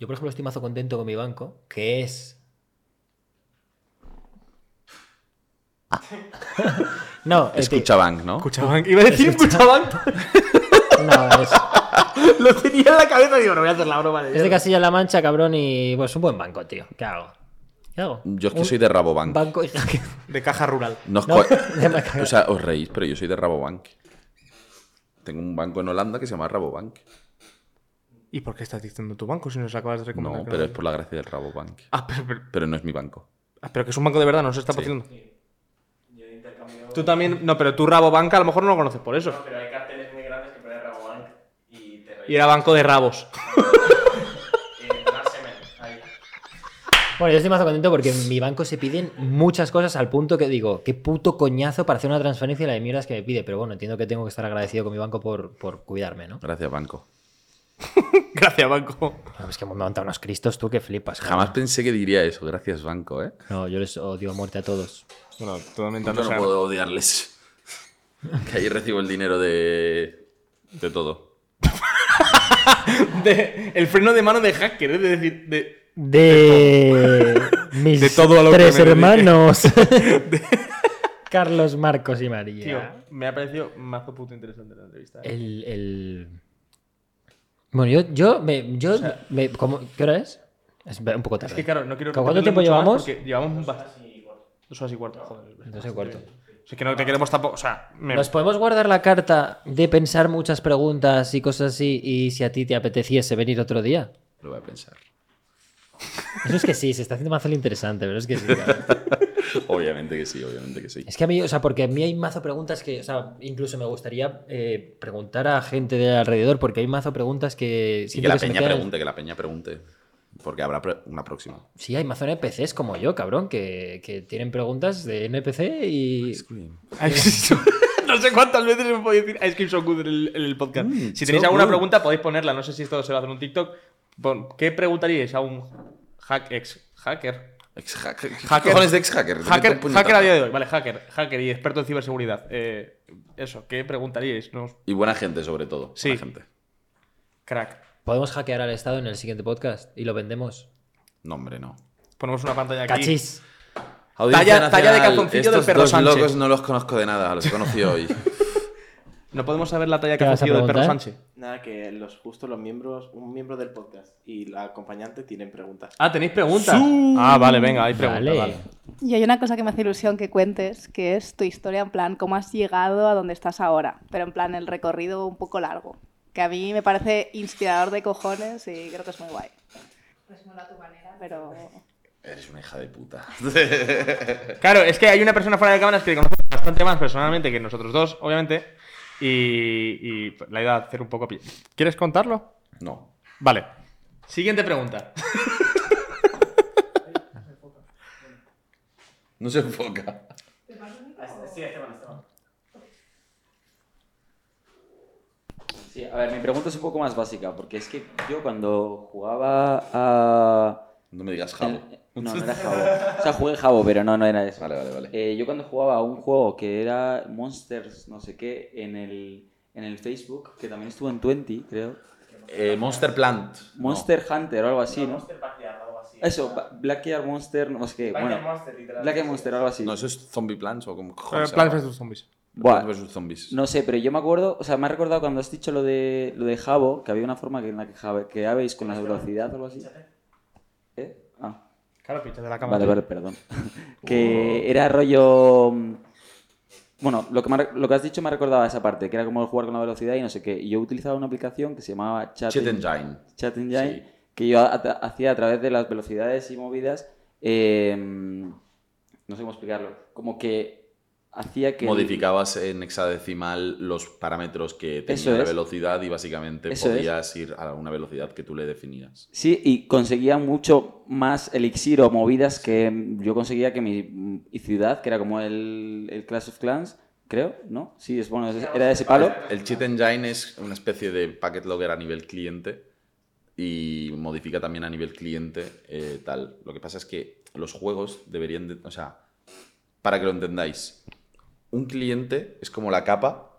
Speaker 3: Yo, por ejemplo, estoy mazo contento con mi banco, que es. no, eh,
Speaker 1: Escucha Bank, ¿no?
Speaker 2: Escuchaban, iba a decir escuchaban.
Speaker 3: No, es,
Speaker 2: lo tenía en la cabeza y digo, no voy a hacer la broma.
Speaker 3: es de Castilla-La Mancha, cabrón, y pues un buen banco, tío. ¿Qué hago? ¿Qué hago?
Speaker 1: Yo es que
Speaker 3: Un
Speaker 1: soy de Rabobank.
Speaker 3: Banco y
Speaker 2: De caja rural.
Speaker 1: No os
Speaker 3: No,
Speaker 1: co-
Speaker 3: de la cagada.
Speaker 1: o sea, os reís, pero yo soy de Rabobank. Tengo un banco en Holanda que se llama Rabobank.
Speaker 2: ¿Y por qué estás diciendo tu banco si nos acabas de recomendar?
Speaker 1: No,
Speaker 2: que
Speaker 1: pero es por la gracia del Rabobank.
Speaker 2: Ah, pero, pero,
Speaker 1: Pero no es mi banco.
Speaker 2: ah, pero que es un banco de verdad, no se está patrocinando. Tú también, no, pero tú Rabobanca a lo mejor no lo conoces por eso.
Speaker 4: Pero hay carteles muy grandes que ponen Rabobank y te
Speaker 2: Y era banco de rabos.
Speaker 4: eh, más semen. Ahí.
Speaker 3: Bueno, yo estoy más contento porque en mi banco se piden muchas cosas al punto que digo, qué puto coñazo para hacer una transferencia y la de mierdas que me pide. Pero bueno, entiendo que tengo que estar agradecido con mi banco por, por cuidarme, ¿no?
Speaker 1: Gracias, banco.
Speaker 2: Gracias, banco.
Speaker 3: Es que me han montado unos cristos tú que flipas. cabrón.
Speaker 1: Jamás pensé que diría eso. Gracias, banco, ¿eh?
Speaker 3: No, yo les odio a muerte a todos.
Speaker 2: Bueno, totalmente
Speaker 1: Yo no puedo odiarles. Que ahí recibo el dinero de. de todo.
Speaker 2: De- el freno de mano de hacker, es decir, de,
Speaker 3: De mis
Speaker 2: De todo lo que
Speaker 3: tres
Speaker 2: me dedique.
Speaker 3: hermanos. Carlos, Marcos y María.
Speaker 2: tío, me ha parecido mazo puto interesante la entrevista. ¿eh?
Speaker 3: El, el- Bueno, yo, yo, me, yo me- ¿cómo- ¿qué hora es? Es un poco tarde.
Speaker 2: Es que claro, no quiero.
Speaker 3: ¿Con cuánto
Speaker 2: repetirlo
Speaker 3: tiempo
Speaker 2: mucho más
Speaker 3: llevamos?
Speaker 2: Porque llevamos bastante. Dos horas y cuarto, joder. es
Speaker 3: Dos y cuarto.
Speaker 2: verdad. Es que no te queremos tampoco. O sea, me-
Speaker 3: Nos podemos guardar la carta de pensar muchas preguntas y cosas así y si a ti te apeteciese venir otro día.
Speaker 1: Lo voy a pensar.
Speaker 3: Eso es que sí, se está haciendo mazo lo interesante, pero es que sí. claro.
Speaker 1: Obviamente que sí, obviamente que sí.
Speaker 3: Es que a mí, o sea, porque a mí hay mazo preguntas que, o sea, incluso me gustaría eh, preguntar a gente de alrededor porque hay mazo preguntas que...
Speaker 1: Y
Speaker 3: siento
Speaker 1: que la
Speaker 3: se me
Speaker 1: peña
Speaker 3: quedan-
Speaker 1: pregunte, que la peña pregunte. Porque habrá pre- una próxima.
Speaker 3: Sí, hay mazo NPCs como yo, cabrón, que, que tienen preguntas de NPC y...
Speaker 1: Eh.
Speaker 2: no sé cuántas veces me podéis decir Ice Cream So Good en el, en el podcast.
Speaker 1: Mm,
Speaker 2: si tenéis
Speaker 1: so
Speaker 2: alguna
Speaker 1: good.
Speaker 2: pregunta, podéis ponerla. No sé si esto se va a hacer un TikTok. Pon, ¿Qué preguntaríais a un hack ex hacker?
Speaker 1: Ex hacker.
Speaker 2: Hacker.
Speaker 1: cojones de ex hacker?
Speaker 2: Hacker, hacker a día de hoy, vale, hacker, hacker y experto en ciberseguridad. Eh, eso, ¿qué preguntaríais? No,
Speaker 1: Y buena gente, sobre todo.
Speaker 2: Sí.
Speaker 1: Buena gente.
Speaker 2: crack.
Speaker 3: Podemos hackear al Estado en el siguiente podcast y lo vendemos.
Speaker 1: No, hombre, no.
Speaker 2: Ponemos una pantalla aquí.
Speaker 3: Cachis.
Speaker 2: Talla- talla de
Speaker 1: nacional,
Speaker 2: calzoncillo del
Speaker 1: estos
Speaker 2: perro
Speaker 1: dos
Speaker 2: Sánchez.
Speaker 1: locos no los conozco de nada, los he conocido hoy.
Speaker 2: No podemos saber la talla
Speaker 3: ¿Qué
Speaker 2: que ha
Speaker 3: vas a
Speaker 2: cogido de Perro
Speaker 3: preguntar?
Speaker 2: Sánchez.
Speaker 4: Nada, que los justo los miembros, un miembro del podcast y la acompañante tienen preguntas.
Speaker 2: Ah, tenéis preguntas. Ah, vale, venga, hay preguntas.
Speaker 3: Vale.
Speaker 2: vale.
Speaker 5: Y hay una cosa que me hace ilusión que cuentes, que es tu historia, en plan, cómo has llegado a donde estás ahora, pero en plan, el recorrido un poco largo, que a mí me parece inspirador de cojones y creo que es muy guay. Pues mola tu manera, pero...
Speaker 1: Eres una hija de puta.
Speaker 2: Claro, es que hay una persona fuera de cámaras que conoce bastante más personalmente que nosotros dos, obviamente. Y, y la idea a hacer un poco. pi- ¿Quieres contarlo?
Speaker 1: No.
Speaker 2: Vale. Eh, Siguiente pregunta.
Speaker 1: No se enfoca.
Speaker 4: Sí, Esteban, Esteban.
Speaker 6: Sí, a ver, mi pregunta es un poco más básica, porque es que yo cuando jugaba a...
Speaker 1: No me digas jabo.
Speaker 6: No, no era Jabo. O sea, jugué Jabo, pero no, no era eso.
Speaker 1: Vale, vale, vale.
Speaker 6: Eh, yo cuando jugaba a un juego que era Monsters, no sé qué, en el, en el Facebook, que también estuvo en 20, creo.
Speaker 1: Eh, Monster Plant. No.
Speaker 6: Monster Hunter o algo así,
Speaker 4: No,
Speaker 6: ¿no?
Speaker 4: Monster Backyard, algo así.
Speaker 6: Eso, Ba- Blackyard Monster, no sé qué.
Speaker 4: Backyard
Speaker 6: Bueno,
Speaker 4: Monster, literal.
Speaker 6: Blackyard Monster, algo así.
Speaker 1: No, eso es Zombie Plants o como cojones.
Speaker 2: Plants
Speaker 1: se llama.
Speaker 2: vs. Zombies.
Speaker 6: Buah,
Speaker 1: Plants versus Zombies.
Speaker 6: No sé, pero yo me acuerdo, o sea, me ha recordado cuando has dicho lo de lo de Jabo, que había una forma que en la que Jabo, que habéis con la velocidad o algo así. ¿Eh? Ah,
Speaker 2: Claro, pincha de la cámara.
Speaker 6: vale, vale, perdón. que era rollo mm, bueno, lo que, me ha re- lo que has dicho me ha recordado a esa parte, que era como jugar con la velocidad y no sé qué. Y yo utilizaba una aplicación que se llamaba Chat,
Speaker 1: Chet Engine.
Speaker 6: Chat Engine,
Speaker 1: Sí.
Speaker 6: que yo a- a- hacía a través de las velocidades y movidas, eh, no sé cómo explicarlo, como que hacía que... el-
Speaker 1: Modificabas en hexadecimal los parámetros que
Speaker 6: Eso
Speaker 1: tenía la
Speaker 6: es.
Speaker 1: velocidad y básicamente
Speaker 6: Eso es.
Speaker 1: podías ir a una velocidad que tú le definías.
Speaker 6: Sí, y conseguía mucho más elixir o movidas que mm, yo conseguía que mi mm, y ciudad, que era como el, el Clash of Clans, creo, ¿no? Sí, es bueno, es- era de ese palo.
Speaker 1: El Cheat Engine es una especie de packet logger a nivel cliente y modifica también a nivel cliente eh, tal. Lo que pasa es que los juegos deberían de- O sea, para que lo entendáis, un cliente es como la capa,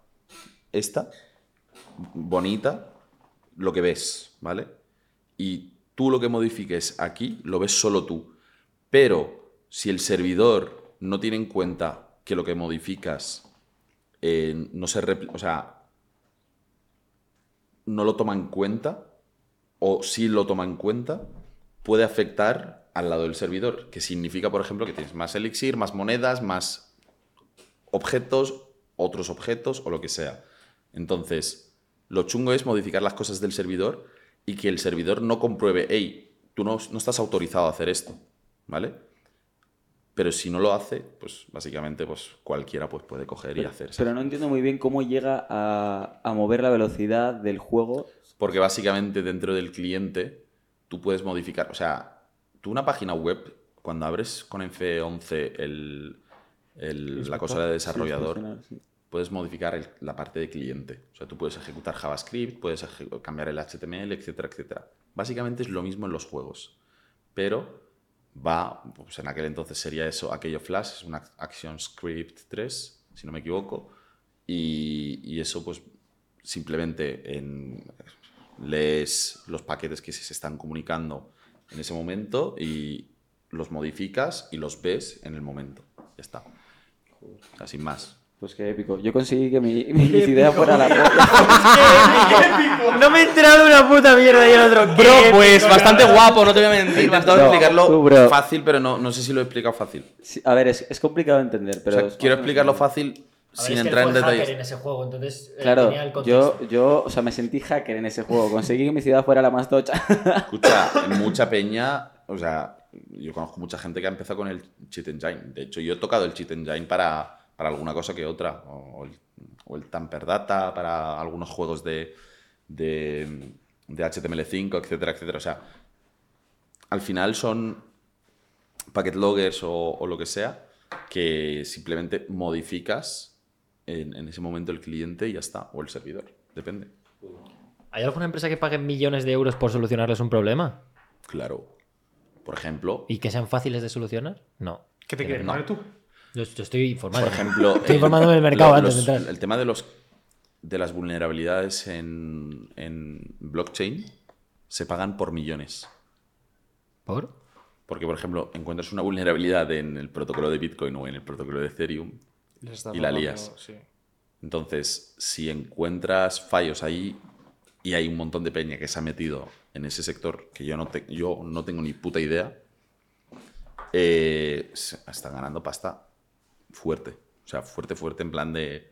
Speaker 1: esta, bonita, lo que ves, ¿vale? Y tú lo que modifiques aquí lo ves solo tú. Pero si el servidor no tiene en cuenta que lo que modificas eh, no se repli- o sea, no lo toma en cuenta o si lo toma en cuenta puede afectar al lado del servidor, que significa, por ejemplo, que tienes más elixir, más monedas, más objetos, otros objetos o lo que sea. Entonces, lo chungo es modificar las cosas del servidor y que el servidor no compruebe, hey, tú no, no estás autorizado a hacer esto, ¿vale? Pero si no lo hace, pues básicamente pues cualquiera pues, puede coger y
Speaker 6: Pero,
Speaker 1: hacer.
Speaker 6: pero no entiendo muy bien cómo llega a, a mover la velocidad del juego.
Speaker 1: Porque básicamente dentro del cliente tú puedes modificar. O sea, tú una página web, cuando abres con F11 el, el- la cosa de desarrollador,
Speaker 6: Sí.
Speaker 1: puedes modificar el- la parte de cliente. O sea, tú puedes ejecutar JavaScript, puedes eje- cambiar el HTML, etcétera, etcétera. Básicamente es lo mismo en los juegos, pero va, pues en aquel entonces sería eso, aquello Flash, es una Action Script 3, si no me equivoco, y, y eso pues simplemente en, lees los paquetes que se están comunicando en ese momento y los modificas y los ves en el momento. Ya está. O sea, sin más.
Speaker 6: Pues qué épico. Yo conseguí que mi, mi ciudad fuera la polla.
Speaker 7: No me he enterado de una puta mierda y el otro.
Speaker 2: Bro, pues bastante guapo, no te voy a
Speaker 1: He
Speaker 2: mentir.
Speaker 1: intentado
Speaker 6: No,
Speaker 1: explicarlo
Speaker 6: tú, bro.
Speaker 1: fácil, pero no, no sé si lo he explicado fácil.
Speaker 6: Sí, a ver, es, es complicado de entender,
Speaker 1: O
Speaker 6: pero...
Speaker 1: sea,
Speaker 6: es más
Speaker 1: quiero
Speaker 6: o menos
Speaker 1: explicarlo
Speaker 6: como-
Speaker 1: fácil
Speaker 3: A ver,
Speaker 1: sin
Speaker 3: es que él
Speaker 1: entrar en
Speaker 3: fue hacker
Speaker 1: detalles.
Speaker 3: en ese juego, entonces eh,
Speaker 6: Claro,
Speaker 3: tenía el contexto.
Speaker 6: yo, yo, o sea, me sentí hacker en ese juego. Conseguí que mi ciudad fuera la más tocha.
Speaker 1: Escucha, mucha peña, o sea, yo conozco mucha gente que ha empezado con el cheat engine. De hecho, yo he tocado el cheat engine para, para alguna cosa que otra, o, o el, o el tamper data, para algunos juegos de, de, de HTML5, etcétera, etcétera. O sea, al final son packet loggers o, o lo que sea que simplemente modificas en, en ese momento el cliente y ya está, o el servidor, depende.
Speaker 3: ¿Hay alguna empresa que pague millones de euros por solucionarles un problema?
Speaker 1: Claro. Por ejemplo,
Speaker 3: ¿Y que sean fáciles de solucionar? No.
Speaker 2: ¿Qué te quieres
Speaker 1: No.
Speaker 2: poner tú?
Speaker 3: Yo, yo estoy informado.
Speaker 1: Por ejemplo,
Speaker 3: Estoy
Speaker 1: el-
Speaker 3: informándome del mercado
Speaker 1: lo-
Speaker 3: antes de
Speaker 1: los-
Speaker 3: entrar.
Speaker 1: El tema de los de las vulnerabilidades en, en blockchain se pagan por millones.
Speaker 3: ¿Por?
Speaker 1: Porque, por ejemplo, encuentras una vulnerabilidad en el protocolo de Bitcoin o en el protocolo de Ethereum y la lías. Entonces, si encuentras fallos ahí y hay un montón de peña que se ha metido en ese sector que yo no, te- yo no tengo ni puta idea, eh, se- están ganando pasta fuerte. O sea, fuerte, fuerte en plan de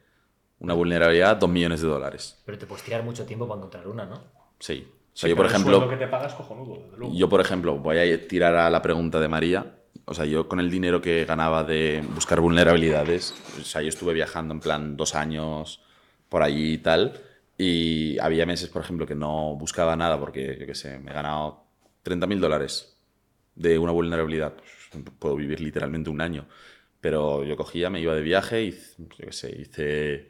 Speaker 1: una vulnerabilidad, 2 millones de dólares.
Speaker 3: Pero te puedes tirar mucho tiempo para encontrar una, ¿no?
Speaker 1: Sí. O sea, yo, por ejemplo,
Speaker 2: Lo que te pagas cojonudo, desde luego.
Speaker 1: yo, por ejemplo, voy a tirar a la pregunta de María. O sea, yo con el dinero que ganaba de buscar vulnerabilidades, o sea, yo estuve viajando en plan dos años por allí y tal. Y había meses, por ejemplo, que no buscaba nada porque, yo qué sé, me he ganado 30 mil dólares de una vulnerabilidad. Pues, puedo vivir literalmente un año. Pero yo cogía, me iba de viaje y, yo qué sé, hice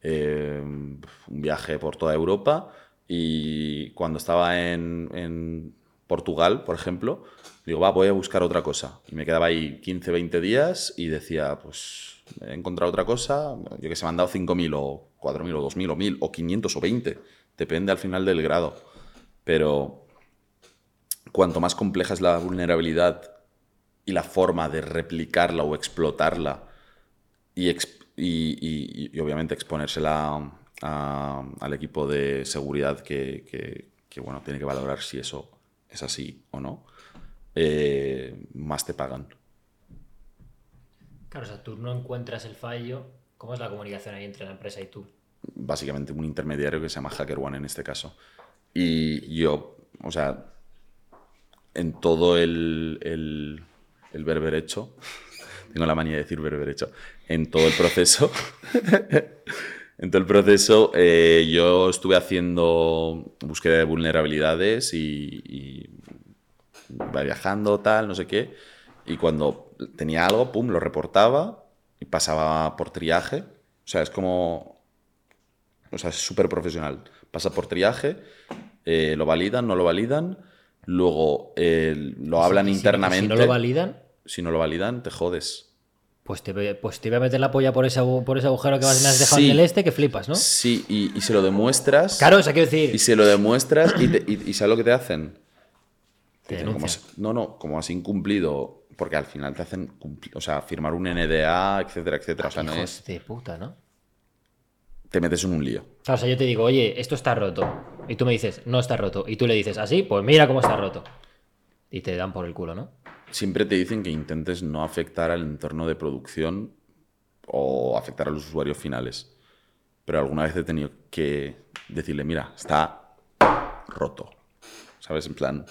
Speaker 1: eh, un viaje por toda Europa y cuando estaba en, en Portugal, por ejemplo, digo, va, voy a buscar otra cosa. Y me quedaba ahí 15, 20 días y decía, pues he encontrado otra cosa, yo que sé, me han dado 5.000 o 4.000 o 2.000 o 1.000 o 500 o 20, depende al final del grado. Pero cuanto más compleja es la vulnerabilidad y la forma de replicarla o explotarla, y, exp- y- y- y obviamente exponérsela a- al equipo de seguridad que, que- que, bueno, tiene que valorar si eso es así o no, eh, más te pagan.
Speaker 3: Claro, o sea, tú no encuentras el fallo. ¿Cómo es la comunicación ahí entre la empresa y tú?
Speaker 1: Básicamente un intermediario que se llama HackerOne en este caso. Y yo, o sea, en todo el, el, el berberecho, tengo la manía de decir berberecho, en todo el proceso, en todo el proceso eh, yo estuve haciendo búsqueda de vulnerabilidades y, y iba viajando, tal, no sé qué, y cuando tenía algo, pum, lo reportaba y pasaba por triaje, o sea, es como, o sea, es súper profesional, pasa por triaje, eh, lo validan, no lo validan, luego eh, lo hablan
Speaker 3: Si- si-
Speaker 1: internamente
Speaker 3: Si no lo validan,
Speaker 1: si no lo validan, te jodes.
Speaker 3: pues te, ve- pues te voy a meter la polla por ese, agu- por ese agujero que vas- me has dejado
Speaker 1: Sí.
Speaker 3: en el este que flipas, ¿no?
Speaker 1: Sí, y, y se lo demuestras.
Speaker 3: Claro, o sea, quiero decir.
Speaker 1: Y se lo demuestras y, te- y- y ¿sabes lo que te hacen?
Speaker 3: Te
Speaker 1: dicen, como
Speaker 3: denuncian.
Speaker 1: has- no, no, como has incumplido, porque al final te hacen cumpli- o sea, firmar un NDA, etcétera, etcétera. O sea, no
Speaker 3: hijos
Speaker 1: es-
Speaker 3: de puta, ¿no?
Speaker 1: te metes en un lío.
Speaker 3: Claro, o sea, yo te digo, oye, esto está roto. Y tú me dices, no está roto. Y tú le dices, así, pues mira cómo está roto. Y te dan por el culo, ¿no?
Speaker 1: Siempre te dicen que intentes no afectar al entorno de producción o afectar a los usuarios finales. Pero alguna vez he tenido que decirle, mira, está roto. ¿Sabes? En plan,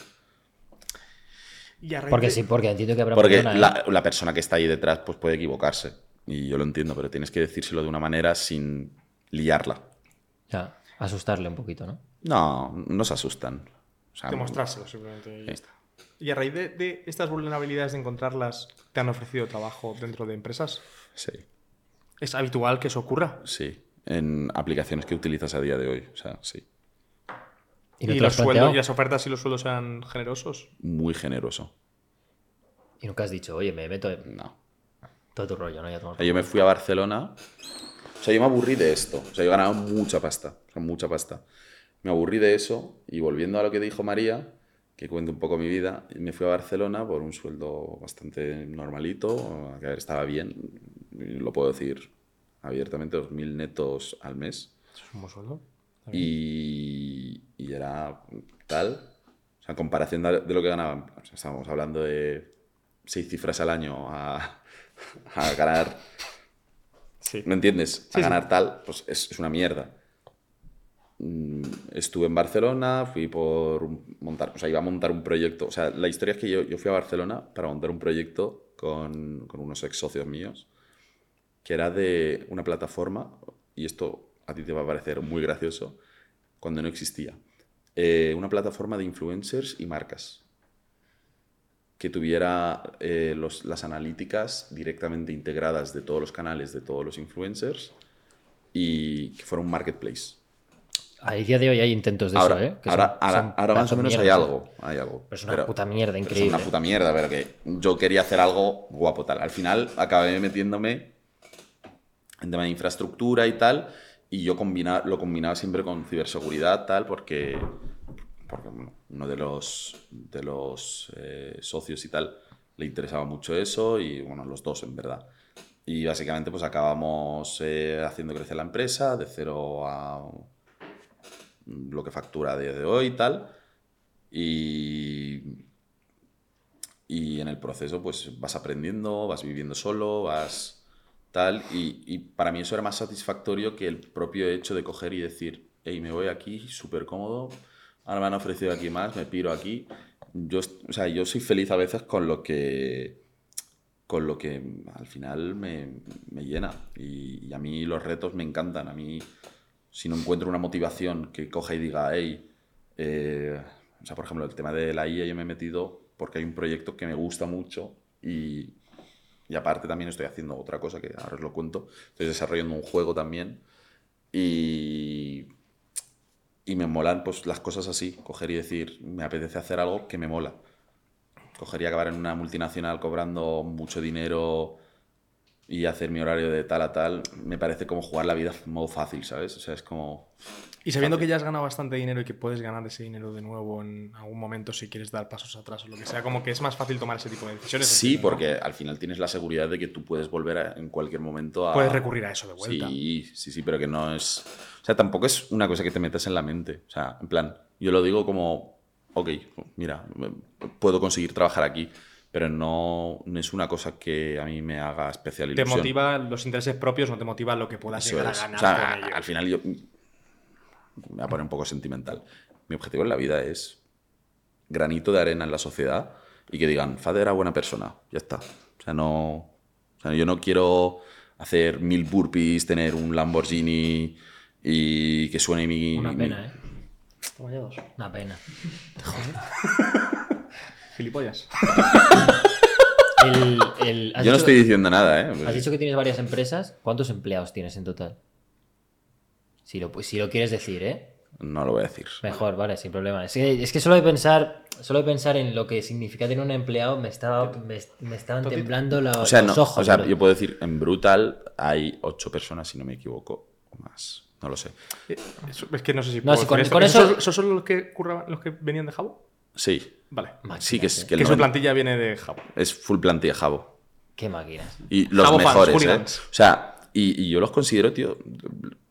Speaker 2: Y a raíz
Speaker 3: Porque
Speaker 2: de-
Speaker 3: sí, porque entiendo que habrá
Speaker 1: Porque
Speaker 3: persona, ¿eh?
Speaker 1: la, la persona que está ahí detrás pues puede equivocarse. Y yo lo entiendo, pero tienes que decírselo de una manera sin liarla.
Speaker 3: O sea, asustarle un poquito, ¿no?
Speaker 1: No, no se asustan. O sea,
Speaker 2: Demostrárselo, simplemente. y ya
Speaker 1: Sí.
Speaker 2: está. Y a raíz de, de estas vulnerabilidades de encontrarlas, ¿te han ofrecido trabajo dentro de empresas?
Speaker 1: Sí,
Speaker 2: ¿Es habitual que eso ocurra?
Speaker 1: sí. En aplicaciones que utilizas a día de hoy. O sea, sí.
Speaker 3: Y,
Speaker 2: ¿Y,
Speaker 3: no te lo
Speaker 2: los
Speaker 3: has planteado?
Speaker 2: sueldos, y las ofertas y los sueldos sean generosos?
Speaker 1: Muy generoso.
Speaker 3: Y nunca has dicho, oye, me meto en
Speaker 1: No.
Speaker 3: todo tu rollo, ¿no? Ya tomo-
Speaker 1: O sea, yo me fui a Barcelona. O sea, yo me aburrí de esto. O sea, yo ganaba mucha pasta. O sea, mucha pasta. Me aburrí de eso y volviendo a lo que dijo María, que cuento un poco mi vida, me fui a Barcelona por un sueldo bastante normalito, que a ver, estaba bien, lo puedo decir abiertamente, 2.000 netos al mes.
Speaker 2: ¿Eso es un buen sueldo?
Speaker 1: Y, y era tal. O sea, en comparación de, de lo que ganaban, o sea, estábamos hablando de seis cifras al año a, a ganar.
Speaker 2: Sí.
Speaker 1: ¿Me entiendes?
Speaker 2: Sí, sí.
Speaker 1: a ganar tal, pues es, es una mierda. Mm, Estuve en Barcelona, fui por un- montar, o sea, iba a montar un proyecto. O sea, la historia es que yo, yo fui a Barcelona para montar un proyecto con, con unos ex socios míos que era de una plataforma, y esto a ti te va a parecer muy gracioso, cuando no existía. Eh, una plataforma de influencers y marcas que tuviera eh, los- las analíticas directamente integradas de todos los canales, de todos los influencers, y que fuera un marketplace.
Speaker 3: A día de hoy hay intentos de
Speaker 1: Ahora,
Speaker 3: eso, ¿eh? Que
Speaker 1: ahora,
Speaker 3: son-
Speaker 1: ahora-
Speaker 3: son
Speaker 1: ahora más o
Speaker 3: putas
Speaker 1: menos hay
Speaker 3: mierdas.
Speaker 1: algo, hay algo.
Speaker 3: ¿eh? Pero es una puta mierda
Speaker 1: pero
Speaker 3: increíble.
Speaker 1: Es una puta mierda, pero que yo quería hacer algo guapo tal. Al final acabé metiéndome en tema de infraestructura y tal, y yo combina, lo combinaba siempre con ciberseguridad tal, porque, porque bueno, uno de los, de los eh, socios y tal le interesaba mucho eso, y bueno, los dos en verdad. Y básicamente pues acabamos eh, haciendo crecer la empresa de cero a lo que factura a día de hoy y tal. Y, y en el proceso pues vas aprendiendo, vas viviendo solo, vas tal. Y, y para mí eso era más satisfactorio que el propio hecho de coger y decir, hey, me voy aquí súper cómodo, ahora me han ofrecido aquí más, me piro aquí. Yo, est- o sea, yo soy feliz a veces con lo que con lo que al final me, me llena. Y, y a mí los retos me encantan. A mí, si no encuentro una motivación que coja y diga, hey, eh", o sea, por ejemplo, el tema de la IA yo me he metido porque hay un proyecto que me gusta mucho y, y aparte también estoy haciendo otra cosa que ahora os lo cuento. Estoy desarrollando un juego también y, y me molan pues, las cosas así, coger y decir, me apetece hacer algo que me mola cogería acabar en una multinacional cobrando mucho dinero y hacer mi horario de tal a tal, me parece como jugar la vida en modo fácil, ¿sabes? O sea, es como...
Speaker 2: Y sabiendo que ya has ganado bastante dinero y que puedes ganar ese dinero de nuevo en algún momento si quieres dar pasos atrás o lo que sea, como que es más fácil tomar ese tipo de decisiones.
Speaker 1: Sí,
Speaker 2: entiendo, ¿no?
Speaker 1: porque al final tienes la seguridad de que tú puedes volver a- en cualquier momento a...
Speaker 2: Puedes recurrir a eso de vuelta.
Speaker 1: Sí, sí, sí, pero que no es... O sea, tampoco es una cosa que te metas en la mente. O sea, en plan, yo lo digo como, ok, mira, me- puedo conseguir trabajar aquí, pero no, no es una cosa que a mí me haga especial
Speaker 2: Te
Speaker 1: ilusión.
Speaker 2: motiva los intereses propios, no te motiva lo que puedas
Speaker 1: Eso
Speaker 2: llegar
Speaker 1: es.
Speaker 2: a
Speaker 1: O
Speaker 2: ganar
Speaker 1: sea,
Speaker 2: con ello.
Speaker 1: al final yo me voy a poner un poco sentimental. Mi objetivo en la vida es granito de arena en la sociedad y que digan, Fade era buena persona, ya está. O sea, no, o sea, yo no quiero hacer mil burpees, tener un Lamborghini y que suene mi...
Speaker 3: Una
Speaker 1: mi-
Speaker 3: pena, ¿eh? Una pena.
Speaker 2: Gilipollas.
Speaker 3: El- el- ¿has
Speaker 1: Yo no
Speaker 3: dicho-
Speaker 1: estoy diciendo nada, ¿eh?
Speaker 3: Has dicho que tienes varias empresas. ¿Cuántos empleados tienes en total? Si lo, pu- si lo quieres decir, ¿eh?
Speaker 1: No lo voy a decir.
Speaker 3: Mejor, vale, sin problema. Es que, es que solo de pensar, solo de pensar en lo que significa tener un empleado me estaba, me, me estaban temblando los,
Speaker 1: O sea, no,
Speaker 3: los ojos.
Speaker 1: o sea,
Speaker 3: bro.
Speaker 1: yo puedo decir, en Brutal hay ocho personas, si no me equivoco, o más. No lo sé.
Speaker 2: Eh, Eso- Es que no sé si
Speaker 3: No,
Speaker 2: puedo
Speaker 3: si con-
Speaker 2: decir
Speaker 3: con
Speaker 2: esto.
Speaker 3: eso-
Speaker 2: ¿Esos, esos son los que curraban, los que venían de Jabo?
Speaker 1: Sí.
Speaker 2: Vale.
Speaker 3: Máquinas,
Speaker 1: Sí, que es
Speaker 3: eh.
Speaker 1: que el
Speaker 2: que su
Speaker 1: 90
Speaker 2: plantilla viene de Jabo.
Speaker 1: es full plantilla Jabo.
Speaker 3: Qué máquinas.
Speaker 1: Y los
Speaker 2: Jabo fans,
Speaker 1: mejores, ¿eh?
Speaker 2: hooligans.
Speaker 1: O sea, y, y yo los considero, tío.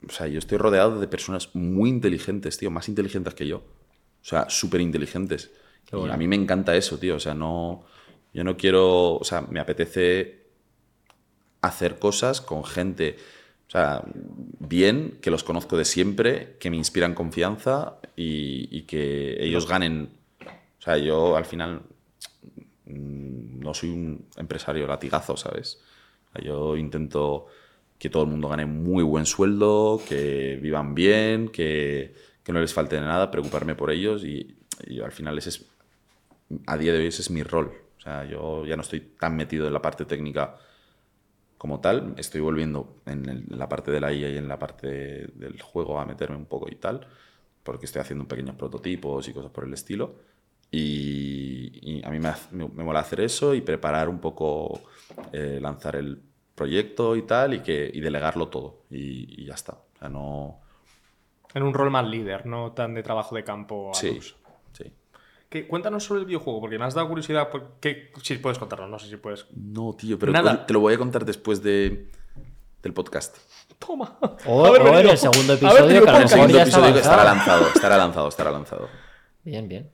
Speaker 1: O sea, yo estoy rodeado de personas muy inteligentes, tío, más inteligentes que yo. O sea, súper inteligentes.
Speaker 3: Qué bueno.
Speaker 1: Y a mí me encanta eso, tío. O sea, no. Yo no quiero. O sea, me apetece hacer cosas con gente. O sea, bien, que los conozco de siempre, que me inspiran confianza y, y que ellos ganen. O sea, yo al final mm, no soy un empresario latigazo, ¿sabes? O sea, Yo intento que todo el mundo gane muy buen sueldo, que vivan bien, que, que no les falte nada, preocuparme por ellos y, y al final ese es, a día de hoy ese es mi rol. O sea, yo ya no estoy tan metido en la parte técnica como tal, estoy volviendo en, el- en la parte de la IA y en la parte del juego a meterme un poco y tal, porque estoy haciendo pequeños prototipos y cosas por el estilo. Y, y a mí me, hace- me- me mola hacer eso y preparar un poco, eh, lanzar el proyecto y tal, y, que, y delegarlo todo. Y, y ya está. O sea, no.
Speaker 2: En un rol más líder, no tan de trabajo de campo. a
Speaker 1: Sí,
Speaker 2: luz.
Speaker 1: sí.
Speaker 2: Que, cuéntanos sobre el videojuego, porque me has dado curiosidad. por qué- si puedes contarlo, no sé si puedes.
Speaker 1: No, tío, pero
Speaker 2: Nada.
Speaker 1: te- te lo voy a contar después de, del podcast.
Speaker 2: Toma.
Speaker 3: O,
Speaker 2: Haber
Speaker 3: o en
Speaker 2: venido-
Speaker 3: el segundo
Speaker 2: haber
Speaker 3: episodio,
Speaker 2: venido
Speaker 3: que a lo
Speaker 2: por
Speaker 1: El
Speaker 3: mejor
Speaker 1: segundo
Speaker 3: ya está
Speaker 1: episodio que estará
Speaker 3: avanzado.
Speaker 1: lanzado, estará lanzado, estará lanzado.
Speaker 3: Bien, bien.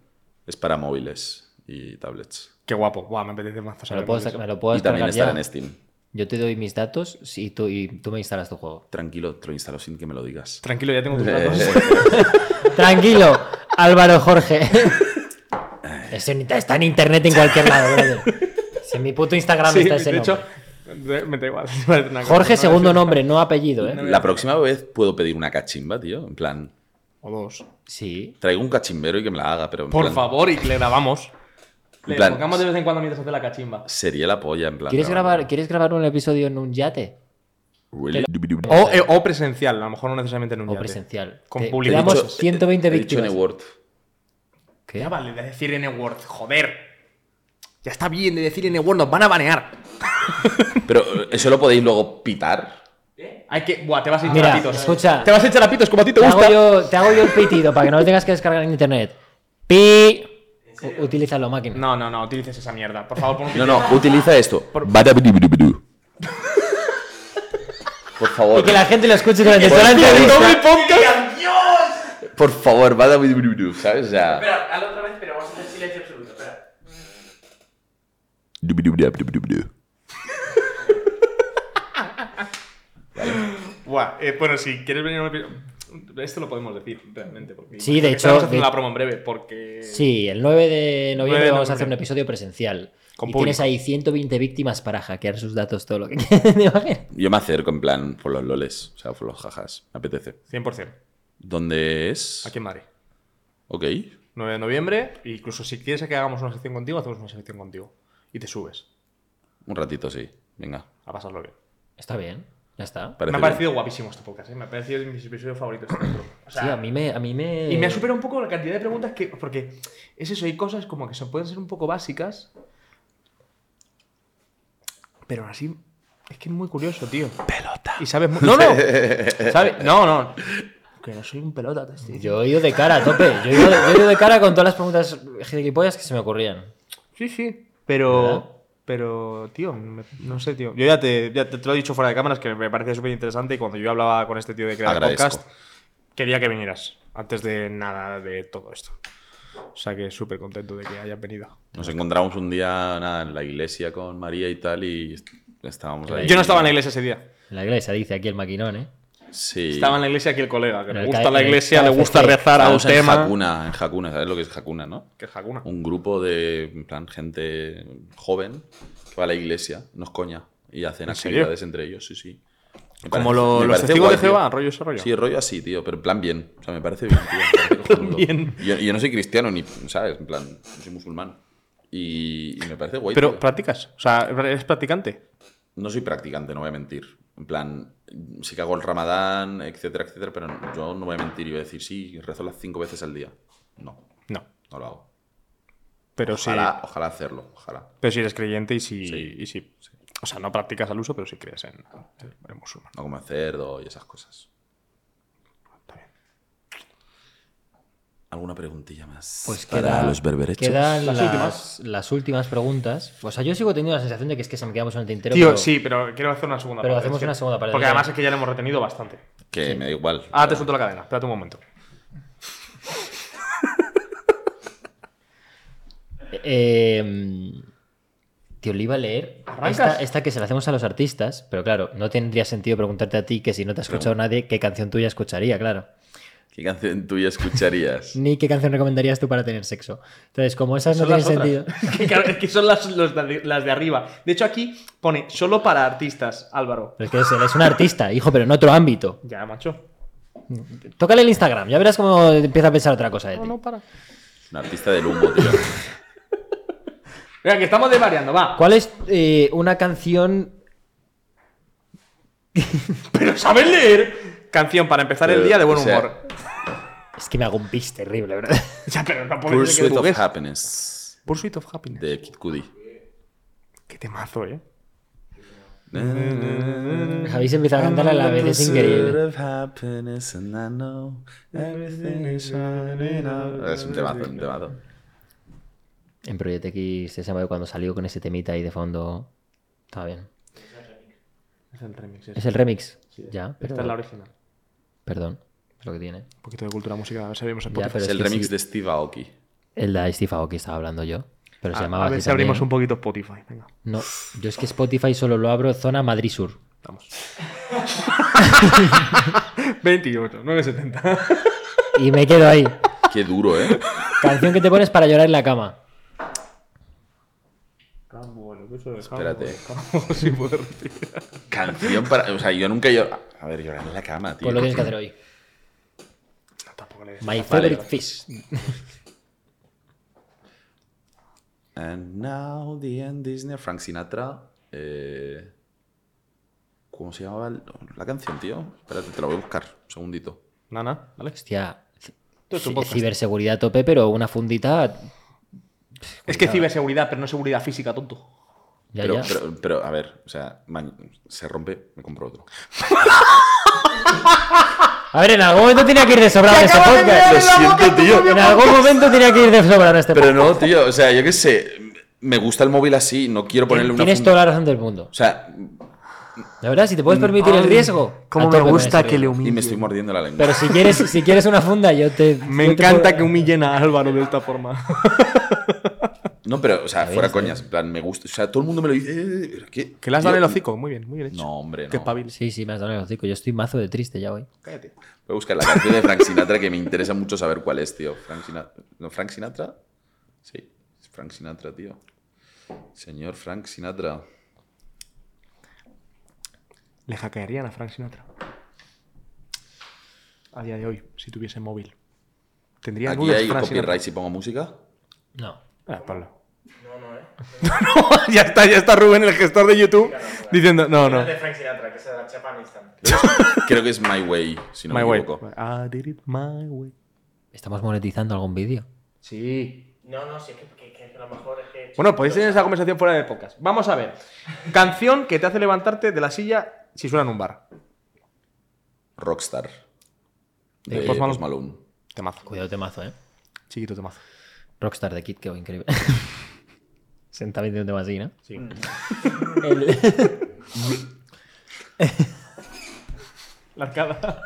Speaker 1: Es para móviles y tablets.
Speaker 2: Qué guapo. Guau, me apetece más.
Speaker 3: Me
Speaker 2: saber
Speaker 3: lo puedo,
Speaker 2: más de
Speaker 3: sac-
Speaker 2: eso.
Speaker 3: me lo puedo
Speaker 1: y también
Speaker 3: descargar ya.
Speaker 1: estará en este. Steam.
Speaker 3: Yo te doy mis datos y tú, y tú me instalas tu juego.
Speaker 1: Tranquilo, te lo instalo sin que me lo digas.
Speaker 2: Tranquilo, ya tengo tus
Speaker 1: Eh,
Speaker 2: datos.
Speaker 3: Tranquilo, Álvaro Jorge. Eso en inter- está en internet en cualquier lado, brother. Si en mi puto Instagram
Speaker 2: Sí,
Speaker 3: está ese
Speaker 2: de
Speaker 3: nombre.
Speaker 2: hecho, de- me da igual. Una cosa,
Speaker 3: Jorge,
Speaker 2: ¿no?
Speaker 3: segundo nombre, no apellido, ¿eh?
Speaker 1: La próxima vez puedo pedir una cachimba, tío. En plan,
Speaker 2: O dos.
Speaker 3: Sí.
Speaker 1: traigo un cachimbero y que me la haga, pero en
Speaker 2: Por
Speaker 1: plan,
Speaker 2: favor, y que le grabamos.
Speaker 1: En
Speaker 2: Le
Speaker 1: plan-
Speaker 2: pongamos de vez en cuando mientras hace la cachimba.
Speaker 1: Sería la polla, en plan.
Speaker 3: ¿Quieres
Speaker 1: no,
Speaker 3: grabar,
Speaker 1: no.
Speaker 3: ¿Quieres grabar un episodio en un yate?
Speaker 1: Really?
Speaker 2: O, eh, o presencial, a lo mejor no necesariamente en un
Speaker 3: O
Speaker 2: yate.
Speaker 3: presencial.
Speaker 2: Con
Speaker 3: Te-
Speaker 2: público.
Speaker 3: creamos
Speaker 1: He dicho- eh,
Speaker 3: 120
Speaker 1: he dicho
Speaker 3: víctimas.
Speaker 1: N-word.
Speaker 3: ¿Qué?
Speaker 2: Ya vale de decir N-word, joder. Ya está bien de decir N-word, nos van a banear.
Speaker 1: Pero eh, eso lo podéis luego pitar.
Speaker 2: Hay que. Buah, te vas a echar
Speaker 3: Mira,
Speaker 2: a pitos.
Speaker 3: escucha.
Speaker 2: Te vas a echar a pitos, como a ti te
Speaker 3: Te hago,
Speaker 2: gusta.
Speaker 3: yo, te hago yo el pitido para que no lo tengas que descargar en internet. Pi. U- Utilízalo, máquina.
Speaker 2: No, no, no, utilices esa mierda. Por favor, pon un
Speaker 1: No,
Speaker 2: pitido.
Speaker 1: no, utiliza esto. Badabidibidibidú. Por favor.
Speaker 7: Y que la gente lo escuche durante toda la
Speaker 1: Por favor.
Speaker 7: entrevista.
Speaker 1: ¡Doble podcast! Por favor, va a ¿sabes? O sea.
Speaker 8: Espera, hazlo otra vez, pero vamos a hacer silencio absoluto. Espera.
Speaker 2: Buah, eh, bueno, si quieres venir a un episodio. Esto lo podemos decir, realmente. Porque
Speaker 3: Sí, de hecho,
Speaker 2: Estamos haciendo
Speaker 3: de-
Speaker 2: la promo en breve, porque.
Speaker 3: Sí, el 9 de noviembre
Speaker 2: 9 de
Speaker 3: vamos a hacer un
Speaker 2: noviembre.
Speaker 3: episodio presencial.
Speaker 2: Con
Speaker 3: y
Speaker 2: público.
Speaker 3: tienes ahí 120 víctimas para hackear sus datos, todo lo que quieras. ¿te imaginas?
Speaker 1: Yo me acerco en plan por los loles, o sea, por los jajas. Me apetece.
Speaker 2: 100%.
Speaker 1: ¿Dónde es?
Speaker 2: Aquí en Madrid.
Speaker 1: Ok.
Speaker 2: 9 de noviembre. e incluso si quieres que hagamos una sección contigo, hacemos una sección contigo. Y te subes
Speaker 1: Un ratito, sí. Venga.
Speaker 2: a pasarlo bien.
Speaker 3: Está bien, ya está.
Speaker 1: parece
Speaker 2: me ha
Speaker 1: bien.
Speaker 2: parecido guapísimo este podcast, ¿eh? me ha parecido de mis episodios favoritos. este otro. O sea,
Speaker 3: Sí, a mí me... A mí me...
Speaker 2: Y me ha superado un poco la cantidad de preguntas que. Porque es eso, hay cosas como que se pueden ser un poco básicas. Pero aún así. Es que es muy curioso, tío. Pelota. Y sabes. mu- No, no. ¿Sabes? No, no. Que no soy un pelota, te estoy diciendo.
Speaker 3: Yo he ido de cara a tope. Yo he ido de, yo he ido de cara con todas las preguntas gilipollas que se me ocurrían.
Speaker 2: Sí, sí.
Speaker 3: ¿Verdad?
Speaker 2: Pero. Pero, tío, me- no sé, tío. Yo ya te, ya te, te lo he dicho fuera de cámaras que me parece súper interesante. Y cuando yo hablaba con este tío de crear
Speaker 1: Agradezco.
Speaker 2: podcast, quería que vinieras. Antes de nada de todo esto. O sea que súper contento de que hayas venido.
Speaker 1: Nos encontramos un día nada, en la iglesia con María y tal y est- estábamos ahí.
Speaker 2: Yo no estaba en la iglesia ese día.
Speaker 3: En la iglesia dice aquí el maquinón, ¿eh?
Speaker 1: Sí.
Speaker 2: Estaba en la iglesia aquí el colega, que
Speaker 3: En
Speaker 2: le
Speaker 3: el
Speaker 2: gusta
Speaker 3: ca-
Speaker 2: la
Speaker 3: en el
Speaker 2: iglesia, le
Speaker 3: KFC.
Speaker 2: gusta rezar a un
Speaker 1: Estábamos en
Speaker 2: tema.
Speaker 1: Hakuna, en Hakuna, ¿sabes lo que es Hakuna, no?
Speaker 2: Que es Hakuna.
Speaker 1: Un grupo de en plan, gente joven que va a la iglesia, nos coña, y hacen
Speaker 2: ¿En serio?
Speaker 1: actividades entre ellos, sí, sí. Me parece-
Speaker 2: Como
Speaker 1: me
Speaker 2: lo- los
Speaker 1: parece
Speaker 2: testigos
Speaker 1: guay,
Speaker 2: de
Speaker 1: tío.
Speaker 2: Jehová, rollo ese rollo.
Speaker 1: Sí, rollo así, tío, pero en plan bien. O sea, me parece bien, tío. me parece cojonudo.
Speaker 2: Bien.
Speaker 1: Yo, yo no soy cristiano ni, ¿sabes? En plan, no soy musulmán. Y, y me parece guay.
Speaker 2: Pero
Speaker 1: tío.
Speaker 2: practicas, o sea, eres practicante.
Speaker 1: No soy practicante, no voy a mentir. En plan, sí que hago el ramadán, etcétera, etcétera, pero no- yo no voy a mentir y voy a decir, sí, rezo las cinco veces al día. No,
Speaker 2: No,
Speaker 1: no lo hago.
Speaker 2: pero sí.
Speaker 1: Ojalá, ojalá hacerlo, ojalá.
Speaker 2: Pero si eres creyente y si,
Speaker 1: Sí.
Speaker 2: y si- O sea, no practicas al uso, pero sí crees en, en musulmán.
Speaker 1: No comer cerdo y esas cosas. ¿Alguna preguntilla más?
Speaker 3: Pues
Speaker 1: para
Speaker 3: queda-
Speaker 1: los berberechos.
Speaker 3: Quedan las,
Speaker 2: Las
Speaker 3: últimas. las últimas preguntas. O sea, yo sigo teniendo la sensación de que es que se me queda mucho en el tintero.
Speaker 2: Tío,
Speaker 3: pero-
Speaker 2: sí, pero quiero hacer una segunda
Speaker 3: Pero
Speaker 2: parte,
Speaker 3: hacemos
Speaker 2: es que-
Speaker 3: una segunda parte,
Speaker 2: Porque
Speaker 3: ya.
Speaker 2: además es que ya le hemos retenido bastante.
Speaker 1: Que me da igual.
Speaker 2: Ah, te suelto la cadena, espérate un momento.
Speaker 3: Eh, tío, le iba a leer
Speaker 2: ¿Arrancas?
Speaker 3: esta, esta que se la hacemos a los artistas, pero claro, no tendría sentido preguntarte a ti que si no te ha escuchado nadie, qué canción tuya escucharía, claro.
Speaker 1: ¿Qué canción tuya escucharías?
Speaker 3: Ni qué canción recomendarías tú para tener sexo. Entonces, como esas Pues no
Speaker 2: Son las
Speaker 3: tienen sentido.
Speaker 2: otras. Que, claro, es que son las, los de, las de arriba. De hecho, aquí pone solo para artistas, Álvaro.
Speaker 3: Pero es pues que es, eres un artista, hijo, pero en otro ámbito.
Speaker 2: Ya, macho.
Speaker 3: Tócale el Instagram, ya verás cómo empieza a pensar otra cosa de ti.
Speaker 1: Es un artista del humo, tío.
Speaker 2: Venga, que estamos desvariando, va.
Speaker 3: ¿Cuál es eh, una canción?
Speaker 2: Pero sabes leer. Canción para empezar el
Speaker 1: Pero,
Speaker 2: día de buen
Speaker 1: o sea,
Speaker 2: humor.
Speaker 3: Es que me hago un pis terrible, ¿verdad?
Speaker 2: ya, pero no puedes decir que
Speaker 1: Pursuit
Speaker 2: tú
Speaker 1: of
Speaker 2: ves.
Speaker 1: Happiness
Speaker 2: Pursuit of Happiness.
Speaker 1: de Kid Cudi.
Speaker 2: Qué temazo, eh.
Speaker 3: Habéis empezado a cantar a la vez, es increíble.
Speaker 1: Es un temazo, un temazo.
Speaker 3: En Project X se sabe cuando salió con ese temita ahí de fondo. Estaba bien.
Speaker 2: Es el remix.
Speaker 3: Es el remix. ya, pero,
Speaker 2: Esta es la original.
Speaker 3: perdón, es lo que tiene.
Speaker 2: Un poquito de cultura musical. A ver si abrimos el
Speaker 3: Ya,
Speaker 2: podcast.
Speaker 3: pero
Speaker 1: Es
Speaker 3: es
Speaker 1: el
Speaker 3: que
Speaker 1: remix
Speaker 3: sí,
Speaker 1: de Steve Aoki.
Speaker 3: el de Steve Aoki estaba hablando yo, pero se llamaba
Speaker 2: Ah, a ver
Speaker 3: así
Speaker 2: si abrimos
Speaker 3: también.
Speaker 2: un poquito Spotify. Venga,
Speaker 3: No, yo es que Spotify solo lo abro zona Madrid Sur.
Speaker 2: vamos. 28, 970.
Speaker 3: Y me quedo ahí.
Speaker 1: Qué duro, ¿eh?
Speaker 3: Canción que te pones para llorar en la cama.
Speaker 1: Espérate.
Speaker 2: sí, puedo repetir.
Speaker 1: Canción para. O sea, yo nunca lloro. A ver, llorar en la cama, tío.
Speaker 3: Pues lo tienes que hacer hoy.
Speaker 2: No, tampoco le
Speaker 3: My favorite
Speaker 1: vale.
Speaker 3: fish.
Speaker 1: And now the end is near. Frank Sinatra. eh, ¿Cómo se llamaba el- la canción, tío? Espérate, te la voy a buscar. Un segundito.
Speaker 2: Nana, ¿vale?
Speaker 3: Hostia. c-
Speaker 2: Esto es un
Speaker 3: ci-
Speaker 2: podcast.
Speaker 3: Ciberseguridad a tope, pero una fundita.
Speaker 2: Es que ciberseguridad, pero no seguridad física, tonto.
Speaker 3: Ya,
Speaker 1: pero,
Speaker 3: ya.
Speaker 1: Pero, pero, a ver, o sea, ma- se rompe, me compro otro.
Speaker 3: A ver, en algún momento tenía que ir de sobrado en este podcast.
Speaker 1: Lo siento, tío.
Speaker 3: En algún momento tenía que ir de sobrado en este
Speaker 1: Pero
Speaker 3: podcast.
Speaker 1: no, tío, o sea, yo qué sé. Me gusta el móvil así, no quiero ponerle una.
Speaker 3: Tienes
Speaker 1: funda-
Speaker 3: toda la razón del mundo.
Speaker 1: O sea,
Speaker 3: La verdad, si te puedes permitir el
Speaker 7: Ay,
Speaker 3: riesgo. a
Speaker 7: Cómo me
Speaker 3: tope con
Speaker 7: gusta
Speaker 3: ese
Speaker 7: que le
Speaker 3: riesgo.
Speaker 7: humille.
Speaker 1: Y me estoy mordiendo la lengua.
Speaker 3: Pero si quieres, si quieres una funda, yo te.
Speaker 2: Me
Speaker 3: yo te
Speaker 2: encanta
Speaker 3: puedo-
Speaker 2: que humillen a Álvaro de esta forma.
Speaker 1: No, pero, o sea,
Speaker 3: ver,
Speaker 1: fuera
Speaker 3: este-
Speaker 1: coñas. En plan, me gusta. O sea, todo el mundo me lo dice. eh, pero ¿Qué?
Speaker 2: Que le has dado en
Speaker 1: Yo-
Speaker 2: el hocico. Muy bien, muy bien hecho.
Speaker 1: No, hombre, no.
Speaker 2: Qué espabil.
Speaker 3: Sí, sí, me has dado en el hocico. Yo estoy mazo de triste ya hoy.
Speaker 2: Cállate.
Speaker 1: Voy a buscar la canción de Frank Sinatra que me interesa mucho saber cuál es, tío. Frank Sinatra. ¿No, Frank Sinatra? Sí, es Frank Sinatra, tío. Señor Frank Sinatra.
Speaker 2: Le hackearían a Frank Sinatra. A día de hoy, si tuviese móvil. Tendría
Speaker 1: Aquí
Speaker 2: nudes
Speaker 1: hay
Speaker 2: Frank
Speaker 1: copyright si pongo música.
Speaker 3: No.
Speaker 2: Sinatra. Ah, Pablo. No, no, ¿eh? ya está, ya está Rubén, el gestor de YouTube, diciendo, no, no.
Speaker 8: Es de Frank Sinatra, que se la chapa en instant.
Speaker 1: Creo que es My Way, si no
Speaker 2: my
Speaker 1: me
Speaker 2: way.
Speaker 1: equivoco.
Speaker 2: I did it my way.
Speaker 3: ¿Estamos monetizando algún vídeo?
Speaker 2: Sí.
Speaker 8: No, no, si es que, que- que- que lo mejor es que.
Speaker 2: Bueno, podéis tener esa conversación fuera de podcast. Vamos a ver. Canción que te hace levantarte de la silla si suena en un bar.
Speaker 3: Eh,
Speaker 1: Rockstar. De
Speaker 2: Post
Speaker 1: Post
Speaker 2: Malone.
Speaker 1: Malone.
Speaker 2: Temazo.
Speaker 3: Cuidado, temazo, ¿eh?
Speaker 2: Chiquito temazo.
Speaker 3: Rockstar de Kid, qué increíble. Sentaba de un tema así, ¿no?
Speaker 2: Sí. La arcada.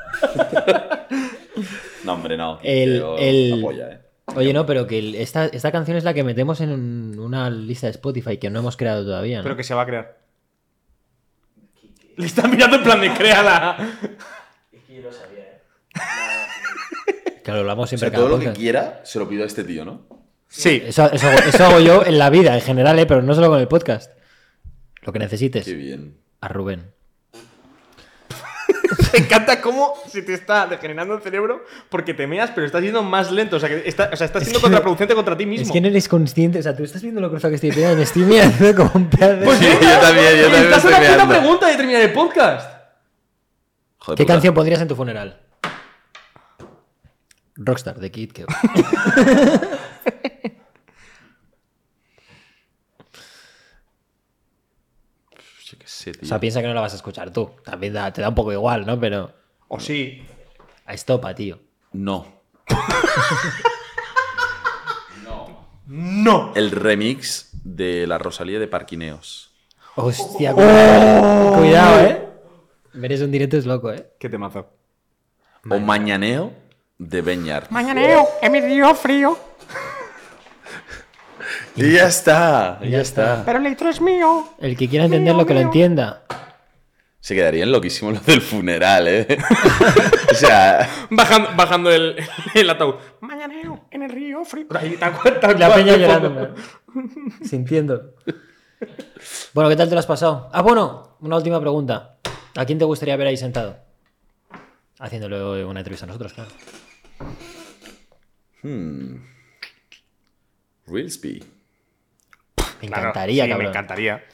Speaker 1: No, hombre, no.
Speaker 3: El-
Speaker 1: Pero
Speaker 3: el-
Speaker 1: apoya, eh.
Speaker 3: Oye, no, pero que el- esta, esta canción es la que metemos en un- una lista de Spotify que no hemos creado todavía, ¿no?
Speaker 2: Pero que se va a crear. Le están mirando en plan de créala.
Speaker 8: Es que yo lo sabía, eh.
Speaker 3: Que lo hablamos
Speaker 1: O
Speaker 3: siempre
Speaker 1: sea, todo
Speaker 3: cada
Speaker 1: lo que
Speaker 3: podcast.
Speaker 1: quiera se lo pido a este tío, ¿no?
Speaker 2: Sí.
Speaker 3: Eso, eso hago- eso hago yo en la vida, en general, ¿eh? Pero no solo con el podcast. Lo que necesites.
Speaker 1: Qué bien.
Speaker 3: A Rubén.
Speaker 2: Me encanta cómo se te está degenerando el cerebro porque te meas, pero estás yendo más lento. O sea, que está- o sea, estás siendo
Speaker 3: que-
Speaker 2: contraproducente contra ti mismo.
Speaker 3: Es que no eres consciente, o sea, tú estás viendo lo cruzado que estoy pegando y me estoy mirando como un pedazo de-
Speaker 2: Pues
Speaker 1: Sí,
Speaker 2: venga,
Speaker 1: yo también, yo también
Speaker 2: Estás
Speaker 1: me estoy
Speaker 2: a la puta
Speaker 1: meando.
Speaker 2: pregunta de terminar el podcast.
Speaker 1: Joder,
Speaker 3: ¿Qué
Speaker 1: puta.
Speaker 3: canción pondrías en tu funeral? Rockstar de Kid, que...
Speaker 1: Yo qué sé,
Speaker 3: O
Speaker 1: tío.
Speaker 3: sea, piensa que no la vas a escuchar tú. También da- te da un poco igual, ¿no? Pero
Speaker 2: O sí.
Speaker 3: a estopa, tío.
Speaker 1: No.
Speaker 2: No.
Speaker 1: El remix de la Rosalía de Parquineos.
Speaker 3: Hostia, cuidado. Cuidado, ¿eh? Ver eso en directo es loco, ¿eh?
Speaker 2: Qué temazo.
Speaker 1: O Mañaneo de Beñar.
Speaker 7: Mañaneo, en mi río frío,
Speaker 1: Y ya está, y ya está.
Speaker 7: pero el litro es mío.
Speaker 3: El que quiera entender lo que lo entienda.
Speaker 1: Se quedarían loquísimos los del funeral, ¿eh? o sea,
Speaker 2: Bajando, bajando el, el ataúd.
Speaker 7: Mañaneo, en el río frío.
Speaker 2: Ahí tal cual, tal
Speaker 3: La
Speaker 2: cual,
Speaker 3: peña
Speaker 2: de
Speaker 3: llorando,
Speaker 2: fondo.
Speaker 3: man. Sintiendo. Bueno, ¿qué tal te lo has pasado? Ah, bueno, una última pregunta. ¿A quién te gustaría ver ahí sentado? Haciéndole una entrevista a nosotros, claro.
Speaker 1: Reelsby.
Speaker 3: Me
Speaker 2: Claro,
Speaker 3: encantaría,
Speaker 2: sí,
Speaker 3: cabrón.
Speaker 2: Me encantaría.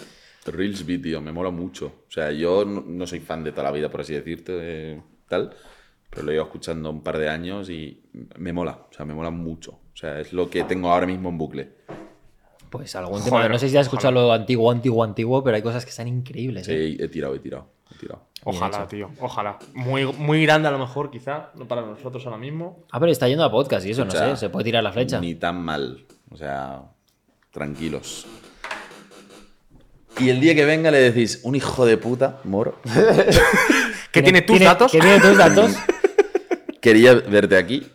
Speaker 1: Reelsby, tío, me mola mucho. O sea, yo no, no soy fan de toda la vida, por así decirte, eh, tal. Pero lo llevo escuchando un par de años y me mola. O sea, me mola mucho. O sea, es lo que tengo ahora mismo en bucle.
Speaker 3: ¿Ah, Pues algún tema.
Speaker 2: Joder,
Speaker 3: No sé si has escuchado lo antiguo, antiguo, antiguo, pero hay cosas que están increíbles. ¿eh?
Speaker 1: Sí, he tirado, he tirado, he tirado.
Speaker 2: Ojalá, tío. Ojalá. Muy, muy grande a lo mejor, quizá. No para nosotros ahora mismo.
Speaker 3: Ah, pero está yendo a podcast y eso, no
Speaker 1: O sea,
Speaker 3: sé. Se puede tirar la flecha.
Speaker 1: Ni tan mal. O sea, tranquilos. Y el día que venga le decís, un hijo de puta, moro.
Speaker 2: ¿Qué tiene tus datos?
Speaker 3: ¿Qué tiene tus datos?
Speaker 1: Quería verte aquí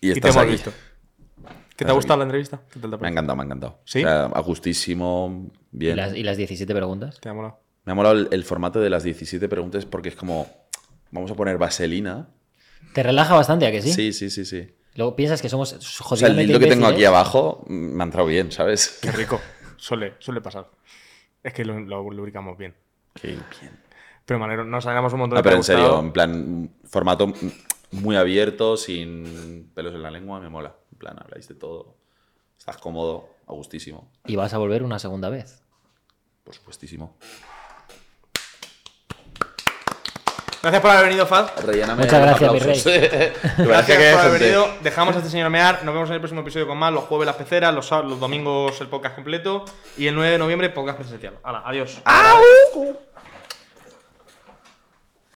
Speaker 1: y
Speaker 2: Y te
Speaker 1: estás
Speaker 2: hemos
Speaker 1: aquí.
Speaker 2: visto. ¿Qué te
Speaker 1: Estás
Speaker 2: ha gustado
Speaker 1: aquí.
Speaker 2: la entrevista? ¿Qué tal
Speaker 1: Me
Speaker 2: te ha
Speaker 1: ha
Speaker 2: parecido?
Speaker 1: encantado, me ha encantado.
Speaker 2: ¿Sí?
Speaker 1: O sea, a gustísimo,
Speaker 3: ¿Y
Speaker 1: bien.
Speaker 3: las, y las 17 preguntas?
Speaker 2: Te ha molado.
Speaker 1: Me ha molado el, el formato de las 17 preguntas porque es como, vamos a poner vaselina.
Speaker 3: Te relaja bastante, ¿a que sí?
Speaker 1: Sí, sí, sí, sí.
Speaker 3: Luego piensas que somos
Speaker 1: O sea, el
Speaker 3: jodidamente
Speaker 1: dildo que tengo aquí
Speaker 3: imbéciles.
Speaker 1: abajo mm, me ha entrado bien, ¿sabes?
Speaker 2: Qué rico. Suele, suele pasar. Es que lo, lo lubricamos bien.
Speaker 1: Qué bien.
Speaker 2: Pero Manero, nos alegramos un montón
Speaker 1: No,
Speaker 2: de
Speaker 1: pero
Speaker 2: que
Speaker 1: en
Speaker 2: te haya
Speaker 1: serio,
Speaker 2: gustado.
Speaker 1: en plan, formato mm, muy abierto, sin pelos en la lengua, me mola. En plan, habláis de todo. Estás cómodo, a gustísimo.
Speaker 3: Y vas a volver una segunda vez.
Speaker 1: Por supuestísimo.
Speaker 2: Gracias por haber venido, Faz.
Speaker 1: Relléname los
Speaker 3: Muchas gracias, mi
Speaker 1: aplausos.
Speaker 2: Gracias
Speaker 1: Gracias que
Speaker 2: por haber
Speaker 1: gente.
Speaker 2: venido. Dejamos a este señor a mear. Nos vemos en el próximo episodio con más. Los jueves las peceras, los, sábados- los domingos el podcast completo. Y el 9 de noviembre podcast presencial. Hala, adiós.